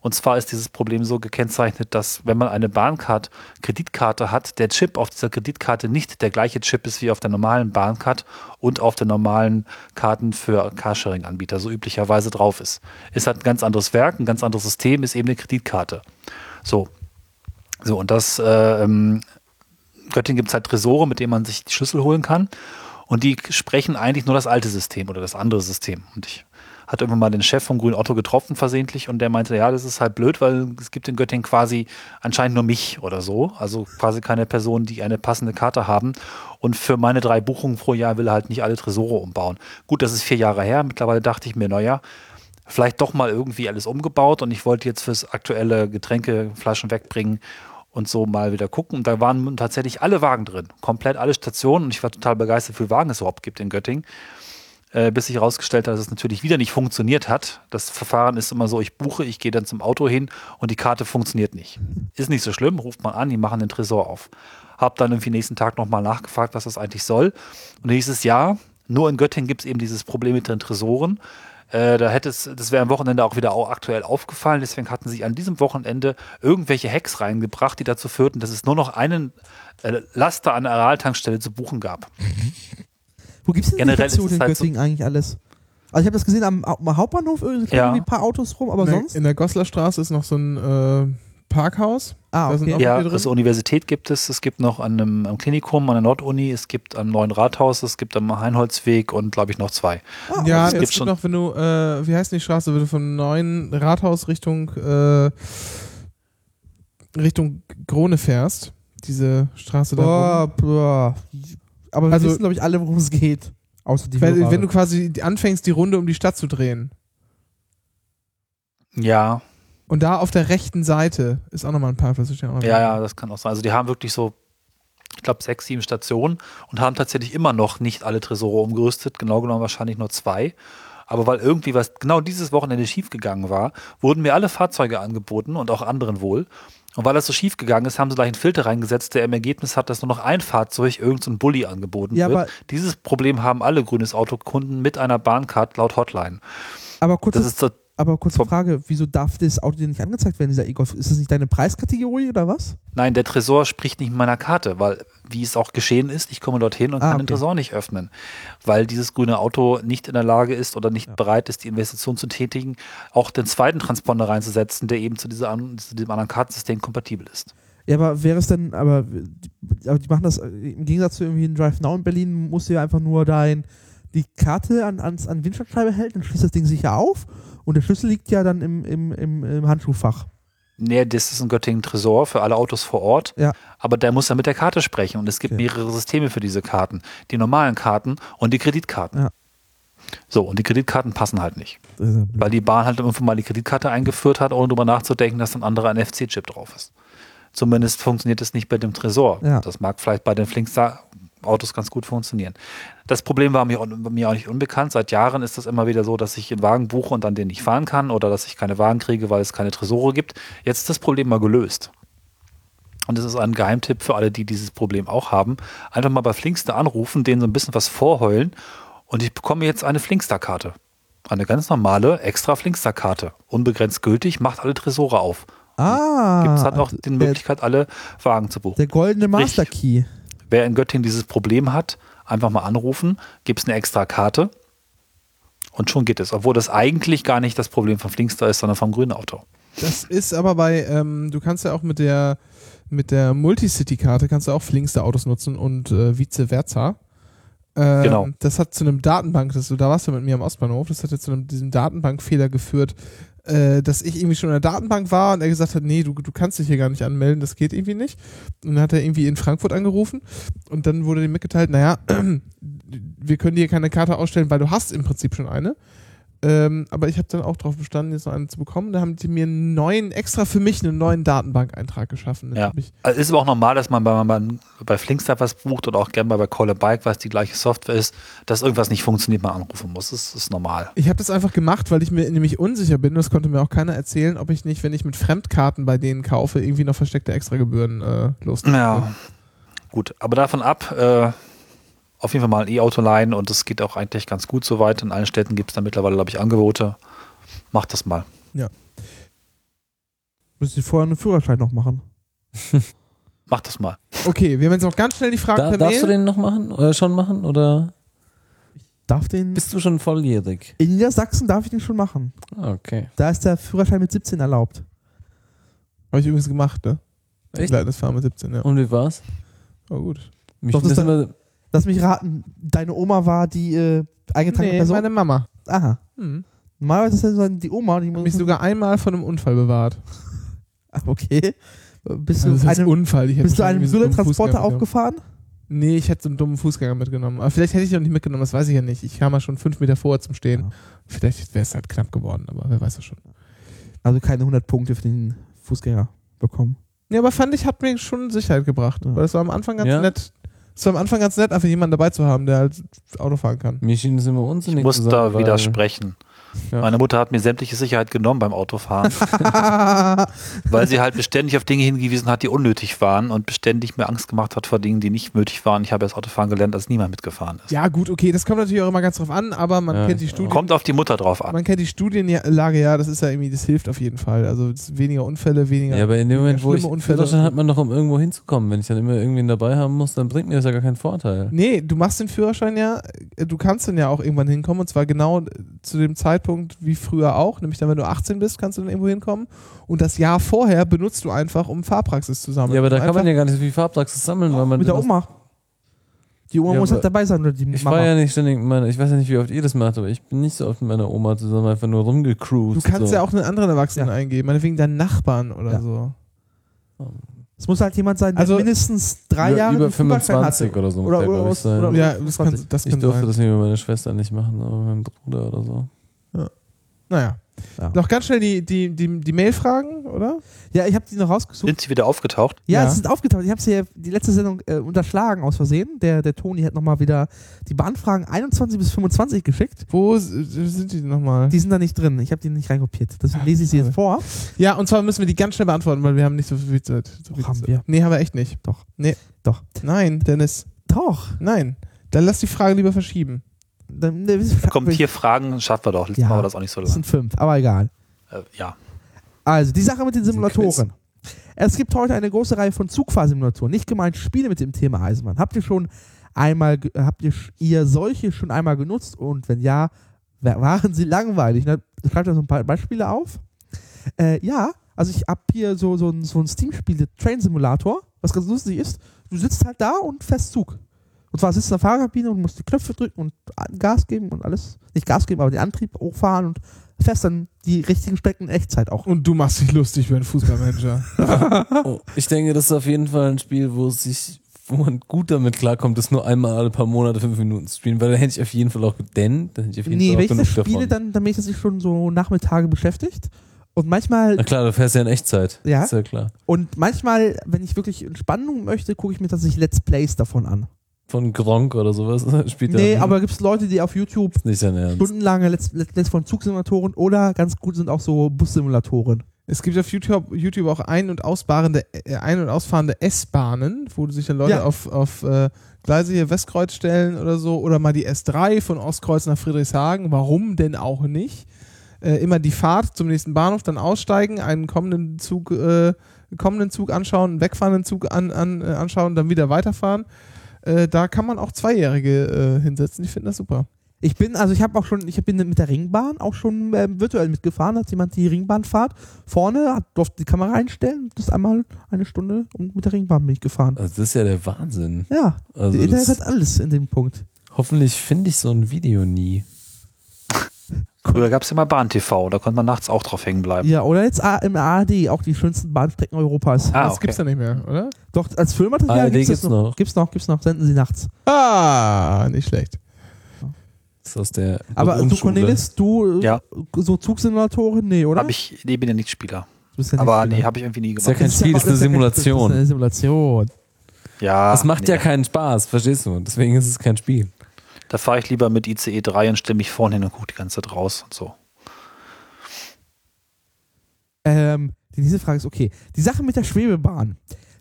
S3: Und zwar ist dieses Problem so gekennzeichnet, dass wenn man eine Bahncard, Kreditkarte hat, der Chip auf dieser Kreditkarte nicht der gleiche Chip ist wie auf der normalen Bahncard und auf den normalen Karten für Carsharing-Anbieter so üblicherweise drauf ist. Es hat ein ganz anderes Werk, ein ganz anderes System, ist eben eine Kreditkarte. So, so und das äh, ähm, Göttingen gibt es halt Tresore, mit denen man sich die Schlüssel holen kann. Und die sprechen eigentlich nur das alte System oder das andere System. Und ich hatte irgendwann mal den Chef vom Grünen Otto getroffen, versehentlich, und der meinte, ja, das ist halt blöd, weil es gibt in Göttingen quasi anscheinend nur mich oder so. Also quasi keine Personen, die eine passende Karte haben. Und für meine drei Buchungen pro Jahr will er halt nicht alle Tresore umbauen. Gut, das ist vier Jahre her. Mittlerweile dachte ich mir, naja, vielleicht doch mal irgendwie alles umgebaut und ich wollte jetzt fürs aktuelle Getränke Flaschen wegbringen und so mal wieder gucken. Und da waren tatsächlich alle Wagen drin, komplett alle Stationen und ich war total begeistert, wie viele Wagen es überhaupt gibt in Göttingen. Äh, bis sich herausgestellt hat, dass es natürlich wieder nicht funktioniert hat. Das Verfahren ist immer so, ich buche, ich gehe dann zum Auto hin und die Karte funktioniert nicht. Ist nicht so schlimm, ruft man an, die machen den Tresor auf. Hab dann irgendwie nächsten Tag nochmal nachgefragt, was das eigentlich soll. Und dann hieß es, ja, nur in Göttingen gibt es eben dieses Problem mit den Tresoren. Äh, da hätte es, das wäre am Wochenende auch wieder au- aktuell aufgefallen. Deswegen hatten sie an diesem Wochenende irgendwelche Hacks reingebracht, die dazu führten, dass es nur noch einen äh, Laster an der Araltankstelle zu buchen gab.
S5: Wo gibt's denn die
S3: Generell ist
S5: Station
S3: es
S5: in
S3: halt so-
S5: Göttingen eigentlich alles? Also ich habe das gesehen am, am Hauptbahnhof, irgendwie
S3: Ja.
S5: ja. ein paar Autos rum, aber
S2: in, der-
S5: sonst?
S2: in der Goslarstraße ist noch so ein äh, Parkhaus.
S5: Ah,
S2: da sind
S5: okay.
S2: auch-
S3: Ja,
S2: hier drin?
S3: also Universität gibt es, es gibt noch an einem, am Klinikum, an der Norduni, es gibt am Neuen Rathaus, es gibt am Heinholzweg und glaube ich noch zwei.
S5: Ah,
S2: ja, es
S3: es gibt
S2: gibt,
S3: schon-
S2: noch, wenn du, äh, wie heißt die Straße, wenn du vom neuen Rathaus Richtung äh, Richtung Krone fährst, diese Straße da.
S5: Boah,
S2: oben.
S5: boah. Aber wir
S2: Also-
S5: wissen, glaube ich, alle, worum es geht. Außer die
S2: Weil,
S5: Hörer.
S2: wenn du quasi die- anfängst, die Runde um die Stadt zu drehen.
S3: Ja,
S2: Und da auf der rechten Seite ist auch nochmal ein Parkplatz. da steht auch noch-
S3: Ja, ja, das kann auch sein. Also die haben wirklich so, ich glaube, sechs, sieben Stationen und haben tatsächlich immer noch nicht alle Tresore umgerüstet, genau genommen wahrscheinlich nur zwei. Aber weil irgendwie was genau dieses Wochenende schiefgegangen war, wurden mir alle Fahrzeuge angeboten und auch anderen wohl. Und weil das so schiefgegangen ist, haben sie gleich einen Filter reingesetzt, der im Ergebnis hat, dass nur noch ein Fahrzeug irgendein so ein Bulli angeboten
S5: Ja,
S3: wird.
S5: aber-
S3: Dieses Problem haben alle grünes Autokunden mit einer Bahncard laut Hotline.
S5: aber kurz,
S3: Das ist so,
S5: aber kurze
S3: vom-
S5: Frage, wieso darf das Auto dir nicht angezeigt werden, dieser E-Golf? Ist das nicht deine Preiskategorie oder was?
S3: Nein, der Tresor spricht nicht mit meiner Karte, weil, wie es auch geschehen ist, ich komme dorthin und
S5: Ah,
S3: kann den
S5: okay.
S3: Tresor nicht öffnen, weil dieses grüne Auto nicht in der Lage ist oder nicht bereit ist, die Investition zu tätigen, auch den zweiten Transponder reinzusetzen, der eben zu, dieser, an- zu diesem anderen Kartensystem kompatibel ist.
S5: Ja, aber wäre es denn, aber, die- aber die machen das äh, im Gegensatz zu irgendwie in Drive Now in Berlin, musst du ja einfach nur dein, die Karte an, ans, an Windschutzscheibe halten, dann schließt das Ding sicher auf und der Schlüssel liegt ja dann im, im, im, im Handschuhfach.
S3: Nee, das ist ein Göttingen-Tresor für alle Autos vor Ort,
S5: Ja.
S3: aber der muss ja mit der Karte sprechen und es gibt
S5: Ja.
S3: mehrere Systeme für diese Karten, die normalen Karten und die Kreditkarten.
S5: Ja.
S3: So, und die Kreditkarten passen halt nicht.
S5: Das ist ja blöd.
S3: Weil die Bahn halt irgendwann mal die Kreditkarte eingeführt hat, ohne darüber nachzudenken, dass ein anderer NFC-Chip drauf ist. Zumindest funktioniert es nicht bei dem Tresor.
S5: Ja.
S3: Das mag vielleicht bei den Flinkstar-Autos ganz gut funktionieren. Das Problem war mir, un- mir auch nicht unbekannt. Seit Jahren ist das immer wieder so, dass ich einen Wagen buche und dann den nicht fahren kann oder dass ich keine Wagen kriege, weil es keine Tresore gibt. Jetzt ist das Problem mal gelöst. Und das ist ein Geheimtipp für alle, die dieses Problem auch haben. Einfach mal bei Flinkster anrufen, denen so ein bisschen was vorheulen. Und ich bekomme jetzt eine Flinkster-Karte. Eine ganz normale, extra Flinkster-Karte. Unbegrenzt gültig, macht alle Tresore auf.
S5: ah,
S3: Gibt es halt auch die
S5: der,
S3: Möglichkeit, alle Wagen zu buchen.
S5: der goldene
S3: Sprich-
S5: Master Key.
S3: Wer in Göttingen dieses Problem hat, Einfach mal anrufen, gibst eine extra Karte und schon geht es. Obwohl das eigentlich gar nicht das Problem von Flinkster ist, sondern vom grünen Auto.
S2: Das ist aber bei, ähm, du kannst ja auch mit der mit der Multicity-Karte kannst du auch flinkste Autos nutzen und äh, vice versa. Ähm,
S3: Genau.
S2: Das hat zu einem Datenbank, das, da warst du mit mir am Ostbahnhof, das hat ja zu einem, diesem Datenbankfehler geführt, äh, dass ich irgendwie schon in der Datenbank war und er gesagt hat, nee, du, du kannst dich hier gar nicht anmelden, das geht irgendwie nicht. Und dann hat er irgendwie in Frankfurt angerufen und dann wurde ihm mitgeteilt, naja, [clears throat] wir können dir keine Karte ausstellen, weil du hast im Prinzip schon eine. Ähm, aber ich habe dann auch darauf bestanden, jetzt noch eine zu bekommen. Da haben die mir einen neuen, extra für mich einen neuen Datenbankeintrag geschaffen. Dann
S3: Ja.
S2: hab Ich,
S3: Also ist aber auch normal, dass man bei, wenn man bei Flinkster was bucht oder auch gerne mal bei Call a Bike, was die gleiche Software ist, dass irgendwas nicht funktioniert, man anrufen muss. Das ist normal.
S2: ich habe das einfach gemacht, weil ich mir nämlich unsicher bin. Das konnte mir auch keiner erzählen, ob ich nicht, wenn ich mit Fremdkarten bei denen kaufe, irgendwie noch versteckte Extragebühren äh, los.
S3: Ja, gut. Aber davon ab, äh, auf jeden Fall mal ein E-Auto leihen und es geht auch eigentlich ganz gut soweit. In allen Städten gibt es da mittlerweile, glaube ich, Angebote. Macht das mal.
S5: Müsste ich vorher einen Führerschein noch machen.
S3: Macht das mal.
S2: Okay, wir haben jetzt noch ganz schnell die Fragen
S4: Da,
S2: per Mail.
S4: darfst du den noch machen? Oder schon machen? Oder
S5: Darf den.
S4: bist du schon volljährig?
S5: in Niedersachsen darf ich den schon machen.
S4: Ah, Okay.
S5: Da ist der Führerschein mit 17 erlaubt.
S2: Habe ich übrigens gemacht, ne?
S4: Echt?
S2: Begleitendes Fahren mit 17, ja.
S4: Und wie war's?
S2: Oh, gut.
S4: Mich
S5: Doch, das
S4: interessiert mal-
S5: Lass mich raten, deine Oma war die äh, eingetragene
S2: Nee,
S5: Person.
S2: meine Mama.
S5: Aha.
S2: Hm.
S5: Normalerweise ist das dann die Oma und die
S2: Hat
S5: muss. [laughs]
S2: mich sogar einmal von einem Unfall bewahrt.
S5: Ah, okay. Bist du
S2: Also das heißt
S5: einem,
S2: Unfall. Ich hätte
S5: bist du einem
S2: wahrscheinlich um irgendwie so einen dummen
S5: Transporter
S2: Fußgänger mitgenommen.
S5: aufgefahren?
S2: Nee, ich hätte so einen dummen Fußgänger mitgenommen. Aber vielleicht hätte ich ihn auch nicht mitgenommen, das weiß ich ja nicht. Ich kam ja schon fünf Meter vorher zum Stehen.
S5: Ja.
S2: Vielleicht wäre es halt knapp geworden, aber wer weiß das schon.
S5: Also keine 100 Punkte für den Fußgänger bekommen.
S2: Ja, aber fand ich, hat mir schon Sicherheit gebracht.
S5: Ja.
S2: Weil es war am Anfang ganz
S4: Ja.
S2: nett. Es war am Anfang ganz nett, einfach jemanden dabei zu haben, der halt Auto fahren kann.
S4: Mir schien es immer unsinnig
S3: Ich muss
S4: zu
S3: da
S4: sein, weil-
S3: widersprechen.
S4: Ja.
S3: Meine Mutter hat mir sämtliche Sicherheit genommen beim Autofahren, weil sie halt beständig auf Dinge hingewiesen hat, die unnötig waren und beständig mir Angst gemacht hat vor Dingen, die nicht nötig waren. Ich habe erst Autofahren gelernt, als niemand mitgefahren ist.
S2: Ja, gut, okay, das kommt natürlich auch immer ganz drauf an, aber man
S4: Ja,
S2: kennt die
S4: ich-
S2: Studien.
S3: Kommt auf die Mutter drauf an.
S2: Man kennt die Studienlage, ja, das ist ja irgendwie, das hilft auf jeden Fall. Also es ist weniger Unfälle, weniger.
S4: Ja, aber in dem Moment, wo
S2: schlimme
S4: ich
S2: Unfälle.
S4: Führerschein hat man doch, um irgendwo hinzukommen. Wenn ich dann immer irgendwen dabei haben muss, dann bringt mir das ja gar keinen Vorteil.
S2: Nee, du machst den Führerschein ja, äh, du kannst dann ja auch irgendwann hinkommen und zwar genau äh, zu dem Zeitpunkt wie früher auch, nämlich dann, wenn du 18 bist, kannst du dann irgendwo hinkommen und das Jahr vorher benutzt du einfach, um Fahrpraxis zu sammeln.
S4: Ja, aber da
S2: um
S4: kann man
S2: einfach-
S4: ja gar nicht so viel Farbpraxis sammeln, weil man.
S5: Mit der Oma. Die Oma
S4: Ja,
S5: muss
S4: aber-
S5: halt dabei sein oder die
S4: Ich
S5: Mama.
S4: war ja nicht ständig mit meiner, ich weiß ja nicht, wie oft ihr das macht, aber ich bin nicht so oft mit meiner Oma zusammen einfach nur
S2: Du
S4: rumgecruised.
S2: kannst
S4: so.
S2: ja auch einen anderen Erwachsenen
S5: Ja.
S2: eingeben, meinetwegen deinen Nachbarn oder
S5: Ja.
S2: so.
S5: es muss halt jemand sein, der
S2: Also-
S5: mindestens drei
S4: über,
S5: Jahre
S4: über
S5: den Führerschein hatte.
S4: 25 oder so. muss
S5: Oder-
S4: der,
S5: oder-
S4: glaub ich, sein.
S5: oder-
S2: Ja, das kann, das
S4: ich
S2: kann
S4: durfte
S2: sein.
S4: das nicht mit meiner Schwester nicht machen, aber mit meinem Bruder oder so.
S2: Naja.
S5: Ja.
S2: Noch ganz schnell die, die, die, die Mail-Fragen, oder?
S5: Ja, ich habe die noch rausgesucht.
S3: Sind sie wieder aufgetaucht?
S5: Ja,
S2: Ja.
S5: es sind aufgetaucht. Ich habe sie ja die letzte Sendung äh, unterschlagen aus Versehen. Der, der Toni hat nochmal wieder die Bahnfragen 21 bis 25 geschickt.
S2: Wo s- sind die nochmal?
S5: Die sind da nicht drin. Ich habe die nicht reinkopiert. Deswegen lese ich sie jetzt vor.
S2: Ja, und zwar müssen wir die ganz schnell beantworten, weil wir haben nicht so viel Zeit. So viel
S5: Doch, haben
S2: Zeit.
S5: wir.
S2: Nee, haben wir echt nicht.
S5: Doch.
S2: Nee.
S5: Doch.
S2: Nein, Dennis.
S5: Doch.
S2: Nein. Dann lass die Frage lieber verschieben.
S5: Dann, ne,
S3: Kommt vier Fragen, schaffen wir doch. Letztes
S5: Ja.
S3: Mal war das auch nicht so
S5: Das
S3: lang.
S5: sind fünf, aber egal.
S3: Äh, ja.
S5: Also, die Sache mit den
S4: Quiz.
S5: Simulatoren. Es gibt heute eine große Reihe von Zugfahrsimulatoren. Nicht gemeint Spiele mit dem Thema Eisenbahn. Habt ihr schon einmal, ge- habt ihr, sch- ihr solche schon einmal genutzt? Und wenn ja, wa- waren sie langweilig? Na, schreibt da so ein paar Beispiele auf. Äh, ja, also ich hab hier so, so ein, so ein Steam-Spiel, der Train Simulator, was ganz lustig ist. Du sitzt halt da und fährst Zug. Und zwar sitzt in der Fahrerkabine und musst die Knöpfe drücken und Gas geben und alles. Nicht Gas geben, aber den Antrieb hochfahren und fährst dann die richtigen Strecken in Echtzeit auch.
S2: Und du machst dich lustig über einen Fußballmanager.
S4: Oh, ich denke, das ist auf jeden Fall ein Spiel, wo es sich, wo man gut damit klarkommt, das nur einmal alle paar Monate fünf Minuten zu spielen, weil da hätte ich auf jeden Fall auch, denn, da hätte ich auf jeden
S5: Nee,
S4: Fall
S5: wenn
S4: auch
S5: ich das
S4: genug
S5: spiele,
S4: davon.
S5: dann, dann bin ich das nicht schon so Nachmittage beschäftigt. Und manchmal,
S4: Na klar, du fährst ja in Echtzeit.
S5: Ja.
S4: Ist ja klar.
S5: und manchmal, wenn ich wirklich Entspannung möchte, gucke ich mir tatsächlich Let's Plays davon an.
S4: Von Gronk oder sowas [laughs] spielt
S5: Nee,
S4: dann
S5: aber gibt es Leute, die auf YouTube
S4: ist nicht sein Ernst.
S5: stundenlange Let's, Let's Plays von Zugsimulatoren oder ganz gut sind auch so Bussimulatoren.
S2: es gibt auf YouTube, YouTube auch ein- und ausbarende, äh, ein- und ausfahrende S-Bahnen, wo sich dann Leute
S5: Ja.
S2: auf, auf äh, Gleise hier Westkreuz stellen oder so. Oder mal die S3 von Ostkreuz nach Friedrichshagen. Warum denn auch nicht? Äh, immer die Fahrt zum nächsten Bahnhof, dann aussteigen, einen kommenden Zug, äh, kommenden Zug anschauen, einen wegfahrenden Zug an, an, äh, anschauen, dann wieder weiterfahren. Äh, da kann man auch Zweijährige äh, hinsetzen, die finden das super.
S5: Ich bin, also ich habe auch schon, ich bin mit der Ringbahn auch schon äh, virtuell mitgefahren, hat jemand die Ringbahnfahrt vorne, hat, durfte die Kamera einstellen, das einmal eine Stunde und mit der Ringbahn bin ich gefahren.
S4: Also das ist ja der Wahnsinn.
S5: Ja,
S4: Also
S5: die Internet
S4: das-
S5: hat alles in dem Punkt.
S4: Hoffentlich finde ich so ein Video nie.
S3: Früher gab es immer Bahn-TV, da konnte man nachts auch drauf hängen bleiben.
S5: Ja, oder jetzt A- im ARD, auch die schönsten Bahnstrecken Europas.
S3: Ah,
S2: das
S3: okay.
S2: gibt's ja nicht mehr, oder?
S5: Doch, als Filmmaterial
S4: ARD
S5: gibt's das
S4: Ah, gibt's noch.
S5: Gibt's noch, gibt's noch, senden sie nachts.
S2: Ah, nicht schlecht.
S4: Das ist aus der
S5: Aber du,
S4: Grundschule.
S5: Cornelis, du äh,
S3: Ja.
S5: so Zugsimulatoren, nee, oder?
S3: Hab ich, nee, bin ja nicht Spieler.
S5: Du bist ja nicht
S3: aber
S5: Spieler.
S3: nee, habe ich irgendwie nie
S4: Ist ja
S3: gemacht.
S4: kein Spiel, ist eine
S5: ja kein- [laughs] Das ist
S4: Simulation.
S5: eine Simulation.
S3: Ja,
S4: Das macht
S3: nee.
S4: ja keinen Spaß, verstehst du? Deswegen ist es kein Spiel.
S3: Da fahre ich lieber mit ICE 3 und stelle mich vorne hin und gucke die ganze Zeit raus und so.
S5: Ähm, die nächste Frage ist, okay, die Sache mit der Schwebebahn.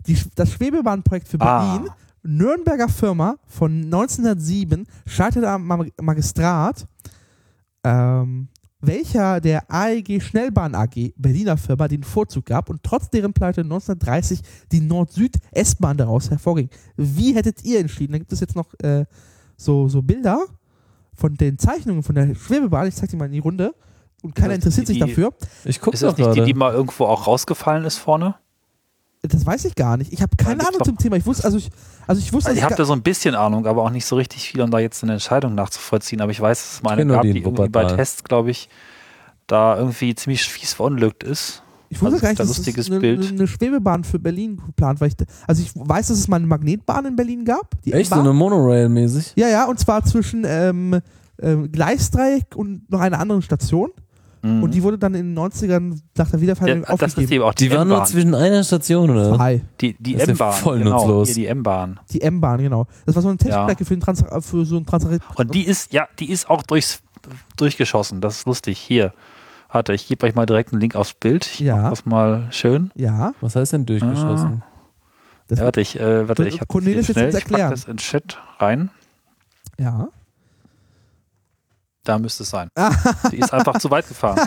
S5: Die, Sch- das Schwebebahnprojekt für
S3: Ah.
S5: Berlin, Nürnberger Firma von 1907, scheiterte am Ma- Magistrat. Ähm, welcher der AEG Schnellbahn AG Berliner Firma den Vorzug gab und trotz deren Pleite 1930 die Nord-Süd-S-Bahn daraus hervorging. Wie hättet ihr entschieden? Da gibt es jetzt noch äh, so, so Bilder von den Zeichnungen von der Schwebebahn. Ich zeig die mal in die Runde. Und keiner
S3: Ist das die-
S5: interessiert sich
S3: die-
S5: dafür.
S4: Ich gucke
S3: Ist das
S4: doch
S3: nicht die,
S4: gerade.
S3: die mal irgendwo auch rausgefallen ist vorne?
S5: Das weiß ich gar nicht. Ich habe
S3: Nein,
S5: keine
S3: gibt's
S5: Ahnung
S3: doch.
S5: zum Thema. Ich wusste, also ich, also ich wusste,
S3: Also ich habe da
S5: dass
S3: so ein bisschen Ahnung, aber auch nicht so richtig viel, um da jetzt eine Entscheidung nachzuvollziehen. Aber ich weiß, dass es mal eine
S4: kenn nur
S3: gab, die
S4: den
S3: irgendwie bei
S4: Wuppertal.
S3: Tests, glaube ich, da irgendwie ziemlich fies verunglückt ist.
S5: ich wusste
S3: also
S5: gar
S3: ist
S5: nicht,
S3: da
S5: dass
S3: lustiges
S5: es eine,
S3: Bild.
S5: eine Schwebebahn für Berlin geplant war. Ich, also ich weiß, dass es mal eine Magnetbahn in Berlin gab. Die
S4: Echt, so
S5: M-Bahn.
S4: eine Monorail-mäßig?
S5: Ja, ja, und zwar zwischen ähm, ähm, Gleisdreieck und noch einer anderen Station.
S3: Mhm.
S5: Und die wurde dann in den 90ern nach der Wiedervereinigung
S3: ja, das ist
S5: aufgegeben.
S3: eben auch die,
S4: Die waren nur
S3: M-Bahn.
S4: zwischen einer Station, oder?
S5: Hi,
S3: Die, die
S4: Das ist ja
S3: M-Bahn.
S4: voll
S3: genau,
S4: nutzlos.
S3: Hier die M-Bahn.
S5: die M-Bahn, genau. Das war so eine Teststrecke für, den Trans äh, für so einen Transrapid.
S3: Und die ist, ja, die ist auch durchs, durchgeschossen. Das ist lustig. Hier. Warte, ich gebe euch mal direkt einen Link aufs Bild. Ich
S5: Ja.
S3: mach das mal schön.
S5: Ja,
S4: Was heißt denn durchgeschossen?
S3: Ah.
S5: das
S3: Ja, warte, ich, äh, warte, ich hab
S5: Cornelis
S3: hier
S5: jetzt
S3: schnell,
S5: uns
S3: ich pack
S5: erklären.
S3: das in den Chat rein.
S5: ja.
S3: Da müsste es
S5: [laughs]
S3: sein. Die ist einfach zu weit gefahren.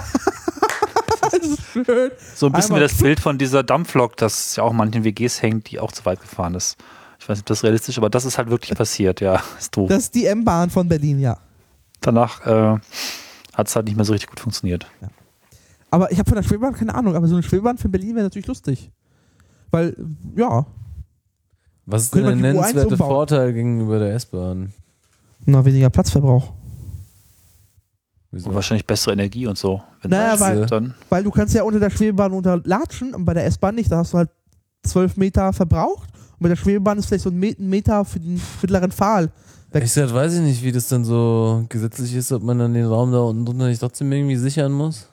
S5: Das ist schön.
S3: So ein bisschen
S5: Einmal
S3: wie das Bild von dieser Dampflok, das ja auch manchen WGs hängt, die auch zu weit gefahren ist. Ich weiß nicht, ob das realistisch ist, aber das ist halt
S5: Äh.
S3: wirklich passiert, ja. [laughs] Ist doof.
S5: Das ist die M-Bahn von Berlin, ja.
S3: Danach äh, hat es halt nicht mehr so richtig gut funktioniert.
S5: Aber ich habe von der Schwebebahn keine Ahnung, aber so eine Schwebebahn für Berlin wäre natürlich lustig. Weil, ja,
S4: Was ist denn
S5: Können
S4: der
S5: wir die U1
S4: nennenswerte
S5: umbauen?
S4: Vorteil gegenüber der S-Bahn?
S5: na, weniger Platzverbrauch.
S4: Wieso?
S3: Und wahrscheinlich bessere Energie und so. Wenn
S5: Naja, äh,
S3: das-
S4: weil-
S3: dann
S5: Weil du kannst ja unter der Schwebebahn unterlatschen und bei der S-Bahn nicht, da hast du halt 12 Meter verbraucht. Und bei der Schwebebahn ist vielleicht so ein Me- ein Meter für den mittleren Pfahl.
S4: Ich sag, weiß ich nicht, wie das dann so gesetzlich ist, ob man dann den Raum da unten drunter nicht trotzdem irgendwie sichern muss.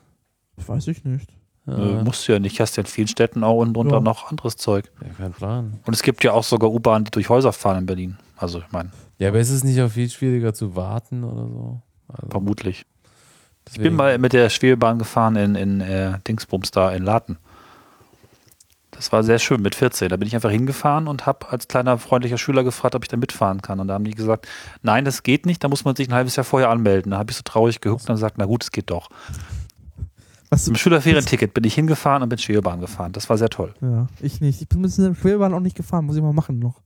S5: Das weiß ich nicht.
S3: äh,
S4: Ja,
S3: musst du ja nicht. Hast ja in vielen Städten auch und drunter
S5: Ja.
S3: noch anderes Zeug.
S4: ja kein Plan.
S3: Und es gibt ja auch sogar U-Bahnen, die durch Häuser fahren in Berlin. Also, ich meine,
S4: Ja, aber ist es nicht auch viel schwieriger zu warten oder so? Also,
S3: vermutlich.
S4: ich
S3: Ich bin mal mit der Schwebebahn gefahren in, in äh, Dingsbums da in Laten. Das war sehr schön mit 14. Da bin ich einfach hingefahren und habe als kleiner freundlicher Schüler gefragt, ob ich da mitfahren kann. Und da haben die gesagt, nein, das geht nicht, da muss man sich ein halbes Jahr vorher anmelden. Da habe ich so traurig geguckt und dann gesagt, na gut, es geht doch.
S5: Was
S3: Mit dem Schülerferienticket bin ich hingefahren und bin Schwebebahn gefahren. Das war sehr toll.
S5: ja, ich nicht. Ich bin mit der Schwebebahn auch nicht gefahren, muss ich mal machen noch.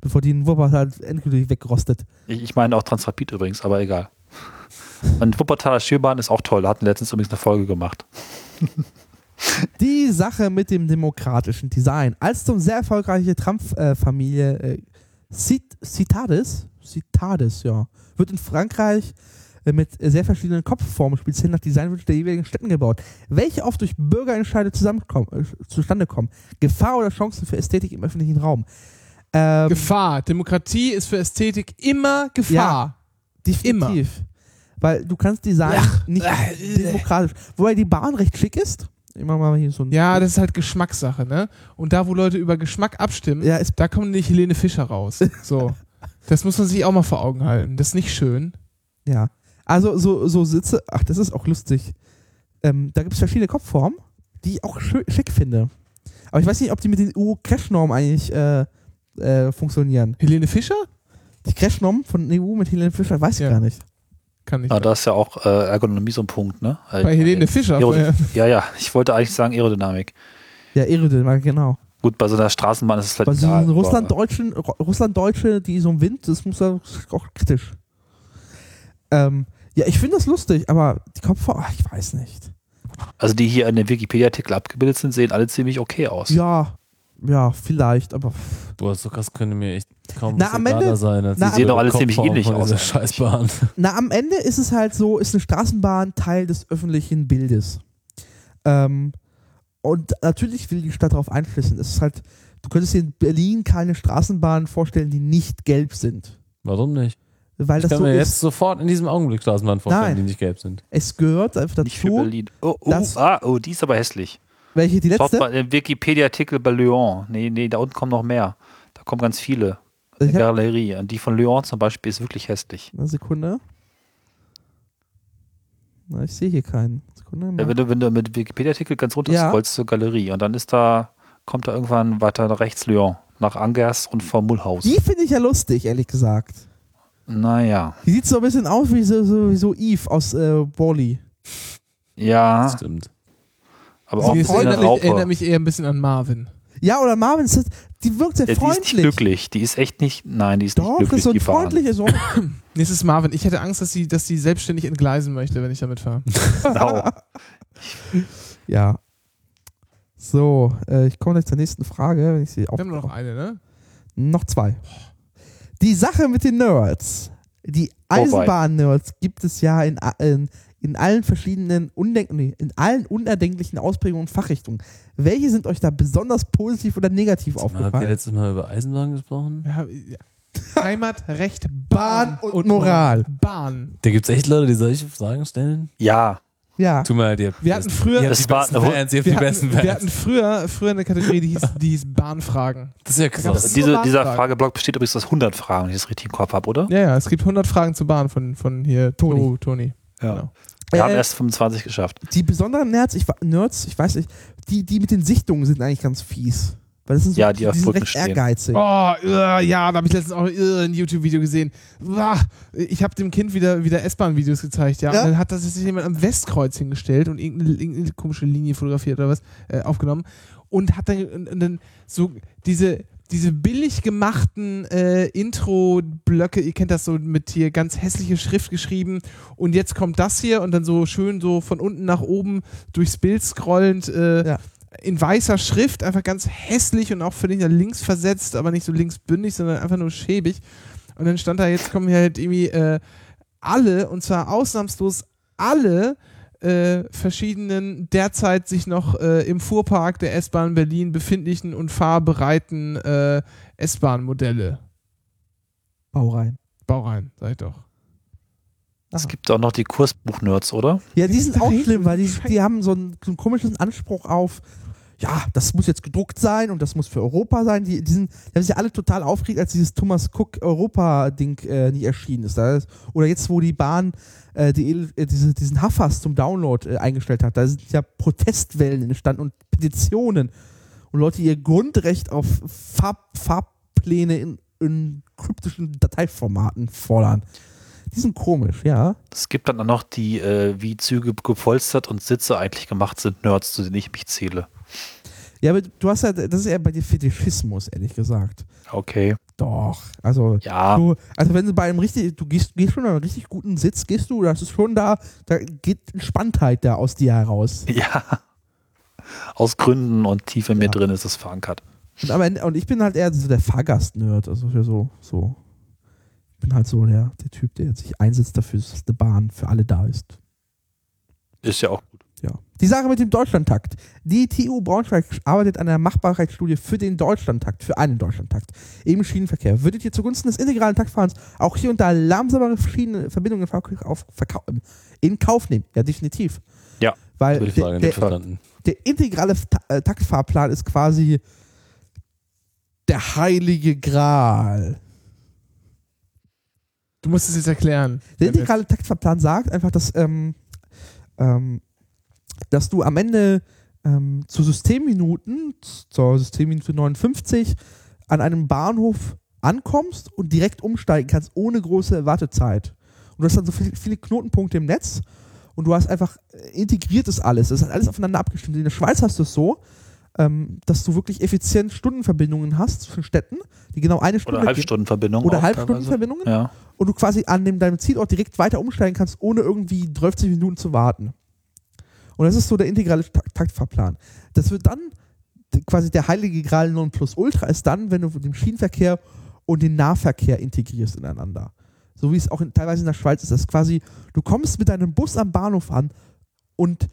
S5: Bevor die in Wuppertal halt endgültig wegrostet.
S3: Ich, ich meine auch Transrapid übrigens, aber egal. Und Wuppertaler Schwebebahn ist auch toll. Da hatten wir letztens übrigens eine Folge gemacht.
S5: Die Sache mit dem demokratischen Design. Als zum sehr erfolgreiche Trump-Familie äh, Cit Citades, Citades, ja, wird in Frankreich äh, mit äh, sehr verschiedenen Kopfformen speziell nach Designwünschen der jeweiligen Städten gebaut, welche oft durch Bürgerentscheide zusammenkommen, äh, zustande kommen. Gefahr oder Chancen für Ästhetik im öffentlichen Raum. Ähm,
S2: Gefahr. Demokratie ist für Ästhetik immer Gefahr.
S5: definitiv. Weil du kannst Design nicht
S2: [laughs] äh,
S5: demokratisch. Wobei die Bahn recht schick ist. Immer mal hier so ein
S2: Ja, das ist halt Geschmackssache, ne? Und da, wo Leute über Geschmack abstimmen,
S5: Ja, ist-
S2: da kommt nicht Helene Fischer
S5: [laughs]
S2: raus. So. Das muss man sich auch mal vor Augen halten. Das ist nicht schön.
S5: Ja. Also so, so Sitze, ach, das ist auch lustig. Ähm, da gibt es verschiedene Kopfformen, die ich auch schö- schick finde. Aber ich weiß nicht, ob die mit den EU-Crash-Normen eigentlich äh, äh, funktionieren.
S2: Helene Fischer?
S5: Die Crash-Normen von EU mit Helene Fischer, weiß ich
S2: Ja.
S5: gar nicht.
S2: Kann nicht.
S3: Na, da ist ja auch äh, Ergonomie so ein Punkt, ne?
S2: Bei Helene Fischer.
S3: Aerod
S2: vorher.
S3: ja, ja, ich wollte eigentlich sagen Aerodynamik.
S5: Ja, Aerodynamik, genau.
S3: Gut, bei so einer Straßenbahn ist es vielleicht
S5: Weil so
S3: egal,
S5: ein
S3: aber-
S5: Russlanddeutschen, Ru- Russlanddeutsche, die so im Wind, das muss ja das ist auch kritisch. Ähm, ja, ich finde das lustig, aber die Kopfhörer, ach, ich weiß nicht.
S3: Also die hier in dem Wikipedia-Artikel abgebildet sind, sehen alle ziemlich okay aus.
S5: Ja, ja, vielleicht, aber pff.
S4: Boah, so krass könnte mir echt kaum
S5: Na,
S4: was
S5: am Ende-
S4: egaler sein. Als
S5: na,
S4: diese
S5: Die sehen
S3: doch alle ziemlich
S4: Kopfform
S3: ähnlich
S4: von dieser
S3: aus,
S4: Scheißbahn. [laughs]
S5: Na, am Ende ist es halt so, ist eine Straßenbahn Teil des öffentlichen Bildes. Ähm, und natürlich will die Stadt darauf einfließen. Es ist halt, du könntest dir in Berlin keine Straßenbahnen vorstellen, die nicht gelb sind.
S4: Warum nicht?
S5: Weil
S4: Ich
S5: das
S4: kann
S5: so
S4: mir
S5: ist.
S4: jetzt sofort in diesem Augenblick Straßenbahn vorstellen,
S5: Nein.
S4: die nicht gelb sind.
S5: Es gehört einfach
S3: Nicht für
S5: dazu.
S3: Berlin. Oh, oh,
S5: Das-
S3: ah, oh, die ist aber hässlich.
S5: Welche die
S3: Schaut
S5: letzte?
S3: mal im Wikipedia-Artikel bei Lyon. Nee, nee, da unten kommen noch mehr. Da kommen ganz viele. Die
S5: Also Ich hab,
S3: Galerie. Und die von Lyon zum Beispiel ist wirklich hässlich.
S5: eine Sekunde. Na, ich sehe hier keinen. Sekunde.
S3: Ja,
S5: Mal.
S3: Wenn, du, wenn du mit Wikipedia-Artikel ganz runter
S5: Ja.
S3: scrollst zur Galerie und dann ist da, kommt da irgendwann weiter nach rechts Lyon. Nach Angers und vor Mulhouse.
S5: Die finde ich ja lustig, ehrlich gesagt.
S3: Naja.
S5: Die sieht so ein bisschen aus wie so, so, wie so Eve aus äh, Wally. Ah.
S3: Ja,
S4: Stimmt.
S3: aber auch ein
S2: Sie
S3: bisschen eine
S2: erinnert, mich, erinnert
S3: Raupe.
S2: mich eher ein bisschen an Marvin.
S5: Ja, oder Marvin, Sid- die wirkt sehr
S3: Ja, Äh, die ist nicht
S5: freundlich.
S3: glücklich. Die ist echt nicht. Nein, die ist
S5: Doch,
S3: nicht
S5: das
S3: glücklich.
S5: ist so
S3: die
S5: ein
S3: Bahn.
S5: freundliches so.
S2: Nee, es ist Marvin. Ich hätte Angst, dass sie, dass sie selbstständig entgleisen möchte, wenn ich damit
S5: [laughs]
S2: fahre.
S3: Genau.
S5: [laughs] ja. So, äh, ich komme gleich zur nächsten Frage, wenn ich sie
S2: Wir haben nur noch
S5: aufmache.
S2: eine, ne?
S5: Noch zwei. Die Sache mit den Nerds. Die
S3: Vorbei.
S5: Eisenbahn-Nerds gibt es ja in, a- in, in allen verschiedenen Undenk nee, in allen unerdenklichen Ausprägungen und Fachrichtungen. Welche sind euch da besonders positiv oder negativ
S4: Habt ihr
S5: aufgefallen?
S4: letztes Mal über Eisenbahn gesprochen?
S2: Wir haben- ja. Heimat, Recht,
S5: Bahn
S2: Bahn
S5: und Moral.
S2: Bahn.
S4: Da gibt's echt Leute, die solche Fragen stellen?
S3: Ja,
S5: Ja.
S4: Tut mir leid, ihr habt
S2: Wir
S4: die
S2: hatten
S4: besten-
S2: früher-
S4: ihr habt
S3: Es
S4: die
S3: war-
S4: besten Fans, ihr habt die
S2: Wir
S4: besten
S2: hatten, wir hatten
S4: Fans.
S2: früher, früher eine Kategorie, die hieß, die hieß Bahnfragen.
S4: Das ist ja
S2: Das
S4: krass.
S2: ist
S3: Diese,
S2: nur
S3: dieser
S2: Nachfragen.
S3: Frageblock besteht übrigens aus 100 Fragen, wenn ich das richtig im Kopf habe, oder?
S2: Ja, ja, es gibt 100 Fragen zur Bahn von, von hier
S5: Toni.
S2: Toni. Toni. Genau.
S3: Wir haben
S5: Äh,
S3: erst 25 geschafft.
S5: Die besonderen Nerds, ich, wa- Nerds, ich weiß nicht, die, die mit den Sichtungen sind eigentlich ganz fies. Weil das sind so,
S3: Ja, die auf
S5: sind
S3: Brücken
S5: recht
S3: stehen.
S5: ehrgeizig.
S2: Oh, äh, ja, da habe ich letztens auch äh, ein YouTube-Video gesehen. Uah, ich habe dem Kind wieder, wieder S-Bahn-Videos gezeigt, ja.
S5: Ja.
S2: Und dann hat das sich jemand am Westkreuz hingestellt und irgendeine, irgendeine komische Linie fotografiert oder was, äh, aufgenommen. Und hat dann, und, und dann so diese, diese billig gemachten äh, Intro-Blöcke, ihr kennt das so mit hier ganz hässliche Schrift geschrieben und jetzt kommt das hier und dann so schön so von unten nach oben durchs Bild scrollend äh,
S5: Ja.
S2: in weißer Schrift, einfach ganz hässlich und auch völlig nach links versetzt, aber nicht so linksbündig, sondern einfach nur schäbig. Und dann stand da, jetzt kommen hier halt irgendwie äh, alle, und zwar ausnahmslos alle äh, verschiedenen derzeit sich noch äh, im Fuhrpark der S-Bahn Berlin befindlichen und fahrbereiten äh, S-Bahn-Modelle.
S5: Bau rein.
S2: Baureihen, sag ich doch.
S5: Ah.
S3: Es gibt auch noch die Kursbuch-Nerds, oder?
S5: Ja, die sind
S2: da
S5: auch
S2: hinten?
S5: schlimm, weil die, die haben so einen, so einen komischen Anspruch auf, ja, das muss jetzt gedruckt sein und das muss für Europa sein. Die, die, sind, die haben sich ja alle total aufgeregt, als dieses Thomas Cook Europa-Ding äh, nicht erschienen ist. Da ist. Oder jetzt, wo die Bahn äh, die, El- äh, diese, diesen Haffers zum Download äh, eingestellt hat. Da sind ja Protestwellen entstanden und Petitionen. Und Leute, die ihr Grundrecht auf Farb, Farbpläne in, in kryptischen Dateiformaten fordern. Die sind komisch, ja.
S3: Es gibt dann auch noch die, äh, wie Züge gepolstert und Sitze eigentlich gemacht sind, Nerds, zu denen ich mich zähle.
S5: Ja, aber du hast ja, das ist eher bei dir Fetischismus, ehrlich gesagt.
S3: Okay.
S5: Doch. Also,
S3: Ja, [laughs]
S5: du, also wenn du bei einem richtig, du gehst, gehst schon bei einem richtig guten Sitz, gehst du, das ist schon da, da geht Entspanntheit da aus dir heraus.
S3: ja. Aus Gründen und tief in mir
S5: Ja.
S3: drin ist es verankert.
S5: Und, am Ende, und ich bin halt eher so der Fahrgast-Nerd, also für so, so. Ich bin halt so der, der Typ, der sich einsetzt dafür, dass eine Bahn für alle da ist.
S3: Ist ja auch gut.
S5: Ja. Die Sache mit dem Deutschlandtakt. Die TU Braunschweig arbeitet an einer Machbarkeitsstudie für den Deutschlandtakt, für einen Deutschlandtakt im Schienenverkehr. Würdet ihr zugunsten des integralen Taktfahrens auch hier und da langsamere Schienen- Verbindungen in Verkauf- auf, Verkauf- in Kauf nehmen? Ja, definitiv.
S3: Ja,
S5: Weil
S3: würde ich
S5: der,
S4: Frage
S5: der,
S4: nicht verstanden.
S5: der integrale Ta äh, Taktfahrplan ist quasi der heilige Gral.
S2: Du musst es jetzt erklären.
S5: Der integrale Taktverplan sagt einfach, dass, ähm, ähm, dass du am Ende ähm, zu Systemminuten, zur Systemminute 59, an einem Bahnhof ankommst und direkt umsteigen kannst, ohne große Wartezeit. Und du hast dann so viele, viele Knotenpunkte im Netz und du hast einfach äh, integriert ist alles. Das ist alles aufeinander abgestimmt. In der Schweiz hast du es so, ähm, dass du wirklich effizient Stundenverbindungen hast zwischen Städten, die genau eine Stunde
S3: Oder Halbstundenverbindung.
S5: oder
S3: auch teilweise.
S5: Halbstundenverbindungen
S3: Ja.
S5: und du quasi an dem, deinem Zielort direkt weiter umsteigen kannst, ohne irgendwie 30 Minuten zu warten. Und das ist so der integrale Tak- Taktfahrplan. Das wird dann d- quasi der heilige Gral Nonplusultra ist dann, wenn du den Schienenverkehr und den Nahverkehr integrierst ineinander. So wie es auch in, teilweise in der Schweiz ist, dass quasi du kommst mit deinem Bus am Bahnhof an und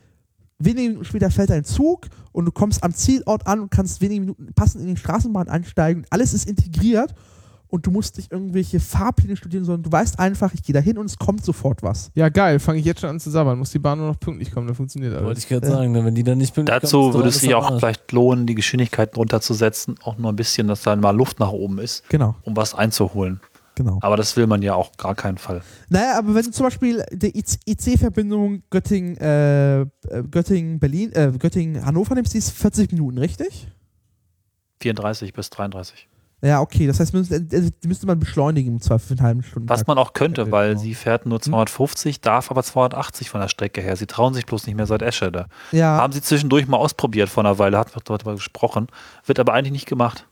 S5: wenige Minuten später fällt ein Zug und du kommst am Zielort an und kannst wenige Minuten passend in die Straßenbahn einsteigen. Alles ist integriert und du musst nicht irgendwelche Fahrpläne studieren, sondern du weißt einfach, ich gehe da hin und es kommt sofort was.
S2: Ja, geil, fange ich jetzt schon an zu sabbern. Muss die Bahn nur noch pünktlich kommen, dann funktioniert
S4: Wollte
S2: alles.
S4: ich gerade sagen, wenn die dann nicht pünktlich kommen,
S3: Dazu
S4: ist doch
S3: würde es
S4: alles
S3: sich
S4: am
S3: auch
S4: Arsch.
S3: vielleicht lohnen, die Geschwindigkeit runterzusetzen, auch nur ein bisschen, dass dann mal Luft nach oben ist,
S5: Genau,
S3: um was einzuholen.
S5: genau.
S3: Aber das will man ja auch gar keinen Fall.
S5: Naja, aber wenn du zum Beispiel die IC-Verbindung Göttingen, äh, äh, Göttingen, Berlin, äh, Göttingen, Hannover nimmst, die ist 40 Minuten, richtig?
S3: 34 bis 33.
S5: Ja, okay. Das heißt, müsste, äh, die müsste man beschleunigen im Zweifel für einen halben Stunden.
S3: Was man auch könnte, weil
S5: Genau.
S3: sie fährt nur 250, darf aber 280 von der Strecke her. Sie trauen sich bloß nicht mehr seit Eschede.
S5: ja,
S3: Haben sie zwischendurch mal ausprobiert vor einer Weile, hat man darüber gesprochen, wird aber eigentlich nicht gemacht.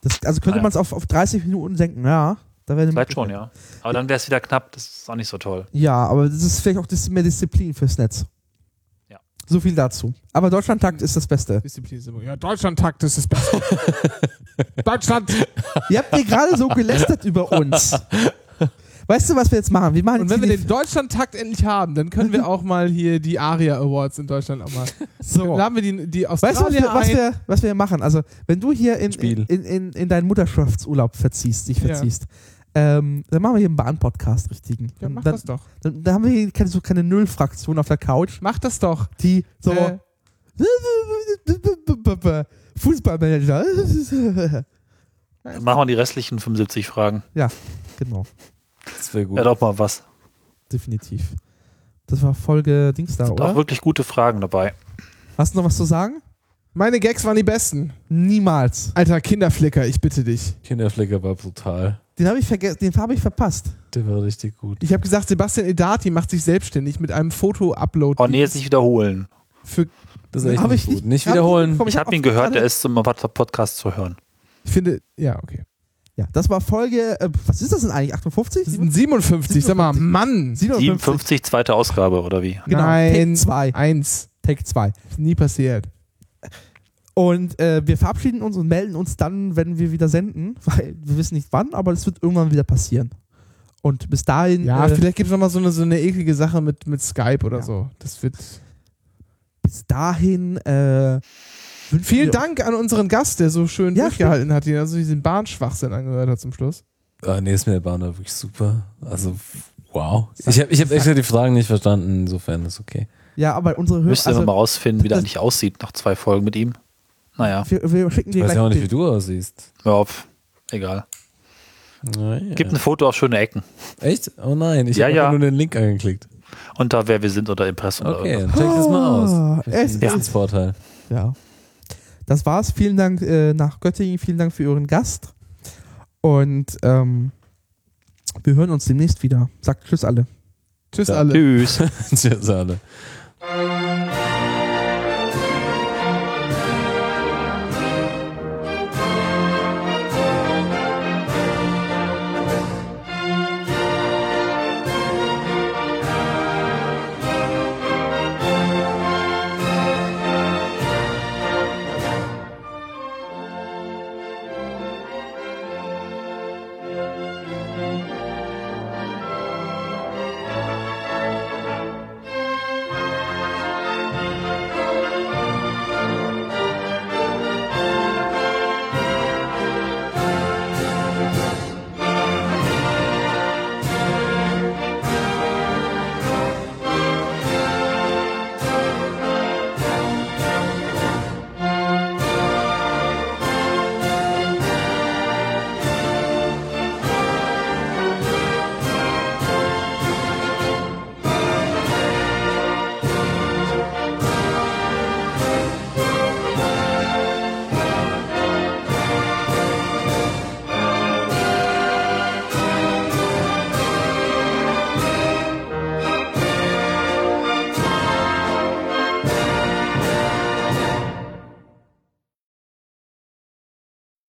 S5: das, also könnte
S3: Naja.
S5: man es auf, auf 30 Minuten senken, ja. Da wäre eine
S3: Ah, Vielleicht schon,
S5: Möglichkeit.
S3: ja. Aber dann wäre es wieder knapp, das ist auch nicht so toll.
S5: Ja, aber das ist vielleicht auch dis mehr Disziplin fürs Netz.
S3: Ja.
S5: So viel dazu. Aber Deutschlandtakt ist das Beste.
S2: Disziplin ist immer. Ja, Deutschland-Takt ist das
S4: [laughs]
S2: Beste. Deutschland!
S5: Ihr habt hier gerade so gelästert über
S3: [laughs]
S5: uns. Weißt du, was wir jetzt machen? Wir machen
S2: Und
S5: jetzt
S2: wenn wir
S5: hier
S2: den Deutschland-Takt endlich haben, dann können wir auch mal hier die ARIA Awards in Deutschland auch mal.
S5: die- so.
S2: Dann laden wir die, die
S5: Weißt du, was
S2: Australier
S5: wir, was,
S2: ein.
S5: wir, was wir machen? Also, wenn du hier in,
S4: Spiel.
S5: in, in, in deinen Mutterschaftsurlaub verziehst, dich
S2: Ja.
S5: verziehst, ähm, dann machen wir hier einen Bahn-Podcast richtigen.
S2: ja, mach
S5: dann,
S2: das doch.
S5: dann, dann haben wir hier keine, so keine Nullfraktion auf der Couch,
S2: Mach das doch.
S5: die so [laughs]
S2: Äh,
S5: Fußballmanager.
S3: Dann machen wir die restlichen 75 Fragen.
S5: [laughs] genau,
S4: Das wäre gut.
S3: Wäre doch mal was.
S5: definitiv. Das war Folge Dings da,
S3: Sind auch
S5: oder?
S3: wirklich gute Fragen dabei.
S5: Hast du noch was zu sagen?
S2: meine Gags waren die besten.
S5: Niemals.
S2: Alter, Kinderflicker, ich bitte dich.
S4: Kinderflecker war brutal.
S5: Den habe ich, verge- den hab ich verpasst.
S4: Der war richtig gut.
S2: Ich habe gesagt, Sebastian Edati macht sich selbstständig mit einem Foto-Upload.
S3: Oh nee, jetzt nicht wiederholen.
S2: für,
S4: Das ist echt
S5: Hab
S4: nicht
S5: ich
S4: gut.
S5: nicht-
S4: Nicht
S5: hab ich
S4: wiederholen.
S5: bekommen.
S3: Ich
S5: hab
S3: habe ihn
S5: auch
S3: gehört,
S5: gerade-
S3: er ist zum Podcast zu hören.
S2: ich finde, ja, okay.
S5: Ja, das war Folge. Äh, was ist das denn eigentlich? 58?
S2: Das sind 57, sag mal, Mann.
S3: 57, zweite Ausgabe, oder wie?
S5: Genau,
S2: Nein.
S5: Take 2.
S2: Eins.
S5: Take 2.
S2: Ist nie passiert.
S5: Und äh, wir verabschieden uns und melden uns dann, wenn wir wieder senden, [laughs] weil wir wissen nicht wann, aber das wird irgendwann wieder passieren. Und bis dahin,
S2: Ja,
S5: äh,
S2: vielleicht gibt es nochmal so eine, so eine eklige Sache mit, mit Skype oder
S5: Ja.
S2: so. Das wird.
S5: bis dahin äh, wünschen
S2: Vielen
S5: wir-
S2: Dank an unseren Gast, der so schön
S5: Ja,
S2: durchgehalten hat, den also diesen Bahnschwachsinn angehört hat zum Schluss.
S4: Ah, nee, ist mir der Bahn war wirklich super. Also, wow. Ich habe ich hab extra die Fragen nicht verstanden, insofern ist okay.
S5: Ja, aber unsere Hörer.
S3: Müsste also, mal
S5: Also,
S3: rausfinden, wie der
S5: das-
S3: eigentlich aussieht nach zwei Folgen mit ihm. Naja,
S5: wir, wir schicken
S4: Ich
S5: dir
S4: weiß
S5: gleich.
S4: ja auch nicht, wie
S5: den-
S4: du aussiehst.
S3: ja, pf, egal.
S4: Naja.
S3: Gibt ein Foto auf schöne Ecken.
S4: Echt? Oh nein, ich
S3: Ja,
S4: habe
S3: ja.
S4: nur den Link angeklickt.
S3: Unter wer wir sind oder Impressum. oder
S4: Okay,
S3: irgendwas.
S4: dann
S5: Oh.
S4: check das mal aus.
S5: Ah, es
S4: Das ist ein
S5: ist-
S4: Vorteil. [laughs]
S5: ja. Das war's. Vielen Dank äh, nach Göttingen. Vielen Dank für euren Gast. Und ähm, wir hören uns demnächst wieder. Sagt Tschüss alle.
S2: Tschüss
S4: Ja.
S2: alle.
S3: Tschüss.
S4: Tschüss alle.